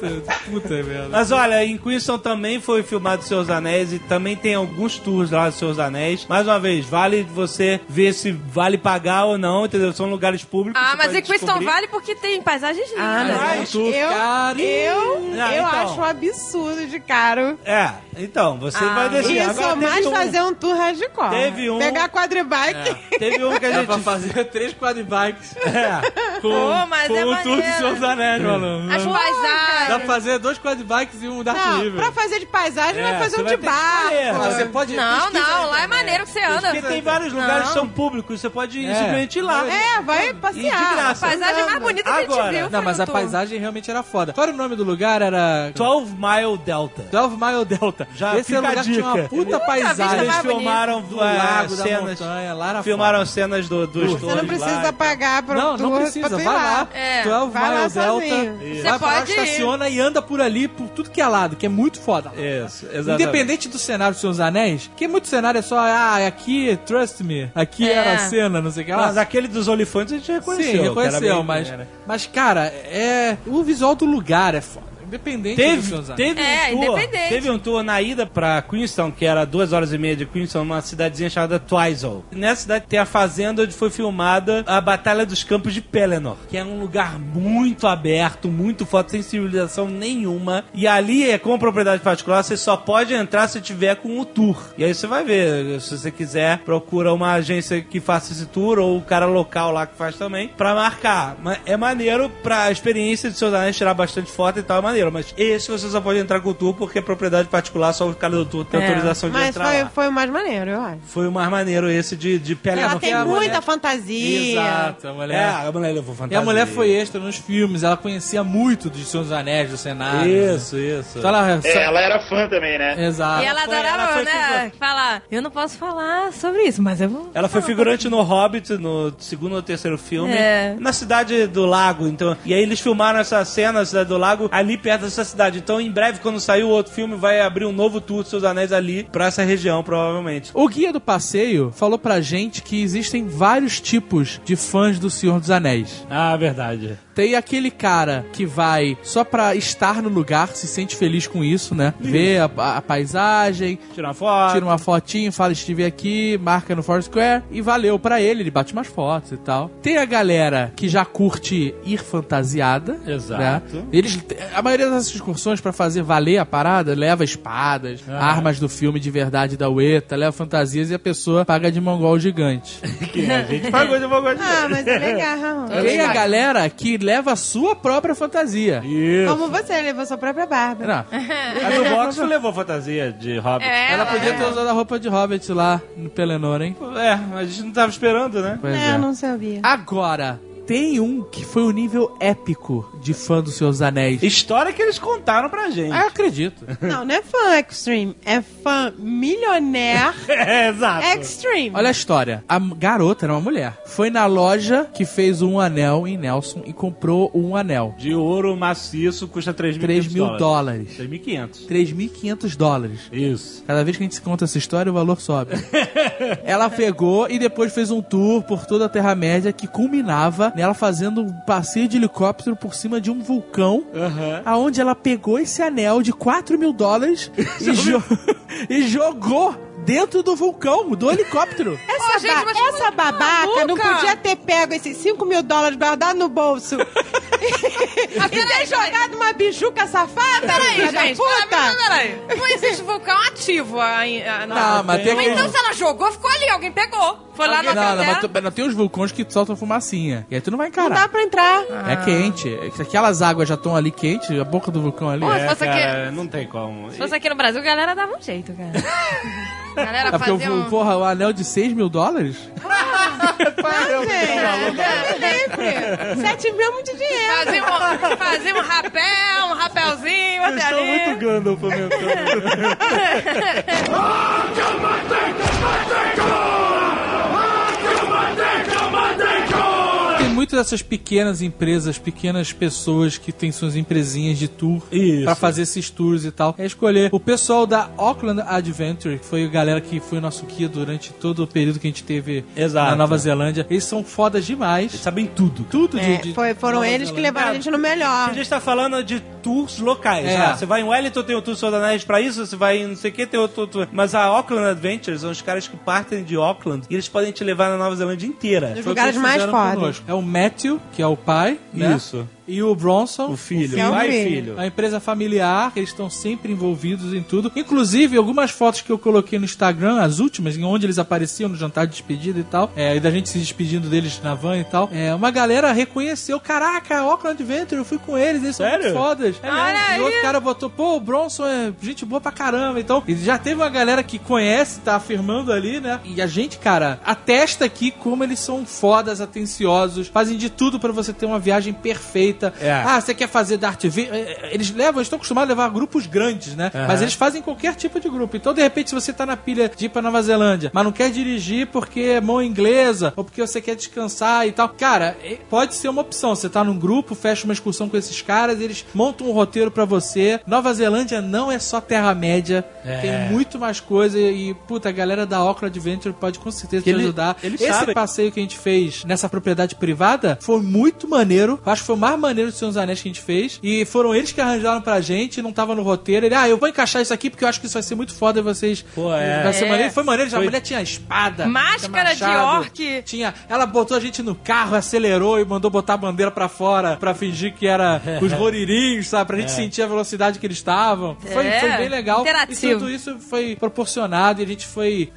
Speaker 7: Puta merda.
Speaker 5: Mas olha, em Queenstown também foi filmado Seus Anéis e também tem alguns tours lá dos Seus Anéis. Mais uma vez, vale você ver se vale pagar ou não, entendeu? São lugares públicos.
Speaker 3: Ah,
Speaker 5: você
Speaker 3: mas
Speaker 5: pode
Speaker 3: em Queenstown
Speaker 5: descobrir.
Speaker 3: Valley porque tem paisagens lindas.
Speaker 6: Ah, não.
Speaker 3: né?
Speaker 5: Mas
Speaker 6: Eu,
Speaker 7: tu, cara.
Speaker 6: eu,
Speaker 5: Ah,
Speaker 6: eu
Speaker 5: então.
Speaker 6: acho um absurdo de caro.
Speaker 5: É, então, você
Speaker 3: Ah.
Speaker 5: vai descer.
Speaker 6: Isso,
Speaker 5: Agora, teve
Speaker 6: mais
Speaker 5: um-
Speaker 6: fazer um tour hardcore.
Speaker 5: Teve um-
Speaker 6: Pegar quadribike.
Speaker 5: Teve um que a
Speaker 7: Dá pra
Speaker 5: gente...
Speaker 7: fazer três quadribikes
Speaker 5: É,
Speaker 3: [laughs]
Speaker 7: com,
Speaker 3: Pô, mas
Speaker 7: com
Speaker 3: é
Speaker 7: o tour dos
Speaker 3: maneiro.
Speaker 7: seus anéis, maluco.
Speaker 3: As paisagens.
Speaker 7: Dá pra fazer dois quadribikes e um Dark
Speaker 6: Não,
Speaker 7: River. É,
Speaker 6: pra fazer de paisagem,
Speaker 5: É,
Speaker 6: vai fazer
Speaker 5: você
Speaker 6: um
Speaker 5: vai
Speaker 6: de
Speaker 5: ter que escolher.
Speaker 6: barco.
Speaker 7: Você pode então.
Speaker 3: Não, não, lá é maneiro que você anda.
Speaker 5: porque tem vários lugares que
Speaker 3: Não.
Speaker 5: são públicos, você pode
Speaker 7: É.
Speaker 5: simplesmente ir lá.
Speaker 6: É, vai
Speaker 5: E
Speaker 6: passear.
Speaker 5: de graça.
Speaker 3: A paisagem mais bonita que a gente
Speaker 5: Agora,
Speaker 3: viu.
Speaker 7: Não,
Speaker 3: foi
Speaker 7: mas
Speaker 3: no
Speaker 7: a
Speaker 3: tour.
Speaker 7: paisagem realmente era foda. Qual era o nome do lugar? Era.
Speaker 5: 12 Mile Delta.
Speaker 7: 12 Mile Delta.
Speaker 5: Já
Speaker 7: Esse
Speaker 5: fica
Speaker 7: era um
Speaker 5: a
Speaker 7: lugar que tinha uma
Speaker 5: dica.
Speaker 7: puta paisagem.
Speaker 5: Eles
Speaker 3: mais bonito.
Speaker 5: filmaram
Speaker 7: do
Speaker 5: é,
Speaker 7: lago, da
Speaker 5: cenas.
Speaker 7: montanha, lá era
Speaker 5: filmaram
Speaker 7: foda.
Speaker 5: cenas do, dos
Speaker 6: Você não
Speaker 5: torres lá.
Speaker 6: precisa pagar pra um
Speaker 7: Não,
Speaker 6: tour
Speaker 7: não precisa.
Speaker 6: pra tu
Speaker 7: Vai
Speaker 6: ir
Speaker 7: lá.
Speaker 3: É,
Speaker 7: 12
Speaker 6: vai lá
Speaker 7: Mile
Speaker 6: sozinho.
Speaker 7: Delta.
Speaker 3: Você
Speaker 7: Vai pra lá,
Speaker 3: pode ir.
Speaker 7: estaciona e anda por ali, por tudo que é lado, que é muito foda.
Speaker 5: Isso, exatamente.
Speaker 7: Independente do cenário dos seus anéis, que muito cenário é só, ah, aqui, trust me, aqui
Speaker 3: É.
Speaker 7: era a cena, não sei o que lá.
Speaker 5: Mas aquele dos olifantes a gente reconheceu.
Speaker 7: Sim,
Speaker 5: que era
Speaker 7: reconheceu,
Speaker 5: bem-
Speaker 7: mas,
Speaker 5: era.
Speaker 7: mas, cara, é. O visual do lugar é foda. Dependente do que
Speaker 5: Teve,
Speaker 7: usar.
Speaker 5: teve,
Speaker 3: É,
Speaker 5: um tour,
Speaker 3: independente.
Speaker 5: teve um tour na ida pra Queenstown, que era duas horas e meia de Queenstown, numa cidadezinha chamada Twizel. Nessa cidade tem a fazenda onde foi filmada a Batalha dos Campos de Pelennor, que é um lugar muito aberto, muito foto, sem civilização nenhuma. E ali é com propriedade particular, você só pode entrar se tiver com o tour. E aí você vai ver, se você quiser, procura uma agência que faça esse tour ou o cara local lá que faz também, pra marcar. Ma- É maneiro pra experiência de seus anéis tirar bastante foto e tal, é maneiro. Mas esse você só pode entrar com o tour porque é propriedade particular, só o cara do tour tem
Speaker 3: É,
Speaker 5: autorização de
Speaker 6: Mas
Speaker 5: entrar
Speaker 6: foi,
Speaker 5: tá lá.
Speaker 6: foi o Ah, mais maneiro, eu acho.
Speaker 5: Foi o mais maneiro esse de, de pele
Speaker 6: Ela
Speaker 5: no
Speaker 6: tem
Speaker 5: fio,
Speaker 6: muita
Speaker 5: né?
Speaker 6: fantasia.
Speaker 7: Exato, a mulher.
Speaker 5: É, a mulher levou
Speaker 7: E
Speaker 5: fantasia.
Speaker 7: a mulher foi extra nos filmes, ela conhecia muito de Senhor dos Anéis, do
Speaker 5: Ah, né?
Speaker 7: cenário.
Speaker 5: Isso, isso.
Speaker 7: Então ela.
Speaker 4: É, ela era fã também, né?
Speaker 7: Exato.
Speaker 3: E ela
Speaker 5: foi-
Speaker 3: adorava,
Speaker 5: ela foi
Speaker 3: né? Falar, eu não posso falar sobre isso, mas eu vou.
Speaker 5: Ela foi figurante no Hobbit, no segundo ou terceiro filme,
Speaker 3: É.
Speaker 5: na cidade do lago, então. E aí eles filmaram essa cena, na cidade do lago, ali perto dessa cidade. Então, em breve, quando sair o outro filme, vai abrir um novo tour dos seus anéis ali pra essa região, provavelmente.
Speaker 7: O guia do passeio falou pra gente que existem vários tipos de fãs do Senhor dos Anéis.
Speaker 5: Ah, verdade.
Speaker 7: Tem aquele cara que vai só pra estar no lugar, se sente feliz com isso, né? Vê a, a- a paisagem,
Speaker 5: Tirar uma foto.
Speaker 7: tira uma fotinho, fala estive aqui, marca no Foursquare e valeu pra ele, ele bate umas fotos e tal. Tem a galera que já curte ir fantasiada,
Speaker 5: Exato.
Speaker 7: né? Eles a maioria das excursões pra fazer valer a parada leva espadas, armas do filme de verdade da Ueta, leva fantasias e a pessoa paga de mongol gigante.
Speaker 5: É. [laughs] Pagou de bom gosto.
Speaker 6: Ah, mas
Speaker 5: [laughs]
Speaker 6: é legal.
Speaker 7: Tem a galera que leva a sua própria fantasia.
Speaker 6: Como você levou sua própria barba.
Speaker 7: Não,
Speaker 5: Aí no
Speaker 7: [laughs]
Speaker 5: box tu levou fantasia de Hobbit.
Speaker 3: É,
Speaker 7: ela podia ter usado a roupa de Hobbit lá no Pelenor, hein?
Speaker 5: É, a gente não tava esperando, né?
Speaker 7: Pois
Speaker 6: É, eu não sabia.
Speaker 7: Agora, tem um que foi um nível épico de fã dos seus anéis.
Speaker 5: História que eles contaram pra gente.
Speaker 7: Ah, eu acredito.
Speaker 6: Não, não é fã extreme, é fã milionaire
Speaker 5: [laughs] É, [laughs] exato.
Speaker 6: extreme.
Speaker 7: Olha a história. A m- garota era uma mulher. Foi na loja que fez um anel em Nelson e comprou um anel.
Speaker 5: De ouro maciço custa 3 mil
Speaker 7: 3 mil dólares.
Speaker 5: 3.500.
Speaker 7: 3.500 dólares.
Speaker 5: Isso.
Speaker 7: Cada vez que a gente se conta essa história, o valor sobe. ela pegou e depois fez um tour por toda a Terra-média que culminava nela fazendo um passeio de helicóptero por cima de um vulcão.
Speaker 5: Aham.
Speaker 7: Aonde ela pegou esse anel de 4 mil dólares e, jo- [laughs] e jogou dentro do vulcão, do helicóptero.
Speaker 6: Essa,
Speaker 3: Ô, gente,
Speaker 6: ba-
Speaker 3: mas como é tá
Speaker 6: essa babaca não
Speaker 3: maluca?
Speaker 6: podia ter pego esses 5 mil dólares guardado no
Speaker 3: [laughs]
Speaker 6: bolso e ter jogado uma bijuca safada,
Speaker 3: Ah, Peraí,
Speaker 6: filha da
Speaker 3: gente. Peraí,
Speaker 6: puta.
Speaker 3: peraí. Não existe vulcão ativo. A, a,
Speaker 7: Não, mas tem
Speaker 3: Então,
Speaker 7: aquele-
Speaker 3: se ela jogou, ficou ali. Alguém pegou. Foi lá na
Speaker 7: Não, não,
Speaker 3: casa
Speaker 7: mas tu-
Speaker 3: dela.
Speaker 7: mas tem os vulcões que soltam fumacinha. E aí tu não vai
Speaker 6: Não dá
Speaker 7: encarar.
Speaker 6: pra entrar.
Speaker 7: É quente. Aquelas águas já estão ali quentes, a boca do vulcão ali.
Speaker 3: Pô,
Speaker 7: é.
Speaker 3: se fosse aqui-
Speaker 5: Cara, não tem como.
Speaker 3: Se fosse aqui no Brasil, a galera dava um jeito, cara. A galera
Speaker 7: É porque,
Speaker 3: fazia
Speaker 7: o
Speaker 3: um...
Speaker 7: porra, o anel de 6 mil dólares?
Speaker 6: Sempre. 7 mil é muito dinheiro.
Speaker 3: Fazia um, fazia um rapel, um rapelzinho até ali.
Speaker 5: Gandalf, meu
Speaker 7: Tem muitas dessas pequenas empresas, pequenas pessoas que têm suas empresinhas de tour
Speaker 5: Isso.
Speaker 7: pra fazer esses tours e tal. É escolher o pessoal da Auckland Adventure, que foi a galera que foi nosso guia durante todo o período que a gente teve
Speaker 5: Exato.
Speaker 7: na Nova Zelândia. Eles são fodas demais.
Speaker 5: Eles sabem tudo.
Speaker 7: Tudo de,
Speaker 6: É,
Speaker 7: de-
Speaker 6: foi- foram
Speaker 7: Nova
Speaker 6: eles que
Speaker 7: Zelândia.
Speaker 6: levaram a gente no melhor.
Speaker 5: A gente tá falando de tours locais.
Speaker 7: É.
Speaker 5: Ah, você vai em Wellington, tem o Tour Senhor dos Anéis pra isso, você vai em não sei o que, tem outro tour. Mas a Auckland Adventures são os caras que partem de Auckland e eles podem te levar na Nova Zelândia inteira.
Speaker 7: Foi
Speaker 6: Nos
Speaker 7: o que
Speaker 6: lugares
Speaker 7: eles
Speaker 6: mais
Speaker 7: fizeram
Speaker 6: fodas.
Speaker 7: conosco. É o Matthew, que é o pai, né?
Speaker 5: Isso.
Speaker 7: E o Bronson,
Speaker 5: O filho.
Speaker 6: É o
Speaker 5: Vai,
Speaker 6: filho.
Speaker 5: filho.
Speaker 7: A empresa familiar, eles estão sempre envolvidos em tudo. Inclusive, algumas fotos que eu coloquei no Instagram, as últimas, em onde eles apareciam no jantar de despedida e tal, é, e da gente se despedindo deles na van e tal, é, uma galera reconheceu, caraca, Auckland Adventure, eu fui com eles, eles são
Speaker 5: Sério?
Speaker 7: muito fodas. É,
Speaker 3: Olha
Speaker 7: mesmo. e
Speaker 3: aí.
Speaker 7: outro cara botou, pô, o Bronson é gente boa pra caramba, então, e já teve uma galera que conhece, tá afirmando ali, né? E a gente, cara, atesta aqui como eles são fodas, atenciosos, fazem de tudo pra você ter uma viagem perfeita.
Speaker 5: É.
Speaker 7: Ah, você quer fazer Dart V? é, Eles levam, eles estão acostumados a levar grupos grandes, né?
Speaker 5: Aham.
Speaker 7: Mas eles fazem qualquer tipo de grupo. Então, de repente, se você tá na pilha de ir pra Nova Zelândia, mas não quer dirigir porque é mão inglesa, ou porque você quer descansar e tal, cara, eh, pode ser uma opção. Você tá num grupo, fecha uma excursão com esses caras, eles montam um roteiro pra você. Nova Zelândia não é só Terra-média,
Speaker 5: É.
Speaker 7: tem muito mais coisa e, puta, a galera da Auckland Adventure pode com certeza
Speaker 5: Que
Speaker 7: te
Speaker 5: ele-
Speaker 7: ajudar.
Speaker 5: eles
Speaker 7: Esse
Speaker 5: sabem.
Speaker 7: passeio que a gente fez nessa propriedade privada foi muito maneiro. Eu Acho que foi o mais maneira do Senhor dos Anéis que a gente fez. E foram eles que arranjaram pra gente, não tava no roteiro. Ele, ah, eu vou encaixar isso aqui porque eu acho que isso vai ser muito foda e vocês.
Speaker 5: Pô, é.
Speaker 7: Vai ser
Speaker 3: É.
Speaker 7: maneiro. Foi maneiro, já a
Speaker 5: Foi-
Speaker 7: mulher tinha espada.
Speaker 3: Máscara
Speaker 7: tinha machado,
Speaker 3: de orc.
Speaker 7: Tinha. Ela botou a gente no carro, acelerou e mandou botar a bandeira pra fora pra fingir
Speaker 5: [laughs]
Speaker 7: que era os roririnhos, sabe? Pra gente
Speaker 5: É.
Speaker 7: sentir a velocidade que eles estavam. Foi,
Speaker 3: É.
Speaker 7: foi bem legal.
Speaker 3: Interativo.
Speaker 7: E tudo isso foi proporcionado e a gente foi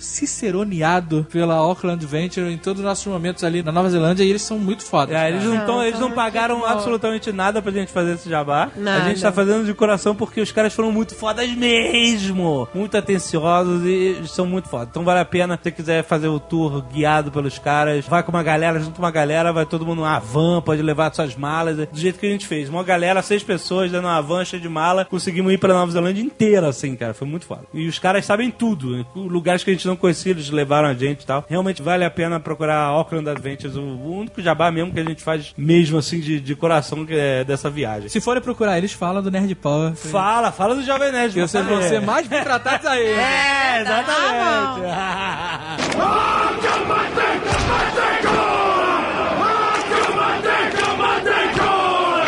Speaker 7: ciceroneado pela Auckland Venture em todos os nossos momentos ali na Nova Zelândia e eles são muito fodas.
Speaker 5: É,
Speaker 7: cara.
Speaker 5: eles não, tão, eles não pagaram absolutamente nada pra gente fazer esse jabá. A gente tá fazendo de coração porque os caras foram muito fodas mesmo. Muito atenciosos e são muito fodas. Então vale a pena, se você quiser fazer o tour guiado pelos caras, vai com uma galera, junto com uma galera, vai todo mundo numa van, pode levar suas malas, do jeito que a gente fez. Uma galera, seis pessoas, dando uma van cheia de mala, conseguimos ir pra Nova Zelândia inteira, assim, cara. Foi muito foda. E os caras sabem tudo. né? Lugares que a gente não conhecia, eles levaram a gente e tal. Realmente vale a pena procurar a Auckland Adventures, o o único jabá mesmo que a gente faz mesmo, assim, de, de coração que é dessa viagem.
Speaker 7: Se forem procurar, eles falam do Nerd Power.
Speaker 5: Fala, fala do Jovem Nerd.
Speaker 7: Que vocês vão
Speaker 5: É.
Speaker 7: ser mais bem tratados aí.
Speaker 5: [laughs] É, exatamente.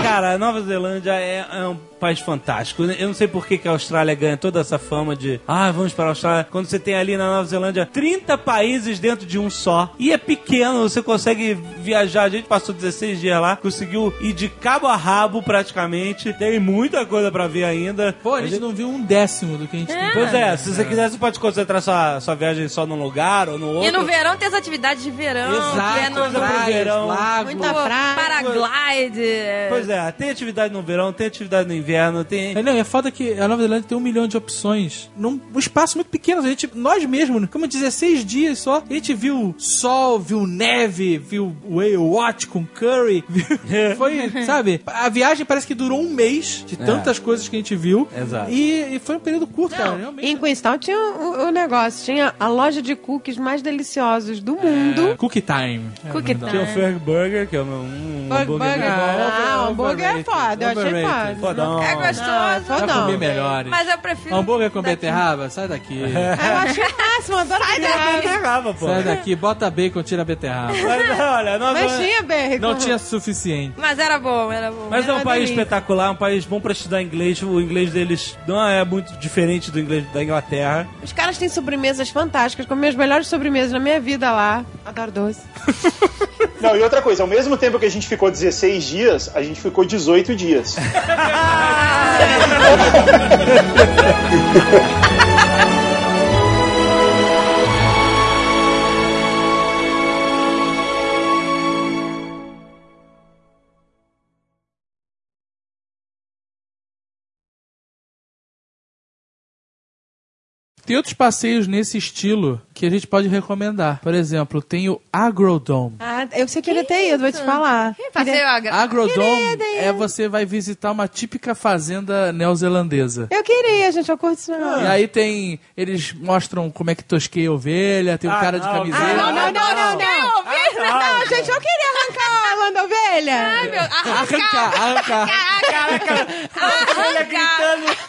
Speaker 5: Cara, a Nova Zelândia é, é um país fantástico. Eu não sei por que, que a Austrália ganha toda essa fama de ah, vamos para a Austrália. Quando você tem ali na Nova Zelândia 30 países dentro de um só. E é pequeno, você consegue viajar. A gente passou 16 dias lá, conseguiu ir de cabo a rabo praticamente. Tem muita coisa para ver ainda.
Speaker 7: Pô, a gente não viu um décimo do que a gente tem.
Speaker 5: Pois é, se você quiser, você pode concentrar sua, sua viagem só num lugar ou no outro.
Speaker 3: E no verão tem as atividades de verão.
Speaker 5: Exato,
Speaker 3: que é no,
Speaker 5: coisa pra
Speaker 3: no-
Speaker 5: verão.
Speaker 7: lago.
Speaker 6: Muita praia.
Speaker 3: paraglide. é.
Speaker 5: Pois é, tem atividade no verão, tem atividade no inverno, tem.
Speaker 7: É, Não, é foda que a Nova Zelândia tem um milhão de opções num um espaço muito pequeno. A gente, nós mesmos, como 16 dias só, a gente viu sol, viu neve, viu whale watch com curry. [laughs] viu- foi, sabe? A viagem parece que durou um mês de tantas coisas que a gente viu.
Speaker 5: Exato.
Speaker 7: E, e foi um período curto, cara. Realmente.
Speaker 6: Em Queenstown tinha o, o negócio, tinha a loja de cookies mais deliciosos do mundo.
Speaker 7: É, Cookie time.
Speaker 3: Cookie
Speaker 5: Tem o
Speaker 3: time.
Speaker 5: Ferg Burger, que é um, um hambúrguer.
Speaker 6: Ah,
Speaker 7: Ah,
Speaker 6: hambúrguer é foda, eu achei
Speaker 7: overrated.
Speaker 6: foda.
Speaker 5: Fodão.
Speaker 3: É
Speaker 6: Não, é
Speaker 3: gostoso.
Speaker 7: Pra
Speaker 6: fodão.
Speaker 7: comer melhores.
Speaker 3: Mas eu prefiro.
Speaker 7: Hambúrguer com
Speaker 3: daqui.
Speaker 7: beterraba? Sai daqui.
Speaker 6: Ah, Eu achei o máximo, adoro né? beterraba.
Speaker 5: Pegava, pô.
Speaker 7: Sai daqui, bota bacon, tira a beterraba.
Speaker 5: Mas, olha, nós
Speaker 6: Mas tinha bacon.
Speaker 7: Não tinha suficiente.
Speaker 3: Mas era bom, era bom.
Speaker 5: Mas é um
Speaker 6: Uma
Speaker 5: país
Speaker 6: delícia.
Speaker 5: espetacular, um país bom pra estudar inglês. O inglês deles não é muito diferente do inglês da
Speaker 3: [laughs]
Speaker 5: Inglaterra.
Speaker 6: Os caras têm sobremesas fantásticas, comi as melhores sobremesas da minha vida lá. Adoro doce.
Speaker 4: Não, e outra coisa, ao mesmo tempo que a gente ficou 16 dias, a gente ficou 18 dias.
Speaker 7: Tem outros passeios nesse estilo que a gente pode recomendar. Por exemplo, tem o Agrodome.
Speaker 6: Ah, eu sei que ele tem ido, vou te falar.
Speaker 10: Passeio agra...
Speaker 7: Agrodome é você vai visitar uma típica fazenda neozelandesa.
Speaker 6: Eu queria, gente, eu curto isso. Ah, Não,
Speaker 7: E aí tem. Eles mostram como é que tosqueia a ovelha, tem um
Speaker 5: Ah,
Speaker 7: cara de
Speaker 5: não.
Speaker 7: camiseta.
Speaker 5: Ah,
Speaker 6: não, não, não, não. Não,
Speaker 3: Ah,
Speaker 6: não, gente, eu queria arrancar a lã da ovelha.
Speaker 3: Ai, meu,
Speaker 7: Arrancar, arrancar.
Speaker 5: Ah,
Speaker 3: arrancar. [laughs]